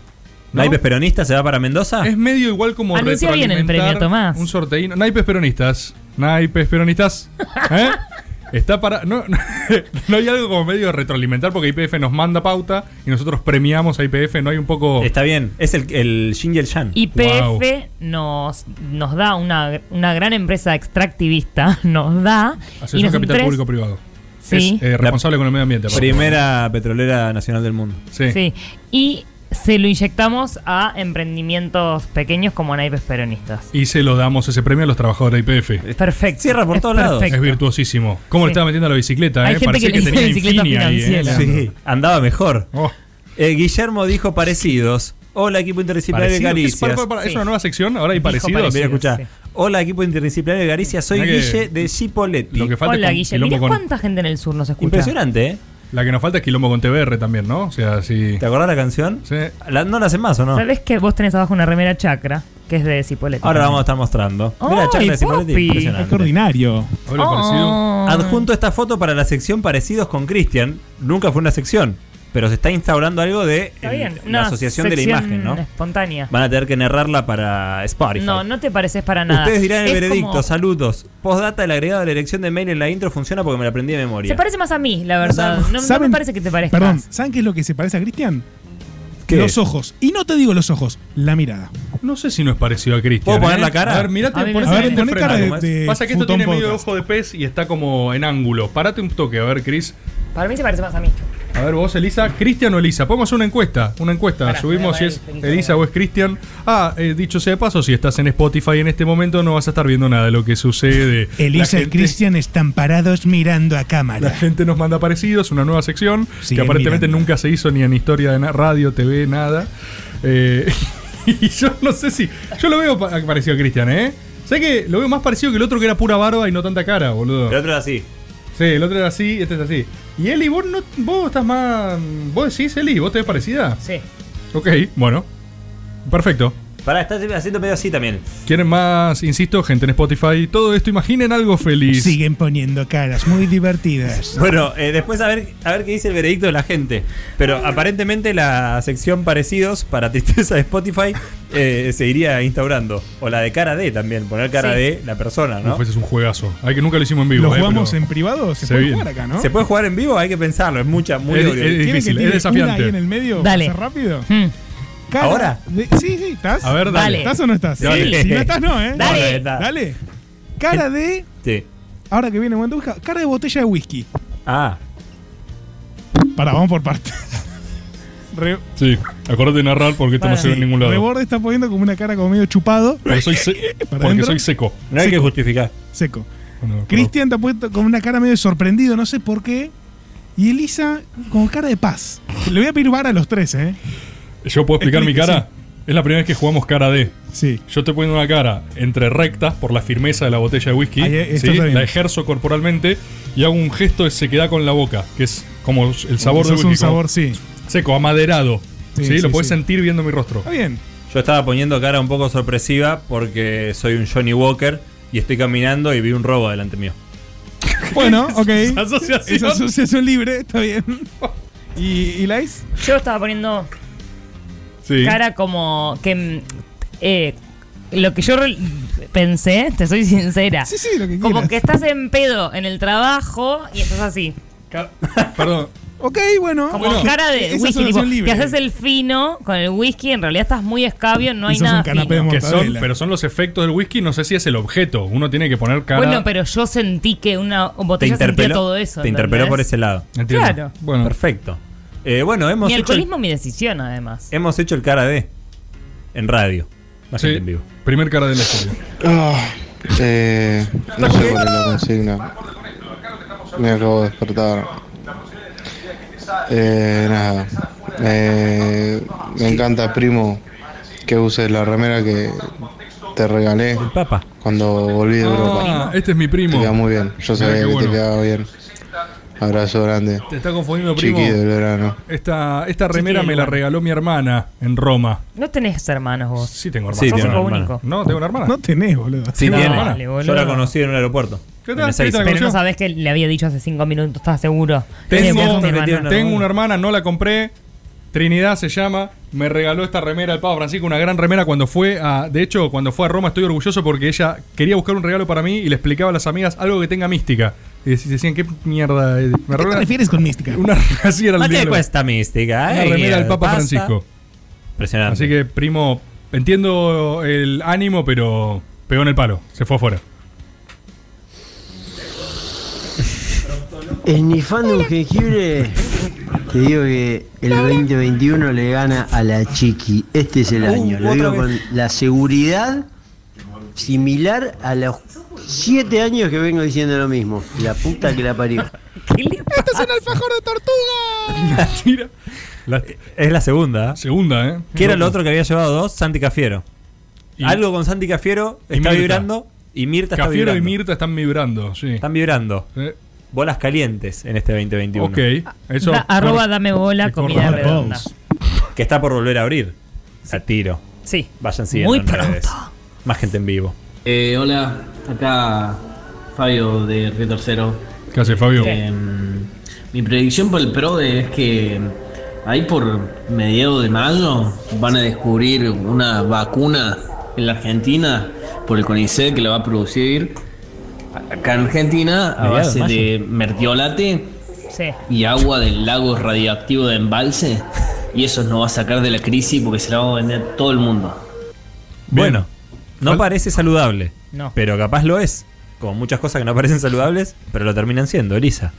Speaker 8: Naipes peronista se va para Mendoza.
Speaker 4: Es medio igual como
Speaker 9: Anuncia bien el
Speaker 4: retroalimentar
Speaker 9: premio, Tomás.
Speaker 4: Un sorteíno. Naipes peronistas. Naipes peronistas. ¿Eh? Está para. No, no hay algo como medio de retroalimentar porque IPF nos manda pauta y nosotros premiamos a IPF. No hay un poco.
Speaker 8: Está bien, es el, el Jin y el Yang.
Speaker 9: YPF nos, nos da una, una gran empresa extractivista, nos da. y
Speaker 4: Asociación
Speaker 9: nos
Speaker 4: Capital
Speaker 9: tres-
Speaker 4: Público Privado.
Speaker 9: Sí.
Speaker 4: Es eh, responsable con el medio ambiente. aparte.
Speaker 8: Primera petrolera nacional del mundo.
Speaker 9: Sí. Y se lo inyectamos a emprendimientos pequeños como naipes peronistas.
Speaker 4: Y se lo damos ese premio a los trabajadores de IPF.
Speaker 9: Perfecto. Cierra por Es todos lados. perfecto.
Speaker 4: Es virtuosísimo. ¿Cómo le
Speaker 9: Sí.
Speaker 4: estaba metiendo a la bicicleta?
Speaker 9: Hay
Speaker 4: eh?
Speaker 9: gente
Speaker 4: Parecía
Speaker 9: que le dice
Speaker 4: tenía
Speaker 9: bicicleta
Speaker 4: Infini ahí, eh,
Speaker 9: financiera.
Speaker 4: Leandro.
Speaker 8: Sí, andaba mejor.
Speaker 4: Oh.
Speaker 8: Eh, Guillermo dijo parecidos. Hola, equipo interdisciplinario de
Speaker 4: Parecido, que es-
Speaker 8: Caricias.
Speaker 4: para- para- para- ¿Es una nueva sección? Ahora hay
Speaker 8: Dijo
Speaker 4: parecidos.
Speaker 8: parecidos, Mira, escuchá. Hola, equipo interdisciplinario de Caricias. Soy
Speaker 4: Mirá que-
Speaker 8: Guille de Cipoletti.
Speaker 4: Lo que falta
Speaker 9: Hola,
Speaker 4: es con-
Speaker 9: Guille.
Speaker 4: quilombo
Speaker 9: Mirá
Speaker 4: con-
Speaker 9: cuánta gente en el sur nos escucha.
Speaker 8: ¿eh?
Speaker 4: La que nos falta es quilombo con TBR también, ¿no? O sea, si. ¿Te
Speaker 8: acordás la canción?
Speaker 4: Sí.
Speaker 8: no la hacen más, ¿o no?
Speaker 9: ¿Sabés que vos tenés abajo una remera chacra? Que es de Cipolletti.
Speaker 8: Ahora la vamos a estar mostrando. Mira,
Speaker 9: ¡Ay,
Speaker 8: charla de Cipoletti.
Speaker 9: papi!
Speaker 8: Impresionante.
Speaker 6: Extraordinario.
Speaker 9: Hola, parecido.
Speaker 8: Adjunto esta foto para la sección Parecidos con Cristian. Nunca fue una sección, pero se está instaurando algo de
Speaker 9: Está
Speaker 8: el-
Speaker 9: bien.
Speaker 8: la
Speaker 9: Una
Speaker 8: asociación de la
Speaker 9: sección
Speaker 8: imagen, ¿no?
Speaker 9: Espontánea.
Speaker 8: Van a tener que narrarla para Spotify.
Speaker 9: No, no te pareces para nada.
Speaker 8: Ustedes dirán el
Speaker 9: Es
Speaker 8: veredicto,
Speaker 9: como-
Speaker 8: saludos. Postdata, el agregado de la elección de mail en la intro funciona porque me la aprendí de memoria.
Speaker 9: Se parece más a mí, la verdad. No, no me
Speaker 6: ¿Saben?
Speaker 9: parece que te parezca.
Speaker 6: Perdón, ¿saben qué es lo que se parece a Cristian?
Speaker 8: ¿Qué?
Speaker 6: Los ojos. Y no te digo los ojos, la mirada.
Speaker 4: No sé si no es parecido a Cristian.
Speaker 8: ¿Puedo poner
Speaker 4: ¿eh?
Speaker 8: la cara?
Speaker 4: A ver, mirate,
Speaker 8: A mí me
Speaker 4: ponete
Speaker 8: parece.
Speaker 4: frente
Speaker 8: A ver, poné
Speaker 4: a
Speaker 8: cara
Speaker 4: frente.
Speaker 8: de- de
Speaker 4: ¿eh? Pasa que esto
Speaker 8: Futón
Speaker 4: tiene medio
Speaker 8: Podcast.
Speaker 4: ojo de pez y está como en ángulo. Parate un toque, a ver, Cris.
Speaker 9: Para mí se parece más a mí.
Speaker 4: A ver, vos, Elisa, Cristian o Elisa. Podemos hacer una encuesta. Una encuesta.
Speaker 9: Pará,
Speaker 4: Subimos
Speaker 9: voy
Speaker 4: si
Speaker 9: a
Speaker 4: es
Speaker 9: poner el
Speaker 4: Elisa o es Cristian. Ah, eh, dicho sea de paso, si estás en Spotify en este momento, no vas a estar viendo nada de lo que sucede.
Speaker 6: Elisa
Speaker 4: La
Speaker 6: y
Speaker 4: gente-
Speaker 6: Cristian están parados mirando a
Speaker 4: La
Speaker 6: cámara.
Speaker 4: gente nos manda parecidos, una nueva sección que
Speaker 6: Siguen
Speaker 4: aparentemente
Speaker 6: mirando.
Speaker 4: nunca se hizo ni en historia de na- radio, TV, nada. Eh, y yo no sé si. Yo lo veo pa- parecido a Cristian, ¿eh? Sé que lo veo más parecido que el otro que era pura barba y no tanta cara, boludo.
Speaker 8: El otro era así.
Speaker 4: Sí, el otro era así, este es así. Y Eli, vos, no, vos estás más. Vos decís, Eli, vos te ves parecida.
Speaker 9: Sí.
Speaker 4: Ok, bueno. Perfecto.
Speaker 8: Pará, estás haciendo medio así también.
Speaker 4: ¿Quieren más? Insisto, gente en Spotify. Todo esto, imaginen algo feliz.
Speaker 6: Siguen poniendo caras muy divertidas.
Speaker 8: Bueno, eh, después a ver, a ver qué dice el veredicto de la gente. Pero aparentemente la sección parecidos para tristeza de Spotify eh, se iría instaurando. O la de cara de también, poner cara
Speaker 4: Sí.
Speaker 8: de la persona, ¿no?
Speaker 4: Uf, ese es un juegazo. Ay, que nunca lo hicimos en vivo.
Speaker 6: ¿Lo
Speaker 4: eh,
Speaker 6: jugamos
Speaker 4: pero-
Speaker 6: en privado? Se,
Speaker 4: se
Speaker 6: puede
Speaker 4: viene.
Speaker 6: jugar acá, ¿no?
Speaker 8: ¿Se puede jugar en vivo? Hay que pensarlo, es mucha, muy
Speaker 4: Es-
Speaker 8: audio-
Speaker 4: es
Speaker 8: ¿Quieren que
Speaker 4: difícil,
Speaker 8: tire
Speaker 4: es desafiante.
Speaker 6: Una ahí en el medio?
Speaker 8: Dale.
Speaker 6: ¿Pasa rápido?
Speaker 9: Mm.
Speaker 6: Cara-
Speaker 8: ¿Ahora?
Speaker 6: de- Sí, sí, ¿estás?
Speaker 8: A ver, dale.
Speaker 6: ¿Estás o no estás?
Speaker 8: Dale.
Speaker 6: Si no estás, no, ¿eh?
Speaker 8: Dale. Dale.
Speaker 6: Dale. Cara de...
Speaker 8: Sí.
Speaker 6: Ahora que viene momento busca, cara de botella de whisky.
Speaker 8: Ah.
Speaker 6: Pará, vamos por partes. Re-
Speaker 4: Sí, acordate de narrar porque esto no se ve en ningún lado.
Speaker 6: Reborde está poniendo como una cara como medio chupado. Eh,
Speaker 4: Porque soy, se- porque
Speaker 6: adentro?
Speaker 4: soy seco.
Speaker 8: No hay que justificar.
Speaker 6: Seco. Cristian está puesto con una cara medio sorprendido, no sé por qué. Y Elisa con cara de paz. Le voy a pedir bar a los tres, ¿eh?
Speaker 4: ¿Yo puedo explicar mi
Speaker 6: Explique,
Speaker 4: cara? Es la primera vez que jugamos cara D.
Speaker 1: Sí.
Speaker 4: Yo estoy poniendo una cara entre rectas por la firmeza de la botella de whisky.
Speaker 1: Ahí, esto
Speaker 4: ¿sí?
Speaker 1: está bien.
Speaker 4: La ejerzo corporalmente y hago un gesto de sequedad con la boca, que es como el sabor
Speaker 1: Eso
Speaker 4: del
Speaker 1: es
Speaker 4: whisky.
Speaker 1: un
Speaker 4: como
Speaker 1: sabor, sí.
Speaker 4: Seco, amaderado.
Speaker 1: Sí,
Speaker 4: Sí,
Speaker 1: sí,
Speaker 4: lo puedes
Speaker 1: sí.
Speaker 4: sentir viendo mi rostro.
Speaker 1: Está bien.
Speaker 8: Yo estaba poniendo cara un poco sorpresiva porque soy un Johnny Walker y estoy caminando y vi un robo delante mío.
Speaker 1: Bueno, ok. Es
Speaker 4: asociación.
Speaker 1: asociación libre, está bien. ¿Y, y Lais?
Speaker 9: Yo estaba poniendo
Speaker 4: Sí.
Speaker 9: cara como que mm, eh, lo que yo re- pensé, te soy sincera.
Speaker 1: Sí, sí, lo que
Speaker 9: Como
Speaker 1: quieras.
Speaker 9: que estás en pedo en el trabajo y estás así.
Speaker 4: Perdón.
Speaker 1: Ok, bueno.
Speaker 9: Como cara de whisky, tipo, te haces el fino con el whisky, en realidad estás muy escabio, no hay nada fino.
Speaker 4: Que son- pero son los efectos del whisky, no sé si es el objeto. Uno tiene que poner cara.
Speaker 9: Bueno, pero yo sentí que una botella sentía todo eso.
Speaker 8: te interpeló
Speaker 9: ¿entendés?
Speaker 8: por ese lado.
Speaker 9: Entiendo. Claro.
Speaker 4: Bueno.
Speaker 8: Perfecto. Eh, bueno, hemos
Speaker 9: Mi
Speaker 8: hecho, el,
Speaker 9: alcoholismo, mi decisión, además.
Speaker 8: hemos hecho el cara D en radio. La gente en vivo.
Speaker 4: Primer cara de la historia.
Speaker 7: Ah, eh, no sé cuál es la consigna. Me acabo de despertar. Eh, nada. Eh, me encanta, primo, que uses la remera que te regalé cuando volví de Europa.
Speaker 4: este es mi primo.
Speaker 7: Te queda muy bien. Yo
Speaker 4: Mirá
Speaker 7: sabía
Speaker 4: qué
Speaker 7: que
Speaker 4: bueno.
Speaker 7: te quedaba bien. Abrazo grande.
Speaker 4: Te está confundiendo, primo.
Speaker 7: Chiqui del verano.
Speaker 4: Esta, esta remera
Speaker 9: Chiqui
Speaker 4: me
Speaker 9: del
Speaker 4: la
Speaker 9: verano.
Speaker 4: regaló mi hermana en Roma.
Speaker 9: No tenés hermanos vos.
Speaker 4: Sí, tengo
Speaker 8: Sí,
Speaker 4: hermana.
Speaker 8: tengo
Speaker 4: Sos hijo
Speaker 8: hermana.
Speaker 4: único. No, tengo una hermana.
Speaker 1: No tenés, boludo.
Speaker 8: Sí,
Speaker 9: No,
Speaker 8: tiene.
Speaker 9: dale,
Speaker 8: Yo
Speaker 9: boludo.
Speaker 8: la conocí en un aeropuerto.
Speaker 4: ¿Qué
Speaker 8: En Ezeiza.
Speaker 9: Pero no sabés que le había dicho hace cinco minutos, estás seguro. Sí,
Speaker 4: Tengo,
Speaker 9: porque es un
Speaker 4: tengo
Speaker 9: hermano.
Speaker 4: una tengo una hermana, no la compré. Trinidad se llama, me regaló esta remera el Papa Francisco, una gran remera cuando fue a. De hecho, cuando fue a Roma estoy orgulloso porque ella quería buscar un regalo para mí y le explicaba a las amigas algo que tenga mística. Y dec- decían, ¿qué mierda? es? ¿Me
Speaker 1: ¿Qué te
Speaker 4: regalan-
Speaker 1: refieres con mística?
Speaker 4: Una así era el
Speaker 8: No te
Speaker 4: diálogo.
Speaker 8: cuesta mística.
Speaker 4: Una
Speaker 8: eh,
Speaker 4: remera del Papa
Speaker 8: pasta.
Speaker 4: Francisco.
Speaker 8: Impresionante.
Speaker 4: Así que, primo, entiendo el ánimo, pero pegó en el palo, se fue afuera.
Speaker 20: Esnifando un jengibre, te digo que el 2021 le gana a la Chiqui. Este es el
Speaker 21: Uh,
Speaker 20: año. Lo
Speaker 21: otra
Speaker 20: digo
Speaker 21: vez.
Speaker 20: con la seguridad similar a los siete años que vengo diciendo lo mismo. La puta que la parió.
Speaker 1: ¡Este es un alfajor de tortuga!
Speaker 8: es la segunda.
Speaker 4: Segunda, ¿eh?
Speaker 8: ¿Qué era lo otro que había llevado dos? Santi Cafiero. Algo con Santi Cafiero
Speaker 4: y
Speaker 8: está
Speaker 4: Mirta.
Speaker 8: vibrando y Mirta está
Speaker 4: Cafiero
Speaker 8: vibrando.
Speaker 4: y Mirta están vibrando, sí.
Speaker 8: Están vibrando.
Speaker 4: Eh.
Speaker 8: Bolas calientes en este 2021.
Speaker 4: Ok, eso.
Speaker 9: Da- arroba dame bola, comida redonda.
Speaker 8: Que está por volver a abrir. A tiro.
Speaker 9: Sí.
Speaker 8: Vayan siguiendo
Speaker 9: Muy
Speaker 8: en redes. Más gente en vivo.
Speaker 12: Eh, hola, acá Fabio de Río Tercero.
Speaker 4: ¿Qué hace, Fabio?
Speaker 12: Eh, mi predicción para el PRODE es que ahí por mediados de mayo van a descubrir una vacuna en la Argentina por el CONICET que la va a producir acá en Argentina a Mediados de base de mertiolate
Speaker 9: Sí.
Speaker 12: y agua del lago radioactivo de embalse y eso nos va a sacar de la crisis porque se la vamos a vender a todo el mundo.
Speaker 8: Bueno, no parece saludable.
Speaker 12: No.
Speaker 8: Pero capaz lo es. Como muchas cosas que no parecen saludables, pero lo terminan siendo, Elisa.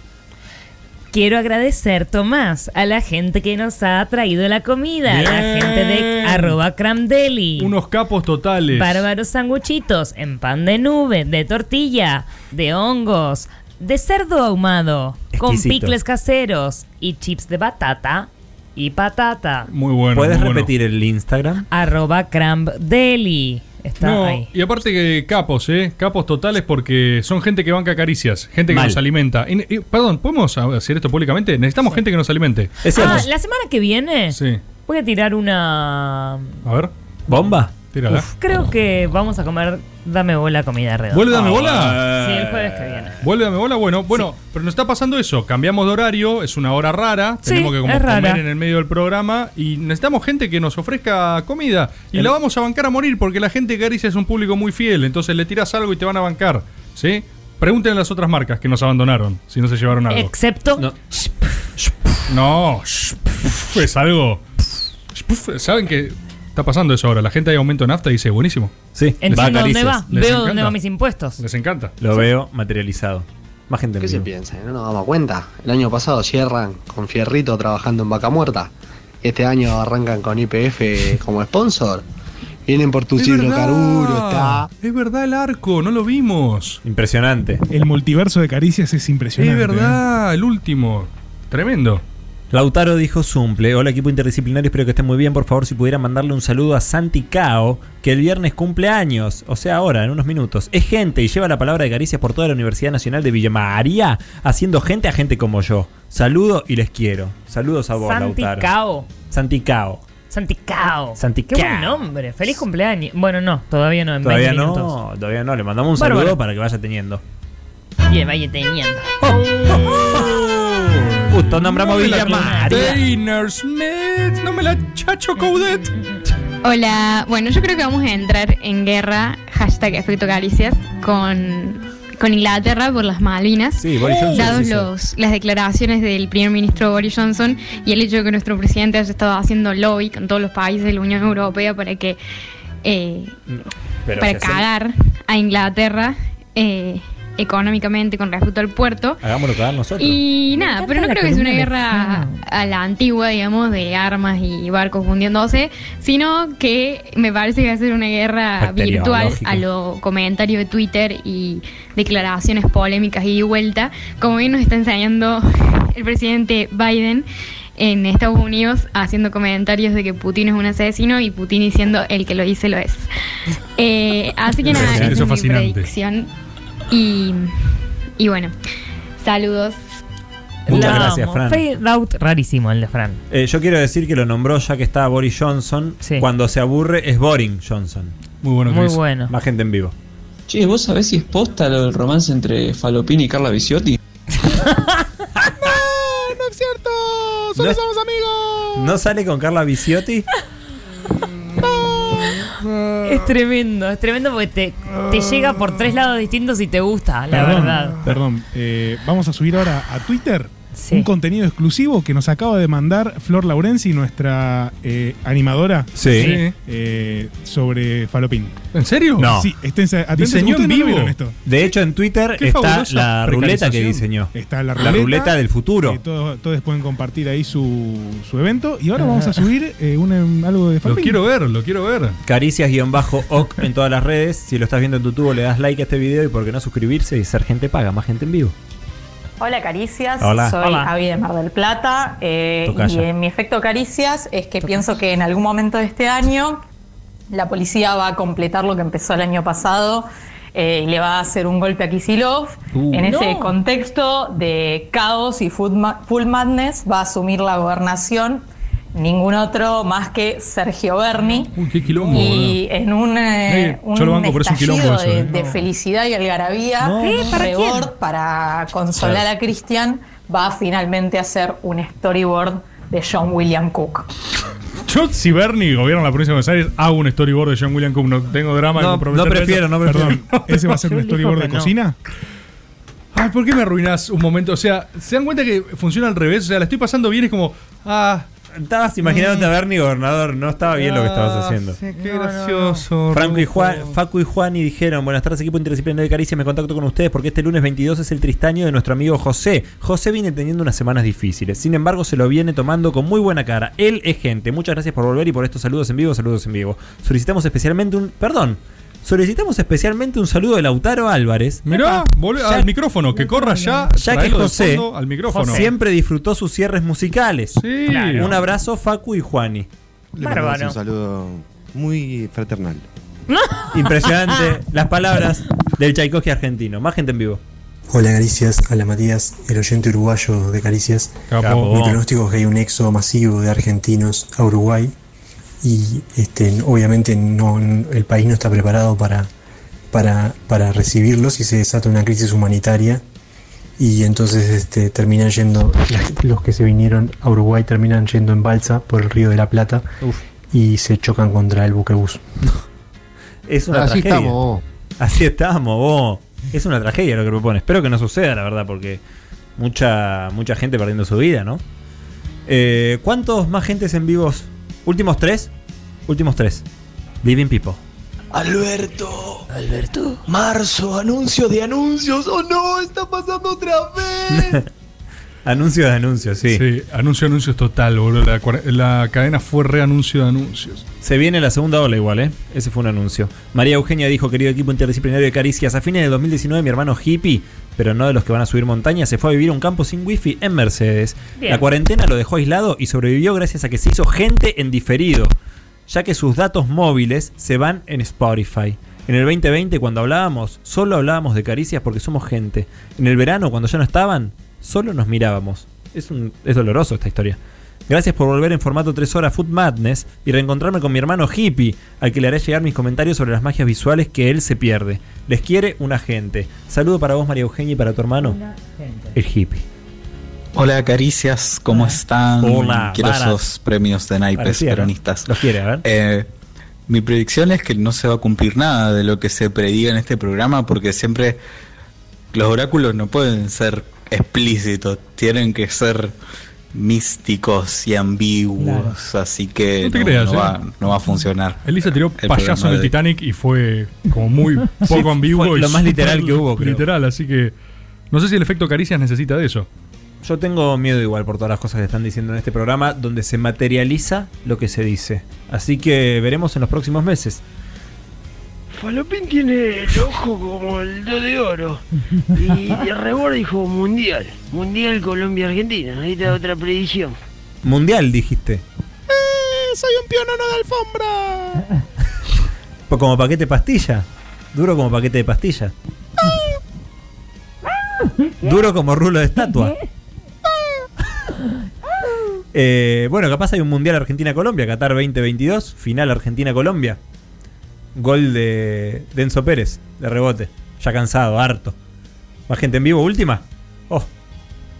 Speaker 9: Quiero agradecer, Tomás, a la gente que nos ha traído la comida. A la
Speaker 4: Bien.
Speaker 9: gente de arroba cramdeli.
Speaker 4: Unos capos totales.
Speaker 9: Bárbaros sanguchitos en pan de nube, de tortilla, de hongos, de cerdo ahumado, con
Speaker 8: Exquisito.
Speaker 9: picles caseros y chips de batata y patata.
Speaker 4: Muy bueno.
Speaker 8: ¿Puedes
Speaker 4: muy bueno.
Speaker 8: repetir el Instagram?
Speaker 9: Arroba cramdeli. Está
Speaker 4: No,
Speaker 9: ahí.
Speaker 4: y aparte que capos, ¿eh? Capos totales porque son gente que banca caricias, gente que
Speaker 8: Mal.
Speaker 4: nos alimenta. Y- y- perdón, ¿podemos hacer esto públicamente? Necesitamos gente que nos alimente.
Speaker 9: Ah, la semana que viene
Speaker 4: Sí.
Speaker 9: voy a tirar una...
Speaker 4: A ver.
Speaker 8: ¿Bomba?
Speaker 4: Tírala.
Speaker 9: Uf, creo que vamos a comer Dame Bola comida redonda.
Speaker 4: ¿Vuelve Dame Bola?
Speaker 9: Sí, el jueves que viene.
Speaker 4: Vuelve Dame Bola, bueno, bueno, pero nos está pasando eso. Cambiamos de horario, es una hora rara,
Speaker 9: Sí,
Speaker 4: tenemos que como
Speaker 9: es
Speaker 4: comer
Speaker 9: rara.
Speaker 4: en el medio del programa y necesitamos gente que nos ofrezca comida y
Speaker 8: El-
Speaker 4: la vamos a bancar a morir porque la gente que Caricia es un público muy fiel, entonces le tiras algo y te van a bancar, ¿sí? Pregúntenle a las otras marcas que nos abandonaron, si no se llevaron algo.
Speaker 9: Excepto...
Speaker 4: No, es algo. ¿Saben que está pasando eso ahora? La gente hay aumento de nafta y dice, buenísimo.
Speaker 8: Sí,
Speaker 9: Entiendo dónde va, veo dónde van mis impuestos.
Speaker 4: Les encanta.
Speaker 8: Lo veo materializado. Más gente en
Speaker 7: ¿Qué se
Speaker 8: vivo.
Speaker 7: piensa? ¿No nos damos cuenta? El año pasado cierran con Fierrito trabajando en Vaca Muerta. Este año arrancan con IPF como sponsor. Vienen por tu
Speaker 4: Es
Speaker 7: hidrocarburo, está.
Speaker 4: verdad, es verdad el arco, no lo vimos.
Speaker 8: Impresionante.
Speaker 1: El multiverso de caricias es
Speaker 4: Es ¿eh?
Speaker 1: impresionante.
Speaker 4: verdad, el último. Tremendo.
Speaker 8: Lautaro dijo Zumple, hola equipo interdisciplinario, espero que estén muy bien, por favor si pudieran mandarle un saludo a Santi Cao, que el viernes cumple años, o sea ahora, en unos minutos. Es gente y lleva la palabra de caricias por toda la Universidad Nacional de Villa María, haciendo gente a gente como yo. Saludo y les quiero. Saludos a vos,
Speaker 9: Santi
Speaker 8: Lautaro.
Speaker 9: Cao.
Speaker 8: Santi Cao.
Speaker 9: Santicao.
Speaker 8: Santi
Speaker 9: Qué
Speaker 8: Cao.
Speaker 9: buen nombre. Feliz cumpleaños. Bueno, no, todavía no. En
Speaker 8: Todavía
Speaker 9: 20 minutos.
Speaker 8: no, todavía no, le mandamos un
Speaker 9: Bárbaro.
Speaker 8: saludo para que vaya teniendo.
Speaker 9: Bien, vaya teniendo.
Speaker 8: Justo nombramos
Speaker 1: No me Ah, la
Speaker 8: Villa María.
Speaker 1: Container Smith, no me la chacho Coudet.
Speaker 14: Hola, bueno, yo creo que vamos a entrar en guerra, hashtag efecto caricias, con, con Inglaterra por las Malvinas.
Speaker 11: Sí, Boris Johnson
Speaker 14: Dados
Speaker 11: sí, sí.
Speaker 14: los- las declaraciones del primer ministro Boris Johnson y el hecho de que nuestro presidente haya estado haciendo lobby con todos los países de la Unión Europea para que eh,
Speaker 8: Pero
Speaker 14: para
Speaker 8: si hacemos-
Speaker 14: cagar a Inglaterra eh, económicamente con respecto al puerto.
Speaker 8: Hagámoslo cagar nosotros.
Speaker 14: Y nada, pero no
Speaker 9: la
Speaker 14: creo que sea una
Speaker 9: columna de
Speaker 14: guerra a la antigua, digamos, de armas y barcos hundiéndose, sino que me parece que va a ser una guerra virtual
Speaker 13: Bacteriológica.
Speaker 14: a lo comentario de Twitter y declaraciones polémicas y de vuelta, como bien nos está enseñando el presidente Biden en Estados Unidos haciendo comentarios de que Putin es un asesino y Putin diciendo el que lo dice lo es. Eh, así que nada, esa
Speaker 4: Eso es
Speaker 14: es mi
Speaker 4: fascinante.
Speaker 14: predicción. Y, y bueno, saludos.
Speaker 8: Muchas
Speaker 9: La
Speaker 8: gracias,
Speaker 9: amo.
Speaker 8: Fran.
Speaker 9: Fade out rarísimo el de Fran.
Speaker 8: Eh, yo quiero decir que lo nombró ya que está Boris Johnson. Cuando se aburre es Boring Johnson.
Speaker 1: Muy bueno,
Speaker 9: Muy Chris. bueno.
Speaker 8: Más gente en vivo.
Speaker 24: Che, ¿vos sabés si es posta lo del romance entre Falopini y Carla Viciotti?
Speaker 1: Ah, No es cierto,
Speaker 8: solo
Speaker 1: solo
Speaker 8: No-
Speaker 1: somos
Speaker 8: somos
Speaker 1: amigos.
Speaker 8: ¿No sale con Carla Viciotti?
Speaker 9: Es tremendo, es tremendo porque te, te llega por tres lados distintos y te gusta, la
Speaker 1: perdón,
Speaker 9: verdad.
Speaker 1: Perdón, eh, vamos a subir ahora a Twitter un contenido exclusivo que nos acaba de mandar Flor Laurenzi, nuestra eh, animadora.
Speaker 4: Sí. Sí.
Speaker 1: Eh, sobre Falopín.
Speaker 4: ¿En serio? No.
Speaker 1: Sí, estén atentos.
Speaker 4: Diseñó
Speaker 1: Ustedes
Speaker 4: en
Speaker 1: no lo
Speaker 4: vivo.
Speaker 1: vieron esto.
Speaker 8: De hecho, en Twitter
Speaker 1: Qué
Speaker 8: está
Speaker 1: fabulosa
Speaker 8: la ruleta que
Speaker 1: precarización.
Speaker 8: diseñó.
Speaker 1: Está la ruleta.
Speaker 8: del futuro.
Speaker 1: que todos, todos pueden compartir ahí su, su evento. Y ahora vamos a subir eh, un- algo de Falopín.
Speaker 4: ver, Ah. lo quiero ver.
Speaker 8: Caricias-oc en todas las redes. Si lo estás viendo en tu tubo, le das like a este video y por qué no suscribirse y ser gente paga, más gente en vivo.
Speaker 25: Hola Caricias,
Speaker 8: Hola.
Speaker 25: soy
Speaker 8: Hola.
Speaker 25: Avi de Mar del Plata eh, y
Speaker 8: Tocaya.
Speaker 25: en mi efecto Caricias es que pienso que en algún momento de este año la policía va a completar lo que empezó el año pasado eh, y le va a hacer un golpe a Kisilov.
Speaker 26: Uh.
Speaker 25: en ese
Speaker 26: No.
Speaker 25: contexto de caos y full, ma- full madness va a asumir la gobernación ningún otro más que Sergio Berni.
Speaker 4: Uy, qué quilombo,
Speaker 25: Y en un, eh,
Speaker 4: Eh, yo lo
Speaker 25: un
Speaker 4: banco, pero es un
Speaker 25: estallido
Speaker 4: quilombo eso,
Speaker 25: de,
Speaker 4: eh.
Speaker 25: de felicidad y algarabía,
Speaker 4: No, ¿Qué? ¿Para quién?
Speaker 25: rebord para consolar
Speaker 4: Claro.
Speaker 25: a Christian, va a finalmente hacer un storyboard de John William Cook.
Speaker 4: Yo, si Bernie gobierna la provincia de Buenos Aires, hago un storyboard de John William Cook. No tengo drama.
Speaker 1: No,
Speaker 4: comprometo
Speaker 1: no
Speaker 4: el
Speaker 1: prefiero,
Speaker 4: reto.
Speaker 1: no prefiero.
Speaker 4: Perdón,
Speaker 1: ¿ese va a ser un Yo elijo storyboard de que no. cocina?
Speaker 4: Ay, ¿por qué me arruinás un momento? O sea, ¿se dan cuenta que funciona al revés? O sea, la estoy pasando bien, es como. Ah. Mm.
Speaker 8: Estabas imaginándote a Bernie gobernador, no estaba bien lo que estabas haciendo.
Speaker 4: qué gracioso.
Speaker 8: Franco y Juan, Facu y Juan y dijeron, buenas tardes equipo interdisciplinario de Caricia, me contacto con ustedes porque este lunes 22 es el tristaño de nuestro amigo José. José viene teniendo unas semanas difíciles, sin embargo se lo viene tomando con muy buena cara. Él es gente, muchas gracias por volver y por estos saludos en vivo, saludos en vivo. Solicitamos especialmente un... Perdón. Solicitamos especialmente un saludo de Lautaro Álvarez.
Speaker 4: Mirá, volvé al micrófono, que corra ya.
Speaker 8: Ya que
Speaker 4: traelo de
Speaker 8: José
Speaker 4: fondo al micrófono.
Speaker 8: siempre disfrutó sus cierres musicales.
Speaker 4: Sí. Claro.
Speaker 8: Un abrazo, Facu y Juani.
Speaker 27: Le mandamos un saludo muy fraternal.
Speaker 8: Impresionante las palabras del Tchaikovsky argentino. Más gente en vivo.
Speaker 28: Hola Caricias, hola Matías, el oyente uruguayo de Caricias.
Speaker 8: Capo.
Speaker 28: Mi pronóstico es que hay un éxodo masivo de argentinos a Uruguay y este, obviamente no, el país no está preparado para, para, para recibirlos y se desata una crisis humanitaria y entonces este, terminan yendo, las- los que se vinieron a Uruguay terminan yendo en balsa por el río de la Plata
Speaker 8: Uf.
Speaker 28: y se chocan contra el buquebús.
Speaker 8: Es una
Speaker 28: Así
Speaker 8: tragedia.
Speaker 28: estamos, vos.
Speaker 8: Así estamos, vos. Es una tragedia lo que propone. Espero que no suceda, la verdad, porque mucha, mucha gente perdiendo su vida, ¿no? Eh, ¿Cuántos más gentes en vivos? ¿Últimos tres? Últimos tres. Living People.
Speaker 18: Alberto. Alberto. Marzo, anuncio de anuncios. Oh no, está pasando otra vez.
Speaker 8: Anuncios de anuncios, sí.
Speaker 4: Sí, anuncio de anuncios total, boludo. La, cuar- la cadena fue reanuncio de anuncios.
Speaker 8: Se viene la segunda ola igual, ¿eh? Ese fue un anuncio. María Eugenia dijo, querido equipo interdisciplinario de Caricias, a fines de 2019 mi hermano hippie pero no de los que van a subir montañas, se fue a vivir a un campo sin wifi en Mercedes.
Speaker 9: Bien.
Speaker 8: La cuarentena lo dejó aislado y sobrevivió gracias a que se hizo gente en diferido, ya que sus datos móviles se van en Spotify. En el 2020, cuando hablábamos, solo hablábamos de caricias porque somos gente. En el verano, cuando ya no estaban, solo nos mirábamos. Es, un- es doloroso esta historia. Gracias por volver en formato 3 horas Food Madness y reencontrarme con mi hermano hippie, al que le haré llegar mis comentarios sobre las magias visuales que él se pierde. Les quiere un agente. Saludo para vos, María Eugenia, y para tu hermano, el hippie.
Speaker 22: Hola, caricias, ¿cómo están?
Speaker 8: Hola,
Speaker 22: Quiero
Speaker 8: varas.
Speaker 22: esos premios de naipes
Speaker 8: Pareciera.
Speaker 22: peronistas. Eh,
Speaker 8: Los quiere, a ver.
Speaker 22: mi predicción es que no se va a cumplir nada de lo que se prediga en este programa porque siempre los oráculos no pueden ser explícitos, tienen que ser místicos y ambiguos, así que
Speaker 4: No te creas, ¿eh?
Speaker 22: va, no va a funcionar.
Speaker 4: Elisa tiró
Speaker 22: El
Speaker 4: payaso en el
Speaker 22: programa de-
Speaker 4: Titanic y fue como muy
Speaker 22: Sí,
Speaker 4: poco ambiguo.
Speaker 22: fue
Speaker 4: y
Speaker 22: lo más literal
Speaker 4: súper
Speaker 22: que hubo, creo.
Speaker 4: Literal, así que no sé si el efecto caricias necesita de eso.
Speaker 8: Yo tengo miedo igual por todas las cosas que están diciendo en este programa, donde se materializa lo que se dice. Así que veremos en los próximos meses.
Speaker 20: Falopín tiene el ojo como el do de oro. Y de rebord dijo mundial. Mundial Colombia-Argentina. Ahí está otra predicción.
Speaker 8: Mundial, dijiste.
Speaker 12: Eh,
Speaker 20: soy un pionono de alfombra!
Speaker 8: Po- Pues Como paquete de pastilla. Duro como paquete de pastilla. Duro como rulo de estatua. Eh, bueno, capaz hay un Mundial Argentina-Colombia, Qatar 2022, final Argentina-Colombia. Gol de Denso Pérez, de rebote. Ya cansado, harto. Más gente en vivo, última.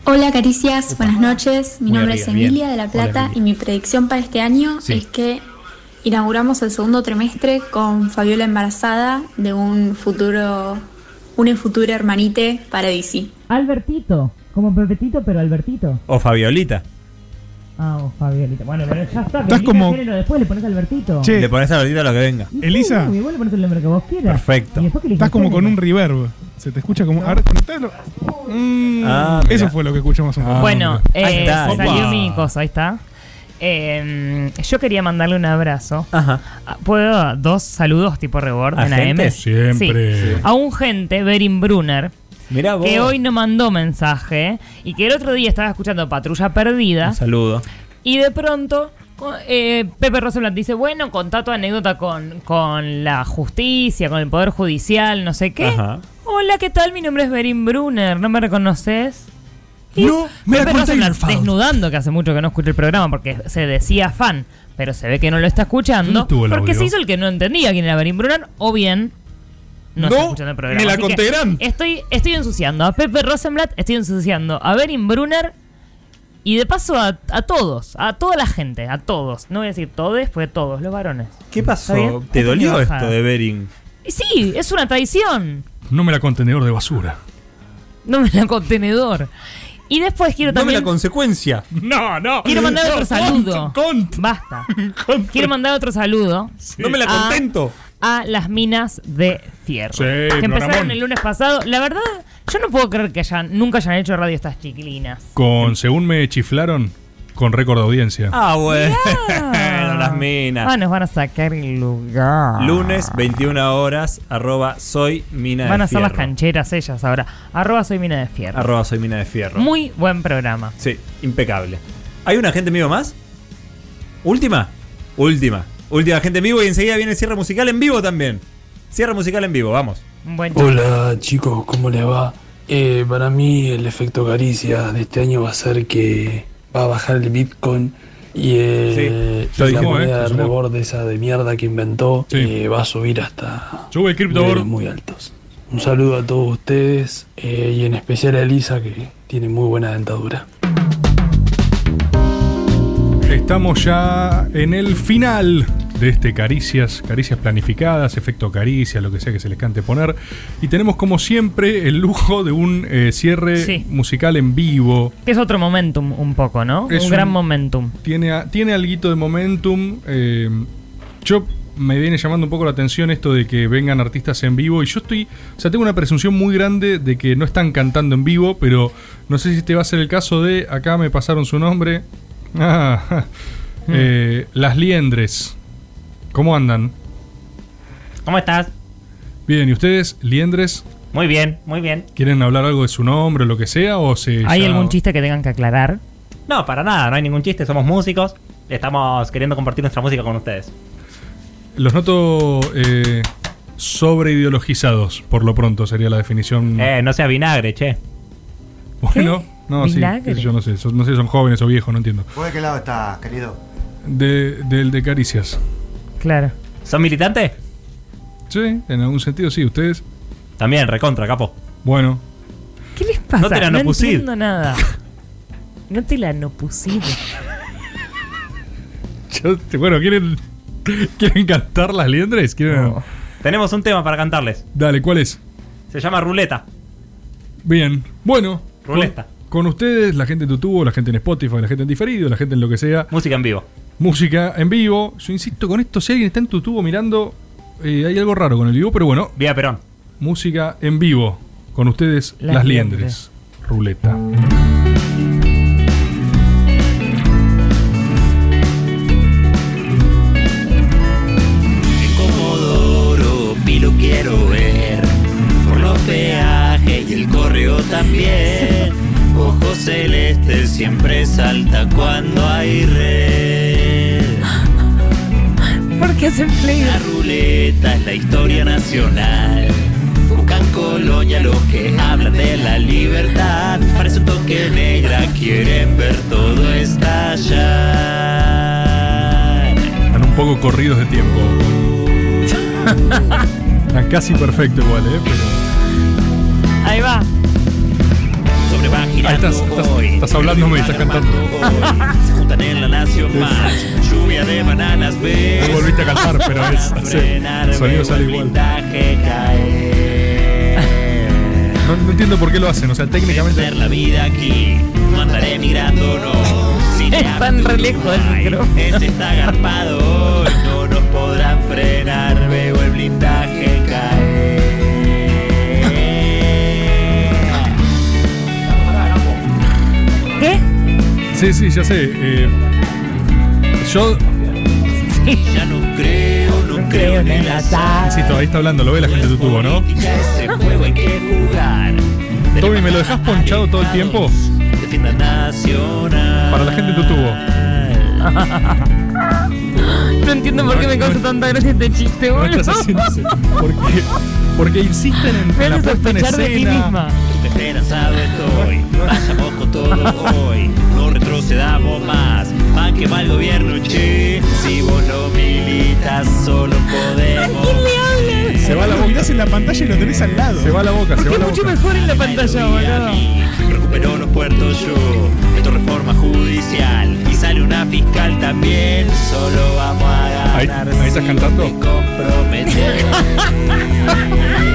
Speaker 29: Hola Caricias, buenas noches. Mi
Speaker 8: Muy
Speaker 29: nombre
Speaker 8: arriba,
Speaker 29: es Emilia
Speaker 8: bien.
Speaker 29: de La
Speaker 8: Hola,
Speaker 29: Plata y mi predicción para este año
Speaker 8: Sí.
Speaker 29: es que inauguramos el segundo trimestre con Fabiola embarazada de un futuro, una futura hermanite para DC.
Speaker 12: Albertito, como Pepetito, pero Albertito.
Speaker 8: O Fabiolita.
Speaker 12: Ah, oh, Fabiolita. Bueno, pero ya está.
Speaker 6: Estás
Speaker 12: Estás
Speaker 6: como-
Speaker 12: Después le pones Albertito.
Speaker 8: Le pones a Lolita lo que venga.
Speaker 6: Elisa.
Speaker 12: Uy, vos Uh, le pones el nombre que vos quieras.
Speaker 8: Perfecto.
Speaker 6: Estás como con un reverb. Se te escucha como. A ver, conectalo. Mm,
Speaker 8: Ah, mirá.
Speaker 6: eso fue lo que escuchamos un poco.
Speaker 9: Bueno, eh,
Speaker 6: Ahí está.
Speaker 9: salió
Speaker 6: Opa.
Speaker 9: mi cosa, ahí está. Eh, yo quería mandarle un abrazo. Ah, ¿Puedo dar dos saludos tipo rebord
Speaker 8: ¿A
Speaker 9: en
Speaker 8: gente?
Speaker 9: AM?
Speaker 8: Siempre.
Speaker 9: Sí.
Speaker 8: Sí.
Speaker 12: Ah.
Speaker 9: A un gente, Berin Brunner.
Speaker 8: Mirá vos.
Speaker 9: Que hoy no mandó mensaje y que el otro día estaba escuchando Patrulla Perdida.
Speaker 8: Un saludo.
Speaker 9: Y de pronto, co- eh, Pepe Rosenblatt dice, bueno, contá tu anécdota con, con la justicia, con el Poder Judicial, no sé qué.
Speaker 8: Ajá.
Speaker 9: Hola, ¿qué tal? Mi nombre es Berin Brunner, ¿no me reconoces?
Speaker 12: No, me la conté
Speaker 9: Pepe Rosenblatt
Speaker 12: Lanfao.
Speaker 9: desnudando, que hace mucho que no escucho el programa porque se decía fan, pero se ve que no lo está
Speaker 12: ¿Dónde
Speaker 9: escuchando
Speaker 12: estuvo el
Speaker 9: porque
Speaker 12: audio?
Speaker 9: se hizo el que no entendía quién era Berin Brunner o bien... No, está
Speaker 12: No,
Speaker 9: escuchando el programa.
Speaker 12: me la
Speaker 9: Así que
Speaker 12: conté gran.
Speaker 9: Estoy, estoy ensuciando a Pepe Rosenblatt, estoy ensuciando a Berin Brunner y de paso a, a todos, a toda la gente, a todos. No voy a decir todes, fue todos, los varones.
Speaker 8: ¿Qué
Speaker 9: pasó?
Speaker 8: ¿Te dolió esto de Bering?
Speaker 9: Y sí, es una traición.
Speaker 4: No me la contenedor de basura.
Speaker 9: No me la contenedor. Y después quiero también.
Speaker 8: consecuencia.
Speaker 4: No, no.
Speaker 9: Quiero mandar
Speaker 4: No,
Speaker 9: otro
Speaker 4: cont,
Speaker 9: saludo. Basta. Quiero mandar otro saludo.
Speaker 4: No me la
Speaker 9: a-
Speaker 4: contento. Eh,
Speaker 9: A, las minas de Fierro.
Speaker 4: Sí,
Speaker 9: que empezaron
Speaker 4: programón.
Speaker 9: el lunes pasado. La verdad, yo no puedo creer que hayan, nunca hayan hecho radio estas chiquilinas.
Speaker 4: Con, según me chiflaron, con récord de audiencia.
Speaker 8: Ah, bueno. las minas.
Speaker 9: Ah, nos van a sacar el lugar.
Speaker 8: Lunes, 21 horas, arroba soy mina de
Speaker 9: Van a ser
Speaker 8: fierro.
Speaker 9: las cancheras ellas ahora. Arroba soy mina de fierro.
Speaker 8: Arroba soy mina de fierro.
Speaker 9: Muy buen programa.
Speaker 8: Sí, impecable. ¿Hay una gente en vivo más? ¿Última? Última. Última gente en vivo y enseguida viene el cierre musical en vivo también. Cierre musical en vivo, vamos.
Speaker 9: Un buen
Speaker 29: Hola chicos, ¿cómo les va? Eh, para mí el efecto caricia de este año va a ser que va a bajar el Bitcoin y el,
Speaker 4: Sí, lo
Speaker 29: y la
Speaker 4: dijimos, eh,
Speaker 29: moneda
Speaker 4: lo
Speaker 29: de
Speaker 4: sumó.
Speaker 29: reborde esa de mierda que inventó eh, va a subir hasta
Speaker 4: Sube el cripto
Speaker 29: niveles
Speaker 4: Board.
Speaker 29: muy altos. Un saludo a todos ustedes eh, y en especial a Elisa que tiene muy buena dentadura.
Speaker 4: Estamos ya en el final de este Caricias, Caricias planificadas, efecto caricia, lo que sea que se les cante poner. Y tenemos como siempre el lujo de un eh, cierre
Speaker 9: Sí.
Speaker 4: musical en vivo.
Speaker 9: Que es otro momentum un poco, ¿no?
Speaker 4: Es
Speaker 9: un gran
Speaker 4: un-
Speaker 9: momentum.
Speaker 4: Tiene, a- tiene alguito de momentum. eh, yo me viene llamando un poco la atención esto de que vengan artistas en vivo. Y yo estoy. O sea, tengo una presunción muy grande de que no están cantando en vivo, pero no sé si este va a ser el caso de. Acá me pasaron su nombre. Ah, ja.
Speaker 9: Mm.
Speaker 4: Eh, las liendres. ¿Cómo andan?
Speaker 9: ¿Cómo estás?
Speaker 4: Bien, ¿y ustedes, liendres? Muy bien, muy bien. ¿Quieren hablar algo de su nombre o lo que sea? O se,
Speaker 9: ¿Hay
Speaker 4: ya-
Speaker 9: algún chiste que tengan que aclarar?
Speaker 8: No, para nada, no hay ningún chiste, somos músicos. Estamos queriendo compartir nuestra música con ustedes.
Speaker 4: Los noto eh, sobreideologizados, por lo pronto sería la definición.
Speaker 8: Eh, no sea vinagre, che.
Speaker 4: bueno, no, sí,
Speaker 8: ¿Vinagre?
Speaker 4: qué sé yo no sé, son- no sé si son jóvenes o viejos, no entiendo.
Speaker 18: ¿Vos de qué lado estás, querido?
Speaker 4: De- del de caricias.
Speaker 9: Claro.
Speaker 8: ¿Son militantes?
Speaker 4: Sí, en algún sentido sí, ustedes.
Speaker 8: También, recontra, capo.
Speaker 4: Bueno,
Speaker 9: ¿Qué les pasa?
Speaker 4: No te la
Speaker 9: no
Speaker 4: nopusid.
Speaker 9: entiendo nada. No te la no
Speaker 4: yo- bueno, ¿quieren, ¿quieren cantar las liendres? ¿Quieren-
Speaker 8: Tenemos un tema para cantarles.
Speaker 4: Dale, ¿cuál es?
Speaker 8: Se llama Ruleta.
Speaker 4: Bien, bueno.
Speaker 8: Ruleta.
Speaker 4: Con, con ustedes, la gente en Tutubo, la gente en Spotify, la gente en diferido, la gente en lo que sea.
Speaker 8: Música en vivo.
Speaker 4: Música en vivo. Yo insisto con esto, si alguien está en Tutubo mirando, eh, hay algo raro con el vivo, pero bueno.
Speaker 8: Vía Perón.
Speaker 4: Música en vivo. Con ustedes,
Speaker 8: Las
Speaker 4: las, liendres. Ruleta.
Speaker 15: Comodoro Pi lo quiero ver por los peajes y el correo también. Ojo celeste siempre salta cuando hay red.
Speaker 9: Porque hacen play.
Speaker 15: La ruleta es la historia nacional. Buscan colonia los que hablan de la libertad. Parece un toque negra, quieren ver todo estallar.
Speaker 4: Están un poco corridos de tiempo. Están casi perfecto igual, ¿eh? Pero-
Speaker 9: Ahí va.
Speaker 15: Sobre va girando
Speaker 4: Ahí estás, estás,
Speaker 15: hoy.
Speaker 4: estás hablándome y estás cantando.
Speaker 15: Se juntan en la nación más. Lluvia de bananas, ves.
Speaker 4: Volviste a cantar, pero es- sí, el sonido sale igual. No, no entiendo por qué lo hacen, o sea, técnicamente.
Speaker 15: la vida aquí. No andaré migrando, no. Si Están re lejos del micrófono. Este está agarpado. hoy, No nos podrán frenar. Veo el blindaje
Speaker 4: Eh.
Speaker 12: Ah.
Speaker 15: caer.
Speaker 9: ¿Qué?
Speaker 4: Sí, sí, ya sé. eh, yo.
Speaker 15: Ya no creo, no creo en el azar.
Speaker 4: Insisto, ahí está hablando, lo ve la gente de tubo, ¿no?
Speaker 15: Ya este juego hay que jugar.
Speaker 4: Tommy, ¿me lo dejas ponchado todo el tiempo?
Speaker 15: Defienda nacional.
Speaker 4: Para la gente de tubo.
Speaker 9: No entiendo por qué me causa tanta gracia este chiste,
Speaker 4: No
Speaker 9: boludo.
Speaker 4: estás haciendo eso. Porque, porque insisten en
Speaker 9: Me
Speaker 4: la
Speaker 9: hace
Speaker 4: puesta en
Speaker 9: sospechar de ti
Speaker 4: escena.
Speaker 9: misma.
Speaker 15: Te esperanzado estoy. Vayamos con todo hoy. No retrocedamos más. Más que mal gobierno, che. Si vos no militas, solo podemos.
Speaker 6: Se va la boca. Mirás en la pantalla y lo tenés al lado. Se
Speaker 4: va la boca,
Speaker 6: se va la boca.
Speaker 9: mejor en la pantalla, boludo.
Speaker 15: Recuperó los puertos yo. Esto reforma judicial. Y sale una fiscal también. Solo vamos a ganar.
Speaker 4: Ahí, ahí estás cantando.
Speaker 15: Prometer.